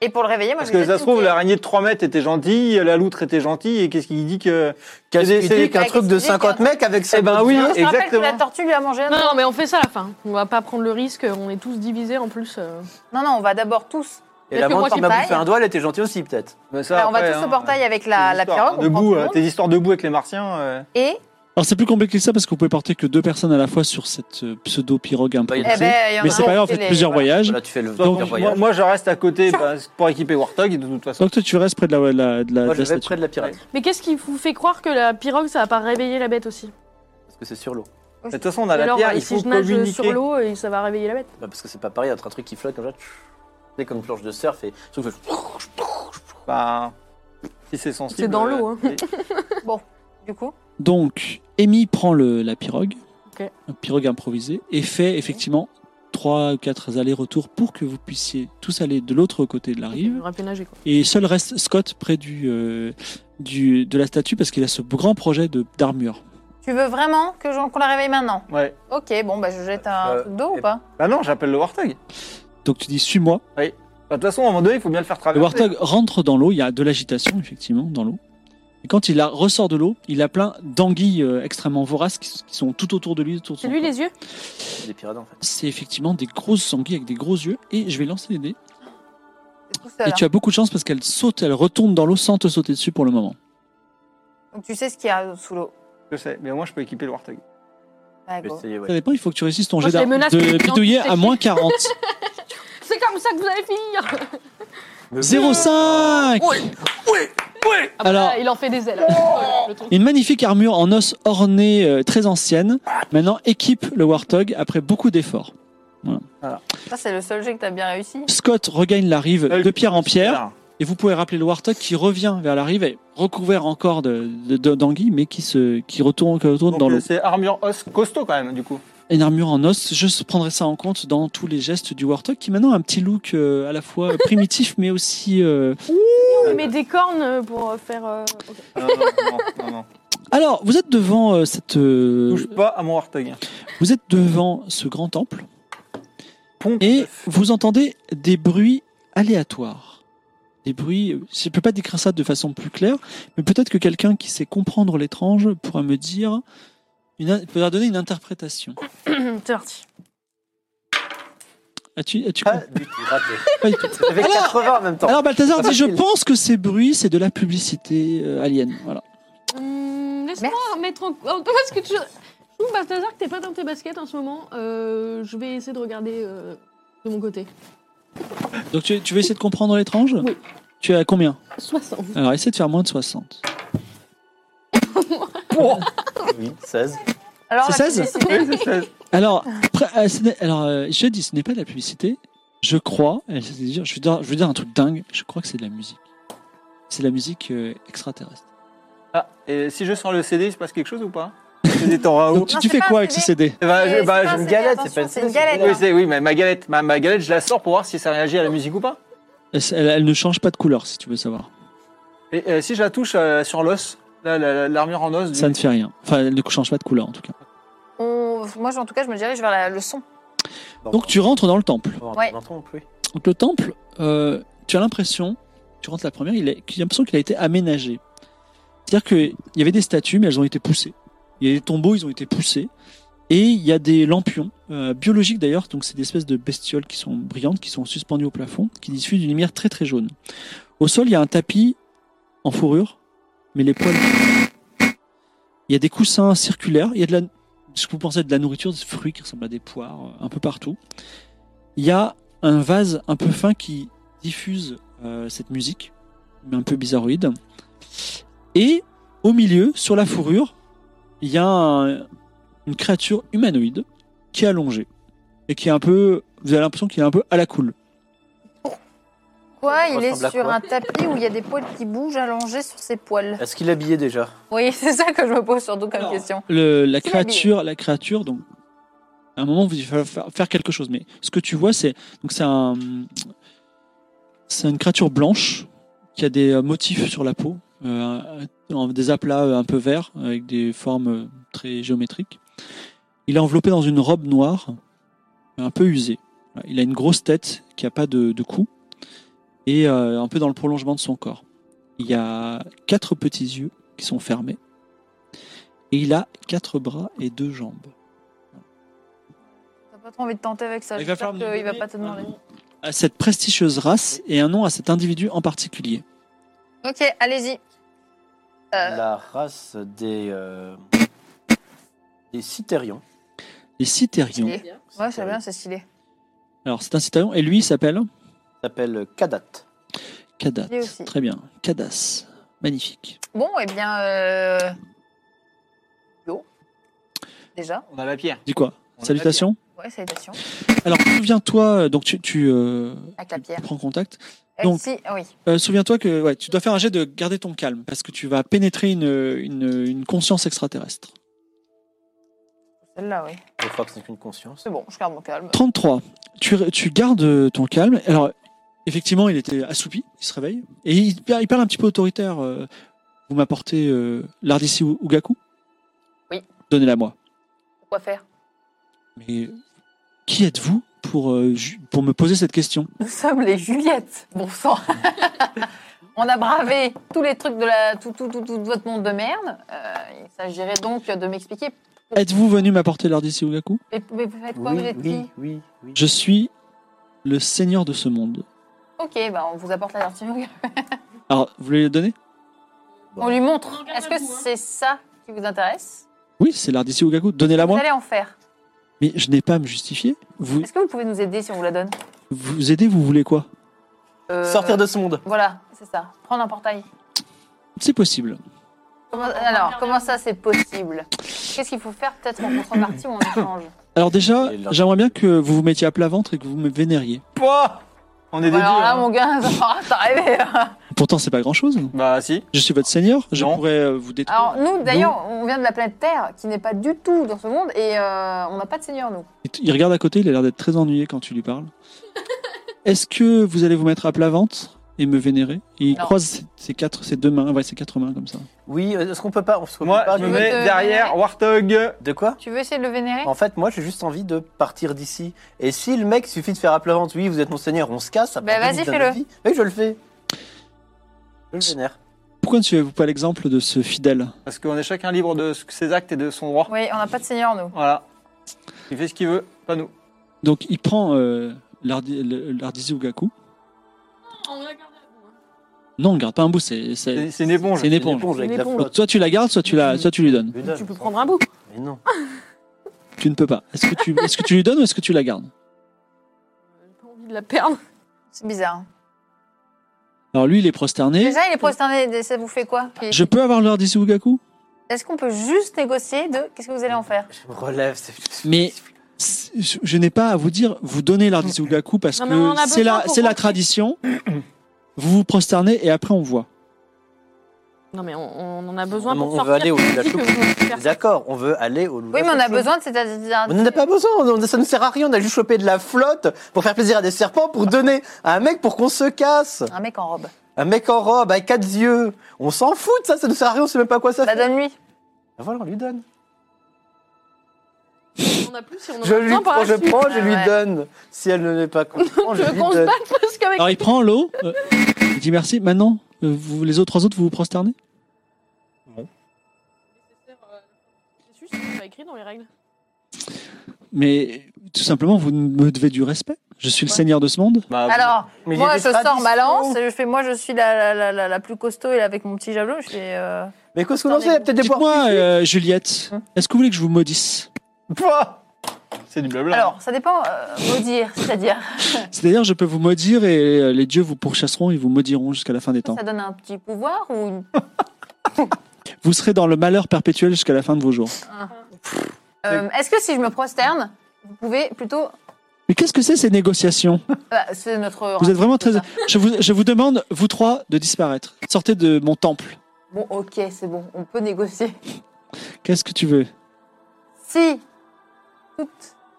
[SPEAKER 2] Et pour le réveiller, moi
[SPEAKER 3] Parce
[SPEAKER 2] je
[SPEAKER 3] que
[SPEAKER 2] vais
[SPEAKER 3] ça se trouve,
[SPEAKER 2] là.
[SPEAKER 3] l'araignée de 3 mètres était gentille, la loutre était gentille, et qu'est-ce qui dit que.
[SPEAKER 5] Qu'est-ce
[SPEAKER 3] C'est-
[SPEAKER 5] qu'il
[SPEAKER 3] c'est-
[SPEAKER 5] dit qu'un
[SPEAKER 2] Ouais,
[SPEAKER 5] truc de
[SPEAKER 2] qu'est-ce qu'il dit
[SPEAKER 5] 50 mecs avec ça
[SPEAKER 3] Eh ben oui,
[SPEAKER 2] Je te rappelle que
[SPEAKER 3] exactement.
[SPEAKER 2] la tortue lui a mangé un
[SPEAKER 7] Non, non, mais on fait ça à la fin. On va pas prendre le risque. On est tous divisés en plus. euh.
[SPEAKER 2] Non, non, on va d'abord tous.
[SPEAKER 5] Et la
[SPEAKER 7] Peut-être que moi
[SPEAKER 5] menthe,
[SPEAKER 7] qui
[SPEAKER 5] il m'a bouffé
[SPEAKER 2] paille.
[SPEAKER 5] un doigt, elle était gentille aussi, peut-être.
[SPEAKER 3] Bah, ça,
[SPEAKER 2] Bah, on va
[SPEAKER 3] après,
[SPEAKER 2] tous
[SPEAKER 3] hein,
[SPEAKER 2] au portail avec la,
[SPEAKER 3] tes
[SPEAKER 2] la
[SPEAKER 3] histoires,
[SPEAKER 2] pirogue. on
[SPEAKER 3] hein,
[SPEAKER 2] prend tout
[SPEAKER 3] Debout,
[SPEAKER 2] le
[SPEAKER 3] euh,
[SPEAKER 2] monde.
[SPEAKER 3] tes histoires debout avec les martiens. euh,
[SPEAKER 2] Et
[SPEAKER 1] Alors c'est plus compliqué que ça parce que vous pouvez porter que deux personnes à la fois sur cette euh, pseudo-pirogue improvisée.
[SPEAKER 5] Eh
[SPEAKER 2] ben, il y en
[SPEAKER 1] mais
[SPEAKER 2] a
[SPEAKER 1] c'est pas grave, en
[SPEAKER 2] qui
[SPEAKER 1] fait,
[SPEAKER 2] les-
[SPEAKER 1] plusieurs
[SPEAKER 2] voilà.
[SPEAKER 1] voyages.
[SPEAKER 5] Voilà, tu fais le
[SPEAKER 1] Donc,
[SPEAKER 5] le
[SPEAKER 3] Moi,
[SPEAKER 5] voyage.
[SPEAKER 3] moi, je reste à côté bah, pour équiper Warthog, de toute façon.
[SPEAKER 1] Donc toi, tu restes près de la, la- de la- de la
[SPEAKER 5] Moi, je vais
[SPEAKER 1] statue.
[SPEAKER 5] près de la pirate.
[SPEAKER 7] Mais qu'est-ce qui vous fait croire que la pirogue, ça va pas réveiller la bête aussi
[SPEAKER 5] Parce que c'est sur l'eau.
[SPEAKER 3] Mais De toute façon, on a la
[SPEAKER 7] Alors,
[SPEAKER 3] pierre,
[SPEAKER 7] euh,
[SPEAKER 3] il
[SPEAKER 7] si
[SPEAKER 3] faut
[SPEAKER 7] je nage
[SPEAKER 3] communiquer.
[SPEAKER 7] sur l'eau, euh, ça va réveiller la bête.
[SPEAKER 5] Bah, parce que c'est pas pareil, d'être un truc qui flotte comme ça. tchou, C'est comme une planche de surf et. sauf que-
[SPEAKER 3] Bah, si c'est sensible.
[SPEAKER 7] C'est dans
[SPEAKER 3] euh,
[SPEAKER 7] l'eau, hein.
[SPEAKER 3] oui.
[SPEAKER 2] Du coup,
[SPEAKER 1] Donc, Amy prend le, la pirogue,
[SPEAKER 7] Ok.
[SPEAKER 1] la pirogue improvisée, et fait effectivement trois ou quatre allers-retours pour que vous puissiez tous aller de l'autre côté de la rive.
[SPEAKER 7] On aurait pu nager, quoi.
[SPEAKER 1] Et seul reste Scott près du, euh, du, de la statue parce qu'il a ce grand projet de- d'armure.
[SPEAKER 2] tu veux vraiment que j'en- qu'on la réveille maintenant
[SPEAKER 3] Ouais.
[SPEAKER 2] Ok, bon, bah je jette un
[SPEAKER 5] Euh,
[SPEAKER 2] truc d'eau
[SPEAKER 5] et-
[SPEAKER 2] ou pas
[SPEAKER 3] Bah non, j'appelle le Warthog. Bah,
[SPEAKER 1] Donc tu dis suis-moi.
[SPEAKER 3] De toute façon, à un moment donné, il faut bien le faire
[SPEAKER 1] Le
[SPEAKER 3] traverser.
[SPEAKER 1] Warthog rentre dans l'eau, il y a de l'agitation effectivement dans l'eau. Et quand il la- ressort de l'eau, il a plein d'anguilles euh, extrêmement voraces qui, s- qui sont tout autour de lui. autour de
[SPEAKER 7] C'est
[SPEAKER 1] son
[SPEAKER 7] lui
[SPEAKER 1] corps.
[SPEAKER 7] les yeux
[SPEAKER 5] Des pirates en fait.
[SPEAKER 1] C'est effectivement des grosses anguilles avec des gros yeux. Et je vais lancer les dés.
[SPEAKER 2] T'es tout seul. hein.
[SPEAKER 1] Et tu as beaucoup de chance parce qu'elle saute, elle retombe dans l'eau sans te sauter dessus pour le moment.
[SPEAKER 2] hein. Donc tu sais ce qu'il y a sous l'eau.
[SPEAKER 3] Je sais, mais au moins, je peux équiper le Warthog.
[SPEAKER 2] Ouais,
[SPEAKER 5] Je vais
[SPEAKER 2] go.
[SPEAKER 5] essayer, ouais.
[SPEAKER 1] Ça dépend, il faut que tu réussisses ton jet
[SPEAKER 7] Moi, je les
[SPEAKER 1] d'ar-
[SPEAKER 7] menace que
[SPEAKER 1] de
[SPEAKER 7] les gens
[SPEAKER 1] bidouiller
[SPEAKER 7] qui
[SPEAKER 1] à moins 40.
[SPEAKER 7] C'est comme ça que vous allez finir
[SPEAKER 1] 0,5
[SPEAKER 7] Ah bah,
[SPEAKER 1] Alors-
[SPEAKER 7] là, Il en fait des ailes. le truc.
[SPEAKER 1] Une magnifique armure en os ornée euh, très ancienne. Maintenant, équipe le Warthog après beaucoup d'efforts.
[SPEAKER 2] Ça, c'est le seul jet que t'as bien réussi.
[SPEAKER 1] Scott regagne la rive
[SPEAKER 3] Elle-
[SPEAKER 1] de pierre en pierre
[SPEAKER 3] Pierre.
[SPEAKER 1] et vous pouvez rappeler le Warthog qui revient vers la rive et recouvert encore de- de- de- d'anguilles mais qui, se, qui retourne, qui retourne
[SPEAKER 3] Donc,
[SPEAKER 1] dans
[SPEAKER 3] euh,
[SPEAKER 1] l'eau.
[SPEAKER 3] C'est armure os costaud quand même, du coup.
[SPEAKER 1] Une armure en os, je prendrai ça en compte dans tous les gestes du Warthog qui maintenant a un petit look euh, à la fois primitif mais aussi... euh,
[SPEAKER 7] Il met des cornes pour euh, faire. euh, ok.
[SPEAKER 3] Non, non, non, non, non.
[SPEAKER 1] Alors, vous êtes devant euh, cette... euh,
[SPEAKER 3] Touche pas à mon Warthog.
[SPEAKER 1] Vous êtes devant ce grand temple
[SPEAKER 3] Pompe.
[SPEAKER 1] et vous entendez des bruits aléatoires. Des bruits, euh, je ne peux pas décrire ça de façon plus claire, mais peut-être que quelqu'un qui sait comprendre l'étrange pourra me dire, une, in- pourra donner une interprétation.
[SPEAKER 7] C'est parti.
[SPEAKER 1] As-tu, as-tu
[SPEAKER 5] Ah, du tout, raté.
[SPEAKER 1] pas du tout
[SPEAKER 5] J'avais 80 en même temps.
[SPEAKER 1] Alors Ah Balthazar dit, je pense que ces bruits, c'est de la publicité euh, alien. Voilà.
[SPEAKER 7] Hum, Laisse-moi mettre en. Oh, parce que tu. Je trouve, Balthazar, que t'es pas dans tes baskets en ce moment. Euh, je vais essayer de regarder euh, de mon côté.
[SPEAKER 1] Donc tu, tu veux essayer de comprendre l'étrange
[SPEAKER 7] Oui.
[SPEAKER 1] Tu es à combien
[SPEAKER 7] 60.
[SPEAKER 1] Alors essaie de faire moins de 60.
[SPEAKER 5] Oui, 16.
[SPEAKER 2] Alors,
[SPEAKER 1] C'est
[SPEAKER 2] la
[SPEAKER 1] 16?
[SPEAKER 2] publicité,
[SPEAKER 3] Oui, c'est ça.
[SPEAKER 1] Alors, après, euh, ce n'est- alors euh, je dis, ce n'est pas de la publicité. Je crois, elle s'est dit, je vais dire, je vais dire un truc dingue. Je crois que c'est de la musique. C'est de la musique euh, extraterrestre.
[SPEAKER 3] Ah, et si je sors le CD, il se passe quelque chose ou pas C'est des temps à eau.
[SPEAKER 1] Donc tu,
[SPEAKER 2] Non,
[SPEAKER 1] tu
[SPEAKER 2] c'est
[SPEAKER 1] fais
[SPEAKER 2] pas
[SPEAKER 1] quoi
[SPEAKER 2] un
[SPEAKER 1] avec ce
[SPEAKER 2] CD.
[SPEAKER 1] CD
[SPEAKER 3] Eh ben,
[SPEAKER 2] c'est
[SPEAKER 3] je, bah,
[SPEAKER 2] pas
[SPEAKER 3] je
[SPEAKER 2] un
[SPEAKER 3] me
[SPEAKER 2] CD,
[SPEAKER 3] galette,
[SPEAKER 2] attention,
[SPEAKER 3] c'est pas une
[SPEAKER 2] c'est une
[SPEAKER 3] CD,
[SPEAKER 2] galette,
[SPEAKER 3] Oui,
[SPEAKER 2] hein.
[SPEAKER 3] c'est- oui, mais ma galette, ma, ma galette, je la sors pour voir si ça réagit à la musique ou pas.
[SPEAKER 1] elle, elle- elle ne change pas de couleur, si tu veux savoir.
[SPEAKER 3] Et euh, si je la touche euh, sur l'os, là, la- la- l'armure en os, du-
[SPEAKER 1] Ça ne fait rien. Enfin, elle ne change pas de couleur en tout cas.
[SPEAKER 2] on- Moi, en tout cas, je me dirige vers la- le son.
[SPEAKER 1] Donc tu rentres dans le temple.
[SPEAKER 5] Bon,
[SPEAKER 2] Ouais.
[SPEAKER 5] on entend plus.
[SPEAKER 1] Donc le temple, euh, tu as l'impression, tu rentres la première, il est- tu as l'impression qu'il a été aménagé. C'est-à-dire qu'il y avait des statues, mais elles ont été poussées. Il y a des tombeaux, ils ont été poussés. Et il y a des lampions, euh, biologiques d'ailleurs, donc c'est des espèces de bestioles qui sont brillantes, qui sont suspendues au plafond, qui diffusent une lumière très très jaune. Au sol, il y a un tapis en fourrure, mais les poils... Il y a des coussins circulaires, il y a de la... Ce que vous pensez de la nourriture, des fruits qui ressemblent à des poires, euh, un peu partout. Il y a un vase un peu fin qui diffuse euh, cette musique, mais un peu bizarroïde. Et au milieu, sur la fourrure, il y a un- une créature humanoïde qui est allongée et qui est un peu. Vous avez l'impression qu'il est un peu à la cool.
[SPEAKER 2] Quoi
[SPEAKER 5] Ça
[SPEAKER 2] Il est
[SPEAKER 5] ressemble à
[SPEAKER 2] sur
[SPEAKER 5] quoi
[SPEAKER 2] un tapis où il y a des poils qui bougent allongés sur ses poils.
[SPEAKER 5] Est-ce qu'il est habillé déjà
[SPEAKER 2] Oui, c'est ça que je me pose surtout comme
[SPEAKER 1] Alors,
[SPEAKER 2] question.
[SPEAKER 1] Le- la
[SPEAKER 2] C'est la
[SPEAKER 1] créature, la créature. Donc, à un moment, vous allez faire, faire quelque chose. Mais ce que tu vois, c'est donc c'est un, c'est une créature blanche qui a des euh, motifs sur la peau, euh, en- des aplats euh, un peu verts avec des formes euh, très géométriques. Il est enveloppé dans une robe noire, un peu usée. Voilà, Il a une grosse tête qui a pas de, de cou et euh, un peu dans le prolongement de son corps. Il y a quatre petits yeux qui sont fermés. Et il a quatre bras et deux jambes.
[SPEAKER 2] T'as pas trop envie de tenter avec ça. J'espère qu'il va pas te demander.
[SPEAKER 1] à cette prestigieuse race et un nom à cet individu en particulier.
[SPEAKER 2] Ok, allez-y. Euh,
[SPEAKER 5] La race des. euh, Les citérions.
[SPEAKER 1] Les citérions.
[SPEAKER 2] Stylé. Ouais, c'est bien, c'est stylé.
[SPEAKER 1] Alors, c'est un citérion. Et lui, il s'appelle
[SPEAKER 5] s'appelle Kadat.
[SPEAKER 1] Kadat.
[SPEAKER 2] Lui aussi.
[SPEAKER 1] Très bien. Kadas. Magnifique.
[SPEAKER 2] Bon, eh bien. Euh... Yo. Déjà.
[SPEAKER 3] On a la hein. pierre.
[SPEAKER 1] Dis quoi
[SPEAKER 3] On a
[SPEAKER 1] Salutations.
[SPEAKER 2] Ouais, salutation.
[SPEAKER 1] Alors, souviens-toi, euh, donc tu, tu, euh,
[SPEAKER 2] Avec la pierre.
[SPEAKER 1] prends contact.
[SPEAKER 2] Euh,
[SPEAKER 1] Donc-
[SPEAKER 2] si, ah oui.
[SPEAKER 1] Euh, souviens-toi que ouais, tu dois faire un jet de garder ton calme parce que tu vas pénétrer une, une, une conscience extraterrestre.
[SPEAKER 2] Celle-là, oui.
[SPEAKER 5] Je crois que c'est qu'une conscience.
[SPEAKER 2] C'est bon, je garde mon calme.
[SPEAKER 1] 33. Tu, tu gardes euh, ton calme. Alors, effectivement, il était assoupi, il se réveille. Et il, per- il parle un petit peu autoritaire. euh, vous m'apportez euh, l'Ardissi ou- Ugaku
[SPEAKER 2] Oui.
[SPEAKER 1] Donnez-la moi.
[SPEAKER 2] Quoi faire
[SPEAKER 1] Mais qui êtes-vous pour, euh, ju- pour me poser cette question
[SPEAKER 2] Nous sommes les Juliettes, bon sang. On a bravé tous les trucs de la, tout, tout, tout, tout votre monde de merde. Euh, il s'agirait donc de m'expliquer.
[SPEAKER 1] Êtes-vous venu m'apporter l'Ardissi ou Ugaku
[SPEAKER 2] Mais, mais vous faites quoi Vous êtes qui
[SPEAKER 5] oui, oui, oui.
[SPEAKER 1] Je suis le seigneur de ce monde.
[SPEAKER 2] Ok, bah on vous apporte la tortue.
[SPEAKER 1] Alors, vous voulez le donner
[SPEAKER 2] On lui montre.
[SPEAKER 7] On garde
[SPEAKER 2] Est-ce que
[SPEAKER 7] le goût, hein.
[SPEAKER 2] c'est ça qui vous
[SPEAKER 5] Ah
[SPEAKER 2] intéresse
[SPEAKER 1] Oui, c'est l'Ardissi ou Ugaku. Donnez-la
[SPEAKER 2] Vous
[SPEAKER 1] moi.
[SPEAKER 2] allez en faire.
[SPEAKER 1] Mais je n'ai pas à me justifier. Vous,
[SPEAKER 2] Est-ce que vous pouvez nous aider si on vous la donne
[SPEAKER 1] vous aidez, vous voulez quoi
[SPEAKER 2] Euh,
[SPEAKER 5] Sortir de ce monde.
[SPEAKER 2] Voilà, c'est ça. Prendre un portail.
[SPEAKER 1] C'est possible.
[SPEAKER 2] Comment- alors, comment ça c'est possible Qu'est-ce qu'il faut faire peut-être en contrepartie ou en échange
[SPEAKER 1] Alors déjà,
[SPEAKER 5] Et là-
[SPEAKER 1] j'aimerais bien que vous vous mettiez à plat ventre et que vous me vénériez.
[SPEAKER 3] Pouah On est des dieux.
[SPEAKER 2] Alors là,
[SPEAKER 3] hein.
[SPEAKER 2] mon gars, ça va t'arriver.
[SPEAKER 1] Pourtant, c'est pas grand-chose.
[SPEAKER 3] Bah si.
[SPEAKER 1] Je suis votre seigneur, je
[SPEAKER 3] Non.
[SPEAKER 1] pourrais euh, vous détruire.
[SPEAKER 2] Alors nous, d'ailleurs, on vient de la planète Terre, qui n'est pas du tout dans ce monde, et euh, on n'a pas de seigneur, nous.
[SPEAKER 1] Il t- Il regarde à côté, il a l'air d'être très ennuyé quand tu lui parles. Est-ce que vous allez vous mettre à plat ventre et me vénérer Et Il
[SPEAKER 2] Non.
[SPEAKER 1] croise ses, ses quatre, ses deux mains, ouais, ses quatre mains comme ça.
[SPEAKER 5] Oui, euh, est-ce qu'on peut pas. on se-
[SPEAKER 3] Moi,
[SPEAKER 5] pas
[SPEAKER 3] je
[SPEAKER 5] de-
[SPEAKER 3] me mets
[SPEAKER 2] te-
[SPEAKER 3] derrière Warthog.
[SPEAKER 5] De quoi
[SPEAKER 2] Tu veux essayer de le vénérer
[SPEAKER 5] En fait, moi, j'ai juste envie de partir d'ici. Et si le mec suffit de faire à pleurer, oui, vous êtes mon seigneur, on se casse. ça
[SPEAKER 2] Bah,
[SPEAKER 5] part
[SPEAKER 2] vas-y,
[SPEAKER 5] vite dans
[SPEAKER 2] fais-le.
[SPEAKER 5] notre vie. Oui, je le fais. Je le vénère.
[SPEAKER 1] Pourquoi ne suivez-vous pas l'exemple de ce fidèle
[SPEAKER 3] Parce qu'on est chacun libre de ce- ses actes et de son droit.
[SPEAKER 2] Oui, on n'a pas de seigneur, nous.
[SPEAKER 3] Voilà. Il fait ce qu'il veut, pas nous.
[SPEAKER 1] Donc il prend euh, l'Ardi- le- l'Ardizu Gaku.
[SPEAKER 7] On la garde à vous, hein.
[SPEAKER 1] Non, on garde pas un bout, c'est
[SPEAKER 3] C'est
[SPEAKER 1] c'est-
[SPEAKER 3] c'est une éponge.
[SPEAKER 1] c'est une éponge.
[SPEAKER 5] avec
[SPEAKER 7] Une
[SPEAKER 5] la
[SPEAKER 7] éponge.
[SPEAKER 5] flotte.
[SPEAKER 1] Donc, soit tu la gardes, soit tu, la, soit tu lui donnes.
[SPEAKER 5] Je lui donne.
[SPEAKER 7] Tu peux prendre un bout.
[SPEAKER 5] Mais non.
[SPEAKER 1] Tu ne peux pas. Est-ce que tu, est-ce que tu lui donnes ou est-ce que tu la gardes
[SPEAKER 7] J'ai pas envie de la perdre.
[SPEAKER 2] C'est bizarre.
[SPEAKER 1] Alors lui, il est prosterné.
[SPEAKER 2] Déjà, il est prosterné, ça vous fait quoi
[SPEAKER 1] Je peux avoir l'heure d'Isu Ugaku
[SPEAKER 2] Est-ce qu'on peut juste négocier de qu'est-ce que vous allez en faire
[SPEAKER 5] Je me relève. c'est-
[SPEAKER 1] Mais c'est- je je n'ai pas à vous dire, vous donnez l'heure d'Isu Ugaku parce
[SPEAKER 7] Non, mais on en a
[SPEAKER 1] que c'est
[SPEAKER 7] besoin
[SPEAKER 1] la,
[SPEAKER 7] pour
[SPEAKER 1] c'est la
[SPEAKER 7] rentrer.
[SPEAKER 1] tradition. Vous vous prosternez et après on voit.
[SPEAKER 7] Non, mais on, on en a besoin
[SPEAKER 5] Non,
[SPEAKER 7] pour
[SPEAKER 5] on
[SPEAKER 7] sortir.
[SPEAKER 5] veut aller au
[SPEAKER 7] Tu
[SPEAKER 5] bout de la
[SPEAKER 7] dis
[SPEAKER 5] soupe.
[SPEAKER 7] que vous voulez faire-
[SPEAKER 5] D'accord, on veut aller au loup.
[SPEAKER 2] Oui, mais on a besoin de cette...
[SPEAKER 5] On n'en a pas besoin, on- ça ne sert à rien, on a juste chopé de la flotte pour faire plaisir à des serpents, pour donner à un mec pour qu'on se casse.
[SPEAKER 2] Un mec en robe.
[SPEAKER 5] Un mec en robe, à quatre yeux. On s'en fout de ça, ça ne sert à rien, on sait même pas à quoi ça
[SPEAKER 2] Bah,
[SPEAKER 5] fait.
[SPEAKER 2] donne-lui.
[SPEAKER 5] Ah, Voilà, on lui donne.
[SPEAKER 7] On a plus si on en a
[SPEAKER 5] Je lui
[SPEAKER 7] besoin par
[SPEAKER 5] prends,
[SPEAKER 7] la
[SPEAKER 5] je
[SPEAKER 7] suite.
[SPEAKER 5] prends, je
[SPEAKER 2] Ah
[SPEAKER 5] lui
[SPEAKER 2] ouais.
[SPEAKER 5] donne. Si elle ne l'est pas comprend, je
[SPEAKER 7] Je
[SPEAKER 5] lui
[SPEAKER 7] compte
[SPEAKER 5] donne.
[SPEAKER 7] pas parce qu'avec.
[SPEAKER 1] Alors il prend l'eau, euh, il dit merci. Maintenant, euh, vous, les autres trois autres, vous vous prosternez
[SPEAKER 7] euh, C'est juste c'est pas écrit dans les règles.
[SPEAKER 1] Mais tout simplement, vous me devez du respect. Je suis le seigneur de ce monde.
[SPEAKER 3] Bah,
[SPEAKER 2] Alors,
[SPEAKER 3] mais il y a
[SPEAKER 2] moi,
[SPEAKER 3] des
[SPEAKER 2] je sors
[SPEAKER 3] traditions.
[SPEAKER 2] ma lance, je fais, moi, je suis la, la, la, la, la plus costaud et avec mon petit javelot, je fais... euh,
[SPEAKER 5] Mais qu'est-ce qu'on en sait Il y a peut-être des bois.
[SPEAKER 1] Dites-moi, euh, Juliette,
[SPEAKER 7] Hein
[SPEAKER 1] est-ce que vous voulez que je vous maudisse
[SPEAKER 3] Pouah C'est du blabla.
[SPEAKER 2] Alors, ça dépend, euh, maudire, c'est-à-dire,
[SPEAKER 1] C'est-à-dire, je peux vous maudire et euh, les dieux vous pourchasseront et vous maudiront jusqu'à la fin des temps.
[SPEAKER 2] ça donne un petit pouvoir ou une...
[SPEAKER 1] Vous serez dans le malheur perpétuel jusqu'à la fin de vos jours.
[SPEAKER 2] Euh, Est-ce que si je me prosterne, vous pouvez plutôt...
[SPEAKER 1] Mais qu'est-ce que c'est ces négociations
[SPEAKER 2] Bah, c'est notre...
[SPEAKER 1] Vous êtes vraiment très.
[SPEAKER 2] c'est ça.
[SPEAKER 1] Je vous, je vous demande, vous trois, de disparaître. Sortez de mon temple.
[SPEAKER 2] Bon, ok, c'est bon, on peut négocier.
[SPEAKER 1] Qu'est-ce que tu veux
[SPEAKER 2] Hein Si toute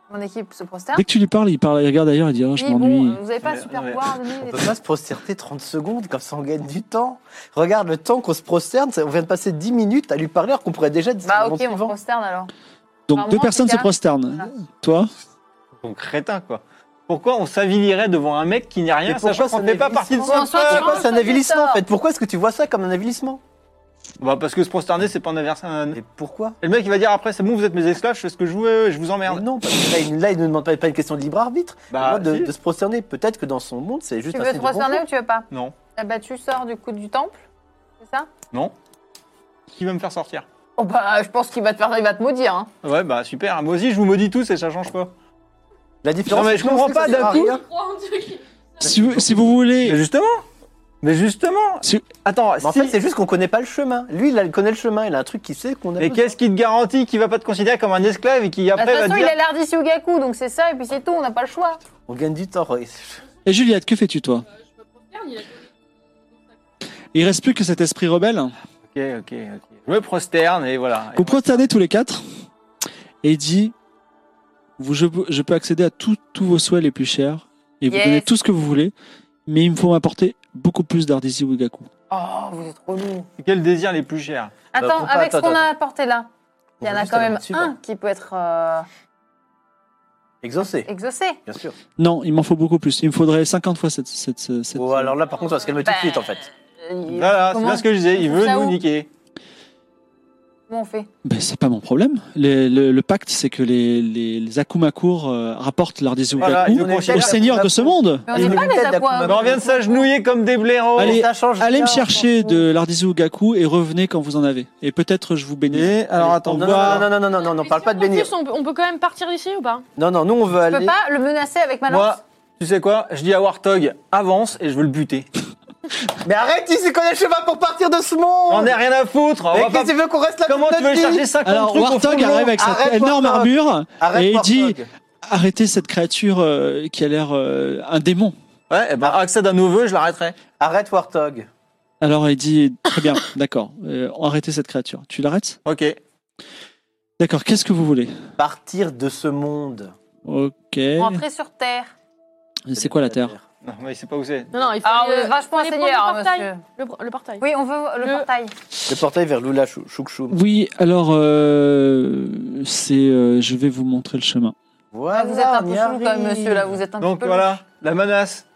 [SPEAKER 2] mon équipe se prosterne,
[SPEAKER 1] Dès que tu lui parles, il, parle, il regarde ailleurs et dit Oh, je
[SPEAKER 2] oui, bon,
[SPEAKER 1] m'ennuie.
[SPEAKER 2] euh, vous n'avez pas
[SPEAKER 3] Mais-
[SPEAKER 2] super
[SPEAKER 3] non, mais-
[SPEAKER 2] pouvoir, Denis,
[SPEAKER 5] On
[SPEAKER 2] des
[SPEAKER 5] peut
[SPEAKER 2] trucs.
[SPEAKER 5] pas se prosterner 30 secondes, comme ça on gagne du temps. Regarde le temps qu'on se prosterne, ça- on vient de passer 10 minutes à lui parler alors qu'on pourrait déjà dire
[SPEAKER 2] Bah, ok, on se prosterne alors.
[SPEAKER 1] Donc
[SPEAKER 2] Enfin,
[SPEAKER 1] deux
[SPEAKER 2] moi, en
[SPEAKER 1] personnes
[SPEAKER 2] tout
[SPEAKER 1] se
[SPEAKER 2] cas,
[SPEAKER 1] prosternent.
[SPEAKER 2] voilà.
[SPEAKER 1] Toi
[SPEAKER 3] Ton crétin, quoi. Pourquoi on s'avilirait devant un mec qui n'est rien,
[SPEAKER 5] Mais pourquoi
[SPEAKER 3] sachant qu'on
[SPEAKER 5] ça
[SPEAKER 3] ne fait pas
[SPEAKER 5] n'existe
[SPEAKER 3] partie de
[SPEAKER 5] pas
[SPEAKER 3] son
[SPEAKER 2] Bon, soit tu
[SPEAKER 3] peuple
[SPEAKER 2] rentres,
[SPEAKER 5] Pourquoi c'est un
[SPEAKER 2] soit tu
[SPEAKER 5] avilissement en
[SPEAKER 2] sors.
[SPEAKER 5] fait Pourquoi est-ce que tu vois ça comme un avilissement
[SPEAKER 3] Bah, parce que se prosterner, c'est pas un adversaire.
[SPEAKER 5] Mais pourquoi
[SPEAKER 3] Et le mec, il va dire après, c'est bon, vous êtes mes esclaves, je fais ce que je veux, je vous
[SPEAKER 5] Mais
[SPEAKER 3] emmerde.
[SPEAKER 5] Non, parce que là, il, là, il ne demande pas, pas une question de libre arbitre,
[SPEAKER 3] Bah,
[SPEAKER 5] il demande de,
[SPEAKER 3] si.
[SPEAKER 5] de se prosterner. Peut-être que dans son monde, c'est juste
[SPEAKER 2] Tu
[SPEAKER 5] un
[SPEAKER 2] veux te
[SPEAKER 5] signe de
[SPEAKER 2] prosterner ou
[SPEAKER 5] bonjour.
[SPEAKER 2] tu veux pas Eh ben,
[SPEAKER 3] Non.
[SPEAKER 2] Ah bah, tu sors du coup du temple, c'est ça
[SPEAKER 3] Qui va me faire sortir
[SPEAKER 2] Oh bah, je pense qu'il va te faire, il va te maudire. Hein.
[SPEAKER 3] Ouais, bah super. Moi aussi, je vous maudis tous et ça change pas.
[SPEAKER 5] La
[SPEAKER 3] Non,
[SPEAKER 5] différence,
[SPEAKER 3] mais je comprends pas d'un coup.
[SPEAKER 7] Je crois en Dieu qui-
[SPEAKER 1] Si vous, si vous
[SPEAKER 3] Mais
[SPEAKER 1] voulez,
[SPEAKER 3] justement. Mais justement.
[SPEAKER 1] Si-
[SPEAKER 3] Attends,
[SPEAKER 5] Mais en
[SPEAKER 3] si-
[SPEAKER 5] fait, c'est juste qu'on connaît pas le chemin. Lui, il a- il connaît le chemin, il a un truc qu'il sait qu'on a.
[SPEAKER 3] mais
[SPEAKER 5] besoin.
[SPEAKER 3] qu'est-ce qui te garantit qu'il va pas te considérer comme un esclave et qui
[SPEAKER 2] Bah,
[SPEAKER 3] après
[SPEAKER 2] De toute
[SPEAKER 3] va
[SPEAKER 2] façon,
[SPEAKER 3] te
[SPEAKER 2] il
[SPEAKER 3] dire
[SPEAKER 2] a l'art d'ici Gaku, donc c'est ça, et puis c'est tout, on n'a pas le choix.
[SPEAKER 5] On gagne du temps. Roy.
[SPEAKER 1] et Juliette, que fais-tu toi Il reste plus que cet esprit rebelle.
[SPEAKER 3] Ok, ok, ok. Je me prosterne et voilà.
[SPEAKER 1] Vous prosternez tous les quatre et il dit vous, je, peux- je peux accéder à tout- tous vos souhaits les plus chers et vous
[SPEAKER 2] Yes.
[SPEAKER 1] donner tout ce que vous voulez, mais il me faut m'apporter beaucoup plus d'Ardisi Wigaku.
[SPEAKER 2] Oh, vous êtes trop lourd.
[SPEAKER 3] Quel désir les plus chers
[SPEAKER 2] Attends,
[SPEAKER 5] faut pas-
[SPEAKER 2] avec ce
[SPEAKER 5] attends,
[SPEAKER 2] qu'on a
[SPEAKER 5] attends.
[SPEAKER 2] apporté là, il y en
[SPEAKER 5] On
[SPEAKER 2] a
[SPEAKER 5] va juste
[SPEAKER 2] quand
[SPEAKER 5] aller
[SPEAKER 2] même
[SPEAKER 5] là-dessus,
[SPEAKER 2] un
[SPEAKER 5] quoi.
[SPEAKER 2] qui peut être euh,
[SPEAKER 5] Exaucé,
[SPEAKER 2] exaucé.
[SPEAKER 5] bien sûr.
[SPEAKER 1] Non, il m'en faut beaucoup plus. Il me faudrait 50 fois cette. cette, cette- cette-
[SPEAKER 5] Oh, alors là, par contre, on va se calmer tout de
[SPEAKER 2] Bah,
[SPEAKER 5] suite, en fait.
[SPEAKER 2] euh,
[SPEAKER 3] Voilà, c'est
[SPEAKER 2] comment-
[SPEAKER 3] bien ce que je disais. Il
[SPEAKER 2] on
[SPEAKER 3] veut
[SPEAKER 2] trouve ça
[SPEAKER 3] nous
[SPEAKER 2] où
[SPEAKER 3] niquer.
[SPEAKER 2] Comment on fait
[SPEAKER 1] Ben, c'est pas mon problème. Le, le- le pacte, c'est que les, les, les Akumakur euh, rapportent l'Ardisi
[SPEAKER 3] Voilà,
[SPEAKER 1] Wigaku
[SPEAKER 3] il nous considère
[SPEAKER 1] au seigneur de
[SPEAKER 5] Akumakur.
[SPEAKER 1] ce monde.
[SPEAKER 2] Mais on
[SPEAKER 5] Il
[SPEAKER 2] n'est
[SPEAKER 5] nous
[SPEAKER 2] pas des
[SPEAKER 5] met tête
[SPEAKER 2] aquas.
[SPEAKER 3] Mais Bah, on vient de s'agenouiller comme des blaireaux.
[SPEAKER 1] Allez,
[SPEAKER 5] Ça change
[SPEAKER 1] Allez
[SPEAKER 5] rien.
[SPEAKER 1] me chercher
[SPEAKER 2] s'en fout.
[SPEAKER 1] de l'Ardisi Wigaku et revenez quand vous en avez. Et peut-être je vous bénis.
[SPEAKER 3] Et alors attends, bah.
[SPEAKER 5] Non, non,
[SPEAKER 3] voir-
[SPEAKER 5] non, non, non, non, non, non, non,
[SPEAKER 7] Mais
[SPEAKER 5] parle
[SPEAKER 7] si
[SPEAKER 5] pas de
[SPEAKER 7] on
[SPEAKER 5] bénir.
[SPEAKER 7] refuse, On peut, on peut quand même partir d'ici ou pas
[SPEAKER 5] Non, non, nous, on veut
[SPEAKER 2] Je peux
[SPEAKER 5] aller.
[SPEAKER 2] pas le menacer avec ma
[SPEAKER 3] Moi,
[SPEAKER 2] lance.
[SPEAKER 3] tu sais quoi Je dis à Warthog, avance et je veux le buter.
[SPEAKER 5] Mais arrête, il sait connaît le chemin pour partir de ce
[SPEAKER 2] Oh.
[SPEAKER 5] monde
[SPEAKER 3] On est rien à foutre. on
[SPEAKER 5] Mais
[SPEAKER 3] va
[SPEAKER 5] qu'est-ce que
[SPEAKER 3] pas-
[SPEAKER 5] tu veux qu'on reste là
[SPEAKER 3] Comment
[SPEAKER 5] toute
[SPEAKER 3] tu veux
[SPEAKER 5] notre vie
[SPEAKER 3] chercher 50
[SPEAKER 1] Alors
[SPEAKER 3] trucs au fond
[SPEAKER 1] Warthog
[SPEAKER 3] de l'eau
[SPEAKER 1] arrive avec sa
[SPEAKER 5] Arrête,
[SPEAKER 1] énorme
[SPEAKER 5] Warthog.
[SPEAKER 1] armure
[SPEAKER 5] Arrête,
[SPEAKER 1] et il dit
[SPEAKER 5] Warthog.
[SPEAKER 1] arrêtez cette créature euh, qui a l'air euh, un démon.
[SPEAKER 3] Ouais, eh ben, accède à nos voeux, je l'arrêterai.
[SPEAKER 5] Arrête, Warthog.
[SPEAKER 1] Alors il dit très bien, d'accord, euh, arrêtez cette créature. Tu l'arrêtes
[SPEAKER 3] Ok.
[SPEAKER 1] D'accord, qu'est-ce que vous voulez
[SPEAKER 5] Partir de ce monde.
[SPEAKER 1] Ok.
[SPEAKER 2] Rentrer sur Terre.
[SPEAKER 1] C'est quoi la Terre
[SPEAKER 3] Non, mais il sait pas où c'est.
[SPEAKER 7] Non, non, il faut
[SPEAKER 2] Ah, on
[SPEAKER 7] aller-
[SPEAKER 2] est vachement
[SPEAKER 7] aller prendre
[SPEAKER 2] seigneur, hein,
[SPEAKER 7] le portail.
[SPEAKER 2] monsieur.
[SPEAKER 7] Le, pro- le portail.
[SPEAKER 2] Oui, on veut le
[SPEAKER 7] Le-
[SPEAKER 2] portail.
[SPEAKER 5] Le portail vers Lula Chou-
[SPEAKER 2] Ah,
[SPEAKER 5] Choukchoum.
[SPEAKER 1] Oui, alors euh, c'est, euh, je vais vous montrer le chemin.
[SPEAKER 5] Voilà,
[SPEAKER 2] vous êtes un peu
[SPEAKER 5] on y
[SPEAKER 2] chelou quand même,
[SPEAKER 5] arrive.
[SPEAKER 2] monsieur, là, vous êtes un petit
[SPEAKER 3] Donc
[SPEAKER 2] peu...
[SPEAKER 3] voilà, la menace.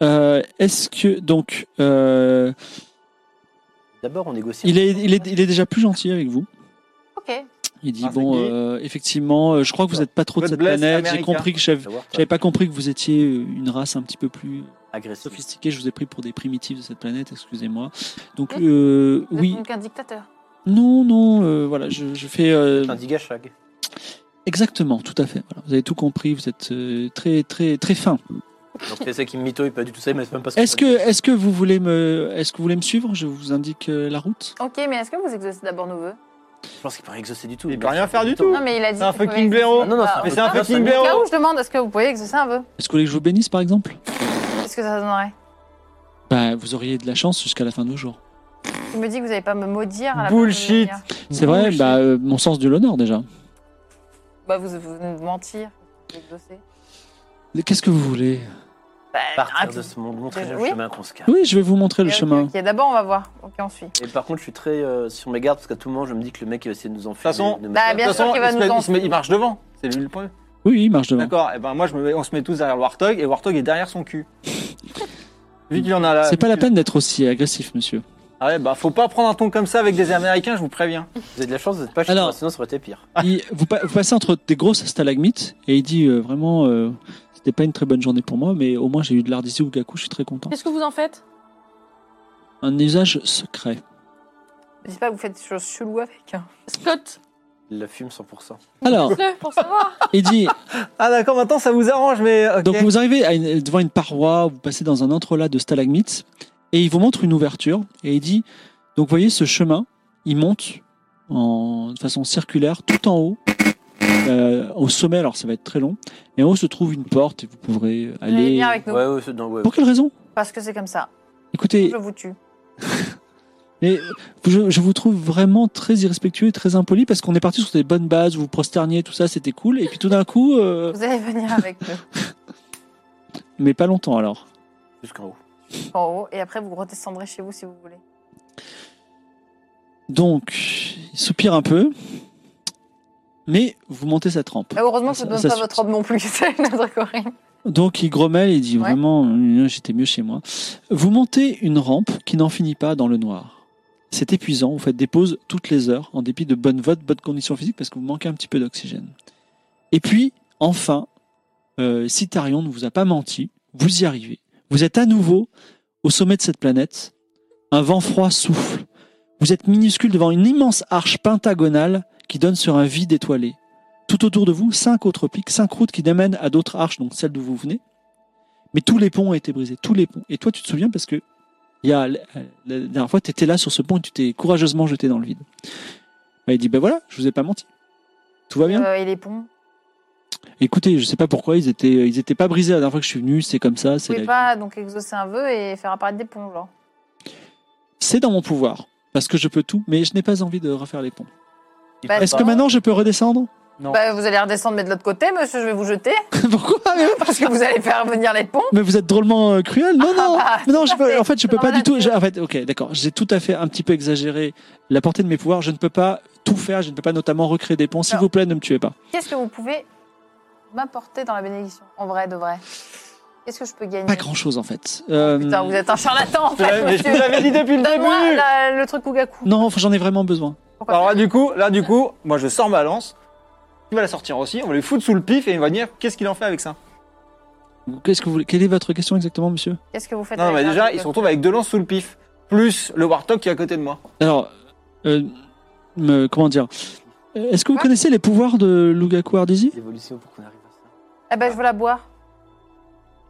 [SPEAKER 1] Euh, Est-ce que donc euh,
[SPEAKER 5] D'abord, on négocie.
[SPEAKER 1] il, est, il est il est déjà plus gentil avec vous
[SPEAKER 2] Ok.
[SPEAKER 1] Il dit
[SPEAKER 3] Ah, c'est
[SPEAKER 1] bon,
[SPEAKER 3] gay.
[SPEAKER 1] euh, effectivement, euh, je crois que vous n'êtes pas trop de
[SPEAKER 3] God
[SPEAKER 1] cette
[SPEAKER 3] bless
[SPEAKER 1] planète. J'ai
[SPEAKER 3] America.
[SPEAKER 1] compris que j'avais,
[SPEAKER 5] Le Warthog.
[SPEAKER 1] j'avais pas compris que vous étiez une race un petit peu plus
[SPEAKER 5] Agressif.
[SPEAKER 1] sophistiquée. Je vous ai pris pour des primitifs de cette planète. Excusez-moi. Donc euh,
[SPEAKER 2] Vous
[SPEAKER 1] oui,
[SPEAKER 2] êtes donc un dictateur.
[SPEAKER 1] non, non, euh, voilà, je, je fais euh,
[SPEAKER 5] Un digashag.
[SPEAKER 1] exactement, tout à fait. Voilà, vous avez tout compris. Vous êtes euh, très, très, très fin.
[SPEAKER 5] Donc, c'est ça qui me mytho, il peut pas du tout ça, mais c'est même pas ce
[SPEAKER 1] Est-ce que, est-ce que vous voulez me, est-ce que vous voulez me suivre Je vous indique euh, la route.
[SPEAKER 2] Ok, mais est-ce que vous exaucez d'abord nos vœux
[SPEAKER 5] Je pense qu'il peut rien exaucer du tout.
[SPEAKER 3] Il
[SPEAKER 5] le
[SPEAKER 3] peut rien
[SPEAKER 5] mec.
[SPEAKER 3] faire du
[SPEAKER 2] Non,
[SPEAKER 3] tout.
[SPEAKER 2] mais il a dit...
[SPEAKER 3] C'est un
[SPEAKER 2] qu'il pouvait
[SPEAKER 3] fucking
[SPEAKER 2] exaucer-
[SPEAKER 3] blaireau.
[SPEAKER 5] Ah, non, non,
[SPEAKER 2] Ah,
[SPEAKER 5] c'est un
[SPEAKER 3] Mais c'est un
[SPEAKER 5] putain,
[SPEAKER 3] fucking
[SPEAKER 5] ça-
[SPEAKER 2] Au cas
[SPEAKER 3] blaireau.
[SPEAKER 2] où, je demande, est-ce que vous pouvez exaucer un vœu
[SPEAKER 1] Est-ce que vous voulez que je vous bénisse, par exemple
[SPEAKER 2] Qu'est-ce que ça donnerait
[SPEAKER 1] Bah, vous auriez de la chance jusqu'à la fin de vos jours.
[SPEAKER 2] Il me dit que vous n'allez pas me maudire à la hein.
[SPEAKER 3] Bullshit.
[SPEAKER 2] fin de venir.
[SPEAKER 1] C'est vrai,
[SPEAKER 3] Bullshit.
[SPEAKER 1] bah, euh, mon sens de l'honneur déjà.
[SPEAKER 2] Bah, vous, vous venez de mentir. Vous exaucez.
[SPEAKER 1] Qu'est-ce que vous voulez
[SPEAKER 2] Bah,
[SPEAKER 5] Partir
[SPEAKER 2] arrête.
[SPEAKER 5] de ce monde, montrer le
[SPEAKER 2] Oui.
[SPEAKER 5] chemin qu'on se cache.
[SPEAKER 1] Oui, je vais vous montrer le
[SPEAKER 2] Ok,
[SPEAKER 1] chemin.
[SPEAKER 2] Ok, d'abord, on va voir. Ok, on suit.
[SPEAKER 5] Et par contre, je suis très euh, sur mes gardes parce qu'à tout moment, je me dis que le mec il va essayer de nous enfuir.
[SPEAKER 3] De toute façon-
[SPEAKER 2] Bah,
[SPEAKER 3] De
[SPEAKER 2] bien
[SPEAKER 3] toute façon,
[SPEAKER 2] sûr qu'il va
[SPEAKER 3] il, se
[SPEAKER 2] nous
[SPEAKER 3] met-
[SPEAKER 2] en-
[SPEAKER 3] il se met- il marche devant. C'est lui le point.
[SPEAKER 1] Oui, oui, il marche devant.
[SPEAKER 3] D'accord. Et ben moi, je me mets- on se met tous derrière le Warthog et Warthog est derrière son cul. Vu qu'il en a là.
[SPEAKER 1] C'est pas la peine d'être aussi agressif, monsieur.
[SPEAKER 3] Ah ouais, bah faut pas prendre un ton comme ça avec des Américains, je vous préviens.
[SPEAKER 5] Vous avez de la chance, vous n'êtes pas chez
[SPEAKER 1] Alors-
[SPEAKER 5] moi, sinon ça aurait été pire.
[SPEAKER 1] Il- vous, pa- vous passez entre des grosses stalagmites et il dit euh, vraiment, euh, c'était pas une très bonne journée pour moi, mais au moins j'ai eu de l'art d'ici ou Gaku, je suis très content.
[SPEAKER 7] Qu'est-ce que vous en faites
[SPEAKER 1] Un usage secret.
[SPEAKER 2] Je dis pas que vous faites des choses cheloues avec. hein.
[SPEAKER 7] Scott,
[SPEAKER 5] Il la fume 100%.
[SPEAKER 1] Alors,
[SPEAKER 7] le pour savoir.
[SPEAKER 1] il dit,
[SPEAKER 3] Ah d'accord, maintenant ça vous arrange, mais ok.
[SPEAKER 1] donc vous arrivez à une- devant une paroi, vous passez dans un entrelac de stalagmites et il vous montre une ouverture et il dit, donc voyez ce chemin, il monte en, de façon circulaire tout en haut. euh, au sommet, alors ça va être très long, et en haut se trouve une porte et vous pourrez
[SPEAKER 2] Vous allez
[SPEAKER 1] aller.
[SPEAKER 2] bien avec nous.
[SPEAKER 5] Ouais, ouais, c'est- non, ouais.
[SPEAKER 1] Pour quelle raison
[SPEAKER 2] Parce que c'est comme ça.
[SPEAKER 1] Écoutez,
[SPEAKER 2] Je vous tue.
[SPEAKER 1] mais je, je vous trouve vraiment très irrespectueux et très impoli parce qu'on est parti sur des bonnes bases, vous vous prosterniez, tout ça, c'était cool. Et puis tout d'un coup, euh,
[SPEAKER 2] Vous allez venir avec nous
[SPEAKER 1] mais pas longtemps alors.
[SPEAKER 5] Jusqu'en haut.
[SPEAKER 2] en haut et après vous redescendrez chez vous si vous voulez.
[SPEAKER 1] Donc, il soupire un peu, mais vous montez cette rampe.
[SPEAKER 2] Ah, heureusement que je
[SPEAKER 1] Ça-
[SPEAKER 2] ne donne
[SPEAKER 1] ça
[SPEAKER 2] pas
[SPEAKER 1] se-
[SPEAKER 2] votre robe non plus, c'est une autre horrible.
[SPEAKER 1] Donc il grommelle et dit
[SPEAKER 2] Ouais.
[SPEAKER 1] vraiment, euh, j'étais mieux chez moi. Vous montez une rampe qui n'en finit pas dans le noir. C'est épuisant, vous faites des pauses toutes les heures, en dépit de bonnes votes, bonnes conditions physiques, parce que vous manquez un petit peu d'oxygène. Et puis, enfin, euh, Citarion ne vous a pas menti, vous y arrivez. Vous êtes à nouveau au sommet de cette planète. Un vent froid souffle. Vous êtes minuscule devant une immense arche pentagonale qui donne sur un vide étoilé. Tout autour de vous, cinq autres pics, cinq routes qui démènent à d'autres arches, donc celles d'où vous venez. Mais tous les ponts ont été brisés, tous les ponts. Et toi, tu te souviens parce que il y a, la la dernière fois, tu étais là sur ce pont et tu t'es courageusement jeté dans le vide. Bah, il dit, ben voilà, je vous ai pas menti. Tout va bien.
[SPEAKER 2] Euh, et les ponts
[SPEAKER 1] Écoutez, je sais pas pourquoi ils étaient, ils étaient pas brisés la dernière fois que je suis venu. C'est comme ça.
[SPEAKER 2] Vous
[SPEAKER 1] C'est
[SPEAKER 2] pouvez
[SPEAKER 1] la-
[SPEAKER 2] pas donc exaucer un vœu et faire apparaître des ponts, genre.
[SPEAKER 1] C'est dans mon pouvoir parce que je peux tout, mais je n'ai pas envie de refaire les ponts.
[SPEAKER 2] Bah,
[SPEAKER 1] Est-ce que maintenant je peux redescendre
[SPEAKER 2] Bah, vous allez redescendre, mais de l'autre côté, monsieur, je vais vous jeter.
[SPEAKER 1] Pourquoi mais,
[SPEAKER 2] Parce que vous allez faire venir les ponts.
[SPEAKER 1] mais vous êtes drôlement euh, cruel. Non, non.
[SPEAKER 2] bah,
[SPEAKER 1] Mais non, je peux,
[SPEAKER 2] parfait.
[SPEAKER 1] en fait, je peux
[SPEAKER 2] Non,
[SPEAKER 1] pas
[SPEAKER 2] là,
[SPEAKER 1] du tout.
[SPEAKER 2] c'est-
[SPEAKER 1] j'ai- En fait, ok, d'accord. J'ai tout à fait un petit peu exagéré la portée de mes pouvoirs. Je ne peux pas tout faire. Je ne peux pas notamment recréer des ponts. S'il
[SPEAKER 2] Non.
[SPEAKER 1] vous plaît, ne me tuez pas.
[SPEAKER 2] Qu'est-ce que vous pouvez m'apporter dans la bénédiction En vrai, de vrai. Qu'est-ce que je peux gagner
[SPEAKER 1] Pas grand chose en fait. Euh,
[SPEAKER 2] Putain, vous êtes un charlatan, en fait,
[SPEAKER 3] mais je
[SPEAKER 2] monsieur.
[SPEAKER 3] vous l'avais dit depuis le
[SPEAKER 2] Donne-moi
[SPEAKER 3] début.
[SPEAKER 2] la- le truc Ougaku.
[SPEAKER 1] Non, enfin, j'en ai vraiment besoin.
[SPEAKER 2] Pourquoi
[SPEAKER 3] Alors là, du coup, là, du coup, moi, je sors ma lance. Il va la sortir aussi. On va lui foutre sous le pif et il va dire qu'est-ce qu'il en fait avec ça.
[SPEAKER 1] Qu'est-ce que vous voulez- Quelle est votre question exactement, monsieur
[SPEAKER 2] Qu'est-ce que vous faites
[SPEAKER 3] Non, non, mais
[SPEAKER 2] avec
[SPEAKER 3] déjà,
[SPEAKER 2] l'argent
[SPEAKER 3] il se retrouve avec deux lances sous le pif. Plus le Warthog qui est à côté de moi.
[SPEAKER 1] Alors, euh, me- comment dire Euh, Est-ce que vous
[SPEAKER 2] Quoi
[SPEAKER 1] connaissez les pouvoirs de Lugaku Ardisi
[SPEAKER 5] L'évolution pour qu'on arrive à ça.
[SPEAKER 2] Eh ben, je veux la boire.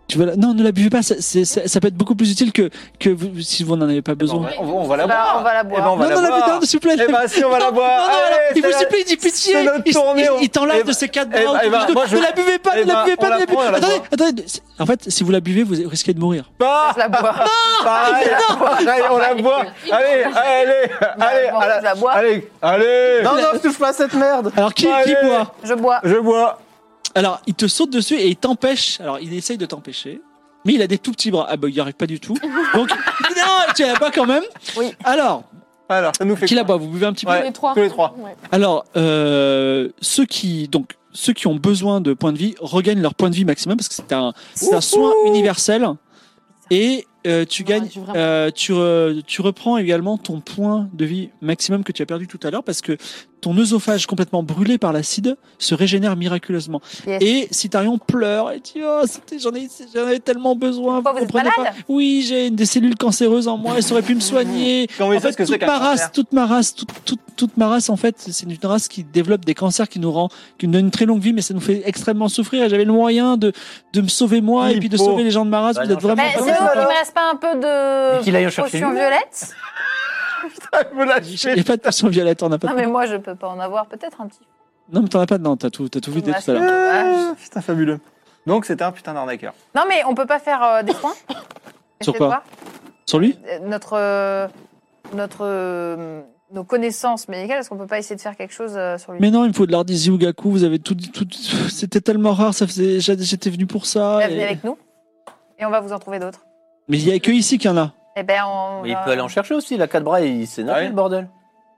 [SPEAKER 1] tu veux la- Non, ne la buvez pas. Ça, c'est- ça- ça peut être beaucoup plus utile que, que vous- si vous n'en avez pas
[SPEAKER 3] On
[SPEAKER 1] besoin.
[SPEAKER 3] va, on va- on va la
[SPEAKER 2] Bah,
[SPEAKER 3] boire.
[SPEAKER 2] on va la
[SPEAKER 3] Eh
[SPEAKER 2] boire.
[SPEAKER 3] ben, on va
[SPEAKER 1] non,
[SPEAKER 3] la
[SPEAKER 1] non, la
[SPEAKER 3] boire.
[SPEAKER 1] putain, s'il vous plaît.
[SPEAKER 3] Eh ben, si, on va la boire.
[SPEAKER 1] Non, non,
[SPEAKER 3] Allez,
[SPEAKER 1] alors, il
[SPEAKER 3] c'est
[SPEAKER 1] vous
[SPEAKER 3] la-
[SPEAKER 1] supplie, il dit pitié.
[SPEAKER 3] c'est notre
[SPEAKER 1] Il-
[SPEAKER 3] tournée,
[SPEAKER 1] il-
[SPEAKER 3] on-
[SPEAKER 1] Il t'enlave
[SPEAKER 3] eh
[SPEAKER 1] de
[SPEAKER 3] ben-
[SPEAKER 1] ses quatre
[SPEAKER 3] eh
[SPEAKER 1] bras.
[SPEAKER 3] ben- eh ben,
[SPEAKER 1] autour
[SPEAKER 3] moi,
[SPEAKER 1] du cou.
[SPEAKER 3] je-
[SPEAKER 1] Ne la buvez pas,
[SPEAKER 3] eh
[SPEAKER 1] ne la
[SPEAKER 3] ben,
[SPEAKER 1] buvez pas.
[SPEAKER 3] on la
[SPEAKER 1] ne la buvez
[SPEAKER 3] prend, on la
[SPEAKER 1] Attendez,
[SPEAKER 3] boit.
[SPEAKER 1] attendez. c'est- En fait, si vous la buvez, vous risquez de mourir.
[SPEAKER 3] Bah,
[SPEAKER 2] Je la bois.
[SPEAKER 3] pareil. Allez, on la boit. Allez, allez, allez,
[SPEAKER 2] boire,
[SPEAKER 3] allez,
[SPEAKER 2] je la bois.
[SPEAKER 3] allez, allez.
[SPEAKER 11] Non, non, touche pas à cette merde
[SPEAKER 1] Alors, qui, qui
[SPEAKER 3] Allez.
[SPEAKER 1] boit
[SPEAKER 2] Je bois.
[SPEAKER 3] Je bois.
[SPEAKER 1] Alors, il te saute dessus et il t'empêche. Alors, il essaye de t'empêcher. Mais il a des tout petits bras. Ah bah, il n'y arrive pas du tout. Donc, non, tu la bois quand même.
[SPEAKER 2] Oui.
[SPEAKER 1] Alors,
[SPEAKER 3] Alors, ça nous fait
[SPEAKER 1] qui la
[SPEAKER 3] quoi
[SPEAKER 1] boit Vous buvez un petit peu
[SPEAKER 3] Ouais,
[SPEAKER 7] les trois.
[SPEAKER 3] tous les trois.
[SPEAKER 7] Ouais.
[SPEAKER 1] Alors, euh, ceux qui donc ceux qui ont besoin de points de vie regagnent leur point de vie maximum parce que c'est un, c'est un soin universel et euh, tu
[SPEAKER 7] On
[SPEAKER 1] gagnes,
[SPEAKER 7] aurait dû vraiment-
[SPEAKER 1] euh, tu, re- tu reprends également ton point de vie maximum que tu as perdu tout à l'heure parce que ton œsophage complètement brûlé par l'acide se régénère miraculeusement.
[SPEAKER 2] Yes.
[SPEAKER 1] Et Citarion pleure et dit oh, c'était- j'en ai j'en avais tellement besoin.
[SPEAKER 2] Pourquoi vous êtes
[SPEAKER 1] comprenez
[SPEAKER 2] malade
[SPEAKER 1] pas. Oui, j'ai une des cellules cancéreuses en moi, elles auraient pu me soigner.
[SPEAKER 3] Comment
[SPEAKER 1] En
[SPEAKER 3] ils
[SPEAKER 1] fait,
[SPEAKER 3] savent ce que c'est
[SPEAKER 1] toute
[SPEAKER 3] qu'un
[SPEAKER 1] ma race,
[SPEAKER 3] cancer
[SPEAKER 1] toute ma race, toute, toute, toute ma race, en fait, c'est une race qui développe des cancers qui nous rend, qui nous donne une très longue vie, mais ça nous fait extrêmement souffrir. Et j'avais le moyen de, de me sauver moi et puis de
[SPEAKER 3] Hippo.
[SPEAKER 1] sauver les gens de ma race.
[SPEAKER 5] Bah
[SPEAKER 1] Vous
[SPEAKER 5] non,
[SPEAKER 1] êtes vraiment.
[SPEAKER 2] Mais
[SPEAKER 1] Ah, pas
[SPEAKER 2] sinon,
[SPEAKER 1] mal.
[SPEAKER 2] il me reste pas un peu
[SPEAKER 5] Mais qu'il
[SPEAKER 2] de
[SPEAKER 5] aille en chercher
[SPEAKER 2] potion
[SPEAKER 5] une.
[SPEAKER 2] violette
[SPEAKER 3] Elle me l'a jeté.
[SPEAKER 1] Il n'y a pas de potion violette, on n'a pas.
[SPEAKER 2] Non,
[SPEAKER 1] de-
[SPEAKER 2] mais moi, je peux pas en avoir. Peut-être un petit.
[SPEAKER 1] Non, mais t'en as pas. Non, t'as tout, t'as tout vidé tout à l'heure.
[SPEAKER 3] Ah, Putain, fabuleux. Donc, c'était un putain d'arnaqueur.
[SPEAKER 2] Non, mais on peut pas faire euh, des points
[SPEAKER 1] Sur
[SPEAKER 2] Essayez de
[SPEAKER 1] quoi
[SPEAKER 2] voir.
[SPEAKER 1] Sur lui
[SPEAKER 2] Euh, Notre. euh, Notre. euh, Nos connaissances médicales, est-ce qu'on peut pas essayer de faire quelque chose euh, sur lui
[SPEAKER 1] Mais non, il me faut de l'ardizi ou gaku. Vous avez tout, tout. C'était tellement rare. Ça faisait. j'a- J'étais venu pour ça.
[SPEAKER 2] Bah, Venez
[SPEAKER 1] et-
[SPEAKER 2] avec nous et on va vous en trouver d'autres.
[SPEAKER 1] Mais il y a que ici qu'il y en a.
[SPEAKER 2] Eh ben, on.
[SPEAKER 5] Mais il
[SPEAKER 2] va-
[SPEAKER 5] peut aller en chercher aussi, il a quatre bras et il s'est
[SPEAKER 3] Ah
[SPEAKER 5] noté
[SPEAKER 3] ouais
[SPEAKER 5] le bordel.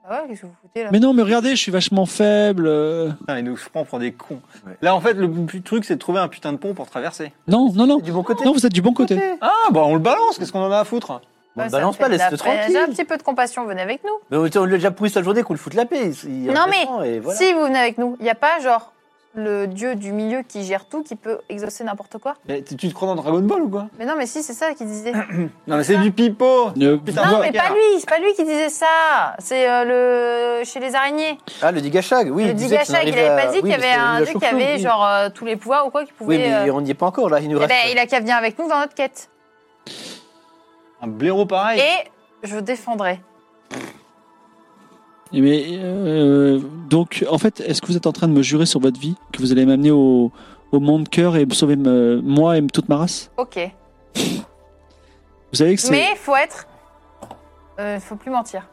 [SPEAKER 2] Ah ouais, qu'est-ce que vous foutez là
[SPEAKER 1] Mais non, mais regardez, je suis vachement faible. euh.
[SPEAKER 3] Putain, il nous prend pour des cons.
[SPEAKER 5] Ouais.
[SPEAKER 3] Là, en fait, le plus- truc, c'est de trouver un putain de pont pour traverser.
[SPEAKER 1] Non, non, non.
[SPEAKER 5] Du bon côté.
[SPEAKER 1] Non, vous êtes du bon côté.
[SPEAKER 3] Ah, bah, on le balance. Qu'est-ce qu'on en a à foutre
[SPEAKER 5] Bon,
[SPEAKER 2] Ah Ouais, ça
[SPEAKER 5] balance
[SPEAKER 2] fait
[SPEAKER 5] pas,
[SPEAKER 2] de la
[SPEAKER 5] laisse-le
[SPEAKER 2] peine. J'ai un
[SPEAKER 5] tranquille.
[SPEAKER 2] petit peu de compassion, venez avec nous.
[SPEAKER 5] Mais on lui a déjà pourri sa journée qu'on le fout de la paix. il- il
[SPEAKER 2] Non,
[SPEAKER 5] redescend et voilà.
[SPEAKER 2] Si vous venez avec nous, il n'y a pas genre le dieu du milieu qui gère tout, qui peut exaucer n'importe quoi.
[SPEAKER 3] Mais Tu tu te crois dans Dragon Ball ou quoi
[SPEAKER 2] Mais non, mais si, c'est ça qu'il disait.
[SPEAKER 3] Non, mais c'est du pipeau.
[SPEAKER 1] Euh,
[SPEAKER 3] Putain,
[SPEAKER 2] non,
[SPEAKER 3] ouais.
[SPEAKER 2] mais pas lui, c'est pas lui qui disait ça. C'est euh, le chez les araignées.
[SPEAKER 5] Ah, le Digashag, oui.
[SPEAKER 2] le
[SPEAKER 5] disait qu'on
[SPEAKER 2] Digashag, il
[SPEAKER 5] arrivait
[SPEAKER 2] avait
[SPEAKER 5] à-
[SPEAKER 2] pas dit
[SPEAKER 5] oui,
[SPEAKER 2] qu'il y
[SPEAKER 5] parce
[SPEAKER 2] avait un
[SPEAKER 5] nous a
[SPEAKER 2] dieu qui
[SPEAKER 5] chauffé,
[SPEAKER 2] avait
[SPEAKER 5] oui.
[SPEAKER 2] genre euh, tous les pouvoirs ou quoi qui
[SPEAKER 5] Oui,
[SPEAKER 2] pouvait.
[SPEAKER 5] mais
[SPEAKER 2] euh,
[SPEAKER 5] on n'y est pas encore là, il nous
[SPEAKER 2] eh
[SPEAKER 5] reste.
[SPEAKER 2] ben, il a qu'à venir avec nous dans notre quête.
[SPEAKER 3] Un blaireau pareil.
[SPEAKER 2] Et je défendrai.
[SPEAKER 1] Eh Mais euh, donc, en fait, est-ce que vous êtes en train de me jurer sur votre vie que vous allez m'amener au, au monde cœur et me sauver me- moi et toute ma race
[SPEAKER 2] Ok.
[SPEAKER 1] Vous savez que c'est.
[SPEAKER 2] Mais faut être. Euh, faut plus mentir.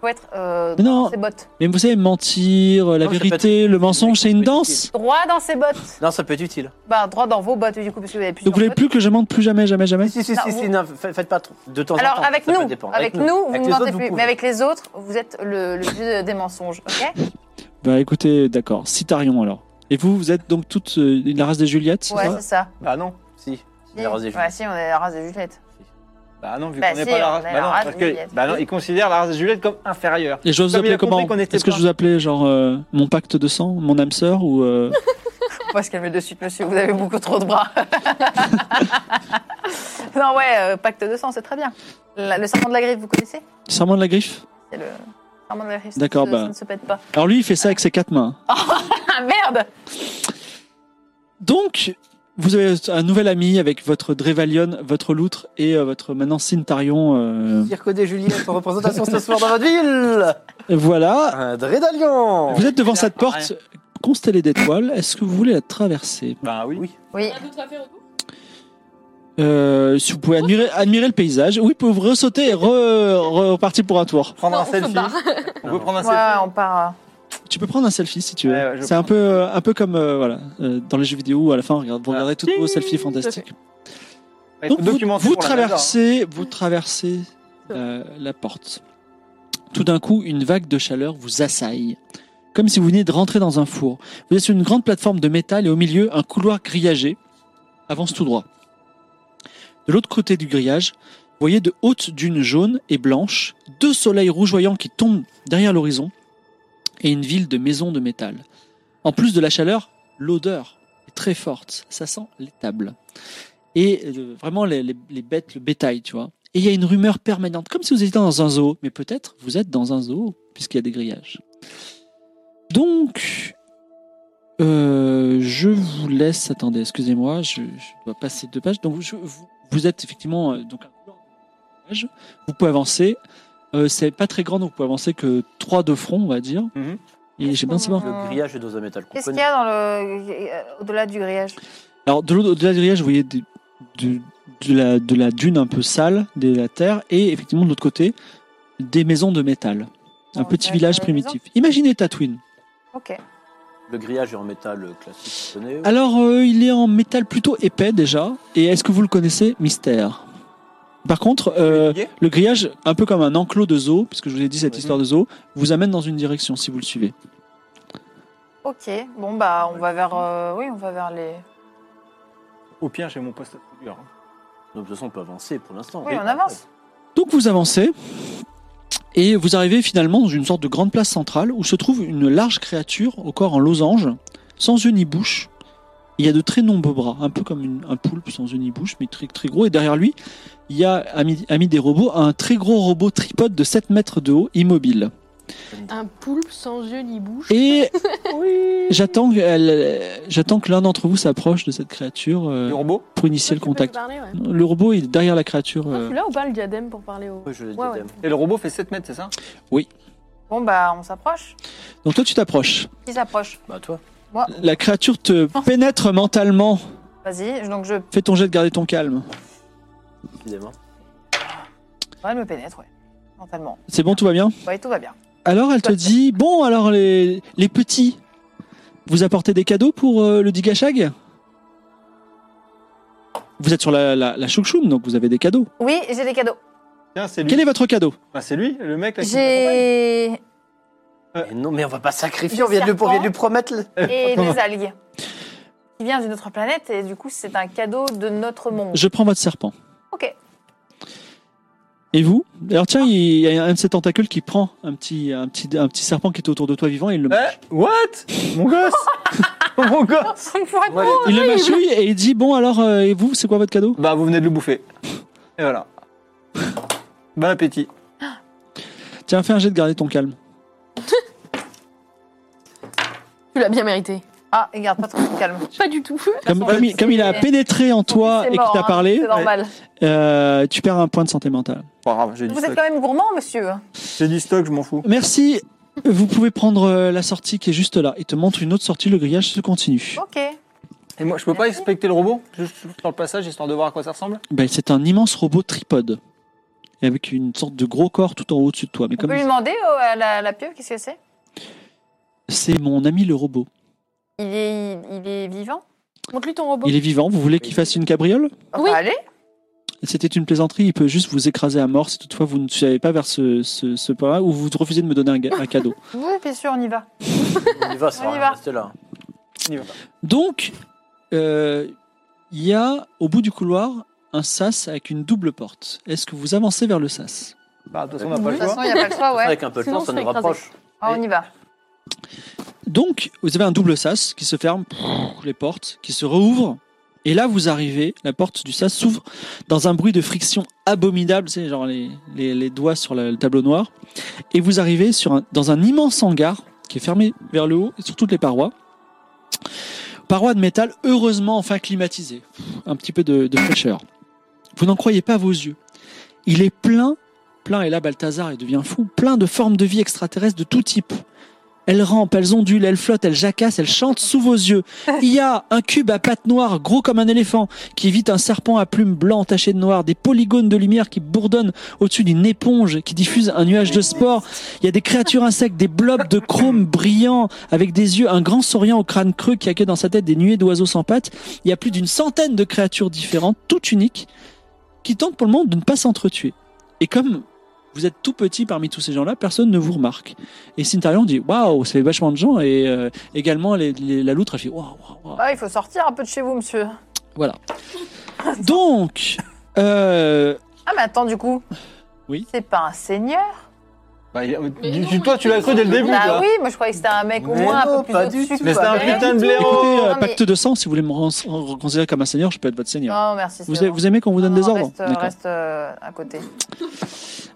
[SPEAKER 2] Faut être euh,
[SPEAKER 1] Mais non.
[SPEAKER 2] dans ses bottes.
[SPEAKER 1] Mais vous savez, mentir, euh, la
[SPEAKER 5] Non, c'est
[SPEAKER 1] vérité, le mensonge, c'est une
[SPEAKER 5] compliqué.
[SPEAKER 1] danse.
[SPEAKER 2] Droit dans ses bottes.
[SPEAKER 5] Non, ça peut être utile.
[SPEAKER 2] Bah, droit dans vos bottes, du coup, parce que vous avez
[SPEAKER 1] Donc,
[SPEAKER 2] plusieurs
[SPEAKER 1] vous voulez
[SPEAKER 2] bottes.
[SPEAKER 1] plus que je mente plus jamais, jamais, jamais
[SPEAKER 5] Si, si, si,
[SPEAKER 2] Non,
[SPEAKER 5] si,
[SPEAKER 2] vous-
[SPEAKER 5] si, non, fa- faites pas trop. De temps en
[SPEAKER 2] Alors,
[SPEAKER 5] temps.
[SPEAKER 2] avec
[SPEAKER 5] ça
[SPEAKER 2] nous,
[SPEAKER 5] peut dépendre.
[SPEAKER 2] avec nous, vous
[SPEAKER 5] Avec
[SPEAKER 2] ne
[SPEAKER 5] les
[SPEAKER 2] mentez
[SPEAKER 5] autres, vous
[SPEAKER 2] plus.
[SPEAKER 5] pouvez.
[SPEAKER 2] mais avec les autres, vous êtes le, le dieu des mensonges, ok
[SPEAKER 1] Bah écoutez, d'accord, Citarion alors. Et vous, vous êtes donc toute euh, la race des Juliettes, c'est
[SPEAKER 2] Ouais,
[SPEAKER 1] ça
[SPEAKER 2] c'est ça.
[SPEAKER 3] Bah, non.
[SPEAKER 5] Si.
[SPEAKER 2] Si.
[SPEAKER 5] La rose des
[SPEAKER 2] Ouais, si, on est la race des Juliette.
[SPEAKER 3] Bah, non, vu
[SPEAKER 2] Bah,
[SPEAKER 3] qu'on n'est
[SPEAKER 2] si,
[SPEAKER 3] pas la
[SPEAKER 2] on
[SPEAKER 3] race.
[SPEAKER 2] est
[SPEAKER 3] Bah,
[SPEAKER 2] la
[SPEAKER 3] non,
[SPEAKER 2] race
[SPEAKER 3] parce
[SPEAKER 2] de
[SPEAKER 3] que.
[SPEAKER 2] Juliette.
[SPEAKER 3] Bah, non, ils considèrent la race de Juliette comme inférieure.
[SPEAKER 1] Et je vous
[SPEAKER 3] Comme il a
[SPEAKER 1] appeler
[SPEAKER 3] compris
[SPEAKER 1] comment
[SPEAKER 3] qu'on était
[SPEAKER 1] Est-ce que
[SPEAKER 3] pas.
[SPEAKER 1] je vous appelais genre euh, mon pacte de sang, mon âme sœur ou euh,
[SPEAKER 2] On va se calmer de suite, monsieur, vous avez beaucoup trop de bras. non, ouais, euh, pacte de sang, c'est très bien. La- le serment de la griffe, vous connaissez
[SPEAKER 1] serment de la griffe
[SPEAKER 2] C'est le serment de la réussite.
[SPEAKER 1] D'accord,
[SPEAKER 2] ça,
[SPEAKER 1] bah.
[SPEAKER 2] ça ne se pète pas.
[SPEAKER 1] Alors lui, il fait ça avec ses quatre mains.
[SPEAKER 2] Ah merde
[SPEAKER 1] Donc, vous avez un nouvel ami avec votre Drevalion, votre Loutre et euh, votre maintenant Cintarion. euh,
[SPEAKER 11] Dire que des Juliette en représentation ce soir dans votre ville
[SPEAKER 1] Voilà.
[SPEAKER 11] Un
[SPEAKER 5] Ah,
[SPEAKER 11] Drédalion
[SPEAKER 1] Vous êtes devant cette porte constellée d'étoiles. Est-ce que vous voulez la traverser
[SPEAKER 3] Bah oui.
[SPEAKER 2] Oui.
[SPEAKER 7] Rien d'autre à faire autour
[SPEAKER 1] Euh, Si vous pouvez admirer, admirer le paysage. Oui, vous pouvez ressauter et re- re- repartir pour un tour.
[SPEAKER 3] Prendre
[SPEAKER 7] Non,
[SPEAKER 3] un
[SPEAKER 7] on se
[SPEAKER 3] selfie.
[SPEAKER 7] barre.
[SPEAKER 3] On peut
[SPEAKER 5] Ah,
[SPEAKER 3] prendre un selfie.
[SPEAKER 2] Ouais, on part. euh,
[SPEAKER 1] Tu peux prendre un selfie si tu veux.
[SPEAKER 3] Ouais, ouais, je
[SPEAKER 1] C'est un
[SPEAKER 3] prends.
[SPEAKER 1] peu, euh, un peu comme euh, voilà, euh, dans les jeux vidéo où à la fin, regarde, vous
[SPEAKER 3] Ah.
[SPEAKER 1] regardez toutes vos selfies
[SPEAKER 7] Tout à fait.
[SPEAKER 1] fantastiques.
[SPEAKER 3] Ouais,
[SPEAKER 1] Donc
[SPEAKER 3] faut
[SPEAKER 1] vous,
[SPEAKER 3] documenter
[SPEAKER 1] vous
[SPEAKER 3] pour la NASA, hein.
[SPEAKER 1] traversez, vous traversez euh, la porte. Tout d'un coup, une vague de chaleur vous assaille, comme si vous veniez de rentrer dans un four. Vous êtes sur une grande plateforme de métal et au milieu, un couloir grillagé avance tout droit. De l'autre côté du grillage, vous voyez de hautes dunes jaunes et blanches, deux soleils rougeoyants qui tombent derrière l'horizon et une ville de maisons de métal. En plus de la chaleur, l'odeur est très forte. Ça sent l'étable et euh, vraiment les, les- les bêtes, le bétail, tu vois. Et il y a une rumeur permanente, comme si vous étiez dans un zoo, mais peut-être vous êtes dans un zoo, puisqu'il y a des grillages. Donc, euh, je vous laisse, attendez, excusez-moi, je, je dois passer deux pages. Donc, je- vous, vous êtes effectivement, euh, donc, vous pouvez avancer, Euh, c'est pas très grand, donc vous pouvez avancer que trois de front, on va dire.
[SPEAKER 3] Mhm.
[SPEAKER 1] Et j'ai bien de savoir.
[SPEAKER 5] Le grillage est dans un métal qu'on
[SPEAKER 2] Qu'est-ce qu'il
[SPEAKER 5] connaît.
[SPEAKER 2] y a dans le... au-delà du grillage
[SPEAKER 1] Alors, de l'au- au-delà du grillage, vous voyez des- du- de, la, de la dune un peu sale, de la terre, et effectivement, de l'autre côté, des maisons de métal. Un
[SPEAKER 2] Bon,
[SPEAKER 1] petit
[SPEAKER 2] on dirait
[SPEAKER 1] village
[SPEAKER 2] que c'est une
[SPEAKER 1] primitif. Imaginez Tatooine.
[SPEAKER 2] euh, Ok.
[SPEAKER 5] Le grillage est en métal euh, classique qu'on connaît.
[SPEAKER 1] Alors, euh, il est en métal plutôt épais déjà, et est-ce que vous le connaissez Mystère. Par contre, euh,
[SPEAKER 3] Yeah.
[SPEAKER 1] le grillage, un peu comme un enclos de zoo, puisque je vous ai dit cette
[SPEAKER 5] Ouais.
[SPEAKER 1] histoire de zoo, vous amène dans une direction si vous le suivez.
[SPEAKER 2] Ok. Bon, bah, on va vers. euh, Oui, on va vers les.
[SPEAKER 3] Au pire, j'ai mon poste à hein. produire.
[SPEAKER 5] Donc, de toute façon, on peut avancer pour l'instant.
[SPEAKER 2] Oui, on avance.
[SPEAKER 1] Donc vous avancez et vous arrivez finalement dans une sorte de grande place centrale où se trouve une large créature au corps en losange, sans yeux ni bouche. Il y a de très nombreux bras, un peu comme une- un poulpe sans yeux ni bouche, mais très, très gros. Et derrière lui, il y a, ami, ami des robots, un très gros robot tripode de 7 mètres de haut, immobile.
[SPEAKER 7] Un poulpe sans yeux ni bouche.
[SPEAKER 1] Et j'attends que, elle- j'attends que l'un d'entre vous s'approche de cette créature euh,
[SPEAKER 3] Les robots
[SPEAKER 1] pour
[SPEAKER 7] Toi,
[SPEAKER 1] initier
[SPEAKER 7] tu
[SPEAKER 1] le
[SPEAKER 7] peux lui
[SPEAKER 1] contact.
[SPEAKER 7] parler, ouais.
[SPEAKER 1] Le robot il est derrière la créature.
[SPEAKER 7] Toi,
[SPEAKER 1] euh,
[SPEAKER 7] Tu l'as ou pas le diadème pour parler au.
[SPEAKER 5] Ah, Oui, je l'ai
[SPEAKER 7] Ouais, ouais.
[SPEAKER 5] dit,
[SPEAKER 3] Et le robot fait 7 mètres, c'est ça
[SPEAKER 2] Bon, bah, on s'approche.
[SPEAKER 1] Donc toi tu t'approches.
[SPEAKER 2] Qui s'approche
[SPEAKER 5] Bah, toi.
[SPEAKER 1] La créature te pénètre mentalement.
[SPEAKER 2] Vas-y, donc je.
[SPEAKER 1] Fais ton jet de garder ton calme.
[SPEAKER 5] Évidemment.
[SPEAKER 2] Ouais, elle me pénètre, ouais. Mentalement.
[SPEAKER 1] C'est bon, tout va bien
[SPEAKER 2] Ouais, tout va bien.
[SPEAKER 1] Alors elle te dit Bon, alors les, les petits, vous apportez des cadeaux pour euh, le Digashag Vous êtes sur la, la, la chouchoume, donc vous avez des cadeaux.
[SPEAKER 2] Oui, j'ai des cadeaux.
[SPEAKER 3] Tiens, c'est lui.
[SPEAKER 1] Quel est votre cadeau
[SPEAKER 3] Bah, c'est lui, le mec là qui m'accompagne.
[SPEAKER 2] J'ai.
[SPEAKER 5] Mais non, mais on va pas sacrifier.
[SPEAKER 11] Puis on vient de lui, on vient de lui
[SPEAKER 2] Serpent.
[SPEAKER 11] promettre. le-
[SPEAKER 2] et des algues. Qui vient d'une autre planète et du coup c'est un cadeau de notre monde.
[SPEAKER 1] Je prends votre serpent.
[SPEAKER 2] Ok.
[SPEAKER 1] Et vous Alors tiens, il y a un de ces tentacules qui prend un petit, un petit, un petit serpent qui est autour de toi vivant et
[SPEAKER 2] Euh,
[SPEAKER 1] il le mâche.
[SPEAKER 3] Eh, what Mon gosse Mon gosse
[SPEAKER 2] Une fois de
[SPEAKER 3] Moi,
[SPEAKER 2] plus.
[SPEAKER 1] Il le mâche, oui, et il dit Bon, alors, euh, et vous, c'est quoi votre cadeau
[SPEAKER 3] Bah, vous venez de le bouffer. Et voilà. Bon appétit.
[SPEAKER 1] Tiens, fais un jet de garder ton calme.
[SPEAKER 7] Tu l'as bien mérité.
[SPEAKER 2] Ah, et garde pas trop calme.
[SPEAKER 7] Pas du tout.
[SPEAKER 1] Comme,
[SPEAKER 2] façon,
[SPEAKER 1] comme il,
[SPEAKER 2] c'est-
[SPEAKER 1] comme il a pénétré en toi
[SPEAKER 2] C'est
[SPEAKER 1] et qu'il
[SPEAKER 2] mort,
[SPEAKER 1] t'a
[SPEAKER 2] hein,
[SPEAKER 1] parlé,
[SPEAKER 2] C'est normal.
[SPEAKER 1] euh, tu perds un point de santé mentale.
[SPEAKER 3] Pas grave, j'ai du
[SPEAKER 2] Vous
[SPEAKER 3] stock.
[SPEAKER 2] êtes quand même gourmand, monsieur.
[SPEAKER 3] J'ai du stock, je m'en fous.
[SPEAKER 1] Merci. Vous pouvez prendre euh, la sortie qui est juste là. Il te montre une autre sortie. Le grillage se continue.
[SPEAKER 2] Ok.
[SPEAKER 3] Et moi, je peux pas inspecter le robot Juste sur le passage, histoire de voir à quoi ça ressemble
[SPEAKER 1] Ben, c'est un immense robot tripode. Et avec une sorte de gros corps tout en haut au-dessus de toi. Mais
[SPEAKER 2] On
[SPEAKER 1] comme
[SPEAKER 2] peut lui demander oh, à la, la pieuvre qu'est-ce que c'est
[SPEAKER 1] c'est mon ami le robot,
[SPEAKER 2] il est, il est vivant
[SPEAKER 7] Montre-lui ton robot.
[SPEAKER 1] il est vivant. Vous voulez qu'il fasse une cabriole
[SPEAKER 2] Enfin,
[SPEAKER 7] Oui.
[SPEAKER 2] Bah, Allez.
[SPEAKER 1] C'était une plaisanterie. Il peut juste vous écraser à mort si toutefois vous ne savez pas vers ce, ce, ce point ou vous refusez de me donner un, ga- un cadeau.
[SPEAKER 2] Oui, bien sûr, on y va.
[SPEAKER 5] On y va, ça
[SPEAKER 2] On y
[SPEAKER 5] va
[SPEAKER 2] va.
[SPEAKER 5] rester là.
[SPEAKER 1] Donc, euh, il y a au bout du couloir un sas avec une double porte. Est-ce que vous avancez vers le sas
[SPEAKER 3] Bah, de toute façon, on n'a pas
[SPEAKER 2] De
[SPEAKER 3] le
[SPEAKER 2] toute façon,
[SPEAKER 3] choix.
[SPEAKER 2] il n'y a pas le choix, ouais.
[SPEAKER 5] Avec un peu de
[SPEAKER 7] Sinon,
[SPEAKER 5] chance, ça
[SPEAKER 7] on se
[SPEAKER 5] nous
[SPEAKER 7] fait écraser.
[SPEAKER 5] rapproche.
[SPEAKER 2] Ah, on y va.
[SPEAKER 1] Donc, vous avez un double sas qui se ferme, les portes qui se rouvrent, Et là, vous arrivez, la porte du sas s'ouvre dans un bruit de friction abominable, c'est genre les, les, les doigts sur le, le tableau noir. Et vous arrivez sur un- dans un immense hangar qui est fermé vers le haut et sur toutes les parois. Parois de métal, heureusement enfin climatisées. Pff, Un petit peu de, de fraîcheur. Vous n'en croyez pas vos yeux. Il est plein, plein, et là Balthazar il devient fou, plein de formes de vie extraterrestres de tout type. Elles rampent, elles ondulent, elles flottent, elles jacassent, elles chantent sous vos yeux. Il y a un cube à pattes noires, gros comme un éléphant, qui évite un serpent à plumes blancs tachées de noir, des polygones de lumière qui bourdonnent au-dessus d'une éponge qui diffuse un nuage de sport. Il y a des créatures insectes, des blobs de chrome brillants avec des yeux, un grand souriant au crâne creux qui accueille dans sa tête des nuées d'oiseaux sans pattes. Il y a plus d'une centaine de créatures différentes, toutes uniques, qui tentent pour le moment de ne pas s'entretuer. Et comme vous êtes tout petit parmi tous ces gens-là, personne ne vous remarque. Et Cintarion dit Waouh, ça fait vachement de gens. Et euh, également, les- les- la loutre, elle fait Waouh, waouh, waouh.
[SPEAKER 2] Ah, il faut sortir un peu de chez vous, monsieur.
[SPEAKER 1] Voilà. Donc, euh,
[SPEAKER 2] Ah, mais attends, du coup.
[SPEAKER 1] Oui.
[SPEAKER 2] C'est pas un seigneur
[SPEAKER 3] Bah, il-
[SPEAKER 7] Mais
[SPEAKER 3] tu-
[SPEAKER 7] non,
[SPEAKER 3] tu- toi,
[SPEAKER 7] mais
[SPEAKER 3] tu l'as cru dès le
[SPEAKER 7] non,
[SPEAKER 3] début,
[SPEAKER 2] Bah
[SPEAKER 3] toi.
[SPEAKER 2] oui, moi je croyais que c'était un mec au
[SPEAKER 11] Mais
[SPEAKER 2] moins
[SPEAKER 11] non,
[SPEAKER 2] un peu plus
[SPEAKER 11] pas du
[SPEAKER 2] au-dessus.
[SPEAKER 11] tout.
[SPEAKER 3] Mais
[SPEAKER 2] quoi.
[SPEAKER 3] c'était un
[SPEAKER 2] Mais-
[SPEAKER 3] putain de
[SPEAKER 1] écoutez, euh,
[SPEAKER 3] blaireau.
[SPEAKER 2] mais-
[SPEAKER 1] pacte de sang, si vous voulez me ren- me considérer comme un seigneur, je peux être votre seigneur.
[SPEAKER 2] Non, merci. c'est
[SPEAKER 1] vous,
[SPEAKER 2] bon.
[SPEAKER 1] vous aimez quand on vous donne
[SPEAKER 2] Non,
[SPEAKER 1] des
[SPEAKER 2] non,
[SPEAKER 1] ordres
[SPEAKER 2] Reste, euh,
[SPEAKER 1] D'accord.
[SPEAKER 2] reste euh, à côté.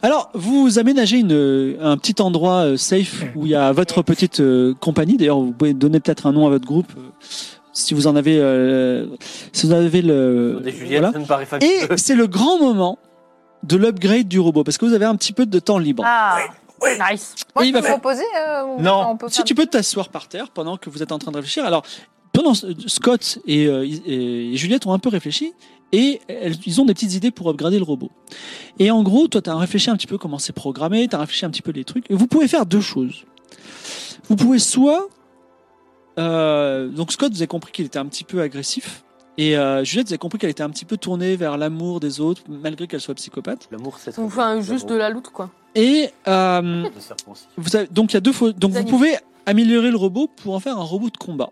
[SPEAKER 1] Alors, vous aménagez une, un petit endroit euh, safe où il y a votre petite euh, compagnie. D'ailleurs, vous pouvez donner peut-être un nom à votre groupe euh, si vous en avez, euh, si vous en avez le.
[SPEAKER 5] Des Juliettes,
[SPEAKER 1] voilà.
[SPEAKER 5] ça ne paraît pas que-
[SPEAKER 1] Et c'est le grand moment de l'upgrade du robot parce que vous avez un petit peu de temps libre.
[SPEAKER 2] Ah,
[SPEAKER 7] Nice.
[SPEAKER 1] Oui,
[SPEAKER 2] moi, je
[SPEAKER 1] il va
[SPEAKER 2] peux
[SPEAKER 1] faire-
[SPEAKER 2] proposer euh, ou-
[SPEAKER 3] Non.
[SPEAKER 2] on peut
[SPEAKER 1] Si
[SPEAKER 2] faire-
[SPEAKER 1] tu peux t'asseoir par terre pendant que vous êtes en train de réfléchir. Alors, pendant ce- Scott et, euh, et- et Juliette ont un peu réfléchi et elles- ils ont des petites idées pour upgrader le robot. Et en gros, toi, tu as réfléchi un petit peu comment c'est programmé, tu as réfléchi un petit peu les trucs. Et vous pouvez faire deux choses. Vous pouvez soit. euh, donc, Scott, vous avez compris qu'il était un petit peu agressif. Et euh, Juliette, vous avez compris qu'elle était un petit peu tournée vers l'amour des autres, malgré qu'elle soit psychopathe.
[SPEAKER 5] L'amour, c'est
[SPEAKER 7] Enfin, juste de la loot, quoi.
[SPEAKER 1] Et euh,
[SPEAKER 5] de circoncis.
[SPEAKER 1] vous savez- donc il y a deux fois. Donc vous
[SPEAKER 7] Des animaux.
[SPEAKER 1] pouvez améliorer le robot pour en faire un robot de combat.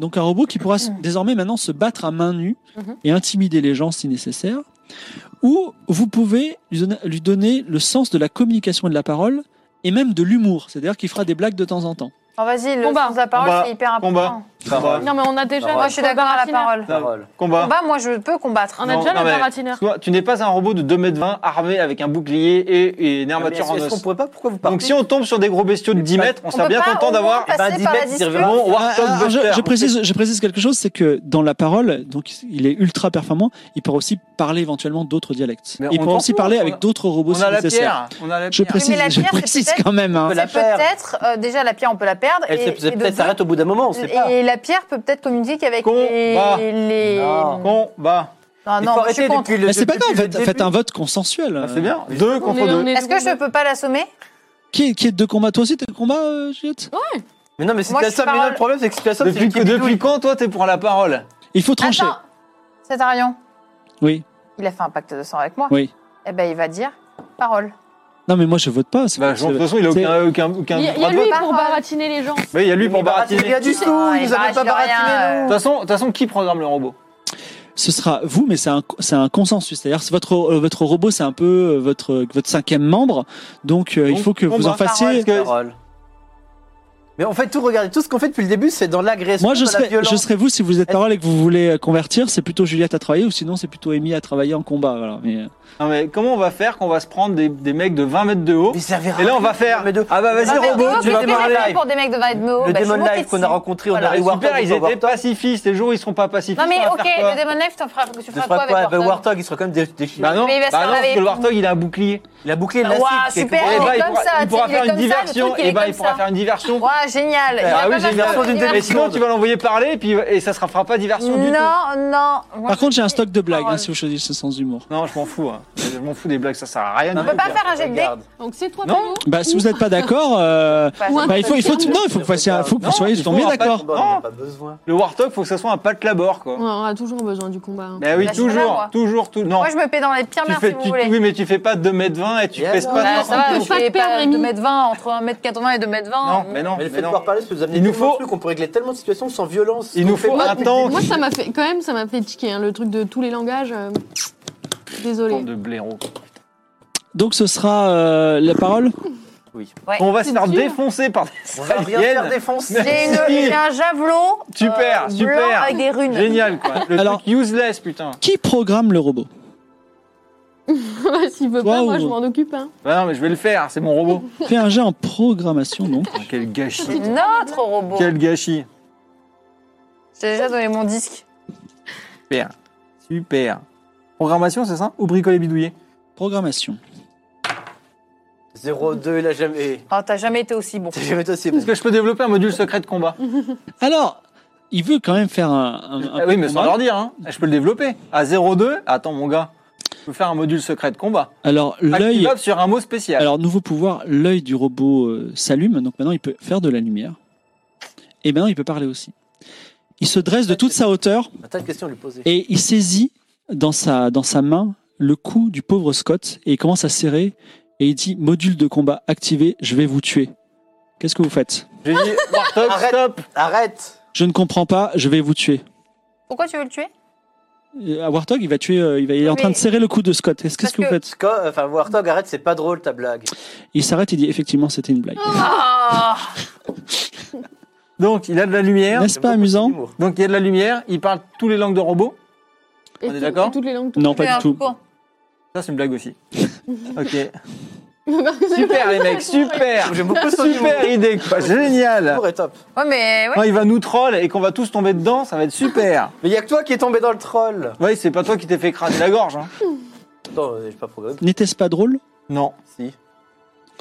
[SPEAKER 1] Donc un robot qui pourra
[SPEAKER 2] Mmh.
[SPEAKER 1] s- désormais maintenant se battre à main nue
[SPEAKER 7] Mhm.
[SPEAKER 1] et intimider les gens si nécessaire. Ou vous pouvez lui donner, lui donner le sens de la communication et de la parole et même de l'humour. C'est-à-dire qu'il fera des blagues de temps en temps.
[SPEAKER 2] Oh, Vas-y, le
[SPEAKER 7] Combat.
[SPEAKER 2] sens de la parole,
[SPEAKER 3] Combat.
[SPEAKER 2] c'est hyper important.
[SPEAKER 3] Combat. Combat.
[SPEAKER 7] Non, mais on a déjà.
[SPEAKER 2] Moi, je suis d'accord à la parole.
[SPEAKER 5] Parole.
[SPEAKER 3] Combat.
[SPEAKER 2] Combat, moi, je peux combattre.
[SPEAKER 7] On a
[SPEAKER 3] Non,
[SPEAKER 7] déjà
[SPEAKER 3] non,
[SPEAKER 7] la
[SPEAKER 3] mais-
[SPEAKER 7] baratinaire.
[SPEAKER 3] Toi, tu n'es pas un robot de 2m20 armé avec un bouclier et, et une
[SPEAKER 5] Mais
[SPEAKER 3] armature
[SPEAKER 5] Est-ce
[SPEAKER 3] en
[SPEAKER 5] est-ce qu'on
[SPEAKER 3] os.
[SPEAKER 5] pourrait pas Pourquoi vous parlez
[SPEAKER 3] Donc si on tombe sur des gros bestiaux de 10 mètres, on sera
[SPEAKER 2] peut
[SPEAKER 3] bien
[SPEAKER 2] pas au
[SPEAKER 3] content
[SPEAKER 2] moins
[SPEAKER 3] d'avoir
[SPEAKER 2] passer
[SPEAKER 1] Eh ben,
[SPEAKER 3] bah, 10
[SPEAKER 2] par la
[SPEAKER 3] mètres,
[SPEAKER 2] dispute.
[SPEAKER 3] vraiment
[SPEAKER 1] Ah,
[SPEAKER 3] Warthog
[SPEAKER 1] alors, je,
[SPEAKER 3] Buster.
[SPEAKER 1] je précise, je précise quelque chose, c'est que dans la parole, donc il est ultra performant, il pourra aussi parler éventuellement d'autres dialectes.
[SPEAKER 3] Mais
[SPEAKER 1] il
[SPEAKER 3] on
[SPEAKER 1] pourra
[SPEAKER 3] s'en
[SPEAKER 1] aussi
[SPEAKER 3] fout,
[SPEAKER 1] parler
[SPEAKER 3] on
[SPEAKER 1] avec
[SPEAKER 3] a-
[SPEAKER 1] d'autres robots
[SPEAKER 3] On
[SPEAKER 1] si
[SPEAKER 3] a la
[SPEAKER 1] nécessaire.
[SPEAKER 3] pierre. On a la
[SPEAKER 1] Je
[SPEAKER 3] pierre.
[SPEAKER 1] précise,
[SPEAKER 2] Oui, mais la
[SPEAKER 1] je
[SPEAKER 2] pierre, c'est
[SPEAKER 1] précise
[SPEAKER 2] peut-être-
[SPEAKER 1] quand même. hein.
[SPEAKER 5] On peut la
[SPEAKER 2] C'est peut-être euh, déjà la pierre, on peut la perdre.
[SPEAKER 5] Elle
[SPEAKER 2] et-
[SPEAKER 5] s'est-
[SPEAKER 2] et
[SPEAKER 5] peut-être
[SPEAKER 2] de
[SPEAKER 5] peut-être
[SPEAKER 2] deux,
[SPEAKER 5] s'arrête au bout d'un moment, on sait pas.
[SPEAKER 2] Et la pierre peut peut-être communiquer avec
[SPEAKER 3] Combat.
[SPEAKER 2] les. les-
[SPEAKER 5] Non.
[SPEAKER 3] Combat.
[SPEAKER 2] Non, non, moi, je suis contre.
[SPEAKER 1] Mais c'est pas grave, faites, faites un vote consensuel. euh.
[SPEAKER 3] Ah, c'est bien. 2
[SPEAKER 7] On est-
[SPEAKER 3] contre
[SPEAKER 7] on
[SPEAKER 3] 2.
[SPEAKER 7] est
[SPEAKER 2] Est-ce que je
[SPEAKER 7] secondaire.
[SPEAKER 2] peux pas l'assommer
[SPEAKER 1] Qui est, qui est de combat Toi aussi, t'es de combat, euh, Juliette
[SPEAKER 5] Mais non, mais c'est
[SPEAKER 2] Moi,
[SPEAKER 5] pas
[SPEAKER 2] je
[SPEAKER 5] ça.
[SPEAKER 2] suis
[SPEAKER 5] Mais non,
[SPEAKER 2] parole.
[SPEAKER 5] le problème, c'est que c'est pas ça. c'est
[SPEAKER 3] Depuis,
[SPEAKER 5] l'équipe des
[SPEAKER 3] depuis quand toi t'es pour la parole
[SPEAKER 1] Il faut trancher.
[SPEAKER 2] Attends, c'est Arion.
[SPEAKER 1] Oui.
[SPEAKER 2] Il a fait un pacte de sang avec moi.
[SPEAKER 1] Oui.
[SPEAKER 2] Eh ben, il va dire parole.
[SPEAKER 1] Non, mais moi, je vote pas. c'est-
[SPEAKER 3] Bah, genre, de toute façon, il a
[SPEAKER 1] c'est-
[SPEAKER 3] aucun, aucun, aucun
[SPEAKER 7] Il y a, il y
[SPEAKER 3] droit
[SPEAKER 7] a
[SPEAKER 3] de
[SPEAKER 7] lui
[SPEAKER 3] vote.
[SPEAKER 7] pour
[SPEAKER 2] Parole.
[SPEAKER 7] baratiner les gens.
[SPEAKER 3] Oui, il y a lui
[SPEAKER 5] Mais
[SPEAKER 3] pour baratiner.
[SPEAKER 5] baratiner, il y a
[SPEAKER 3] De
[SPEAKER 5] du-
[SPEAKER 3] toute
[SPEAKER 5] Du
[SPEAKER 2] tout,
[SPEAKER 11] il nous avait pas baratiné, nous.
[SPEAKER 3] façon, de toute façon, qui programme le robot
[SPEAKER 1] Ce sera vous, mais c'est un, c'est un consensus. C'est-à-dire, c'est votre, euh, votre robot, c'est un peu euh, votre, votre cinquième membre. Donc, euh, il
[SPEAKER 3] Donc,
[SPEAKER 1] faut que
[SPEAKER 3] on
[SPEAKER 1] vous
[SPEAKER 3] va
[SPEAKER 1] en fassiez.
[SPEAKER 3] que-
[SPEAKER 5] Parole.
[SPEAKER 11] Mais en fait, tout, regardez, tout ce qu'on fait depuis le début, c'est dans l'agression,
[SPEAKER 1] Moi, je
[SPEAKER 11] dans la
[SPEAKER 1] serais,
[SPEAKER 11] violence.
[SPEAKER 1] je serais vous si vous êtes parole et que vous voulez euh, convertir. C'est plutôt Juliette à travailler ou sinon, c'est plutôt Amy à travailler en combat. Voilà. Mais, euh,
[SPEAKER 3] Non, mais comment on va faire qu'on va se prendre des, des mecs de 20 mètres de haut
[SPEAKER 11] Mais ça servira
[SPEAKER 3] Et là, on va
[SPEAKER 11] à rien,
[SPEAKER 3] faire.
[SPEAKER 11] mais de-
[SPEAKER 3] Ah bah vas-y,
[SPEAKER 2] Ah, mais
[SPEAKER 3] robot,
[SPEAKER 2] donc,
[SPEAKER 3] tu
[SPEAKER 2] qu'est-ce
[SPEAKER 3] vas
[SPEAKER 2] que j'ai
[SPEAKER 3] parler.
[SPEAKER 2] fait pour des mecs de Valmeo
[SPEAKER 8] Le
[SPEAKER 2] Bah, je suis
[SPEAKER 8] Demon
[SPEAKER 2] montée
[SPEAKER 8] Life
[SPEAKER 2] de
[SPEAKER 8] qu'on
[SPEAKER 2] six.
[SPEAKER 8] a rencontré, on
[SPEAKER 2] Voilà.
[SPEAKER 8] a
[SPEAKER 3] Et
[SPEAKER 8] eu
[SPEAKER 3] super,
[SPEAKER 8] Warthog.
[SPEAKER 3] ils
[SPEAKER 8] on va
[SPEAKER 3] étaient pacifistes. Les jours, ils seront pas pacifistes. hein,
[SPEAKER 2] Non, mais
[SPEAKER 3] on
[SPEAKER 2] ok,
[SPEAKER 3] va faire quoi
[SPEAKER 2] le Demon Life, t'en feras- tu
[SPEAKER 8] voir-
[SPEAKER 2] feras
[SPEAKER 8] De frappe
[SPEAKER 2] quoi
[SPEAKER 8] quoi
[SPEAKER 2] avec
[SPEAKER 8] Bah,
[SPEAKER 2] Warthog
[SPEAKER 8] Warthog, il sera quand même dé- déchiré.
[SPEAKER 3] Bah non,
[SPEAKER 2] Mais il va se
[SPEAKER 3] bah
[SPEAKER 2] faire
[SPEAKER 3] non, parce
[SPEAKER 2] laver.
[SPEAKER 3] que le Warthog, il a un bouclier.
[SPEAKER 8] Il a bouclé la
[SPEAKER 2] Waouh,
[SPEAKER 8] cible.
[SPEAKER 2] super.
[SPEAKER 3] Eh
[SPEAKER 2] il
[SPEAKER 3] bah,
[SPEAKER 2] est
[SPEAKER 3] il
[SPEAKER 2] comme
[SPEAKER 3] pourra,
[SPEAKER 2] ça,
[SPEAKER 3] il pourra
[SPEAKER 2] il est
[SPEAKER 3] faire une
[SPEAKER 2] comme ça, le
[SPEAKER 3] diversion.
[SPEAKER 2] truc, il
[SPEAKER 3] et
[SPEAKER 2] est
[SPEAKER 3] bah,
[SPEAKER 2] comme
[SPEAKER 3] il pourra
[SPEAKER 2] ça.
[SPEAKER 3] faire une diversion.
[SPEAKER 2] Ouah, génial. Il
[SPEAKER 3] Ah
[SPEAKER 2] va
[SPEAKER 3] oui,
[SPEAKER 2] pas
[SPEAKER 3] j'ai
[SPEAKER 2] faire
[SPEAKER 3] une version
[SPEAKER 2] une
[SPEAKER 8] d'une
[SPEAKER 3] Mais
[SPEAKER 2] diversion.
[SPEAKER 3] sinon, tu vas l'envoyer parler et puis et ça sera fera pas diversion du tout.
[SPEAKER 2] Non, non. Moi,
[SPEAKER 1] Par contre, j'ai un stock de blagues
[SPEAKER 2] parole.
[SPEAKER 1] hein, si vous choisissez sans humour.
[SPEAKER 3] Non, je m'en fous. hein. Je m'en fous des blagues, ça sert à rien.
[SPEAKER 2] On
[SPEAKER 3] du
[SPEAKER 2] peut
[SPEAKER 3] tout.
[SPEAKER 2] pas faire un jet de dés.
[SPEAKER 8] Regarde.
[SPEAKER 7] Donc c'est toi,
[SPEAKER 3] Non.
[SPEAKER 7] Pablo
[SPEAKER 1] Bah, si vous n'êtes pas d'accord, euh,
[SPEAKER 2] Enfin,
[SPEAKER 7] Ou un
[SPEAKER 1] bah, il faut, il faut,
[SPEAKER 7] confirme.
[SPEAKER 1] non, il faut que vous fassiez un- faut que vous
[SPEAKER 3] Non,
[SPEAKER 1] soyez
[SPEAKER 3] il faut
[SPEAKER 1] tombés
[SPEAKER 3] en fait-
[SPEAKER 1] d'accord.
[SPEAKER 3] Oh. Non.
[SPEAKER 8] Bon, on a pas besoin.
[SPEAKER 3] Le Warthog, faut que ça soit un patte labor, quoi.
[SPEAKER 7] Ouais, On aura toujours besoin du combat. hein.
[SPEAKER 3] Mais oui,
[SPEAKER 2] Bah, je suis là,
[SPEAKER 3] toujours,
[SPEAKER 2] moi.
[SPEAKER 3] toujours, tout. Non,
[SPEAKER 2] Moi, je me paie dans les pires
[SPEAKER 3] tu
[SPEAKER 2] mers,
[SPEAKER 3] fais,
[SPEAKER 2] si vous
[SPEAKER 3] tu-
[SPEAKER 2] voulez.
[SPEAKER 3] oui, mais tu fais pas 2m20 et tu
[SPEAKER 8] Et
[SPEAKER 3] pèses
[SPEAKER 8] alors
[SPEAKER 3] pas.
[SPEAKER 2] Bah,
[SPEAKER 3] non.
[SPEAKER 2] ça va,
[SPEAKER 7] peut
[SPEAKER 2] je
[SPEAKER 7] pas
[SPEAKER 2] fais
[SPEAKER 7] te perdre,
[SPEAKER 2] pas
[SPEAKER 7] Rémi.
[SPEAKER 2] 2m20, entre 1m80 et 2m20.
[SPEAKER 3] Non, mais non,
[SPEAKER 8] Mais
[SPEAKER 3] mais
[SPEAKER 8] le fait de
[SPEAKER 3] non.
[SPEAKER 8] pouvoir parler, ça vous amener
[SPEAKER 3] Il nous
[SPEAKER 8] tellement de
[SPEAKER 3] faut-
[SPEAKER 8] trucs, on pourrait régler tellement de situations sans violence.
[SPEAKER 3] Il nous
[SPEAKER 1] Oh,
[SPEAKER 3] faut
[SPEAKER 7] Moi,
[SPEAKER 3] un temps
[SPEAKER 7] moi, ça m'a fait quand même, ça m'a fait tiquer hein, le truc de tous les langages. euh, Désolé.
[SPEAKER 3] de blaireau.
[SPEAKER 1] Donc, ce sera euh, la parole
[SPEAKER 5] Oui.
[SPEAKER 2] Ouais.
[SPEAKER 3] On va se
[SPEAKER 7] Eh, C'est
[SPEAKER 3] faire
[SPEAKER 7] dur.
[SPEAKER 3] défoncer par des
[SPEAKER 11] On va rien faire
[SPEAKER 3] aliens.
[SPEAKER 11] défoncer.
[SPEAKER 2] J'ai une-
[SPEAKER 3] Merci.
[SPEAKER 2] j'ai un javelot euh,
[SPEAKER 3] Super,
[SPEAKER 2] blanc
[SPEAKER 3] super.
[SPEAKER 2] avec des runes.
[SPEAKER 3] Génial, quoi. Le
[SPEAKER 1] Alors-
[SPEAKER 3] truc useless, putain.
[SPEAKER 1] Qui programme le robot
[SPEAKER 7] S'il veut
[SPEAKER 1] Toi
[SPEAKER 7] pas, moi
[SPEAKER 1] ou-
[SPEAKER 7] je m'en occupe. Hein.
[SPEAKER 3] Bah non, mais je vais le faire, c'est mon robot.
[SPEAKER 1] Fais un jet en programmation, donc.
[SPEAKER 3] Ah, Quel
[SPEAKER 2] C'est
[SPEAKER 3] gâchis.
[SPEAKER 2] notre robot.
[SPEAKER 3] Quel gâchis.
[SPEAKER 2] J'ai déjà donné mon disque.
[SPEAKER 3] Super. Programmation, c'est ça Ou bricoler bidouiller
[SPEAKER 1] Programmation.
[SPEAKER 11] 0-2, il a jamais.
[SPEAKER 2] Ah, t'as jamais été aussi bon.
[SPEAKER 11] T'as jamais été aussi.
[SPEAKER 3] Est-ce que je peux développer un module secret de combat
[SPEAKER 1] Alors, il veut quand même faire un. un- un
[SPEAKER 3] Eh Oui, mais sans
[SPEAKER 1] programme.
[SPEAKER 3] leur dire, hein. Je peux le développer. À 0,2, attends, mon gars. Je peux faire un module secret de combat.
[SPEAKER 1] Alors,
[SPEAKER 3] Ah,
[SPEAKER 1] l'œil.
[SPEAKER 3] Activable sur un mot spécial.
[SPEAKER 1] Alors, nouveau pouvoir, l'œil du robot euh, s'allume, donc maintenant il peut faire de la lumière. Et maintenant il peut parler aussi. Il se dresse de toute sa hauteur
[SPEAKER 11] Un tas de questions à lui poser.
[SPEAKER 1] et il saisit dans sa, dans sa main le cou du pauvre Scott et il commence à serrer et il dit Module de combat activé, je vais vous tuer. Qu'est-ce que vous faites
[SPEAKER 3] J'ai dit, Warthog,
[SPEAKER 11] Arrête.
[SPEAKER 3] stop.
[SPEAKER 11] Arrête
[SPEAKER 1] Je ne comprends pas, je vais vous tuer.
[SPEAKER 2] Pourquoi tu veux le tuer
[SPEAKER 1] Euh, À Warthog, il va tuer, euh, il, va, il est en
[SPEAKER 2] Mais-
[SPEAKER 1] train de serrer le cou de Scott. Qu'est-ce qu'est-ce
[SPEAKER 2] Parce
[SPEAKER 1] que vous
[SPEAKER 2] que-
[SPEAKER 1] faites
[SPEAKER 11] Sco- Enfin, Warthog, arrête, c'est pas drôle ta blague.
[SPEAKER 1] Il s'arrête et dit Effectivement, c'était une blague.
[SPEAKER 2] Ah
[SPEAKER 3] Donc, il a de la lumière.
[SPEAKER 1] N'est-ce pas amusant
[SPEAKER 11] Humour.
[SPEAKER 3] Donc, il y a de la lumière. Il parle toutes les langues de robot.
[SPEAKER 7] Et
[SPEAKER 3] On est
[SPEAKER 7] tout-
[SPEAKER 3] d'accord
[SPEAKER 7] et Toutes les langues.
[SPEAKER 1] Non,
[SPEAKER 2] Mais
[SPEAKER 1] pas
[SPEAKER 2] un
[SPEAKER 1] du tout.
[SPEAKER 2] con.
[SPEAKER 3] Ça, c'est une blague aussi. ok.
[SPEAKER 7] Super.
[SPEAKER 3] Super, les mecs, super.
[SPEAKER 11] J'aime beaucoup son humour.
[SPEAKER 3] Super idée, quoi. Génial.
[SPEAKER 11] L'humour est top.
[SPEAKER 2] Ouais, mais ouais.
[SPEAKER 3] Quand il va nous troll et qu'on va tous tomber dedans, ça va être super.
[SPEAKER 11] Mais y'a que toi qui es tombé dans le troll.
[SPEAKER 3] Oui, c'est pas toi qui t'es fait craser la gorge. Hein.
[SPEAKER 11] Attends, euh, j'ai pas programmé.
[SPEAKER 1] N'était-ce pas drôle
[SPEAKER 3] Non.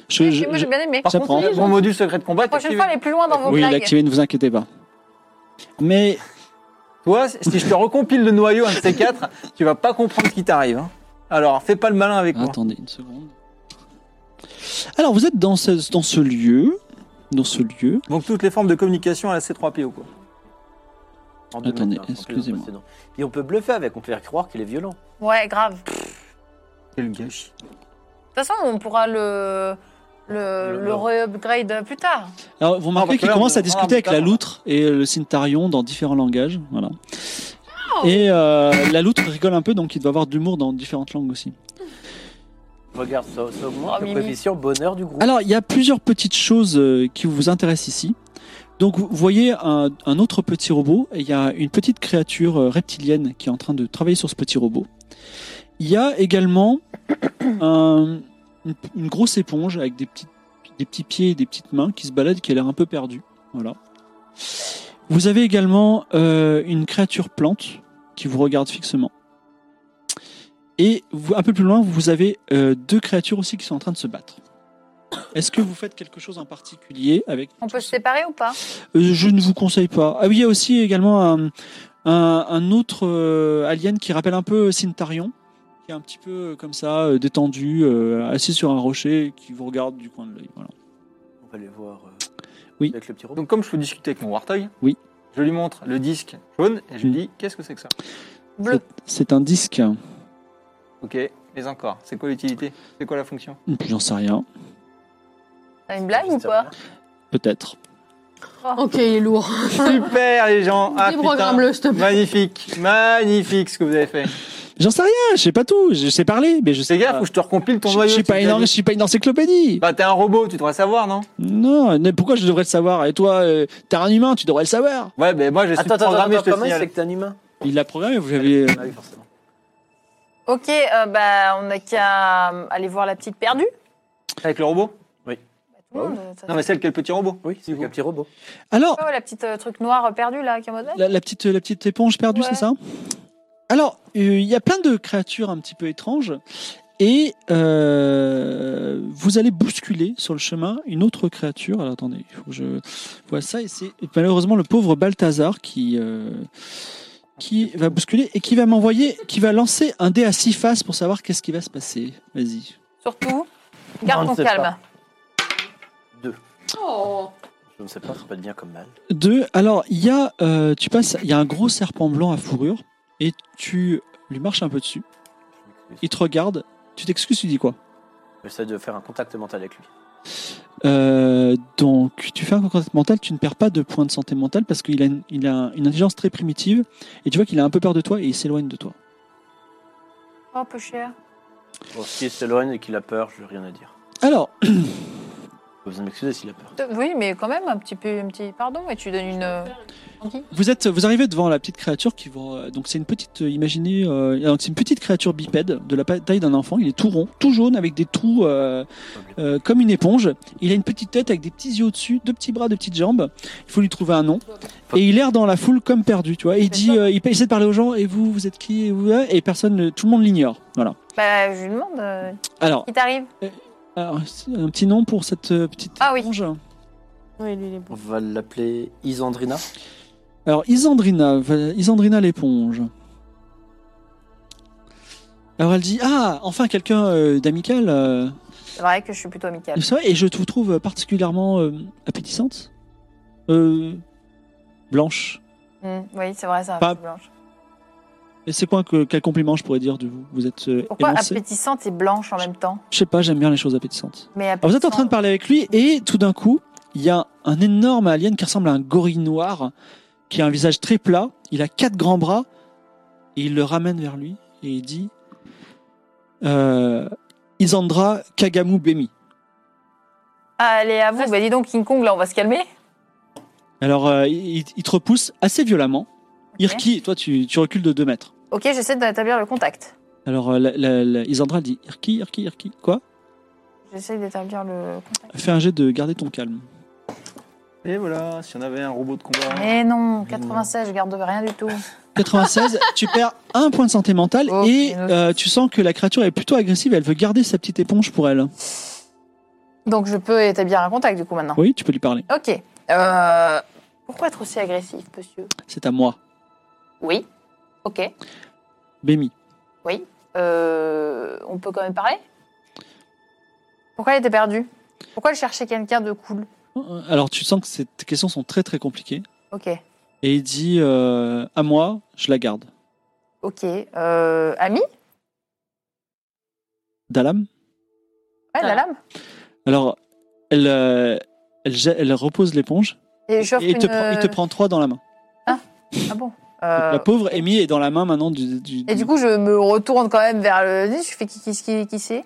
[SPEAKER 1] Je- je-
[SPEAKER 2] Moi, j'ai bien aimé.
[SPEAKER 3] Par
[SPEAKER 1] J'apprends.
[SPEAKER 3] contre, mon module secret de combat, est
[SPEAKER 2] La prochaine
[SPEAKER 3] activé.
[SPEAKER 2] fois, allez plus loin dans vos
[SPEAKER 1] Oui, il est
[SPEAKER 2] blagues.
[SPEAKER 1] activé, ne vous inquiétez pas. Mais
[SPEAKER 3] Toi, si je te recompile le noyau, un de ces quatre, tu vas pas comprendre ce qui t'arrive. hein. Alors, fais pas le malin avec moi.
[SPEAKER 1] attendez une seconde. Alors, vous êtes dans ce, dans ce lieu, dans ce lieu.
[SPEAKER 3] Donc, toutes les formes de communication à la C3PO, quoi.
[SPEAKER 11] En deux
[SPEAKER 1] Attendez,
[SPEAKER 11] minutes, hein, en plus,
[SPEAKER 1] excusez-moi.
[SPEAKER 11] précédent. Et on peut bluffer avec, on peut faire croire qu'il est violent.
[SPEAKER 2] Ouais, grave. De
[SPEAKER 3] Quel gâchis.
[SPEAKER 2] toute façon, on pourra le. Le, le re-upgrade plus tard.
[SPEAKER 1] Alors, vous remarquez
[SPEAKER 3] parce que
[SPEAKER 1] qu'il
[SPEAKER 3] là,
[SPEAKER 1] commence
[SPEAKER 3] on-
[SPEAKER 1] à discuter
[SPEAKER 3] on-
[SPEAKER 1] avec la loutre et euh, le cintarion dans différents langages, voilà.
[SPEAKER 2] Oh.
[SPEAKER 1] Et euh, la loutre rigole un peu, donc il doit avoir de l'humour dans différentes langues aussi.
[SPEAKER 11] Regarde, ça, ça augmente
[SPEAKER 2] Oh,
[SPEAKER 11] le
[SPEAKER 2] Mimi.
[SPEAKER 11] coefficient bonheur du groupe.
[SPEAKER 1] Alors, il y a plusieurs petites choses euh, qui vous intéressent ici. Donc, vous voyez un, un autre petit robot. et Il y a une petite créature euh, reptilienne qui est en train de travailler sur ce petit robot. Il y a également un- une, une grosse éponge avec des, petites- des petits pieds et des petites mains qui se baladent, qui a l'air un peu perdue. Voilà. Vous avez également euh, une créature plante qui vous regarde fixement. Et vous- un peu plus loin, vous avez euh, deux créatures aussi qui sont en train de se battre. Est-ce que vous faites quelque chose en particulier avec
[SPEAKER 2] On peut se séparer ou pas
[SPEAKER 1] Euh, Je ne vous conseille pas. Ah oui, il y a aussi également un, un- un autre euh, alien qui rappelle un peu Cintarion, qui est un petit peu euh, comme ça, euh, détendu, euh, assis sur un rocher, qui vous regarde du coin de l'œil. Voilà.
[SPEAKER 11] On va les voir euh,
[SPEAKER 1] Oui.
[SPEAKER 11] avec le petit robot.
[SPEAKER 3] Donc, comme je peux discuter avec mon Warthog,
[SPEAKER 1] Oui.
[SPEAKER 3] je lui montre le disque jaune et je lui dis Qu'est-ce que c'est que ça
[SPEAKER 2] Bleu.
[SPEAKER 1] C'est un disque. Hum,
[SPEAKER 3] Ok, mais encore, c'est quoi l'utilité C'est quoi la fonction
[SPEAKER 1] J'en sais rien,
[SPEAKER 2] T'as une blague ou pas
[SPEAKER 1] peut-être.
[SPEAKER 7] Ok, il est lourd.
[SPEAKER 3] Super, les gens Ah, putain
[SPEAKER 7] Déprogramme-le, s'il te plaît.
[SPEAKER 3] Magnifique, magnifique ce que vous avez fait.
[SPEAKER 1] J'en sais rien, je sais pas tout, je sais parler, mais je sais
[SPEAKER 3] C'est gaffe,
[SPEAKER 1] pas.
[SPEAKER 3] faut que je te recompile ton
[SPEAKER 1] Je-
[SPEAKER 3] noyau.
[SPEAKER 1] je suis
[SPEAKER 3] tu
[SPEAKER 1] pas
[SPEAKER 3] me l'as
[SPEAKER 1] une, je
[SPEAKER 3] dit.
[SPEAKER 1] suis pas une encyclopédie.
[SPEAKER 3] Bah, t'es un robot, tu devrais savoir, non
[SPEAKER 1] Non, mais pourquoi je devrais le savoir Et toi, euh, t'es un humain, tu devrais le savoir.
[SPEAKER 3] Ouais, mais moi, je suis
[SPEAKER 11] Attends, attends,
[SPEAKER 3] programmé,
[SPEAKER 11] attends,
[SPEAKER 3] je te
[SPEAKER 11] comment il sait
[SPEAKER 3] signale.
[SPEAKER 11] que t'es un humain
[SPEAKER 1] Il l'a programmé, vous euh. l'avez.
[SPEAKER 11] Ah oui, forcément.
[SPEAKER 2] Ok, euh, bah, on a qu'à euh, aller voir la petite perdue.
[SPEAKER 3] Avec le robot
[SPEAKER 2] Bah, tout le monde, ça-
[SPEAKER 3] Non, mais celle qui a le petit robot.
[SPEAKER 11] Oui, c'est
[SPEAKER 3] Du
[SPEAKER 11] le
[SPEAKER 3] coup.
[SPEAKER 11] petit robot.
[SPEAKER 1] Alors,
[SPEAKER 2] Oh, la petite euh, truc noire perdue là, qui est en mode.
[SPEAKER 1] la, la petite, la petite éponge perdue,
[SPEAKER 2] Ouais.
[SPEAKER 1] c'est ça Alors, euh, il y a plein de créatures un petit peu étranges. Et euh, vous allez bousculer sur le chemin une autre créature. Alors attendez, il faut que je vois ça. Et c'est malheureusement le pauvre Balthazar qui, euh, qui va bousculer et qui va m'envoyer, qui va lancer un dé à six faces pour savoir qu'est-ce qui va se passer. Vas-y.
[SPEAKER 2] Surtout, garde
[SPEAKER 11] Non,
[SPEAKER 2] ton
[SPEAKER 11] c'est
[SPEAKER 2] calme.
[SPEAKER 11] pas.
[SPEAKER 7] Oh.
[SPEAKER 11] Je ne sais pas, c'est pas de bien comme mal.
[SPEAKER 1] Deux. Alors, il y a, euh, tu passes, il y a un gros serpent blanc à fourrure et tu lui marches un peu dessus. Il te regarde. Tu t'excuses, tu dis quoi
[SPEAKER 11] J'essaie de faire un contact mental avec lui.
[SPEAKER 1] Euh, Donc, tu fais un contact mental, tu ne perds pas de points de santé mentale parce qu'il a, une, il a une intelligence très primitive et tu vois qu'il a un peu peur de toi et il s'éloigne de toi.
[SPEAKER 2] Oh, peu cher.
[SPEAKER 11] Bon, s'il s'éloigne et qu'il a peur, je n'ai rien à dire.
[SPEAKER 1] Alors,
[SPEAKER 5] Vous m'excusez s'il a peur.
[SPEAKER 2] Oui, mais quand même, un petit peu, un petit pardon, et tu donnes une. euh, anguille.
[SPEAKER 1] Vous êtes, vous arrivez devant la petite créature qui va. Donc c'est une petite, euh, imaginez, euh, donc c'est une petite créature bipède de la pa- taille d'un enfant. Il est tout rond, tout jaune avec des trous euh, euh, comme une éponge. Il a une petite tête avec des petits yeux au-dessus, deux petits bras, deux petites jambes. Il faut lui trouver un nom. Et il erre dans la foule comme perdu, tu vois. Et il dit, euh, il pa- essaie de parler aux gens. Et vous, vous êtes qui Et, vous, euh, et personne, ne- tout le monde l'ignore. Voilà.
[SPEAKER 2] Bah, je lui demande. euh,
[SPEAKER 1] Alors,
[SPEAKER 2] qui t'arrive
[SPEAKER 1] alors, un petit nom pour cette euh, petite
[SPEAKER 2] Ah oui.
[SPEAKER 1] éponge.
[SPEAKER 7] Oui, lui, il est
[SPEAKER 5] On
[SPEAKER 7] bon.
[SPEAKER 5] va l'appeler Isandrina.
[SPEAKER 1] Alors, Isandrina, va- Isandrina l'éponge. Alors elle dit Ah, enfin quelqu'un euh, d'amical. euh,
[SPEAKER 2] C'est vrai que je suis plutôt amicale.
[SPEAKER 1] c'est vrai, et je vous trouve particulièrement euh, appétissante. Euh, blanche.
[SPEAKER 2] Mm, oui, c'est vrai, ça.
[SPEAKER 1] Pas-
[SPEAKER 2] je suis blanche.
[SPEAKER 1] Et c'est quoi que, quel compliment je pourrais dire de vous Vous êtes euh,
[SPEAKER 2] Pourquoi
[SPEAKER 1] élancée
[SPEAKER 2] appétissante et blanche en même temps
[SPEAKER 1] Je sais pas, j'aime bien les choses appétissantes.
[SPEAKER 2] Mais
[SPEAKER 1] Alors, Ah, vous êtes en train de parler avec lui et tout d'un coup, il y a un énorme alien qui ressemble à un gorille noir, qui a un visage très plat, il a quatre grands bras, et il le ramène vers lui et il dit euh, Isandra Kagamu Bemi.
[SPEAKER 2] Allez, à vous. Bah, dis donc, King Kong, là, on va se calmer.
[SPEAKER 1] Alors euh, il, il te repousse assez violemment.
[SPEAKER 2] Ok.
[SPEAKER 1] Irki, toi tu, tu recules de 2 mètres.
[SPEAKER 2] Ok, j'essaie d'établir le contact.
[SPEAKER 1] Alors euh, la- la- la- Isandra elle dit Irki, Irki, Irki, quoi
[SPEAKER 2] J'essaie d'établir le contact.
[SPEAKER 1] Fais un jet de garder ton calme.
[SPEAKER 3] Et voilà, si on avait un robot de combat.
[SPEAKER 2] Mais non, 96, je garde rien du tout.
[SPEAKER 1] 96, tu perds un point de santé mentale
[SPEAKER 2] Oh,
[SPEAKER 1] et
[SPEAKER 2] mince.
[SPEAKER 1] euh, tu sens que la créature est plutôt agressive. Elle veut garder sa petite éponge pour elle.
[SPEAKER 2] Donc, je peux établir un contact, du coup, maintenant.
[SPEAKER 1] Oui, tu peux lui parler.
[SPEAKER 2] Ok. Euh, Pourquoi être aussi agressif, monsieur
[SPEAKER 1] C'est à moi,
[SPEAKER 2] Oui. Ok.
[SPEAKER 1] Bémi.
[SPEAKER 2] Euh, on peut quand même parler Pourquoi elle était perdue Pourquoi elle cherchait quelqu'un de cool
[SPEAKER 1] Euh, Alors tu sens que ces questions sont très très compliquées.
[SPEAKER 2] Ok.
[SPEAKER 1] Et il dit euh, à moi, je la garde.
[SPEAKER 2] Ok. Euh, ami
[SPEAKER 1] Dalam.
[SPEAKER 2] Ouais,
[SPEAKER 7] Ah.
[SPEAKER 2] la lame
[SPEAKER 1] Alors elle, euh, elle, jette- elle repose l'éponge
[SPEAKER 2] Et je
[SPEAKER 1] et il te, prend, il te prend trois dans la main.
[SPEAKER 2] Ah bon
[SPEAKER 1] Donc,
[SPEAKER 2] Euh,
[SPEAKER 1] la pauvre Amy est dans la main maintenant du. du-
[SPEAKER 2] Et du coup, je me retourne quand même vers le. Je fais qui, qui, qui, qui c'est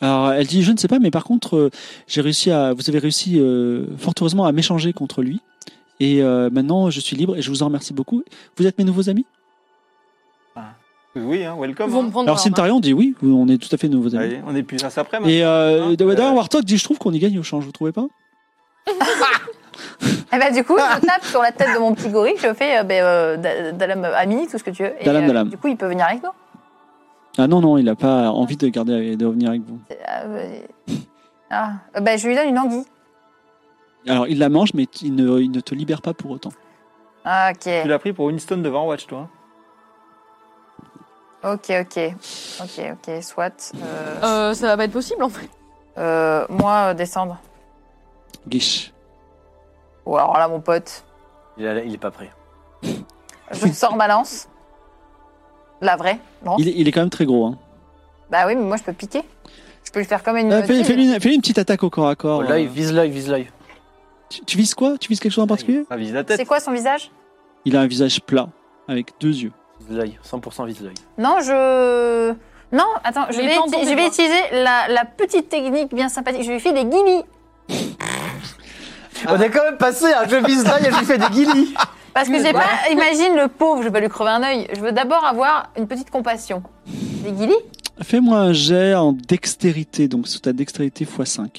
[SPEAKER 1] Alors elle dit je ne sais pas, mais par contre euh, j'ai réussi à, vous avez réussi euh, fort heureusement à m'échanger contre lui. Et euh, maintenant je suis libre et je vous en remercie beaucoup. Vous êtes mes nouveaux amis.
[SPEAKER 3] Oui, hein, welcome.
[SPEAKER 7] Ils vont
[SPEAKER 3] hein.
[SPEAKER 7] me prendre
[SPEAKER 1] Alors
[SPEAKER 7] par la main.
[SPEAKER 1] Cintarion dit oui, on est tout à fait nouveaux amis.
[SPEAKER 3] Allez, on est plus à ça après. maintenant.
[SPEAKER 1] Et euh,
[SPEAKER 3] Hein,
[SPEAKER 1] d'ailleurs,
[SPEAKER 3] euh,
[SPEAKER 1] Warthog dit Je trouve qu'on y gagne au change, vous trouvez pas
[SPEAKER 2] Eh ben, du coup, je tape sur la tête de mon petit gorille, je fais euh, ben, euh, da- Dalam, euh, ami, tout ce que tu veux. Et,
[SPEAKER 1] Dalam, Dalam.
[SPEAKER 2] Du coup, il peut venir avec nous.
[SPEAKER 1] Ah non, non, il n'a pas envie de garder de revenir avec vous.
[SPEAKER 2] Ah, euh, ah. Euh, Ben, je lui donne une anguille.
[SPEAKER 1] Alors, il la mange, mais il ne, il ne te libère pas pour autant.
[SPEAKER 2] Ah, Ok.
[SPEAKER 3] Tu l'as pris pour Winston devant Watch, toi. hein.
[SPEAKER 2] Ok, ok. Ok, ok, soit. Euh,
[SPEAKER 7] Euh, ça va pas être possible en fait.
[SPEAKER 2] euh, moi, euh, descendre.
[SPEAKER 1] Guiche.
[SPEAKER 2] Ou alors là, mon pote.
[SPEAKER 5] Il, a- il est pas prêt.
[SPEAKER 2] Je sors ma lance. La vraie. Bon.
[SPEAKER 1] Il, est- il est quand même très gros. Hein.
[SPEAKER 2] Bah oui, mais moi, je peux piquer. Je peux lui faire comme une.
[SPEAKER 1] Euh, fais, fais-lui une, fais-lui une petite attaque au corps à corps.
[SPEAKER 5] Oh, l'œil,
[SPEAKER 1] Euh,
[SPEAKER 5] vise l'œil, vise l'œil.
[SPEAKER 1] tu, tu vises quoi Tu vises quelque chose en particulier
[SPEAKER 11] Ah,
[SPEAKER 3] Ça vise la tête.
[SPEAKER 2] C'est quoi son visage
[SPEAKER 1] Il a un visage plat, avec deux yeux.
[SPEAKER 5] Vise l'œil, 100% vise l'œil.
[SPEAKER 2] Non, je. Non, attends, je
[SPEAKER 7] Les
[SPEAKER 2] vais,
[SPEAKER 7] tendons
[SPEAKER 2] uti-
[SPEAKER 7] des
[SPEAKER 2] je vais
[SPEAKER 7] doigts.
[SPEAKER 2] utiliser la, la petite technique bien sympathique. Je lui fais des guillis.
[SPEAKER 11] On est quand même passé à je vise là et je lui fais des guillis.
[SPEAKER 2] Parce que j'ai pas. Imagine le pauvre, je vais pas lui crever un œil. Je veux d'abord avoir une petite compassion. Des guillis
[SPEAKER 1] Fais-moi un jet en dextérité, donc sous ta dextérité x5.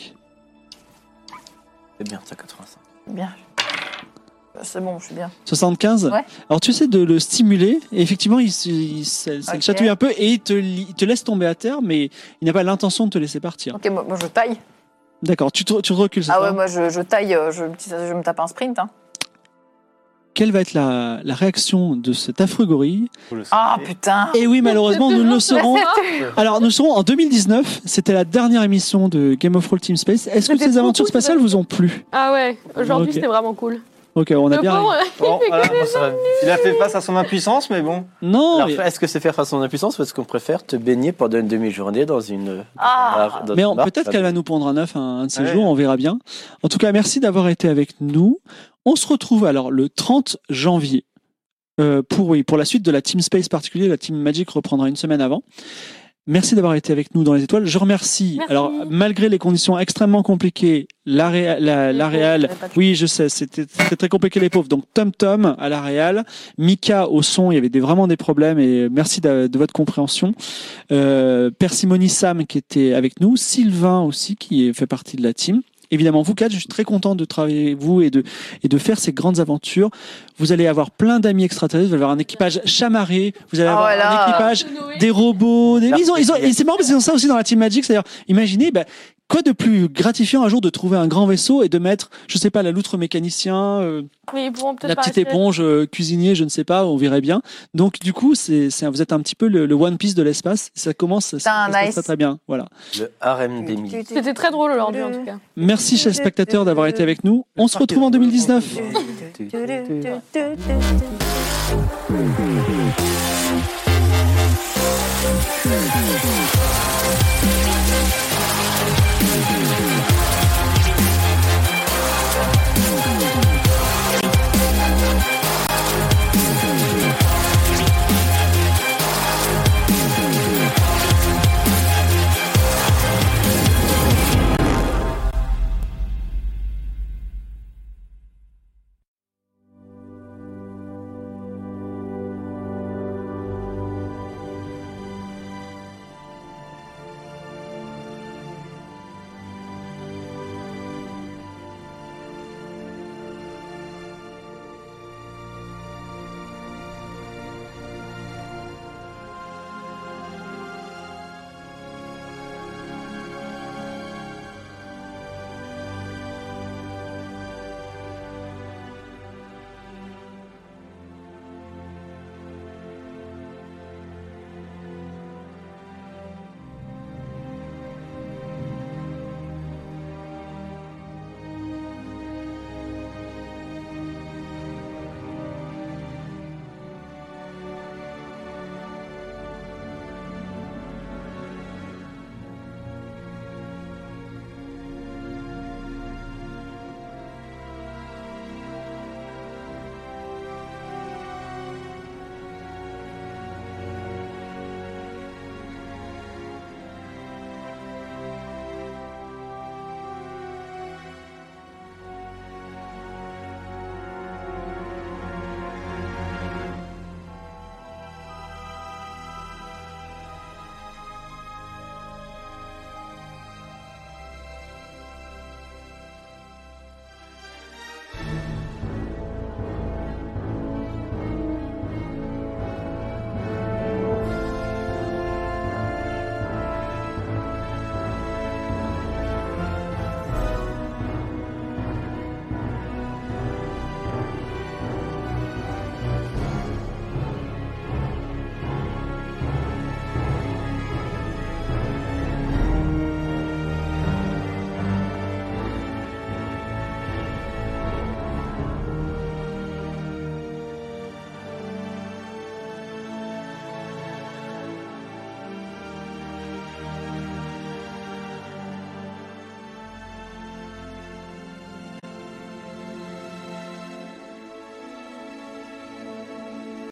[SPEAKER 5] C'est bien, ça 85.
[SPEAKER 2] Bien. C'est bon, je suis bien.
[SPEAKER 1] 75
[SPEAKER 2] Ouais.
[SPEAKER 1] Alors, tu essaies de le stimuler, et effectivement, il, se- il se- ça le
[SPEAKER 2] Ok.
[SPEAKER 1] chatouille un peu, et il te, li- il te laisse tomber à terre, mais il n'a pas l'intention de te laisser partir.
[SPEAKER 2] Ok, moi, moi, je taille.
[SPEAKER 1] D'accord, tu, te- tu recules, c'est
[SPEAKER 2] Ah
[SPEAKER 1] ça
[SPEAKER 2] ouais, moi je, je taille, euh, je, je me tape un sprint. hein.
[SPEAKER 1] Quelle va être la, la réaction de cet affreux gorille
[SPEAKER 3] Faut le sauver.
[SPEAKER 2] Ah putain
[SPEAKER 1] Et oui, malheureusement, nous le saurons.
[SPEAKER 7] Ah,
[SPEAKER 1] Alors, nous le saurons en 2019. C'était la dernière émission de Game of Roll Team Space. Est-ce que
[SPEAKER 7] C'était
[SPEAKER 1] ces
[SPEAKER 7] trop
[SPEAKER 1] aventures
[SPEAKER 7] cool, ça.
[SPEAKER 1] spatiales vous ont plu
[SPEAKER 7] Ah ouais, aujourd'hui
[SPEAKER 1] Ok.
[SPEAKER 7] c'était vraiment cool.
[SPEAKER 1] Ok, on a
[SPEAKER 7] Le
[SPEAKER 1] bien.
[SPEAKER 7] pauvre,
[SPEAKER 3] Bon, voilà, bon, ça va. Il a fait face à son impuissance, mais bon.
[SPEAKER 1] Non,
[SPEAKER 5] Alors,
[SPEAKER 1] Oh, mais,
[SPEAKER 5] est-ce que c'est faire face à son impuissance ou est-ce qu'on préfère te baigner pendant une demi-journée dans une. euh,
[SPEAKER 2] Ah
[SPEAKER 5] dans
[SPEAKER 1] mais
[SPEAKER 5] une
[SPEAKER 1] on-
[SPEAKER 5] barre
[SPEAKER 1] peut-être qu'elle va nous pondre un œuf un, un de ces
[SPEAKER 3] Ouais.
[SPEAKER 1] jours. On verra bien. En tout cas, merci d'avoir été avec nous. On se retrouve alors le 30 janvier. euh, pour oui, pour la suite de la Team Space particulier, la Team Magic reprendra une semaine avant. Merci d'avoir été avec nous dans les étoiles. Je remercie.
[SPEAKER 7] Merci.
[SPEAKER 1] Alors, malgré les conditions extrêmement compliquées, la, réa- la, la
[SPEAKER 7] pauvres,
[SPEAKER 1] Réal,
[SPEAKER 7] j'avais pas de-
[SPEAKER 1] oui, je sais, c'était c'était très compliqué les pauvres. Donc, Tom Tom à la Réal, Mika au son, il y avait des, vraiment des problèmes et merci d'a- de votre compréhension. Euh, Persimony Sam qui était avec nous, Sylvain aussi qui est- fait partie de la team. Évidemment, vous quatre, je suis très content de travailler avec vous et de, et de faire ces grandes aventures. Vous allez avoir plein d'amis extraterrestres, vous allez avoir un équipage chamarré, vous allez
[SPEAKER 2] Ah
[SPEAKER 1] avoir
[SPEAKER 2] ouais, là.
[SPEAKER 1] un équipage des robots, des...
[SPEAKER 5] Leur
[SPEAKER 1] ils ont, ils ont,
[SPEAKER 5] plaisir.
[SPEAKER 1] et c'est marrant parce qu'ils ont ça aussi dans la Team Magic, c'est-à-dire, imaginez, bah, quoi de plus gratifiant un jour de trouver un grand vaisseau et de mettre, je sais pas, la loutre mécanicien, euh,
[SPEAKER 7] Mais ils pourront peut-être
[SPEAKER 1] la
[SPEAKER 7] pas
[SPEAKER 1] petite
[SPEAKER 7] respirer.
[SPEAKER 1] éponge euh, cuisinier, je ne sais pas, on verrait bien. Donc du coup, c'est, c'est, vous êtes un petit peu le, le One Piece de l'espace, ça commence, ça,
[SPEAKER 2] Putain,
[SPEAKER 1] ça se passe
[SPEAKER 2] nice.
[SPEAKER 1] très très bien, voilà.
[SPEAKER 5] Le harem des mille.
[SPEAKER 7] C'était très drôle aujourd'hui en tout cas.
[SPEAKER 1] Merci chers spectateurs d'avoir été avec nous, on se retrouve en 2019
[SPEAKER 12] Thank you.